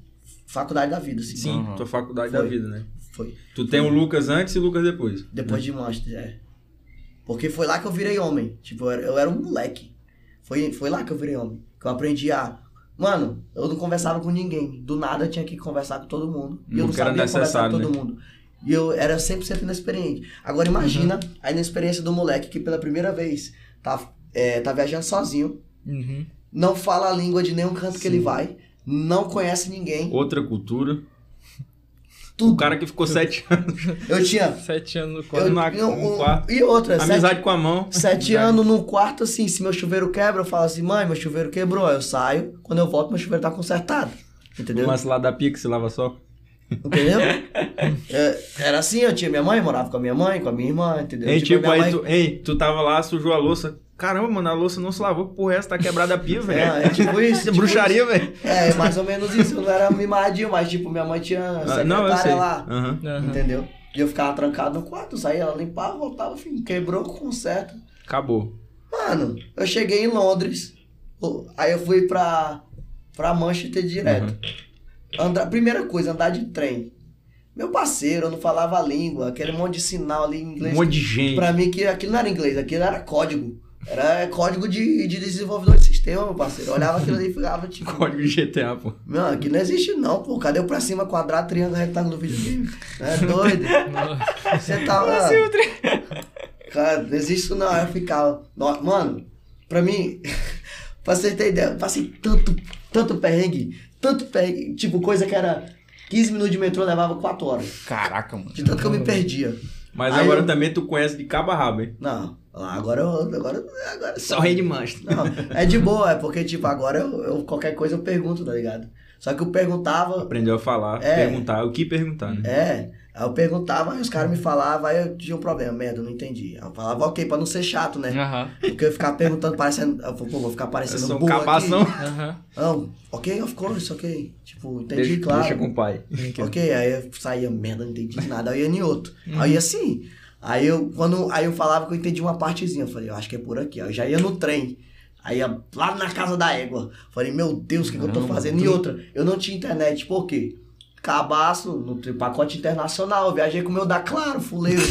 S3: faculdade da vida, assim.
S1: Sim,
S2: Aham.
S1: tua faculdade
S3: Foi.
S1: da vida, né?
S3: Foi.
S1: Tu tem o Lucas antes e o Lucas depois.
S3: Depois de Manchester, é. Porque foi lá que eu virei homem. Tipo, eu era, eu era um moleque. Foi, foi lá que eu virei homem. Que eu aprendi a. Mano, eu não conversava com ninguém. Do nada eu tinha que conversar com todo mundo. E eu não
S1: Porque era
S3: sabia conversar
S1: necessário,
S3: com
S1: né?
S3: todo mundo. E eu era 100% inexperiente. Agora imagina
S1: Uhum.
S3: a inexperiência do moleque que pela primeira vez tá, é, tá viajando sozinho,
S5: Uhum.
S3: não fala a língua de nenhum canto que ele vai, não conhece ninguém.
S1: Outra cultura. O
S3: Tudo.
S1: cara que ficou sete anos
S3: Eu tinha.
S5: Sete anos no quarto.
S3: Eu,
S1: na-
S3: tinha
S1: no
S3: um-
S1: quarto.
S3: e outra,
S1: <laughs>
S3: sete-
S1: Amizade com a mão.
S3: Sete anos num quarto, assim, se meu chuveiro quebra, eu falo assim, mãe, meu chuveiro quebrou. Aí Eu saio, quando eu volto, meu chuveiro tá consertado. Entendeu?
S1: O lance lá da pia que se lava só. <laughs>
S3: Entendeu? É, era assim, eu tinha minha mãe, morava com a minha mãe, com a minha irmã, entendeu?
S1: Ei, tipo,
S3: a minha
S1: aí
S3: mãe-
S1: tu, ei, tu tava lá, sujou a louça. Caramba, mano, a louça não se lavou, porra, essa tá quebrada a pia, velho.
S3: <laughs> <laughs> É,
S1: <laughs>
S3: é tipo isso,
S1: Isso é
S3: tipo
S1: bruxaria, velho.
S3: isso. É, mais ou menos isso. Eu não era mimadinho, mas tipo, minha mãe tinha
S1: Ah,
S3: secretária
S1: não, eu sei.
S3: lá.
S1: Aham.
S5: Aham.
S3: Entendeu? E eu ficava trancado no quarto, saía, ela limpava, voltava, enfim, quebrou, conserta.
S1: Acabou.
S3: Mano, eu cheguei em Londres. o- Aí eu fui pra, pra Manchester direto.
S1: Uhum.
S3: Andar, primeira coisa, andar de trem. Meu parceiro, eu não falava a língua, aquele monte de sinal ali em
S1: Um
S3: inglês.
S1: monte de gente. <laughs>
S3: Pra mim, que aquilo não era inglês, aquilo era código. Era código de, de desenvolvedor de sistema, meu parceiro. Eu olhava aquilo ali e ficava tipo.
S1: Código de GTA, pô.
S3: Não, aqui não existe não, pô. Cadê o pra cima, quadrado, triângulo, retângulo do videogame? É doido. Você tá lá. Cara, não existe isso não. Aí eu ficava. "Nó- Mano, pra mim, <laughs> pra você ter ideia, eu passei tanto, tanto perrengue, tanto perrengue. Tipo, coisa que era 15 minutos de metrô levava 4 horas.
S2: Caraca, mano.
S3: De tanto que eu me perdia.
S1: Mas
S3: Aí
S1: agora
S3: eu-
S1: também tu conhece de cabo a rabo, hein?
S3: Não, agora eu. Agora, agora
S1: Só rei de Manchester.
S3: Não, é de boa, é porque, tipo, agora eu, eu- qualquer coisa eu pergunto, tá ligado? Só que eu perguntava,
S1: Aprendeu a falar,
S3: É.
S1: perguntar, o que perguntar, né?
S3: É, aí eu perguntava, aí os caras me falavam, aí eu tinha um problema, merda, eu não entendi. Aí eu falava, ok, pra não ser chato, né?
S2: Aham.
S3: Porque eu ficava perguntando, parecendo, eu falei, pô, vou ficar
S1: Ah. Eu
S3: parecendo
S1: sou um
S3: burro
S1: cabação.
S3: aqui.
S5: Aham.
S3: Não, ok, of course, ok. Tipo, entendi,
S1: Deixa,
S3: claro. Então
S1: deixa com o pai.
S3: Ok, aí eu saía, merda, não entendi nada, aí eu ia em outro.
S1: Uhum.
S3: Aí eu ia assim. Aí eu, quando, aí eu falava que eu entendi uma partezinha, eu falei, eu acho que é por aqui. Aí eu já ia no trem. Aí ia lá na casa da égua. Falei, meu Deus, o que, que eu tô fazendo? E outra, eu não tinha internet, por quê? Cabaço, no tri- pacote internacional, eu viajei com o meu da Claro, fuleiro.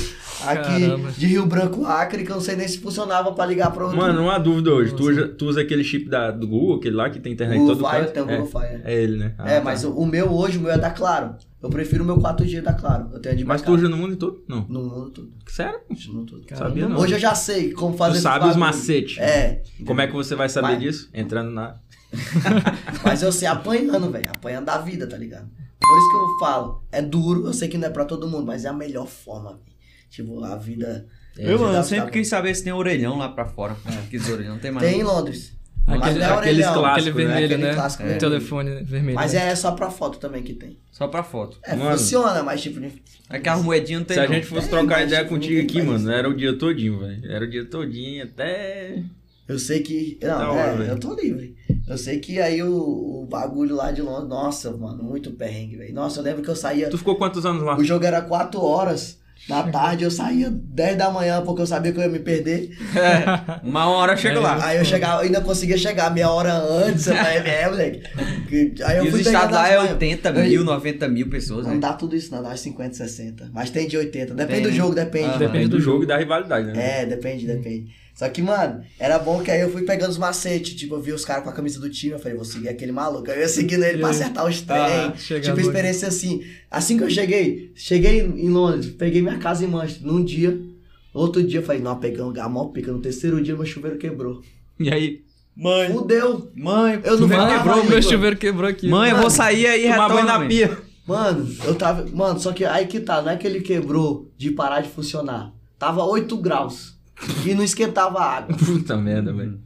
S3: Aqui
S5: Caramba.
S3: de Rio Branco, Acre, que eu não sei nem se funcionava pra ligar pra um outro.
S1: Mano, uma dúvida hoje. Tu usa, tu usa aquele chip da, do Google, aquele lá que tem internet
S3: Google
S1: todo
S3: Fi, eu
S1: canto?
S3: tenho
S1: é.
S3: Google Fi, é.
S1: é ele, né? Ah,
S3: é,
S1: tá.
S3: mas o, o meu hoje, o meu é da Claro. Eu prefiro o meu 4G da Claro. Eu tenho de
S1: Mas tu
S3: backup.
S1: usa no mundo todo? Não.
S3: No mundo todo.
S1: Sério?
S3: No mundo todo.
S5: Caramba.
S1: Sabia não.
S3: Hoje eu já sei como fazer
S1: Tu
S3: esses
S1: sabe os
S3: bagulho.
S1: macetes.
S3: É.
S1: Como é que você vai saber
S3: Vai.
S1: disso? Entrando na.
S3: <laughs> Mas eu sei apanhando, velho. Apanhando da vida, tá ligado? Por isso que eu falo. É duro, eu sei que não é pra todo mundo, mas é a melhor forma, velho. Tipo, a vida.
S2: É. Eu, mano,
S3: Tá-
S2: eu sempre
S3: tá-
S2: quis saber se tem orelhão lá pra fora. Que orelhão tem mais.
S3: Tem em Londres. mas
S1: Aquele-
S3: não é
S1: aqueles
S3: orelhão.
S1: clássicos,
S5: Aquele
S1: né?
S5: vermelho,
S3: Aquele
S5: né?
S3: clássico
S5: O
S3: vermelho.
S5: telefone vermelho.
S3: Mas
S5: né?
S3: é só pra foto também que tem.
S2: Só pra foto.
S3: É,
S1: Mano.
S3: funciona, mas tipo. de-
S2: Aquelas moedinhas não tem
S1: Se a
S2: não. <laughs>
S1: gente fosse
S3: É,
S1: trocar
S3: mas
S1: ideia
S3: tipo,
S1: contigo
S3: ninguém
S1: aqui,
S3: faz
S1: mano,
S3: isso.
S1: era o dia todinho, velho. Era o dia todinho até.
S3: Eu sei que.
S1: Da
S3: Não,
S1: hora,
S3: é,
S1: velho.
S3: eu tô livre. Eu sei que aí o, o bagulho lá de Londres. Nossa, mano, muito perrengue, velho. Nossa, eu lembro que eu saía.
S1: Tu ficou quantos anos lá?
S3: O jogo era 4 horas. Na tarde eu saía 10 da manhã porque eu sabia que eu ia me perder.
S2: É, Uma hora eu chego lá.
S3: Aí eu chegava, ainda conseguia chegar meia hora antes. Eu falei, é, moleque. Que- Aí eu
S2: E os
S3: fui
S2: estados
S3: pegando
S2: lá
S3: as
S2: é
S3: manhas.
S2: 80
S3: Eu-
S2: mil, 90 mil pessoas,
S3: Não
S2: né?
S3: dá tudo isso, não. Dá 50, 60. Mas tem de 80. Depende
S2: Tem,
S3: do
S2: né?
S3: jogo, depende.
S2: Aham.
S1: Depende do jogo e da rivalidade, né?
S3: É, depende, depende. Só que, mano, era bom que aí eu fui pegando os macetes. Tipo, eu vi os caras com a camisa do time, eu falei, vou seguir aquele maluco. Aí eu ia seguindo ele pra acertar os trem.
S5: Ah, chega
S3: tipo,
S5: longe.
S3: experiência assim. Assim que eu cheguei, cheguei em Londres, peguei minha casa em Manchester num dia. Outro dia eu falei, não, peguei um lugar mó pica. No terceiro dia meu chuveiro quebrou.
S1: E aí, <laughs>
S2: Mãe,
S3: Fudeu!
S2: mãe,
S3: Eu não
S5: Mãe,
S3: falava
S5: quebrou,
S3: ainda.
S5: meu chuveiro quebrou aqui.
S2: mãe, eu vou sair aí e
S1: tomar banho
S2: retorno,
S1: na
S2: mãe.
S1: pia.
S3: Mano, eu tava. Mano, só que aí que tá, não é que ele quebrou de parar de funcionar. Tava 8 graus. E não esquentava a água.
S1: Puta merda, velho.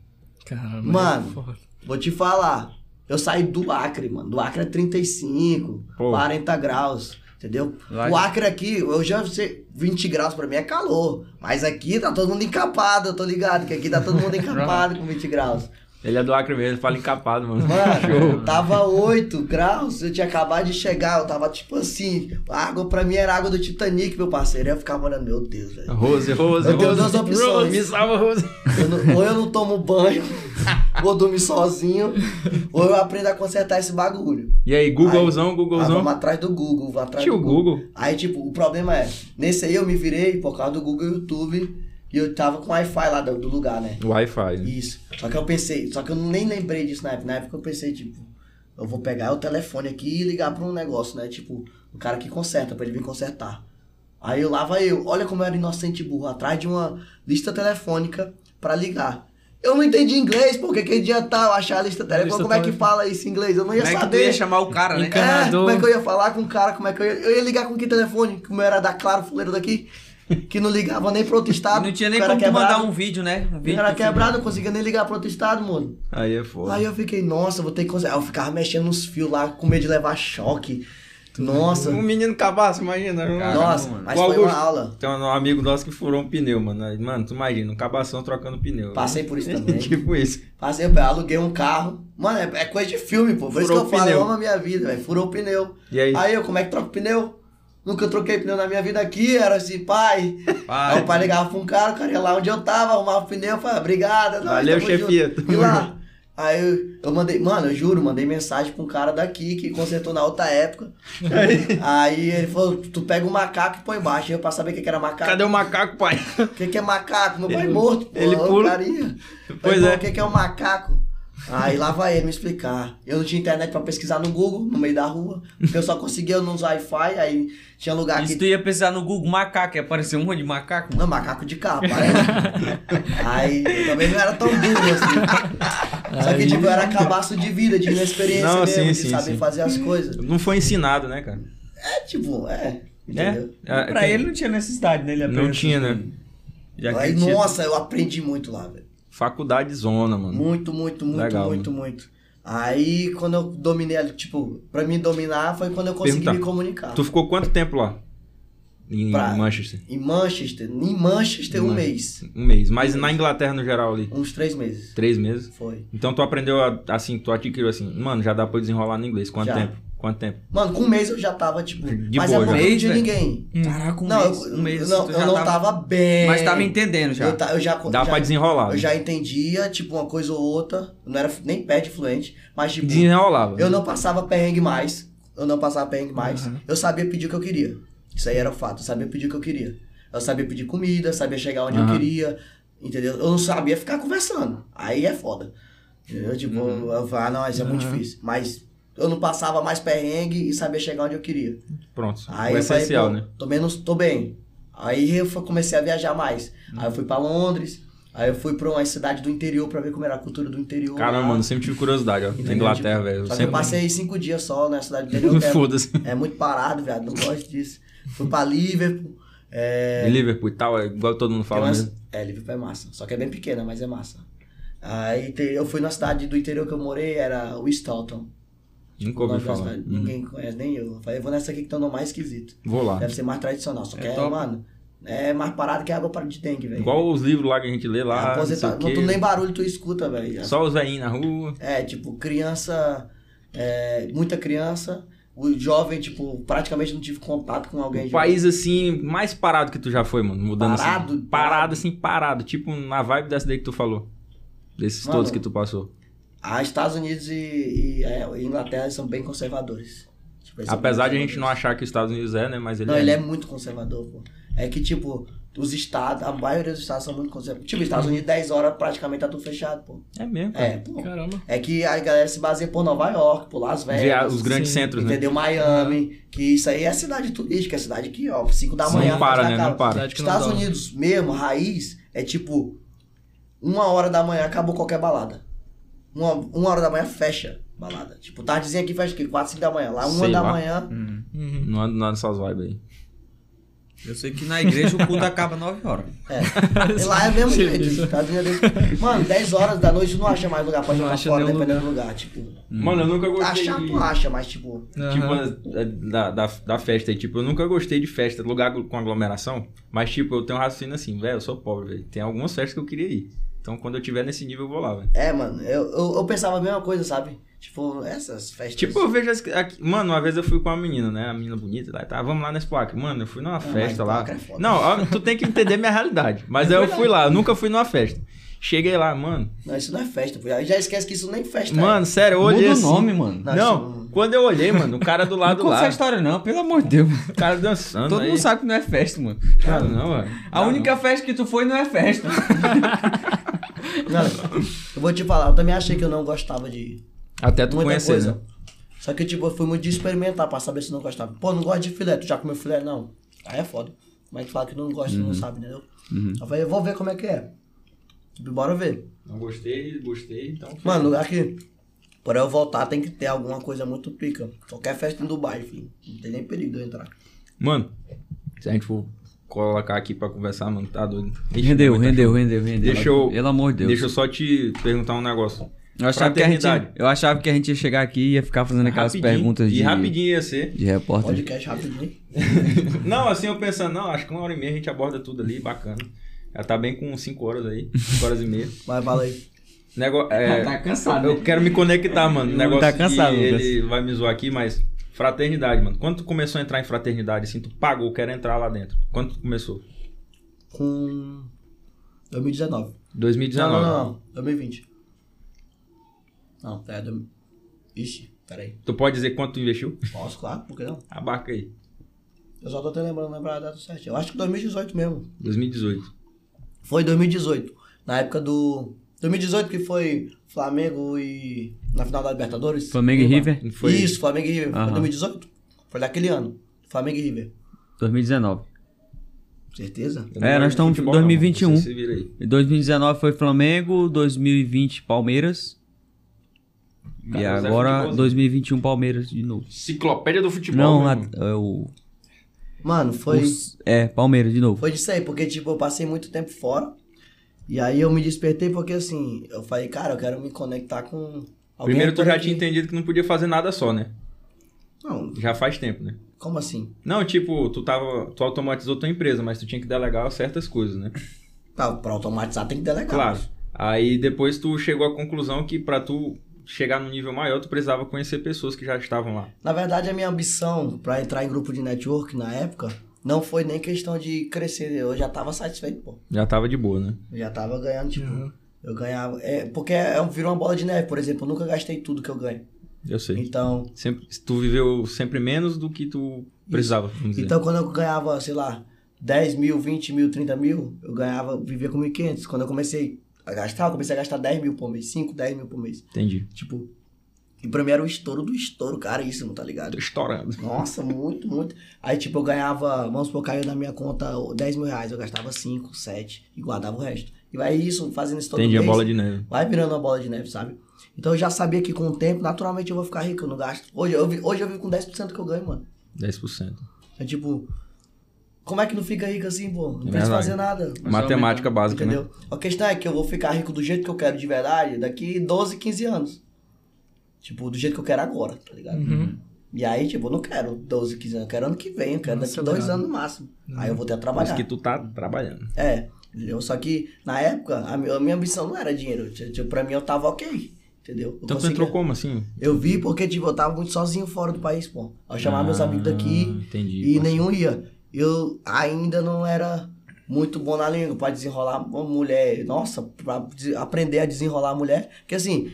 S5: Caramba.
S3: Mano.
S5: é foda.
S3: Vou te falar. Eu saí do Acre, mano. Do Acre é 35,
S1: Pô.
S3: 40 graus. Entendeu?
S2: Lá-
S3: O Acre aqui, eu já sei, 20 graus pra mim é calor. Mas aqui tá todo mundo encapado, eu tô ligado. Que aqui tá todo mundo encapado com 20 graus.
S1: Ele é do Acre mesmo, ele fala encapado, mano.
S3: Mano, tava 8 graus, eu tinha acabado de chegar, eu tava tipo assim, a água pra mim era água do Titanic, meu parceiro. Eu ficava olhando, meu Deus, velho.
S1: Rose, Rose,
S3: Eu tenho
S1: Rose.
S3: duas opções.
S1: Rose, me salva, Rose.
S3: Eu não- ou eu não tomo banho, <laughs> ou dormir sozinho, ou eu aprendo a consertar esse bagulho.
S1: E aí, Googlezão,
S3: Ah, vamos
S1: Googlezão.
S3: atrás do Google, vou atrás
S1: Tio
S3: do Google.
S1: Google.
S3: Aí, tipo, o problema é, nesse aí eu me virei por causa do Google YouTube e eu tava com Wi-Fi lá do, do lugar, né?
S1: Wi-Fi. né?
S3: Isso. Só que eu pensei, só que eu nem lembrei disso na época. Na época eu pensei, tipo, eu vou pegar o telefone aqui e ligar pra um negócio, né? Tipo, o cara que conserta, pra ele vir consertar. Aí eu lá vai eu, olha como eu era inocente e burro, atrás de uma lista telefônica pra ligar. Eu não entendi inglês, porque que adiantar eu achar a lista telefônica? Como é que
S5: telefônica.
S3: fala isso em inglês? Eu não ia
S2: Como é que tu
S3: saber.
S2: ia chamar o cara, né?
S5: Enca-
S3: É,
S5: Encanador.
S3: como é que eu ia falar com o cara? Como é que eu ia. Eu ia ligar com que telefone? Como eu era da Claro Fuleiro daqui? Que não ligava nem pro outro estado.
S2: É. Não tinha nem
S3: o cara
S2: como tu
S3: quebrado.
S2: mandar um vídeo, né? Um vídeo
S3: Eu era
S2: pro filho.
S3: quebrado, não conseguia nem ligar pro outro estado, mano.
S1: Aí é foda.
S3: Aí eu fiquei, nossa, vou ter que conseguir. Aí eu ficava mexendo nos fios lá, com medo de levar choque. Nossa,
S1: Um menino cabaço, imagina.
S2: Caramba,
S3: nossa,
S2: mano.
S3: mas
S1: Com
S3: foi
S1: Augusto.
S3: uma aula.
S1: Tem um amigo nosso que furou um pneu, mano. Aí, Mano, tu imagina, um cabação trocando pneu.
S3: Passei
S1: <laughs>
S3: por isso também.
S1: tipo isso.
S3: Passei, eu aluguei um carro. Mano, é, é coisa de filme, pô. Por isso que
S1: Furou
S3: eu
S1: o
S3: falo,
S1: pneu.
S3: eu amo a minha vida, velho. Furou o pneu.
S1: E aí?
S3: Aí eu, como é que troca o pneu? Nunca troquei pneu na minha vida aqui, era assim, pai.
S2: Pai.
S3: Aí o pai ligava pra um cara, o cara ia lá onde eu tava, arrumava o pneu, eu falava, obrigado. nós
S1: Valeu,
S3: tamo
S1: chefia,
S3: junto."
S1: tamo
S3: E lá. Aí eu, eu mandei, mano, eu juro, mandei mensagem pra um cara daqui que consertou na outra época. Aí ele falou, tu pega o macaco e põe embaixo. Aí eu pra saber o que, que era macaco.
S1: Cadê o macaco, pai?
S3: O que, que é macaco? Meu pai morto, pô. é
S1: ele
S3: eu
S1: pula.
S3: Carinha.
S1: Pois
S3: Pois é.
S1: é.
S3: O que, que é um macaco? Aí lá vai ele me explicar. Eu não tinha internet pra pesquisar no Google, no meio da rua. Porque eu só conseguia nos Wi-Fi, aí tinha lugar
S2: Isso
S3: que
S2: tu ia precisar no Google macaco, ia aparecer um monte de macaco.
S3: não, macaco de capa. né?
S1: <laughs>
S3: Aí, aí eu também não era tão burro assim. Só que, tipo, eu era cabaço de vida, de inexperiência
S1: Não,
S3: mesmo,
S1: sim,
S3: de
S1: sim,
S3: saber
S1: sim.
S3: fazer as coisas.
S1: Não foi ensinado, né, cara?
S3: É, tipo, é. Entendeu?
S1: É? Ah,
S2: pra
S1: tem-
S2: ele não tinha necessidade, né? Ele
S1: Não
S2: apenas-
S1: tinha, né? Já que
S3: Aí,
S1: tinha
S3: nossa, eu aprendi muito lá, velho.
S1: faculdade zona, mano.
S3: Muito, muito, muito,
S1: Hum. Legal,
S3: muito, muito. Aí, quando eu dominei, ali, tipo, pra mim dominar foi quando eu consegui
S1: Perguntar.
S3: me comunicar.
S1: Tu ficou quanto tempo lá? Em
S3: Pra-
S1: Manchester?
S3: Em Manchester, em Manchester, um
S1: Manchester.
S3: mês.
S1: Um mês. Mas na Inglaterra, no geral, ali?
S3: Uns três meses.
S1: Três meses?
S3: Foi.
S1: Então tu aprendeu, a- assim, tu adquiriu assim, mano, já dá pra eu desenrolar no inglês. Quanto
S3: Já.
S1: tempo? Quanto tempo?
S3: Mano, com um mês eu já tava, tipo.
S1: De
S3: mas
S1: boa,
S3: é porque
S1: já.
S3: eu não tinha
S2: Mês,
S3: ninguém.
S2: Caraca, um
S3: não,
S2: mês.
S3: eu,
S2: um mês
S3: não,
S2: tu
S3: eu
S2: já
S3: não
S2: tava-
S3: tava bem.
S2: Mas tava entendendo já.
S3: Eu, ta- eu já
S1: Dá
S3: já,
S1: pra desenrolar.
S3: Eu
S1: né?
S3: já entendia, tipo, uma coisa ou outra. Eu não era nem pé de fluente, mas tipo,
S1: Desenrolava.
S3: eu não passava perrengue mais. Eu não passava perrengue mais. Eu sabia pedir o que eu queria. Isso aí era o fato. Eu sabia pedir o que eu queria. Eu sabia pedir comida, sabia chegar onde
S1: Aham.
S3: eu queria. Entendeu? Eu não sabia ficar conversando. Aí é foda. Entendeu? Tipo,
S1: Uhum.
S3: eu falava, ah, não, isso é muito difícil. Mas eu não passava mais perrengue e sabia chegar onde eu queria.
S1: Pronto.
S3: Aí
S1: o
S3: eu
S1: essencial,
S3: falei, pô,
S1: né?
S3: tô menos, tô bem. Aí eu fui- comecei a viajar mais.
S1: Hum.
S3: Aí eu fui pra Londres, aí eu fui pra uma cidade do interior pra ver como era a cultura do interior.
S1: Caramba,
S3: lá.
S1: mano, sempre tive curiosidade, ó. Na
S3: Entendeu?
S1: Inglaterra,
S3: Tipo,
S1: velho.
S3: Só que
S1: sempre...
S3: eu passei cinco dias só na cidade do
S1: <laughs>
S3: interior. que é-
S1: Foda-se.
S3: é, muito parado, viado, não gosto disso. Fui pra Liverpool. É,
S1: E Liverpool e tal, é igual todo mundo
S3: tem
S1: fala
S3: umas-
S1: mesmo.
S3: é, Liverpool é massa. Só que é bem pequena, mas é massa. Aí tem- eu fui na cidade do interior que eu morei, era Wistleton.
S1: Nunca
S3: O nome
S1: ouvi
S3: da
S1: falar.
S3: cidade,
S1: Uhum.
S3: Ninguém conhece, nem eu. Eu Falei, eu vou nessa aqui que tem o nome mais esquisito.
S1: Vou lá.
S3: Deve ser mais tradicional. Só
S2: É
S3: que é,
S2: top.
S3: mano, é mais parado que água para de dengue, velho. É
S1: Igual os livros lá que a gente lê lá. não sei
S3: aposentado.
S1: o
S3: Não, tu
S1: quê.
S3: nem barulho tu escuta, velho.
S1: Só os veinhos na rua.
S3: É, tipo, criança, é, muita criança. O jovem, tipo, praticamente não tive contato com alguém.
S1: O
S3: de-
S1: país assim, mais parado que tu já foi, mano. Mudando
S3: Parado?
S1: assim. Parado, assim, parado. Tipo na vibe dessa daí que tu falou. Desses
S3: Mano.
S1: todos que tu passou.
S3: Ah, Estados Unidos e, e, é, e Inglaterra são bem conservadores. Tipo, eles são
S1: Apesar
S3: bem
S1: de a gente não
S3: conservadores.
S1: achar que os Estados Unidos é, né? Mas ele,
S3: Não,
S1: é.
S3: ele é muito conservador, pô. É que, tipo, os estados, a maioria dos estados são muito conservadores. Tipo,
S1: Uhum.
S3: Estados Unidos, 10 horas praticamente tá tudo fechado, pô.
S1: É mesmo, cara.
S3: É, pô.
S5: Caramba.
S3: É que a galera se baseia por Nova York, por Las Vegas.
S1: Ver a- os grandes
S5: sim,
S1: centros, né?
S3: É, Entendeu? Miami, que isso aí é cidade turística, é cidade que, ó, 5 da manhã.
S1: Não para,
S3: festa
S1: né?
S3: acaba.
S1: Não para.
S5: Cidade que não
S3: Estados
S5: dá.
S3: Unidos mesmo, raiz, é tipo, uma hora da manhã acabou qualquer balada. Uma, uma hora da manhã fecha balada. Tipo, tardezinha aqui fecha aqui, 4, 5 da manhã. Lá, uma
S1: Sei <laughs>
S3: da
S1: lá.
S2: Hum.
S3: manhã,
S5: Uhum.
S1: Não ando nada nessas vibes aí.
S2: Eu sei que na igreja o culto acaba 9 horas.
S3: E lá é mesmo jeito. tá do mesmo jeito. Mano, 10 horas da noite não acha mais lugar pra
S5: Não
S3: jogar
S5: acha
S3: fora,
S5: nenhum
S3: dependendo do lugar. Tipo,
S1: Mano, eu nunca gostei
S3: achar
S1: de...
S3: tu acha, mas tipo,
S5: Aham.
S1: Tipo, da, da, da festa aí, tipo, eu nunca gostei de festa, lugar com aglomeração, mas tipo, eu tenho um raciocínio assim, velho, eu sou pobre, velho. Tem algumas festas que eu queria ir. Então quando eu tiver nesse nível eu vou lá, velho.
S3: é, mano, eu, eu, eu pensava a mesma coisa, sabe? Tipo, essas festas.
S1: Tipo, eu vejo as, aqui, mano, uma vez eu fui com uma menina, né? A menina bonita, lá, tá, vamos lá nesse placa. Mano, eu fui numa
S3: mas
S1: festa lá.
S3: placa é foda.
S1: Não, ó, tu tem que entender minha realidade. Mas aí eu fui lá, eu nunca fui numa festa. Cheguei lá, mano.
S3: Não, isso não é festa, pô. Aí já esquece que isso nem festa. é.
S1: Mano, sério, eu olhei
S2: Muda o
S1: assim.
S2: nome, mano.
S3: Não, isso
S1: Não, quando eu olhei, mano, o cara do
S2: Não
S1: lado
S2: conta essa
S1: lá,
S2: história não, pelo amor de Deus.
S1: o cara dançando.
S2: Todo
S1: aí.
S2: mundo sabe que não é festa, mano.
S1: Ah, não, velho.
S2: A
S1: Não,
S2: única festa que tu foi não é festa.
S3: Não, eu vou te falar, eu também achei que eu não gostava de
S1: não. Até tu
S3: muita
S1: conhecer,
S3: coisa.
S1: né?
S3: Só que, tipo, eu fui muito de experimentar pra saber se não gostava. Pô, não gosto de filé, tu já comeu filé? Não. Aí é foda. Mas falar que não gosta,
S1: Uhum.
S3: não sabe, entendeu? Eu falei, eu vou ver como é que é. Tipo, bora ver.
S1: Não gostei, gostei, então.
S3: Mano, lugar que. Pra eu voltar tem que ter alguma coisa muito pica. Qualquer festa em Dubai, filho. Não tem nem perigo de eu entrar.
S1: Mano, se a gente for colocar aqui pra conversar, mano, tá doido. Ixi,
S2: Rendeu,
S1: muita-
S2: rendeu, rendeu, rendeu.
S1: Deixa eu-
S2: Pelo amor de Deus.
S1: Deixa eu só te perguntar um negócio.
S2: Eu achava, que a gente,
S1: Fraternidade.
S2: eu achava que a gente ia chegar aqui e ia ficar fazendo aquelas
S1: Rapidinho,
S2: perguntas de,
S1: E rapidinho ia ser.
S2: <laughs> de repórter.
S3: Podcast rapidinho.
S1: Não, assim eu pensando, não, acho que uma hora e meia a gente aborda tudo ali, bacana. Já tá bem com 5 horas aí, 5 horas e
S2: <laughs>
S1: meia.
S3: Mas fala aí.
S1: Negócio. É,
S2: Tá cansado,
S1: Eu quero me conectar, mano.
S2: Ele
S1: Negócio
S2: tá cansado,
S1: que
S2: Lucas.
S1: ele vai me zoar aqui, mas. Fraternidade, mano. Quando tu começou a entrar em fraternidade, assim, tu pagou, quero entrar lá dentro. Quando tu começou?
S3: Com. 2019.
S1: 2019.
S3: Não, não, não, não. 2020. Não, é. dois- Ixi, peraí.
S1: Tu pode dizer quanto tu investiu?
S3: Posso, claro, por que não?
S1: Abarca aí.
S3: Eu só tô até lembrando, lembrar a data certa. Eu acho que 2018 mesmo.
S1: 2018.
S3: Foi 2018. Na época do. 2018 que foi Flamengo e. Na final da Libertadores.
S2: Flamengo e
S3: Lembra?
S2: River?
S1: Não foi-
S3: Isso, Flamengo e River. Foi
S2: Aham.
S3: 2018? Foi daquele ano. Flamengo e River.
S2: 2019.
S3: Certeza?
S1: Eu não
S2: É,
S1: manjo
S2: nós estamos em
S1: futebol, não, mano.
S2: 2021.
S1: Você se vira aí.
S2: Em 2019 foi Flamengo, 2020 Palmeiras. e
S1: Cara, mas é
S2: agora
S1: futebolzinho.
S2: 2021 Palmeiras de novo.
S1: Enciclopédia do futebol.
S2: Não,
S1: né,
S2: a-
S1: mano?
S2: é o,
S3: Mano, foi.
S2: os- é, Palmeiras de novo.
S3: Foi disso aí, porque, tipo, eu passei muito tempo fora. E aí eu me despertei porque, assim, eu falei, cara, eu quero me conectar com. alguém
S1: Primeiro tu
S3: por
S1: já
S3: aqui.
S1: tinha entendido que não podia fazer nada só, né?
S3: Não,
S1: Já faz tempo, né?
S3: como assim?
S1: Não, tipo, tu tava. Tu automatizou tua empresa, mas tu tinha que delegar certas coisas, né?
S3: Tá, pra automatizar tem que delegar.
S1: Claro. Aí depois tu chegou à conclusão que pra tu chegar num nível maior, tu precisava conhecer pessoas que já estavam lá.
S3: Na verdade, a minha ambição pra entrar em grupo de network na época não foi nem questão de crescer. Eu já tava satisfeito, pô.
S1: Já tava de boa, né?
S3: Eu já tava ganhando, tipo.
S5: Uhum.
S3: Eu ganhava. É, porque é, um- virou uma bola de neve, por exemplo. Eu nunca gastei tudo que eu ganho.
S1: Eu sei.
S3: Então,
S1: Sempre, tu viveu sempre menos do que tu precisava, vamos dizer.
S3: então quando eu ganhava, sei lá, 10 mil, 20 mil, 30 mil, eu ganhava, vivia com 1.500. Quando eu comecei a gastar, eu comecei a gastar 10 mil por mês, 5, 10 mil por mês.
S1: Entendi.
S3: Tipo, e pra mim era o estouro do estouro, caríssimo, tá ligado?
S1: Tô estourando.
S3: Nossa, muito, muito. Aí, tipo, eu ganhava, vamos supor, caiu na minha conta ó, 10 mil reais, eu gastava 5, 7 e guardava o resto. E vai isso, fazendo isso todo
S1: Entendi a
S3: mês,
S1: bola de neve.
S3: vai virando uma bola de neve, sabe? Então eu já sabia que com o tempo, naturalmente, eu vou ficar rico, eu não gasto. Hoje eu, vi- hoje eu vivo com 10% que eu ganho, mano.
S1: 10%.
S3: É tipo, como é que não fica rico assim, pô? Não
S1: É
S3: precisa
S1: verdade.
S3: fazer nada.
S1: Matemática básica, né?
S3: Entendeu? A questão é que eu vou ficar rico do jeito que eu quero de verdade daqui 12, 15 anos. Tipo, do jeito que eu quero agora, tá ligado?
S5: Uhum.
S3: E aí, tipo, eu não quero 12, 15 anos, eu quero ano que vem, eu quero
S5: Nossa,
S3: daqui dois
S5: cara. Uhum.
S3: anos no máximo. Aí eu vou ter a
S1: Mas
S3: trabalhar.
S1: que tu tá trabalhando.
S3: É, entendeu? Só que na época, a mi- a minha ambição não era dinheiro. Ti- Tipo, pra mim eu tava ok, entendeu? Eu
S1: Então tu
S3: conseguia-
S1: entrou como assim?
S3: Eu vi porque, tipo, eu tava muito sozinho fora do país, pô. Eu chamava meus
S1: Ah,
S3: amigos daqui
S1: Entendi.
S3: e nenhum ia. Eu ainda não era muito bom na língua pra desenrolar uma mulher. Nossa, pra de- aprender a desenrolar a mulher. Porque assim,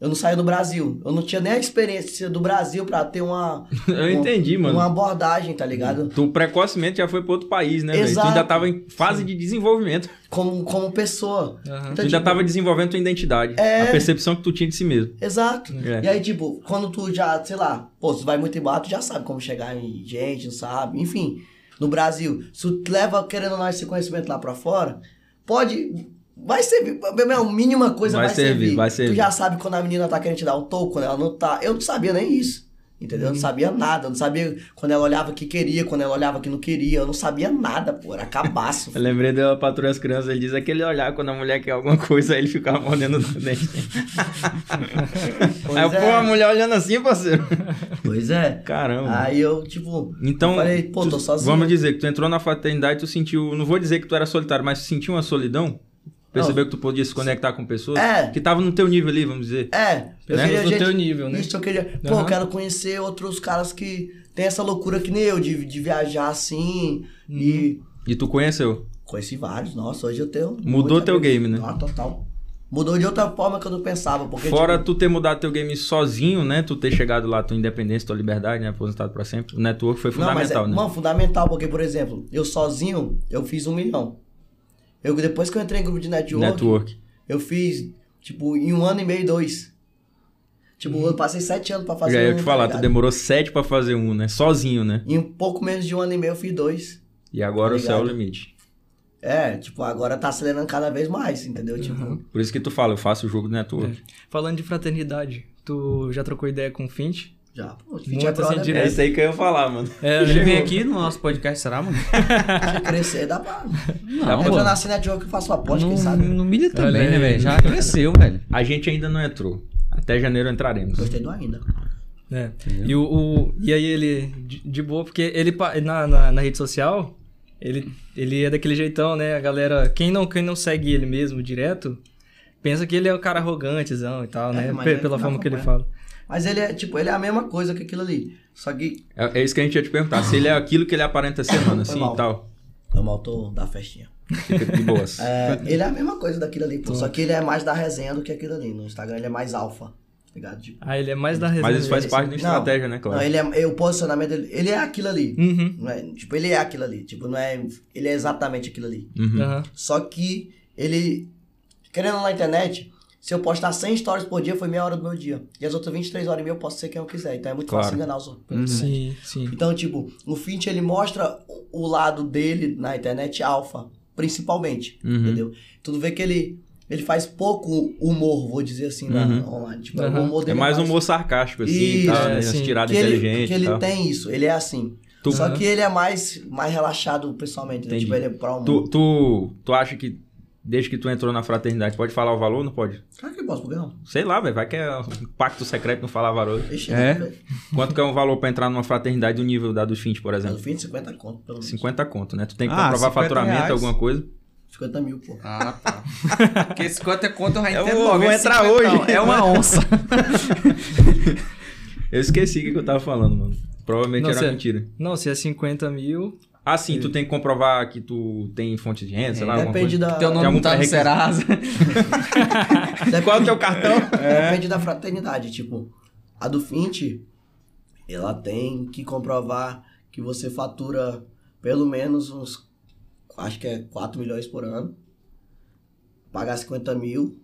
S3: eu não saía do Brasil. Eu não tinha nem a experiência do Brasil pra ter uma.
S1: <laughs> Eu entendi, mano.
S3: Uma abordagem, tá ligado?
S1: Tu precocemente já foi pra outro país, né, velho? Tu
S3: Exato. Tá
S1: ainda tava em fase de desenvolvimento.
S3: Como, como pessoa.
S5: Aham.
S1: tu
S3: Então,
S1: ainda
S3: tipo,
S1: tava desenvolvendo tua identidade.
S3: É.
S1: A percepção que tu tinha de si mesmo.
S3: Exato.
S1: É.
S3: E aí, tipo, quando tu já, sei lá, pô, tu vai muito embaixo, tu já sabe como chegar em gente, não sabe? Enfim, no Brasil, se tu leva, querendo ou não, esse conhecimento lá pra fora, pode. Vai servir, é a mínima coisa
S1: Vai
S3: vai,
S1: servir, vai
S3: Tu
S1: servir.
S3: já sabe quando a menina tá querendo te dar um toco, quando ela não tá. Eu não sabia nem isso. Entendeu?
S1: Uhum.
S3: Eu não sabia nada. Eu não sabia quando ela olhava que queria, quando ela olhava que não queria. Eu não sabia nada, pô. Era
S1: <laughs>
S3: cabaço.
S1: Eu lembrei da patroa das crianças, ele diz aquele olhar quando a mulher quer alguma coisa, aí ele ficava mordendo no
S3: <laughs>
S1: dente. aí eu,
S3: Pois
S1: pô, a
S3: é.
S1: mulher olhando assim, parceiro.
S3: Pois é.
S1: Caramba.
S3: Aí eu, tipo,
S1: então,
S3: eu falei, pô,
S1: tu-
S3: tô sozinho.
S1: vamos dizer que tu entrou na fraternidade, tu sentiu, não vou dizer que tu era solitário, mas tu sentiu uma solidão? Percebeu que tu podia se conectar com pessoas
S3: É.
S1: que estavam no teu nível ali, vamos dizer.
S3: É, eu
S1: Né?
S3: queria
S5: Do
S3: gente,
S5: teu nível, né?
S3: Isso, eu queria. Pô,
S5: Aham.
S3: eu quero conhecer outros caras que tem essa loucura que nem eu, de, de viajar assim. E
S1: E tu conheceu.
S3: conheci vários. Nossa, hoje eu tenho.
S1: Mudou
S3: muita
S1: teu
S3: coisa.
S1: game, né?
S3: Ah, total. Mudou de outra forma que eu não pensava. Porque,
S1: Fora
S3: tipo,
S1: tu ter mudado teu game sozinho, né? Tu ter chegado lá, tua independência, tua liberdade, né? Aposentado pra sempre. O network foi
S3: não, mas é,
S1: fundamental, né?
S3: Mano, fundamental, porque, por exemplo, eu sozinho, eu fiz um milhão. Eu, depois que eu entrei em grupo de network,
S1: network.
S3: eu fiz, tipo, em um ano e meio, dois. Tipo, eu passei sete anos pra fazer
S1: Uhum. Já
S3: um.
S1: ia te
S3: tá
S1: falar, tu
S3: ligado?
S1: demorou sete pra fazer um, né? Sozinho, né?
S3: Em um pouco menos de um ano e meio, eu fiz dois.
S1: E agora o
S3: Tá
S1: céu é o
S3: ligado?
S1: limite.
S3: É, tipo, agora tá acelerando cada vez mais, entendeu? Tipo,
S1: Por isso que tu fala, eu faço o jogo do network.
S5: Falando de fraternidade, tu já trocou ideia com o Finch?
S3: já, pô, a
S5: Muito
S3: gente é
S5: assim,
S3: brother,
S5: direto.
S3: né?
S1: aí que eu ia falar, mano.
S5: É,
S2: Ele vem aqui no nosso podcast, será, mano?
S3: Se crescer, dá pra...
S1: Tá
S2: Não,
S3: eu
S2: pô.
S3: já nasci na Diogo que faço aposta,
S2: não,
S3: quem
S1: Hum.
S3: sabe?
S2: não milha também,
S5: Olha
S2: né,
S5: aí.
S2: velho? Já cresceu, velho.
S1: A gente ainda não entrou. Até janeiro entraremos.
S3: Gostei do ainda.
S5: É. E, o, o- e aí ele, de, de boa, porque ele pa- na, na, na rede social, ele, ele é daquele jeitão, né? A galera, quem não, quem não segue ele mesmo direto, pensa que ele é um cara arrogantezão e tal,
S3: É,
S5: né?
S3: mas
S5: Pe-
S3: ele
S5: pela
S3: não
S5: forma que ele
S3: acompanha.
S5: fala.
S3: Mas ele é, tipo, ele é a mesma coisa que aquilo ali. Só que...
S1: É, é isso que a gente ia te perguntar. Se ele é aquilo que ele aparenta ser, mano,
S3: Foi
S1: assim
S3: mal.
S1: e tal.
S3: Foi mal, tô é um da festinha.
S1: Fica de boas.
S3: <laughs> É, ele é a mesma coisa daquilo ali,
S1: Uhum.
S3: pô. Só que ele é mais da resenha do que aquilo ali. No Instagram ele é mais alfa, tá ligado? Tipo,
S5: Ah, ele é mais da resenha.
S1: Mas isso faz
S5: né?
S1: parte da estratégia, né,
S3: não,
S1: claro? Hum.
S3: ele é... O posicionamento dele... Ele é aquilo ali.
S5: Uhum.
S3: Não é- tipo, ele é aquilo ali. Tipo, não é... Ele é exatamente aquilo ali.
S1: Uhum.
S5: aham.
S3: Só que ele, querendo na internet, se eu postar 100 stories por dia, foi meia hora do meu dia. E as outras 23 horas e meia eu posso ser quem eu quiser. Então é muito
S1: Claro.
S3: fácil enganar os outros. pela internet.
S5: Sim, sim.
S3: Então, tipo, no Fint ele mostra o- o lado dele na internet alfa, principalmente.
S1: Uhum.
S3: Entendeu? Tudo vê que ele. Ele faz pouco humor, vou dizer assim, na
S1: Uhum.
S3: online. Tipo,
S5: Aham.
S3: o humor
S1: É
S3: dele
S1: mais um humor sarcástico, assim, e
S3: Isso,
S1: tal, né?
S5: sim.
S1: As tiradas
S3: que ele,
S1: inteligentes
S3: que
S1: e
S3: ele
S1: tal.
S3: tem isso, ele é assim.
S1: Tu-
S3: Só que ele é mais, mais relaxado pessoalmente. Né?
S1: Entendi.
S3: Tipo, ele é pra humor.
S1: Tu, tu, tu acha que desde que tu entrou na fraternidade, pode falar o valor ou não pode?
S3: Será que ele posso, por que não?
S1: Sei lá, velho. Vai que é um pacto secreto não falar valor.
S3: Ixi,
S2: É?
S3: não,
S1: Quanto que é um valor pra entrar numa fraternidade do nível da do Fint, por
S3: No
S1: exemplo?
S3: fim de 50 um conto, pelo menos.
S1: 50 conto, né? Tu tem que
S2: Ah,
S1: comprovar
S2: 50
S1: faturamento,
S2: reais.
S1: alguma coisa.
S3: 50 mil, pô.
S2: <laughs> Ah, tá. Porque esse quanto é conto eu já
S1: Eu
S2: entendo
S1: vou-
S2: logo.
S1: vou
S2: é
S1: entrar
S2: 50,
S1: hoje.
S2: É uma <laughs> onça.
S1: Eu esqueci o que que eu tava falando, mano. Provavelmente
S5: Não,
S1: era
S5: sério.
S1: mentira.
S5: Não, se é 50 mil.
S1: Ah, sim, tu tem que comprovar que tu tem fonte de renda, sei lá, alguma
S3: Depende
S1: coisa.
S3: da,
S2: Teu
S1: Tem
S2: nome
S1: algum
S2: não tá no
S1: pré-requisito?
S2: Serasa.
S3: depende,
S1: Qual é o
S3: <laughs>
S1: teu cartão? <laughs> É.
S3: depende da fraternidade. Tipo, a do Fint, ela tem que comprovar que você fatura pelo menos uns. Acho que é 4 milhões por ano. Pagar 50 mil.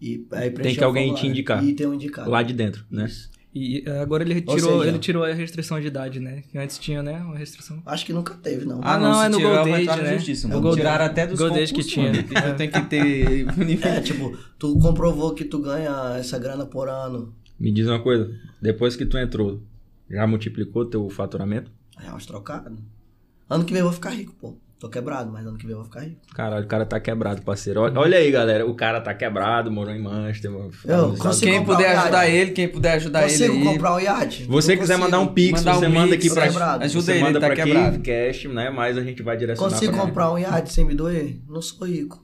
S3: E aí preencher
S1: que
S3: o
S1: alguém te
S3: formulário.
S1: indicar.
S3: E ter um indicado.
S1: Lá de dentro, né?
S3: Isso.
S5: E eh, agora ele
S3: Ou
S5: retirou,
S3: seja-
S5: ele tirou a restrição de idade, né? Que antes tinha, né? Uma restrição.
S3: Acho que nunca teve, não.
S5: Ah, não, é
S2: se
S5: no
S2: tirar,
S5: Gold
S2: vai
S5: Date,
S2: entrar na
S5: né?
S2: Justiça,
S5: É o
S2: mano.
S5: Gold-
S2: Tiraram até dos
S5: Gold Date que
S2: concursos,
S5: tinha.
S2: mano, que tu tem que <laughs> ter nível
S3: É, tipo, tu comprovou que tu ganha essa grana por ano.
S1: Me diz uma coisa. Depois que tu entrou, já multiplicou teu faturamento?
S3: É umas trocadas. Ano que vem eu vou ficar rico, pô. Tô quebrado, mas ano que vem eu vou ficar rico.
S1: Caralho, o cara tá quebrado, parceiro. Olha, olha aí, galera. O cara tá quebrado, morou em Manchester. morou-
S3: Eu
S1: nos
S3: consigo-
S1: Estados
S2: Quem
S1: Unidos.
S3: comprar
S2: puder
S3: um
S2: ajudar
S3: iate.
S2: ele, quem puder ajudar ele
S3: consigo
S2: aí.
S3: comprar um iate?
S1: Se você
S3: Não
S1: quiser
S3: consigo.
S1: mandar um pix,
S2: Mandar
S1: você
S2: um
S1: manda
S2: Pix,
S1: aqui pra
S3: quebrado.
S1: gente.
S2: Ajuda
S1: Você
S2: ele,
S1: manda
S2: tá
S1: pra
S2: quebrado.
S1: cash, né? Mas a gente vai direcionar
S3: Consigo
S1: pra
S3: comprar um iate sem me doer? Não sou rico.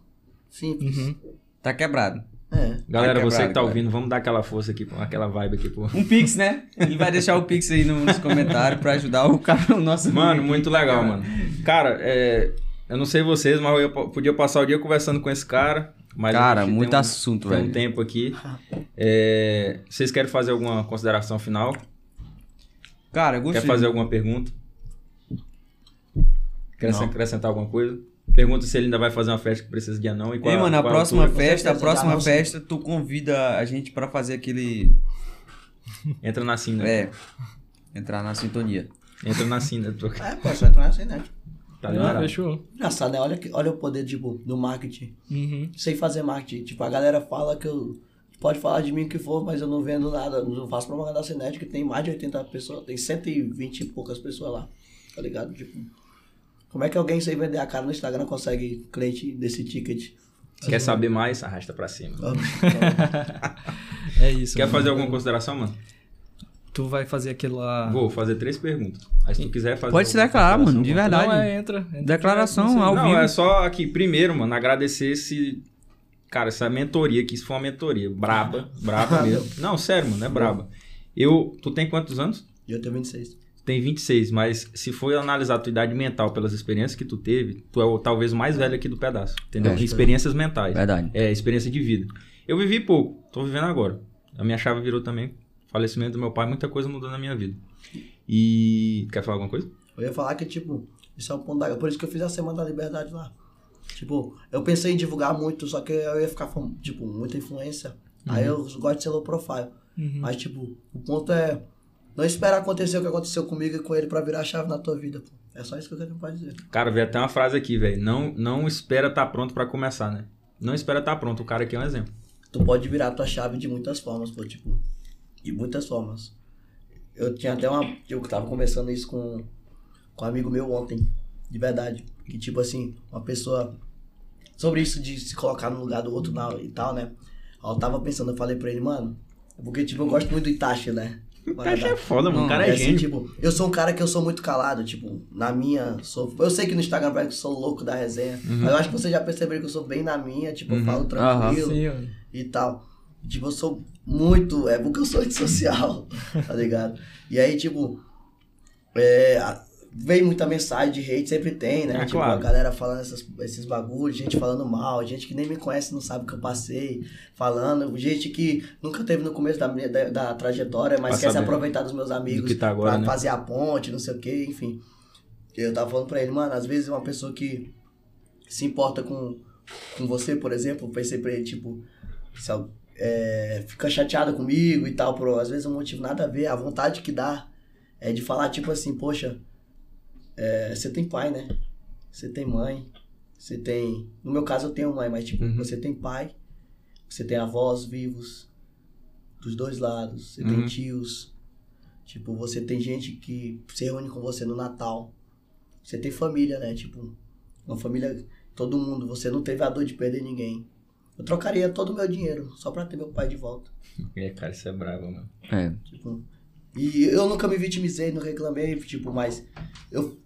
S3: Simples.
S1: Uhum.
S2: Tá quebrado.
S3: É.
S1: Galera,
S2: Tá
S1: você que tá
S2: quebrado,
S1: ouvindo, vamos dar aquela força aqui, pô, aquela vibe aqui, pô.
S2: Um Pix, né? Ele vai deixar o Pix aí no- nos comentários pra ajudar o cara, o nosso.
S1: Mano, muito legal,
S2: cara.
S1: mano. Cara, é, eu não sei vocês, mas eu po- podia passar o dia conversando com esse cara. Mas a
S2: Cara,
S1: gente
S2: muito né?
S1: tem um-
S2: assunto,
S1: tem um
S2: velho.
S1: tempo
S3: <laughs>
S1: aqui. É, vocês querem fazer alguma consideração final?
S2: Cara, eu gostei.
S1: Quer fazer alguma pergunta? Quer acres- acrescentar alguma coisa? Pergunta se ele ainda vai fazer uma festa que precisa de anão. E qual,
S2: Ei, mano, a
S1: qual
S2: próxima
S1: altura.
S2: festa, a
S3: certeza,
S2: próxima
S3: já não sei.
S2: festa, tu convida a gente pra fazer aquele.
S1: Entra na sina.
S2: É. Entrar na sintonia.
S1: Entra na sina.
S2: <laughs>
S1: tô-
S3: É, pô, só entrar assim, né?
S1: Tá
S5: Ah,
S1: liberado.
S5: fechou.
S3: Engraçado, né? Olha, que- olha o poder, tipo, do marketing.
S5: Uhum.
S3: Sei fazer marketing. Tipo, a galera fala que eu Pode falar de mim o que for, mas eu não vendo nada. Não faço propaganda da Cinética, que tem mais de 80 pessoas, tem 120 e poucas pessoas lá. Tá ligado? Tipo, como é que alguém sem vender a cara no Instagram consegue cliente desse
S1: <laughs>
S3: ticket?
S1: Quer saber mais? Arrasta pra cima.
S3: Então,
S5: É isso.
S1: Quer
S5: mano.
S1: fazer alguma consideração, mano?
S5: Tu vai fazer aquela.
S1: Vou fazer três perguntas. Aí se tu quiser fazer.
S2: Pode se
S1: alguma
S2: declarar, mano,
S1: consideração,
S2: de
S1: mano.
S2: verdade.
S5: Não, é, entra. entra
S2: Declaração
S5: direto, não sei.
S2: ao
S1: Não,
S2: vivo.
S1: é só aqui, primeiro, mano, agradecer esse. Cara, essa mentoria aqui, isso foi uma mentoria. Braba,
S2: <laughs>
S1: braba mesmo. Não, sério, mano, é braba. Eu. Tu tem quantos anos?
S3: eu tenho 26.
S1: Tem 26, mas se for analisar a tua idade mental pelas experiências que tu teve, tu é o, talvez o mais velho aqui do pedaço, entendeu?
S2: É.
S1: De experiências mentais.
S2: Verdade.
S1: É, experiência de vida. Eu vivi pouco, tô vivendo agora. A minha chave virou também. Falecimento do meu pai, muita coisa mudou na minha vida. E. Quer falar alguma coisa?
S3: Eu ia falar que, tipo, isso é o ponto da. Por isso que eu fiz a Semana da Liberdade lá. Tipo, eu pensei em divulgar muito, só que eu ia ficar com, tipo, muita influência. Aí eu gosto de ser low profile.
S5: Uhum.
S3: Mas, tipo, o ponto é. Não esperar acontecer o que aconteceu comigo e com ele pra virar a chave na tua vida, pô. É só isso que eu quero pra dizer.
S1: Cara, veio até uma frase aqui, velho. Não, não espera tá pronto pra começar, né? Não espera tá pronto. O cara aqui é um exemplo.
S3: Tu pode virar a tua chave de muitas formas, pô, tipo. De muitas formas. Eu tinha até uma. Eu tava conversando isso com, com um amigo meu ontem. De verdade. Que, tipo assim, uma pessoa. Sobre isso de se colocar no lugar do outro na- e tal, né? Aí eu tava pensando, eu falei pra ele, mano. é Porque, tipo, eu gosto muito do Itachi, né?
S1: Cara, é foda, mano. O
S2: Não,
S1: cara
S3: E
S1: é
S3: assim,
S1: gênio.
S3: tipo, eu sou um cara que eu sou muito calado, tipo, na minha, sou... Eu sei que no Instagram parece que eu sou louco da resenha,
S1: Uhum.
S3: mas eu acho que vocês já perceberam que eu sou bem na minha, tipo, eu falo tranquilo
S5: Sim, mano.
S3: e tal. Tipo, eu sou muito... É porque eu sou <laughs> antissocial, tá ligado? E aí, tipo, é, a- vem muita mensagem de hate, sempre tem, né?
S1: É,
S3: tipo,
S1: claro.
S3: a galera falando essas- esses bagulhos, gente falando mal, gente que nem me conhece não sabe o que eu passei, falando, gente que nunca teve no começo da, minha- da, da trajetória, mas
S1: Pra
S3: quer se
S1: saber
S3: aproveitar dos meus amigos
S1: Do que tá agora,
S3: pra
S1: né?
S3: fazer a ponte, não sei o que, enfim. Eu tava falando pra ele, mano, às vezes uma pessoa que se importa com, com você, por exemplo, eu pensei pra ele, tipo, se al- é, fica chateada comigo e tal, por às vezes um motivo nada a ver, a vontade que dá é de falar, tipo assim, poxa, é, você tem pai, né? Você tem mãe, você tem. No meu caso eu tenho mãe, mas tipo,
S1: Uhum.
S3: você tem pai, você tem avós vivos dos dois lados, você
S1: Uhum.
S3: tem tios, tipo, você tem gente que se reúne com você no Natal. Você tem família, né? Tipo, uma família, todo mundo, você não teve a dor de perder ninguém. Eu trocaria todo o meu dinheiro só pra ter meu pai de volta.
S1: É, cara, isso é bravo, mano.
S2: É.
S3: Tipo, e eu nunca me vitimizei, não reclamei, tipo, mas eu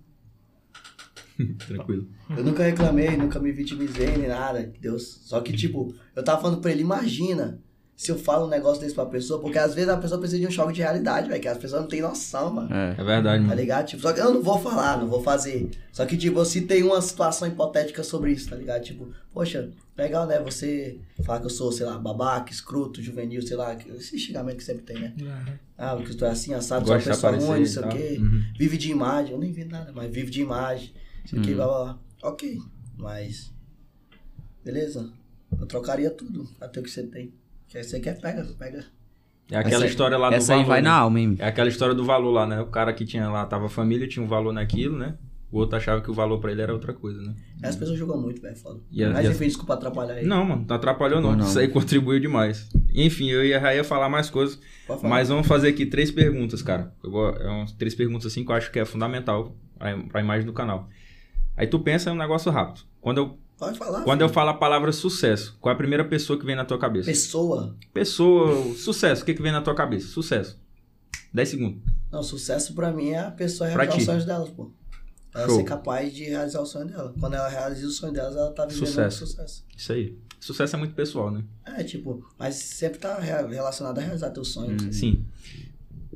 S1: Tranquilo.
S3: Eu nunca reclamei, nunca me vitimizei nem nada, que Deus. Só que, tipo, eu tava falando pra ele, imagina se eu falo um negócio desse pra pessoa, porque às vezes a pessoa precisa de um choque de realidade, velho, que as pessoas não têm noção, mano.
S2: É.
S1: É verdade,
S3: Tá
S1: mano.
S3: ligado? Tipo, só que eu não vou falar, não vou fazer. Só que, tipo, eu citei uma situação hipotética sobre isso, tá ligado? Tipo, poxa, legal, né? Você falar que eu sou, sei lá, babaca, escroto, juvenil, sei lá, que- esse xingamento que sempre tem, né?
S5: Aham.
S3: Ah, porque tu é assim, assado, sou uma
S1: Gosta de
S3: pessoa
S1: aparecer
S3: ruim, não sei
S1: e
S3: o
S1: tal.
S3: quê
S1: Uhum.
S3: vive de imagem, eu nem vi nada, mas vive de imagem, não sei o
S1: Hum.
S3: que,
S2: Uhum.
S3: blá blá blá. Ok, mas. Beleza, eu trocaria tudo até o que você tem. Que aí você quer, pega, pega.
S1: É aquela
S2: Essa-
S1: história lá do
S2: Essa aí
S1: valor,
S2: vai
S1: né?
S2: na alma, hein?
S1: É aquela história do valor lá, né? O cara que tinha lá, tava a família, tinha um valor naquilo, né? O outro achava que o valor pra ele era outra coisa, né?
S3: Aí As pessoas jogam muito, velho, foda.
S1: E a-
S3: mas
S1: e a-
S3: enfim, desculpa atrapalhar aí.
S1: Não, mano, não atrapalhou não.
S2: Não, não.
S1: Isso aí contribuiu demais. Enfim, eu ia, já ia falar mais coisas,
S3: Pode falar.
S1: mas vamos fazer aqui três perguntas, cara. Eu vou, é umas três perguntas assim que eu acho que é fundamental pra, pra imagem do canal. Aí tu pensa em um negócio rápido. Quando eu,
S3: Pode falar.
S1: quando eu falo a palavra sucesso, qual é a primeira pessoa que vem na tua cabeça?
S3: Pessoa.
S1: Pessoa, sucesso, o que que vem na tua cabeça? Sucesso. 10 segundos.
S3: Não, sucesso pra mim é a pessoa
S1: Pra
S3: realizar
S1: ti.
S3: os sonhos delas, pô. Ela
S1: Show.
S3: ser capaz de realizar o sonho dela. Quando ela realiza o sonho delas, ela tá vivendo
S1: Sucesso.
S3: um sucesso.
S1: Isso aí. Sucesso é muito pessoal, né?
S3: É, tipo, mas sempre tá re- relacionado a realizar teu sonho.
S1: Sim.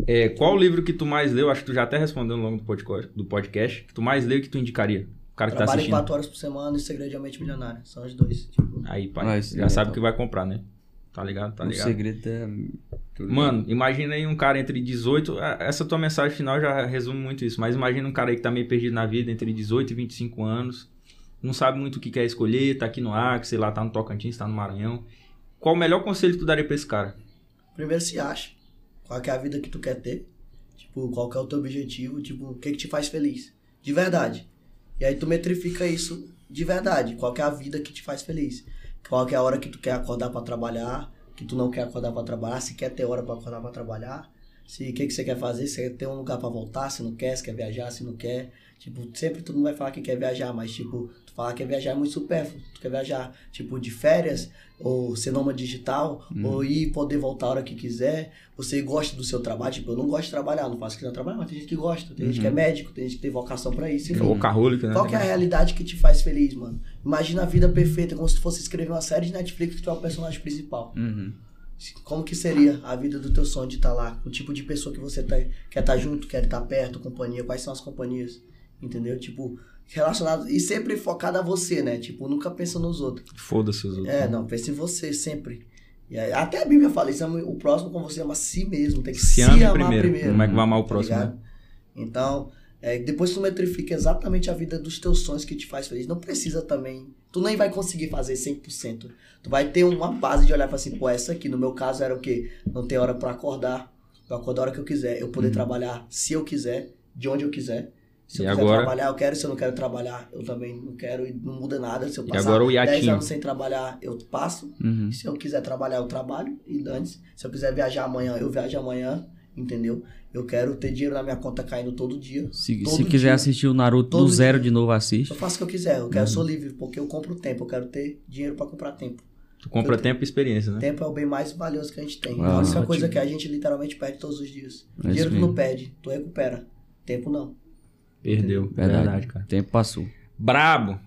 S1: É, qual o livro que tu mais leu? Acho que tu já até respondeu no longo do podcast, do podcast que tu mais leu e que tu indicaria? O cara que tá
S3: Trabalho em
S1: assistindo.
S3: 4 horas por semana e Segredo de uma Mente Milionária. São os dois. Tipo,
S1: Aí, pai,
S2: Ah, esse
S1: já
S2: é
S1: sabe
S2: legal.
S1: que vai comprar, né? Tá ligado? Tá
S2: o
S1: ligado?
S2: segredo é.
S1: Mano, imagina aí um cara entre 18. a- Essa tua mensagem final já resume muito isso, mas imagina um cara aí que tá meio perdido na vida, entre 18 e 25 anos, não sabe muito o que quer escolher, tá aqui no Acre, sei lá, tá no Tocantins, tá no Maranhão. Qual o melhor conselho que tu daria pra esse cara?
S3: Primeiro se acha. Qual que é a vida que tu quer ter? Tipo, qual que é o teu objetivo? Tipo, o que que te faz feliz? De verdade. E aí tu metrifica isso de verdade. Qual que é a vida que te faz feliz? Qual que é a hora que tu quer acordar pra trabalhar? que tu não quer acordar pra trabalhar, se quer ter hora pra acordar pra trabalhar, se o que, que você quer fazer, se quer ter um lugar pra voltar, se não quer, se quer viajar, se não quer. Tipo, sempre tu não vai falar que quer viajar, mas tipo, tu falar que quer viajar é muito supérfluo. Tu quer viajar, tipo, de férias, ou ser nômade digital, ou ir poder voltar a hora que quiser. Você gosta do seu trabalho, tipo, eu não gosto de trabalhar, não faço que não trabalho, mas tem gente que gosta, tem gente que é médico, tem gente que tem vocação pra isso, enfim.
S1: Ou carrôlico, né?
S3: Qual que é a realidade que te faz feliz, mano? Imagina a vida perfeita, como se tu fosse escrever uma série de Netflix que tu é o personagem principal.
S2: Uhum.
S3: Como que seria a vida do teu sonho de estar lá? O tipo de pessoa que você tá, quer estar junto, quer estar perto, companhia, quais são as companhias? Entendeu? Tipo, relacionado. E sempre focado a você, né? Tipo, nunca pensa nos outros.
S1: Foda-se os outros. né?
S3: É, não, pensa em você sempre. E aí, até a Bíblia fala isso, ame o próximo como você ama a si mesmo. Tem que se,
S1: Se ame
S3: amar
S1: primeiro.
S3: primeiro.
S1: Como é que vai amar o
S3: tá
S1: próximo,
S3: ligado?
S1: né?
S3: Então, é, depois tu metrifica exatamente a vida dos teus sonhos que te faz feliz. Não precisa também. Tu nem vai conseguir fazer 100%. Tu vai ter uma base de olhar e falar assim, pô, essa aqui, no meu caso era o quê? Não ter hora pra acordar. Eu acordo a hora que eu quiser. Eu poder trabalhar se eu quiser, de onde eu quiser. Se eu
S1: Uhum. E
S3: quiser
S1: agora?
S3: trabalhar, eu quero. Se eu não quero trabalhar, eu também não quero. E não muda nada. Se eu
S1: E
S3: passar
S1: agora o
S3: 10
S1: iatinho.
S3: anos sem trabalhar, eu passo.
S2: Uhum.
S3: Se eu quiser trabalhar, eu trabalho e dane-se. Se eu quiser viajar amanhã, eu viajo amanhã, entendeu? Eu quero ter dinheiro na minha conta caindo todo dia.
S2: Se,
S3: Todo
S2: se quiser
S3: dia.
S2: assistir o Naruto
S3: Todo
S2: do zero
S3: dia.
S2: de novo,
S3: Eu
S2: assiste.
S3: faço o que eu quiser, eu quero sou livre, porque eu compro tempo, eu quero ter dinheiro pra comprar tempo.
S1: Tu compra tempo e experiência, né?
S3: Tempo é o bem mais valioso que a gente tem.
S2: Ah,
S3: a única
S2: ótimo.
S3: coisa que a gente literalmente perde todos os dias.
S2: É isso
S3: dinheiro tu não
S2: mesmo.
S3: perde, tu recupera. Tempo não.
S1: Perdeu.
S2: Verdade.
S1: Verdade, cara.
S2: Tempo passou.
S1: Brabo.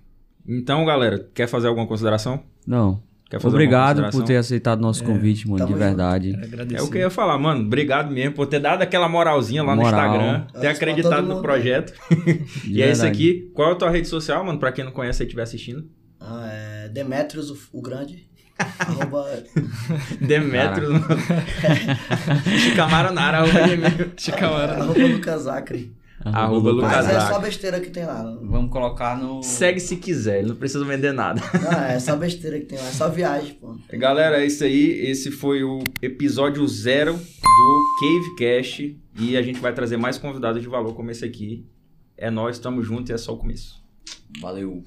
S1: Então, galera, quer fazer alguma consideração?
S2: Não.
S1: Quer fazer
S2: Obrigado
S1: alguma
S2: por
S1: consideração?
S2: ter aceitado nosso convite, mano,
S3: É. tamo
S2: de
S3: junto.
S2: verdade.
S5: Agradecer.
S1: É o que eu ia falar, mano. Obrigado mesmo por ter dado aquela moralzinha lá
S2: Moral.
S1: no Instagram, ter
S3: pra todo
S1: acreditado
S3: mundo,
S1: no
S3: né?
S1: projeto.
S2: De
S1: e é isso
S2: verdade.
S1: aqui. Qual é a tua rede social, mano? Pra quem não conhece e estiver assistindo. <laughs>
S3: Ah, é Demetrios, o, o grande. arroba
S1: Demetrios, mano.
S2: <laughs>
S1: Chicamaronara, arroba gmail.
S3: arroba Lucas Acre.
S1: Arroba Lucas
S3: Mas é só
S1: Acre.
S3: besteira que tem lá.
S2: Vamos colocar no.
S1: Segue se quiser, ele não precisa vender nada.
S3: Não, é só besteira que tem lá, é só viagem, pô.
S1: Galera, é isso aí. Esse foi o episódio zero do Cavecast. E a gente vai trazer mais convidados de valor como esse aqui. É nós, tamo junto e é só o começo.
S2: Valeu.